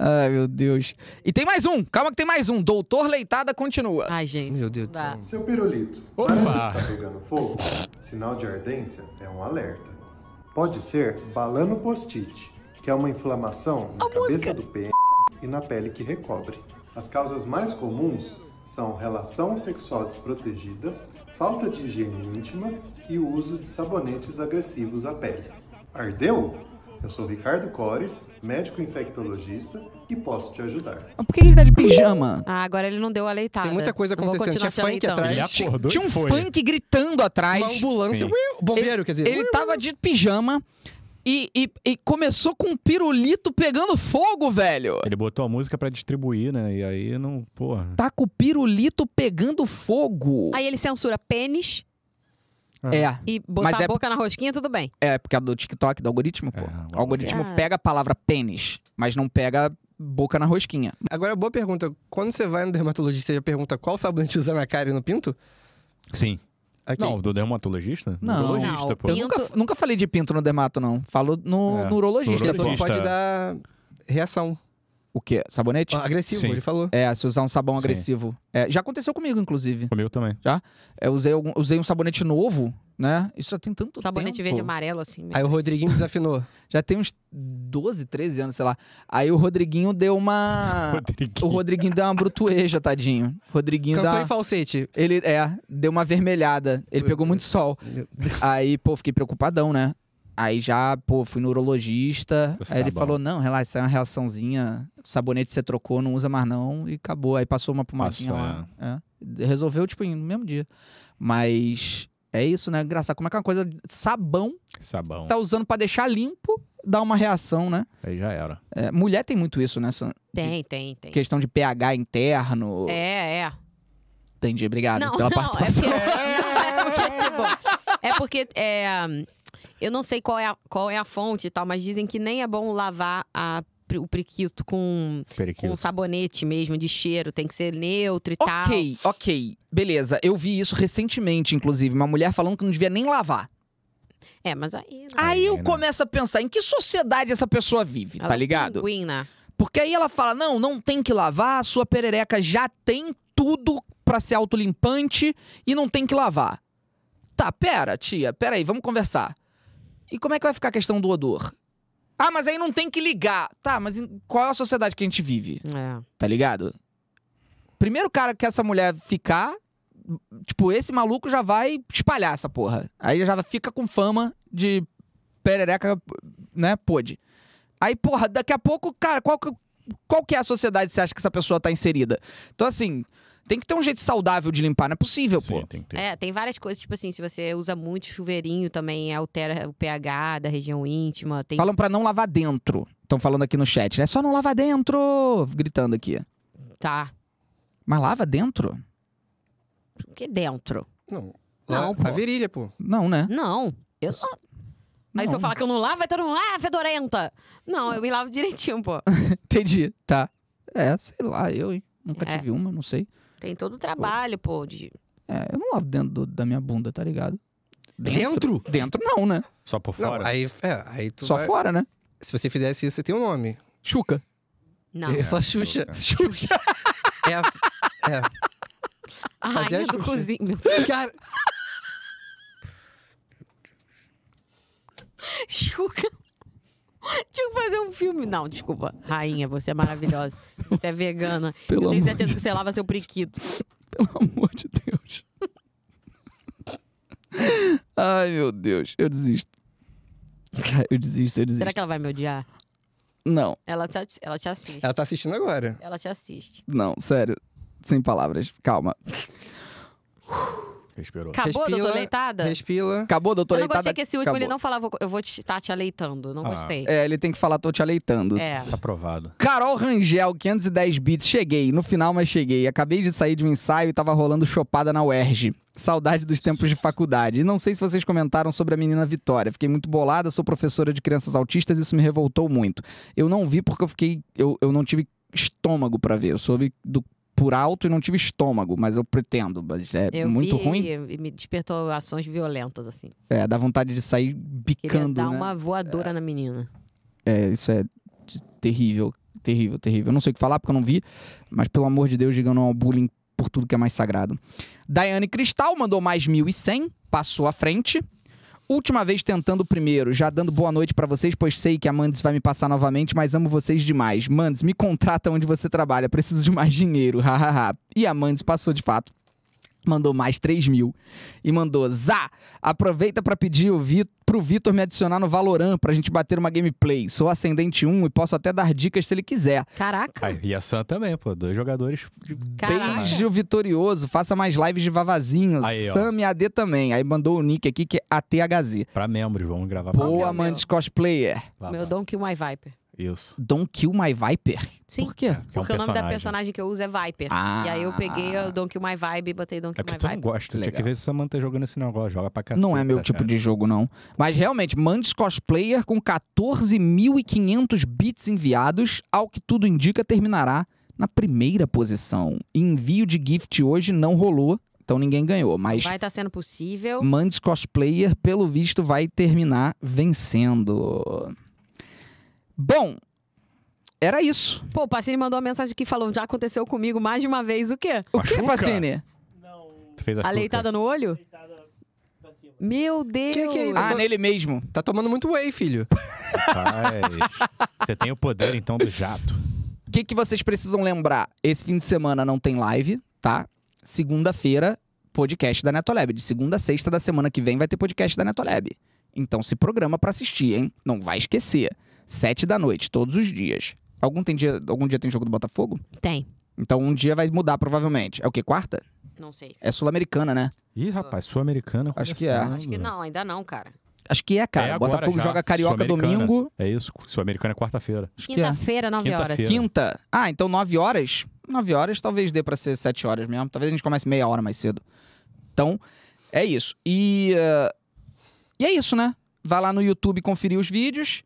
[SPEAKER 1] Ai, meu Deus. E tem mais um, calma que tem mais um. Doutor Leitada continua.
[SPEAKER 3] Ai, gente.
[SPEAKER 4] Meu Deus do
[SPEAKER 3] Dá.
[SPEAKER 4] céu.
[SPEAKER 9] Seu pirulito,
[SPEAKER 2] Opa!
[SPEAKER 9] parece que tá pegando fogo? Sinal de ardência é um alerta. Pode ser balano post-it, que é uma inflamação na cabeça do pênis e na pele que recobre. As causas mais comuns são relação sexual desprotegida, falta de higiene íntima e o uso de sabonetes agressivos à pele. Ardeu? Eu sou Ricardo Cores, médico infectologista e posso te ajudar.
[SPEAKER 1] Mas Por que ele tá de pijama?
[SPEAKER 3] Ah, agora ele não deu a leitada.
[SPEAKER 4] Tem muita coisa
[SPEAKER 3] Eu vou
[SPEAKER 4] acontecendo.
[SPEAKER 3] continuar então.
[SPEAKER 4] Tinha funk
[SPEAKER 3] te aleitando.
[SPEAKER 4] atrás.
[SPEAKER 2] Ele acordou
[SPEAKER 1] Tinha
[SPEAKER 2] e
[SPEAKER 1] um
[SPEAKER 2] foi. Um
[SPEAKER 1] funk gritando atrás.
[SPEAKER 4] Uma ambulância.
[SPEAKER 2] Sim.
[SPEAKER 4] uiu, Bombeiro, quer dizer.
[SPEAKER 1] Ele
[SPEAKER 4] uiu.
[SPEAKER 1] tava de pijama e, e- e começou com um pirulito pegando fogo, velho.
[SPEAKER 2] Ele botou a música pra distribuir, né? E aí não, porra.
[SPEAKER 1] Tá com o pirulito pegando fogo.
[SPEAKER 3] Aí ele censura pênis
[SPEAKER 1] É,
[SPEAKER 3] e botar
[SPEAKER 1] Mas é-
[SPEAKER 3] a boca na rosquinha, tudo bem.
[SPEAKER 1] é porque é do TikTok, do algoritmo, pô.
[SPEAKER 2] É,
[SPEAKER 1] o algoritmo
[SPEAKER 3] é.
[SPEAKER 1] pega a palavra pênis, mas não pega boca na rosquinha.
[SPEAKER 4] Agora, boa pergunta. Quando você vai no dermatologista e já pergunta qual sabonete usar na cara e no pinto?
[SPEAKER 2] Sim.
[SPEAKER 4] Aqui.
[SPEAKER 2] Não, do dermatologista?
[SPEAKER 1] Não.
[SPEAKER 2] Urologista,
[SPEAKER 3] Não,
[SPEAKER 2] pô.
[SPEAKER 1] Eu
[SPEAKER 3] Pinto-
[SPEAKER 1] nunca, nunca falei de pinto no dermato, não. Falo no,
[SPEAKER 2] É,
[SPEAKER 1] no urologista.
[SPEAKER 4] Ele falou que
[SPEAKER 2] urologista.
[SPEAKER 4] pode dar reação.
[SPEAKER 1] O quê? Sabonete?
[SPEAKER 4] Ah, agressivo,
[SPEAKER 2] Tipo, Sim.
[SPEAKER 4] ele falou.
[SPEAKER 1] É, se usar um sabão
[SPEAKER 2] Sim.
[SPEAKER 1] agressivo. É, já aconteceu comigo, inclusive.
[SPEAKER 2] Comigo também.
[SPEAKER 1] Eu usei, algum- usei um sabonete novo, né? Isso já tem tanto
[SPEAKER 3] Sabonete
[SPEAKER 1] tempo.
[SPEAKER 3] verde e amarelo, assim. meio
[SPEAKER 4] É Aí o
[SPEAKER 3] assim.
[SPEAKER 4] Rodriguinho desafinou.
[SPEAKER 1] Já tem uns 12, 13 anos, sei lá. Aí o Rodriguinho deu
[SPEAKER 5] <laughs>
[SPEAKER 1] uma... Ah, o
[SPEAKER 2] Rodriguinho.
[SPEAKER 1] Rodriguinho deu uma brutueja, tadinho. Rodriguinho
[SPEAKER 4] Cantou
[SPEAKER 1] dá...
[SPEAKER 4] em falsete.
[SPEAKER 1] Ele, é, deu uma vermelhada. Ele pegou muito sol. Aí, pô, fiquei preocupadão, né? Aí já, pô, fui no urologista.
[SPEAKER 2] Você
[SPEAKER 1] aí
[SPEAKER 2] tá
[SPEAKER 1] ele
[SPEAKER 2] bom.
[SPEAKER 1] falou: não, relaxa, isso é uma reaçãozinha. O sabonete você trocou, não usa mais não. E acabou. Aí passou uma pomadinha
[SPEAKER 2] Passou,
[SPEAKER 1] lá. É. Resolveu, tipo, no mesmo dia. Mas é isso, né? Engraçado. Como é que é uma coisa. Sabão
[SPEAKER 2] Sabão.
[SPEAKER 1] tá usando pra deixar limpo, dá uma reação, né?
[SPEAKER 2] Aí já era.
[SPEAKER 1] É, mulher tem muito isso nessa
[SPEAKER 3] Tem, tem, tem.
[SPEAKER 1] questão de pH interno.
[SPEAKER 3] É, é.
[SPEAKER 1] Entendi, obrigado
[SPEAKER 3] <laughs> Não,
[SPEAKER 1] Ah, pela
[SPEAKER 3] não,
[SPEAKER 1] participação.
[SPEAKER 3] É porque, não, é porque, tipo, é porque, é, eu não sei qual é, a, qual é a fonte e tal, mas dizem que nem é bom lavar a pri- o priquito com, com
[SPEAKER 2] Periquito.
[SPEAKER 3] sabonete mesmo, de cheiro. Tem que ser neutro e tal.
[SPEAKER 1] Ok, ok. Beleza, eu vi isso recentemente, inclusive. Uma mulher falando que não devia nem lavar.
[SPEAKER 3] É, mas aí... né?
[SPEAKER 1] Aí eu
[SPEAKER 2] né?
[SPEAKER 1] começo a pensar em que sociedade essa pessoa vive,
[SPEAKER 3] Ela
[SPEAKER 1] tá
[SPEAKER 3] é
[SPEAKER 1] ligado?
[SPEAKER 3] Pinguina.
[SPEAKER 1] Porque aí ela fala: não, não tem que lavar, a sua perereca já tem tudo pra ser autolimpante e não tem que lavar. Tá, pera, tia, pera aí, vamos conversar. E como é que vai ficar a questão do odor? Ah, mas aí não tem que ligar. Tá, mas em qual é a sociedade que a gente vive?
[SPEAKER 3] É.
[SPEAKER 1] tá ligado? Primeiro cara que essa mulher ficar, tipo, esse maluco já vai espalhar essa porra. Aí já fica com fama de perereca, né, pôde. Aí, porra, daqui a pouco, cara, qual que, qual que é a sociedade que você acha que essa pessoa tá inserida? Então, assim, tem que ter um jeito saudável de limpar, não é possível,
[SPEAKER 2] Sim,
[SPEAKER 1] pô.
[SPEAKER 2] tem que ter.
[SPEAKER 3] É, tem várias coisas, tipo assim, se você usa muito chuveirinho também, altera o pH da região íntima. Tem,
[SPEAKER 1] Falam pra não lavar dentro. Estão falando aqui no chat, né? É só não lavar dentro! Gritando aqui.
[SPEAKER 3] Tá.
[SPEAKER 1] Mas lava dentro?
[SPEAKER 3] O que dentro?
[SPEAKER 4] Não.
[SPEAKER 3] Não,
[SPEAKER 4] Lá-
[SPEAKER 3] pô.
[SPEAKER 4] A virilha, pô.
[SPEAKER 1] Não, né?
[SPEAKER 3] Não. Eu só. Aí se
[SPEAKER 1] Não.
[SPEAKER 3] eu falar que eu não lavo, vai todo mundo, ah, fedorenta! Não, eu me lavo direitinho, pô.
[SPEAKER 1] Entendi, tá. É, sei lá, eu, hein? Nunca
[SPEAKER 3] É.
[SPEAKER 1] tive uma, não sei.
[SPEAKER 3] Tem todo o trabalho, pô. de-
[SPEAKER 1] É, eu não lavo dentro do- da minha bunda, tá ligado?
[SPEAKER 4] Dentro?
[SPEAKER 1] Dentro não, né?
[SPEAKER 2] Só por
[SPEAKER 4] Não,
[SPEAKER 2] fora?
[SPEAKER 4] aí, é, aí tu
[SPEAKER 1] Só
[SPEAKER 4] vai-
[SPEAKER 1] fora, né?
[SPEAKER 4] Se você fizesse isso, você tem um nome.
[SPEAKER 1] Chuca.
[SPEAKER 3] Não.
[SPEAKER 1] É,
[SPEAKER 4] Eu falo Xuxa.
[SPEAKER 1] Xuxa.
[SPEAKER 4] É a... É.
[SPEAKER 3] A
[SPEAKER 4] Fazer
[SPEAKER 3] rainha
[SPEAKER 4] as
[SPEAKER 3] do cozinho.
[SPEAKER 4] coisas.
[SPEAKER 3] <laughs> Meu...
[SPEAKER 4] <laughs> Cara,
[SPEAKER 3] Chuca. Tio tenho que fazer um filme. Não, desculpa. Rainha, você é maravilhosa. Você é vegana.
[SPEAKER 1] <laughs> Pelo
[SPEAKER 3] eu tenho
[SPEAKER 1] amor
[SPEAKER 3] certeza
[SPEAKER 1] de
[SPEAKER 3] que você lava seu priquito.
[SPEAKER 1] Pelo amor de Deus. <laughs> Ai, meu Deus. Eu desisto. Cara, Eu desisto, eu desisto.
[SPEAKER 3] Será que ela vai me odiar?
[SPEAKER 1] Não,
[SPEAKER 3] Ela te, ela te assiste.
[SPEAKER 4] Ela tá assistindo agora.
[SPEAKER 3] Ela te assiste.
[SPEAKER 1] não, sério. Sem palavras. Calma.
[SPEAKER 5] Respirou.
[SPEAKER 3] Acabou,
[SPEAKER 4] Respira,
[SPEAKER 3] doutor Leitada?
[SPEAKER 4] Respira.
[SPEAKER 1] Acabou, doutor
[SPEAKER 3] eu não
[SPEAKER 1] Leitada?
[SPEAKER 3] gostei que esse último ele
[SPEAKER 1] Acabou.
[SPEAKER 3] não falava, eu vou te, tá te aleitando. Não
[SPEAKER 5] Ah.
[SPEAKER 3] gostei.
[SPEAKER 1] É, ele tem que falar, tô te aleitando.
[SPEAKER 3] É.
[SPEAKER 5] Tá aprovado.
[SPEAKER 1] Carol Rangel, 510 bits. Cheguei, no final, mas cheguei. Acabei de sair de um ensaio e tava rolando chopada na UERJ. Saudade dos tempos de faculdade. E não sei se vocês comentaram sobre a menina Vitória. Fiquei muito bolada, sou professora de crianças autistas, isso me revoltou muito. Eu não vi porque eu fiquei. Eu, eu não tive estômago pra ver. Eu soube do, por alto e não tive estômago, mas eu pretendo. Mas é
[SPEAKER 3] Eu
[SPEAKER 1] muito
[SPEAKER 3] vi
[SPEAKER 1] ruim.
[SPEAKER 3] E me despertou ações violentas, assim.
[SPEAKER 1] É, dá vontade de sair
[SPEAKER 3] Queria
[SPEAKER 1] bicando.
[SPEAKER 3] dar
[SPEAKER 1] né?
[SPEAKER 3] uma voadora na menina.
[SPEAKER 1] É, isso é t- terrível, terrível, terrível. Eu não sei o que falar porque eu não vi, mas pelo amor de Deus, diga não ao bullying por tudo que é mais sagrado. Daiane Cristal mandou mais 1.100, passou à frente. Última vez tentando o primeiro, já dando boa noite pra vocês, pois sei que a Mandes vai me passar novamente, mas amo vocês demais. Mandes, me contrata onde você trabalha, preciso de mais dinheiro, <laughs> hahaha. e a Mandes passou de fato. Mandou mais 3 mil e mandou Zá! Aproveita pra pedir o Vi pro Vitor me adicionar no Valorant pra gente bater uma gameplay. Sou Ascendente 1 e posso até dar dicas se ele quiser.
[SPEAKER 3] Caraca,
[SPEAKER 5] Ah, e a Sam também, pô. Dois jogadores. de-
[SPEAKER 3] caraca.
[SPEAKER 1] Beijo vitorioso, faça mais lives de vavazinho.
[SPEAKER 5] Aí, ó.
[SPEAKER 1] Sam e AD também. Aí mandou o nick aqui que é ATHZ.
[SPEAKER 5] Pra membros, vamos gravar pra
[SPEAKER 1] Boa,
[SPEAKER 3] meu.
[SPEAKER 1] Mantis Cosplayer.
[SPEAKER 5] membros.
[SPEAKER 3] Meu Donkey My Viper.
[SPEAKER 5] Isso.
[SPEAKER 1] Don't kill my Viper?
[SPEAKER 3] Sim.
[SPEAKER 1] Por quê?
[SPEAKER 5] Porque, um
[SPEAKER 3] Porque o nome da personagem que eu uso é Viper.
[SPEAKER 1] Ah.
[SPEAKER 3] E aí eu peguei o Don't Kill My Vibe e botei Don't
[SPEAKER 5] É
[SPEAKER 3] Kill My
[SPEAKER 5] porque tu não
[SPEAKER 3] Vibe.
[SPEAKER 5] gosta. Tinha que
[SPEAKER 1] Legal.
[SPEAKER 5] ver se você mantém jogando esse negócio. Joga pra né? cacete.
[SPEAKER 1] Não é meu tipo de jogo, não. Mas realmente, Mantis Cosplayer com 14.500 bits enviados, ao que tudo indica, terminará na primeira posição. Envio de gift hoje não rolou, então ninguém ganhou. Mas
[SPEAKER 3] Vai estar sendo possível.
[SPEAKER 1] Mantis Cosplayer, pelo visto, vai terminar vencendo. Bom, era isso.
[SPEAKER 3] Pô, o Pacini mandou uma mensagem que falou: já aconteceu comigo mais de uma vez. O quê?
[SPEAKER 1] O que,
[SPEAKER 5] Machuca?
[SPEAKER 1] Pacini?
[SPEAKER 5] Tu fez a
[SPEAKER 3] A tá
[SPEAKER 5] chuca.
[SPEAKER 3] leitada no olho? Meu Deus!
[SPEAKER 4] Que que é isso?
[SPEAKER 1] Ah, nele mesmo.
[SPEAKER 4] Tá tomando muito whey, filho.
[SPEAKER 5] Rapaz, Você tem o poder, então, do jato.
[SPEAKER 1] O que, que vocês precisam lembrar? Esse fim de semana não tem live, tá? Segunda-feira, podcast da Netolab. De segunda a sexta da semana que vem vai ter podcast da Netolab. Então se programa pra assistir, hein? Não vai esquecer. Sete da noite, todos os dias. Algum, tem dia, algum dia tem jogo do Botafogo?
[SPEAKER 3] Tem.
[SPEAKER 1] Então um dia vai mudar, provavelmente. É o quê? Quarta?
[SPEAKER 3] Não sei.
[SPEAKER 1] É sul-americana, né?
[SPEAKER 5] Ih, rapaz, sul-americana.
[SPEAKER 1] Acho que é.
[SPEAKER 5] começando.
[SPEAKER 3] Acho que não, ainda não, cara.
[SPEAKER 1] Acho que é, cara.
[SPEAKER 5] É agora
[SPEAKER 1] Botafogo
[SPEAKER 5] já.
[SPEAKER 1] joga Carioca
[SPEAKER 5] Sul-Americana.
[SPEAKER 1] domingo.
[SPEAKER 5] É isso. Sul-americana é quarta-feira.
[SPEAKER 1] Acho que é.
[SPEAKER 3] Quinta-feira, nove horas.
[SPEAKER 5] Quinta-feira.
[SPEAKER 1] Quinta? Ah, então nove horas? Nove horas talvez dê pra ser sete horas mesmo. Talvez a gente comece meia hora mais cedo. Então, é isso. E, eh, e é isso, né? Vai lá no YouTube conferir os vídeos.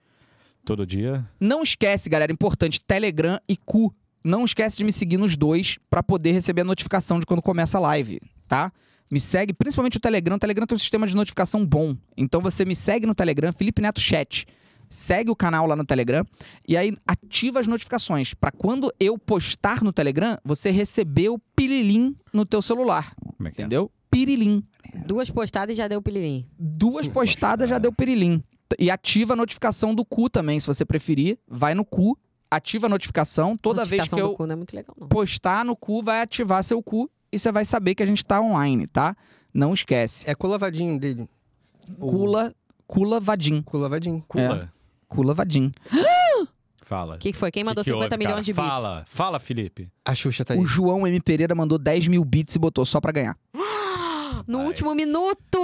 [SPEAKER 5] Todo dia.
[SPEAKER 1] Não esquece, galera, importante, Telegram e Cu. Não esquece de me seguir nos dois pra poder receber a notificação de quando começa a live, tá? Me segue, principalmente o Telegram. O Telegram tem um sistema de notificação bom. Então você me segue no Telegram, Felipe Neto Chat. Segue o canal lá no Telegram e aí ativa as notificações Pra quando eu postar no Telegram, você receber o pirilim no teu celular,
[SPEAKER 5] Como é que é?
[SPEAKER 1] entendeu? Pirilim
[SPEAKER 3] Duas postadas e já deu o pilirim.
[SPEAKER 1] duas postadas já deu pirilim. E ativa a notificação do cu também, se você preferir. Vai no cu, ativa a notificação. Toda vez
[SPEAKER 3] Notificação
[SPEAKER 1] que
[SPEAKER 3] do
[SPEAKER 1] eu
[SPEAKER 3] cu não é muito legal, não.
[SPEAKER 1] postar no cu, vai ativar seu cu e você vai saber que a gente tá online, tá? Não esquece.
[SPEAKER 4] É colavadinho dele. É,
[SPEAKER 1] Cula, cula vadim.
[SPEAKER 4] Colavadinho. É.
[SPEAKER 5] Cula.
[SPEAKER 1] É. Cula vadim.
[SPEAKER 5] Fala.
[SPEAKER 3] O que, que foi? Quem mandou
[SPEAKER 5] Que que
[SPEAKER 3] 50
[SPEAKER 5] houve,
[SPEAKER 3] milhões
[SPEAKER 5] cara?
[SPEAKER 3] de bits?
[SPEAKER 5] Fala, fala, Felipe.
[SPEAKER 4] A Xuxa tá aí.
[SPEAKER 1] O João M. Pereira mandou 10 mil bits e botou só pra ganhar.
[SPEAKER 3] No
[SPEAKER 5] Ai.
[SPEAKER 3] último minuto!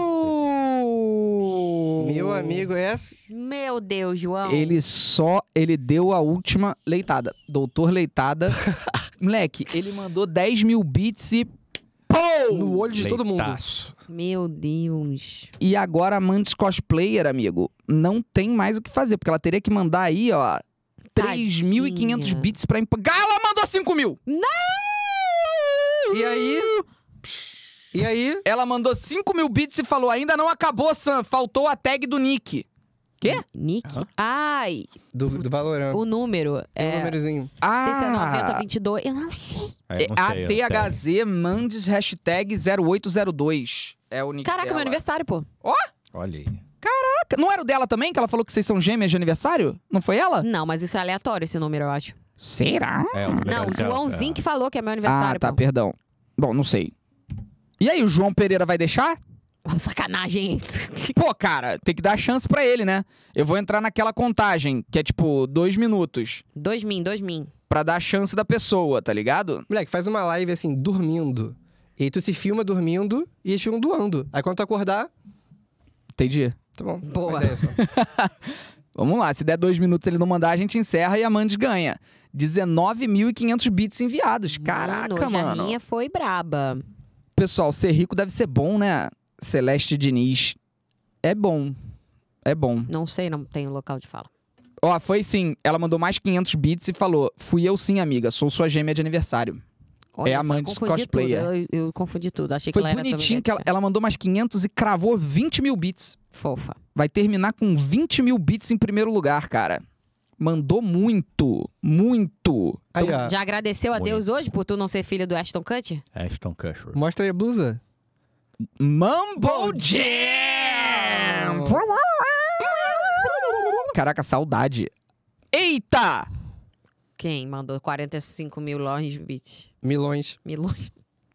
[SPEAKER 4] Meu amigo, é essa?
[SPEAKER 3] Meu Deus, João.
[SPEAKER 1] Ele só, ele deu a última leitada. Doutor Leitada. Moleque, ele mandou 10 mil bits e... Pou!
[SPEAKER 4] No olho de todo mundo.
[SPEAKER 5] Leitaço.
[SPEAKER 3] Meu Deus.
[SPEAKER 1] E agora a Mantis Cosplayer, amigo, não tem mais o que fazer, porque ela teria que mandar aí, ó, 3.500
[SPEAKER 3] Tadinha.
[SPEAKER 1] bits pra... empa- Gala mandou 5 mil!
[SPEAKER 4] E aí? E aí?
[SPEAKER 1] Ela mandou 5 mil bits e falou, ainda não acabou, Sam, faltou a tag do Nick. Quê?
[SPEAKER 3] Nick?
[SPEAKER 5] Hã?
[SPEAKER 3] Ai,
[SPEAKER 4] Do, do Valorant.
[SPEAKER 3] o número
[SPEAKER 4] Tem um
[SPEAKER 3] é...
[SPEAKER 4] númerozinho.
[SPEAKER 3] Esse é 90,
[SPEAKER 1] Ah,
[SPEAKER 3] 22. Eu não sei.
[SPEAKER 5] É, não sei, eu tenho.
[SPEAKER 1] ATHZ Mandes hashtag 0802. É o Nick
[SPEAKER 3] Caraca,
[SPEAKER 1] dela.
[SPEAKER 3] meu aniversário, pô.
[SPEAKER 5] Olha aí.
[SPEAKER 1] Caraca, não era o dela também que ela falou que vocês são gêmeas de aniversário? Não foi ela?
[SPEAKER 3] Não, mas isso é aleatório, esse número, eu acho.
[SPEAKER 1] Será?
[SPEAKER 5] É, o
[SPEAKER 3] Não,
[SPEAKER 5] melhor
[SPEAKER 3] o
[SPEAKER 5] dela,
[SPEAKER 3] Joãozinho
[SPEAKER 5] é.
[SPEAKER 3] que falou que é meu
[SPEAKER 1] Ah,
[SPEAKER 3] aniversário.
[SPEAKER 1] tá,
[SPEAKER 3] pô.
[SPEAKER 1] perdão. Bom, não sei. E aí, o João Pereira vai
[SPEAKER 3] <laughs>
[SPEAKER 1] deixar?
[SPEAKER 3] Sacanagem. <laughs> hein?
[SPEAKER 1] Pô, cara, tem que dar chance pra ele, né? Eu vou entrar naquela contagem, que é tipo dois minutos,
[SPEAKER 3] dois mim, dois mim.
[SPEAKER 1] Pra dar a chance da pessoa, tá ligado?
[SPEAKER 4] Moleque, faz uma live assim, dormindo. E aí tu se filma dormindo e eles ficam doando. Aí quando tu acordar,
[SPEAKER 1] Entendi.
[SPEAKER 4] tá bom.
[SPEAKER 3] Boa.
[SPEAKER 4] Uma
[SPEAKER 3] <laughs>
[SPEAKER 4] ideia só.
[SPEAKER 1] Vamos lá, se der dois minutos ele não mandar, a gente encerra e a Mandes ganha. 19.500 bits enviados. Caraca,
[SPEAKER 3] Hoje
[SPEAKER 1] mano.
[SPEAKER 3] A minha foi braba.
[SPEAKER 1] Pessoal, ser rico deve ser bom, né? Celeste Diniz. É bom. É bom.
[SPEAKER 3] Não sei, não tenho local de fala.
[SPEAKER 1] Ó, foi sim. Ela mandou mais 500 bits e falou: Fui eu sim, amiga. Sou sua gêmea de aniversário.
[SPEAKER 3] Olha
[SPEAKER 1] É
[SPEAKER 3] só,
[SPEAKER 1] a Mandes
[SPEAKER 3] eu confundi
[SPEAKER 1] cosplayer.
[SPEAKER 3] tudo, Eu, eu confundi tudo. Achei
[SPEAKER 1] Foi
[SPEAKER 3] que ela era
[SPEAKER 1] bonitinho
[SPEAKER 3] sobre- é,
[SPEAKER 1] que ela, ela mandou mais 500 e cravou 20 mil bits.
[SPEAKER 3] Fofa.
[SPEAKER 1] Vai terminar com 20 mil bits em primeiro lugar, cara. Mandou muito. Muito.
[SPEAKER 4] Aí,
[SPEAKER 3] Então,
[SPEAKER 4] ó.
[SPEAKER 3] já agradeceu a
[SPEAKER 5] Bonito.
[SPEAKER 3] Deus hoje por tu não ser filha do Ashton Kutcher?
[SPEAKER 5] Ashton É, Kutcher.
[SPEAKER 4] Mostra aí a blusa.
[SPEAKER 1] Mumble Jam! Caraca, saudade. Eita!
[SPEAKER 3] Quem mandou 45 mil longe, bitch?
[SPEAKER 4] Milões.
[SPEAKER 3] Milões.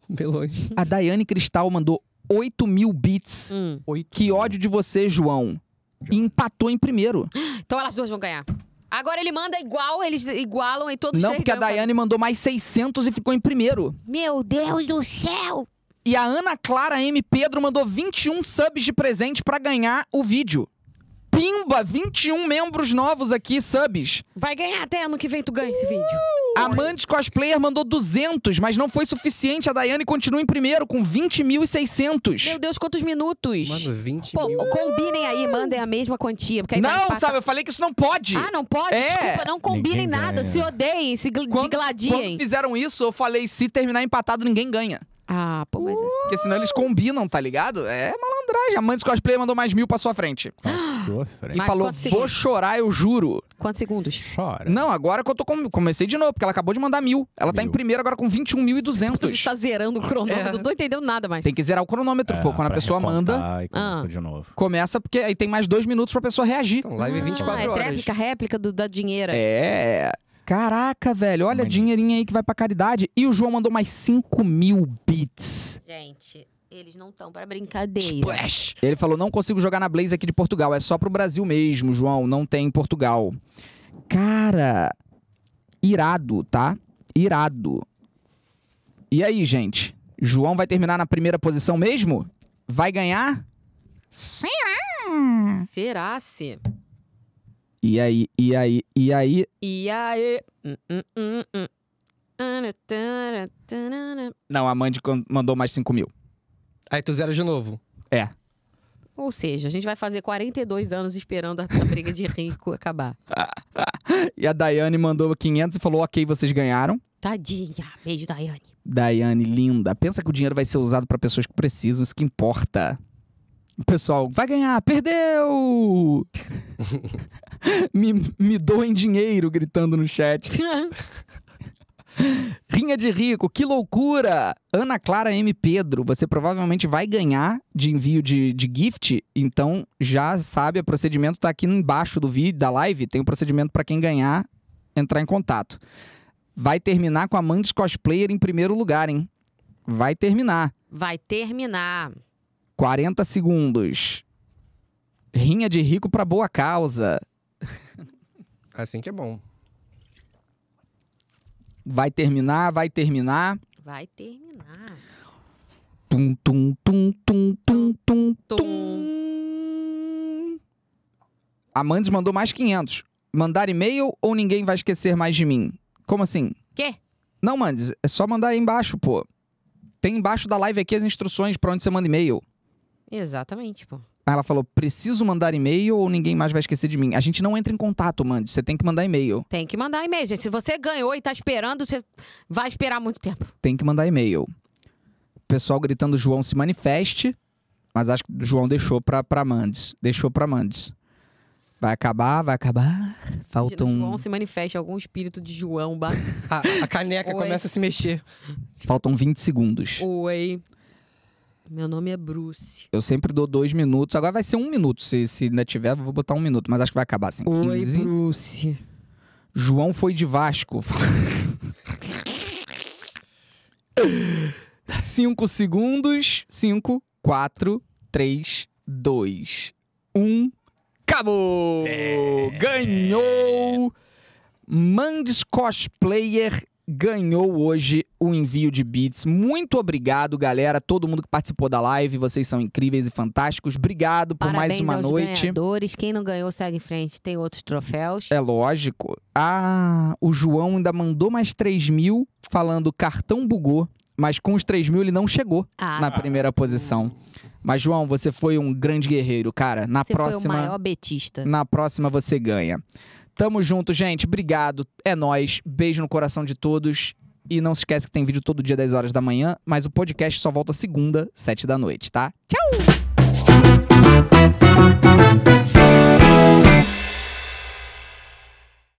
[SPEAKER 4] Milões.
[SPEAKER 1] A Daiane Cristal mandou 8 mil bits.
[SPEAKER 3] Hum.
[SPEAKER 1] Que ódio de você, João. E empatou em primeiro.
[SPEAKER 3] Então elas duas vão ganhar. Agora ele manda igual, eles igualam e todos
[SPEAKER 1] Não,
[SPEAKER 3] três
[SPEAKER 1] porque a
[SPEAKER 3] ganham. um
[SPEAKER 1] Daiane mandou mais 600 e ficou em primeiro.
[SPEAKER 3] Meu Deus do céu!
[SPEAKER 1] E a Ana Clara M. Pedro mandou 21 subs de presente pra ganhar o vídeo. Pimba, 21 membros novos aqui, subs.
[SPEAKER 3] Vai ganhar até ano que vem tu ganha esse vídeo.
[SPEAKER 1] Amante Cosplayer mandou 200, mas não foi suficiente. A Daiane continua em primeiro com
[SPEAKER 3] Meu
[SPEAKER 1] 20.600.
[SPEAKER 3] Deus, quantos minutos?
[SPEAKER 4] Mano, 20
[SPEAKER 3] Pô,
[SPEAKER 4] mil.
[SPEAKER 3] combinem aí, mandem a mesma quantia. Porque aí vai
[SPEAKER 1] Não,
[SPEAKER 3] empatar.
[SPEAKER 1] sabe? Eu falei que isso não pode.
[SPEAKER 3] Ah, não pode?
[SPEAKER 1] É.
[SPEAKER 3] Desculpa, não
[SPEAKER 5] Ninguém
[SPEAKER 3] combinem nada.
[SPEAKER 5] ganha.
[SPEAKER 3] Se odeiem, se gl-
[SPEAKER 1] Quando- Quando
[SPEAKER 3] digladiem.
[SPEAKER 1] fizeram isso, eu falei, se terminar empatado, ninguém ganha.
[SPEAKER 3] Ah, pô, mas assim.
[SPEAKER 1] Porque senão eles combinam, tá ligado? É malandragem. Amantes Cosplay mandou mais mil pra sua frente.
[SPEAKER 3] <gasps>
[SPEAKER 5] Sua
[SPEAKER 1] E
[SPEAKER 5] frente.
[SPEAKER 3] Mas
[SPEAKER 1] falou,
[SPEAKER 3] quantos
[SPEAKER 1] vou
[SPEAKER 3] segundos?
[SPEAKER 1] chorar, eu juro.
[SPEAKER 3] Quantos segundos?
[SPEAKER 5] Chora.
[SPEAKER 1] Não, agora que eu tô com... comecei de novo, porque ela acabou de mandar mil. Ela tá em
[SPEAKER 5] Mil.
[SPEAKER 1] primeiro agora com
[SPEAKER 3] Tu
[SPEAKER 1] 21.200.
[SPEAKER 3] tá zerando o cronômetro,
[SPEAKER 4] É.
[SPEAKER 3] tu não entendeu nada mais.
[SPEAKER 1] Tem que zerar o cronômetro,
[SPEAKER 5] É,
[SPEAKER 1] pô. Quando né? a
[SPEAKER 5] pra
[SPEAKER 1] pessoa manda,
[SPEAKER 5] recontar E começa
[SPEAKER 3] Ah.
[SPEAKER 5] de novo.
[SPEAKER 1] começa, porque aí tem mais dois minutos pra pessoa reagir.
[SPEAKER 4] Então, live
[SPEAKER 3] ah,
[SPEAKER 4] 24
[SPEAKER 3] é
[SPEAKER 4] horas.
[SPEAKER 3] réplica, réplica do, da dinheira.
[SPEAKER 1] É. Caraca, velho. Olha,
[SPEAKER 5] Maneiro.
[SPEAKER 1] dinheirinho aí que vai pra caridade. E o João mandou mais 5 mil bits.
[SPEAKER 3] Gente, eles não estão pra brincadeira.
[SPEAKER 1] Splash. Ele falou: não consigo jogar na Blaze aqui de Portugal. É só pro Brasil mesmo, João. Não tem em Portugal. Cara. Irado, tá? Irado. E aí, gente? João vai terminar na primeira posição mesmo? Vai ganhar? Sim.
[SPEAKER 3] é. Será se?
[SPEAKER 1] E aí, e aí, e aí?
[SPEAKER 3] E aí? Hum, hum, hum, hum. Ana, tana, tanana.
[SPEAKER 1] Não, a Mandy con- mandou mais 5 mil.
[SPEAKER 4] Aí tu zera de novo.
[SPEAKER 3] Ou seja, a gente vai fazer 42 anos esperando a a briga de rico acabar.
[SPEAKER 1] E a Daiane mandou 500 e falou: ok, vocês ganharam.
[SPEAKER 3] Tadinha. Beijo, Daiane. <laughs>
[SPEAKER 1] Daiane, linda. Pensa que o dinheiro vai ser usado pra pessoas que precisam, isso que importa. O pessoal vai ganhar, perdeu! me, me doem dinheiro, gritando no chat. Rinha de rico, que loucura! Ana Clara M. Pedro, você provavelmente vai ganhar de envio de, de gift, então já sabe, o procedimento tá aqui embaixo do vídeo, da live, tem o procedimento pra quem ganhar entrar em contato. Vai terminar com a Mandes Cosplayer em primeiro lugar, hein? Vai terminar.
[SPEAKER 3] Vai terminar.
[SPEAKER 1] 40 segundos. Rinha de rico pra boa causa.
[SPEAKER 4] Assim que é bom.
[SPEAKER 1] Vai terminar, vai terminar.
[SPEAKER 3] Vai terminar.
[SPEAKER 1] Tum, tum, tum, tum, tum, tum,
[SPEAKER 3] Tum.
[SPEAKER 1] tum. Amandes mandou mais 500. Mandar e-mail ou ninguém vai esquecer mais de mim? Como assim?
[SPEAKER 3] Quê?
[SPEAKER 1] Não, Mandes, é só mandar aí embaixo, pô. Tem embaixo da live aqui as instruções pra onde você manda e-mail.
[SPEAKER 3] Exatamente, pô.
[SPEAKER 1] Aí ela falou: preciso mandar e-mail ou ninguém mais vai esquecer de mim? A gente não entra em contato, Mandes. Você tem que mandar e-mail.
[SPEAKER 3] Tem que mandar e-mail, gente. Se você ganhou e tá esperando, você vai esperar muito tempo.
[SPEAKER 1] Tem que mandar e-mail. O pessoal gritando: João se manifeste. Mas acho que o João deixou pra, pra Mandes. Deixou pra Mandes. Vai acabar, vai acabar. Faltam,
[SPEAKER 3] João se manifesta algum espírito de João. Ba...
[SPEAKER 4] A, a caneca
[SPEAKER 3] <laughs> Oi.
[SPEAKER 4] começa a se mexer.
[SPEAKER 1] faltam 20 segundos.
[SPEAKER 3] Oi. Meu nome é Bruce.
[SPEAKER 1] Eu sempre dou dois minutos. Agora vai ser um minuto. Se, se ainda tiver, eu vou botar um minuto. Mas acho que vai acabar assim.
[SPEAKER 3] Oi,
[SPEAKER 1] 15.
[SPEAKER 3] Bruce.
[SPEAKER 1] João foi de Vasco. Cinco segundos. Cinco, quatro, três, dois, um. Acabou! Ganhou! Mandes Cosplayer ganhou hoje o envio de beats. Muito obrigado, galera. Todo mundo que participou da live. Vocês são incríveis e fantásticos. Obrigado por mais
[SPEAKER 3] Parabéns
[SPEAKER 1] uma
[SPEAKER 3] aos
[SPEAKER 1] noite.
[SPEAKER 3] ganhadores. Quem não ganhou, segue em frente. Tem outros troféus.
[SPEAKER 1] É lógico. Ah, o João ainda mandou mais 3 mil, falando cartão bugou, mas com os 3 mil ele não chegou
[SPEAKER 3] Ah,
[SPEAKER 1] na primeira posição. Mas, João, você foi um grande guerreiro, cara. Na
[SPEAKER 3] você foi o
[SPEAKER 1] próxima.
[SPEAKER 3] maior betista.
[SPEAKER 1] Na próxima você ganha. Tamo junto, gente. Obrigado. É nóis. Beijo no coração de todos. E não se esquece que tem vídeo todo dia, 10 horas da manhã, mas o podcast só volta segunda, 7 da noite, tá? Tchau!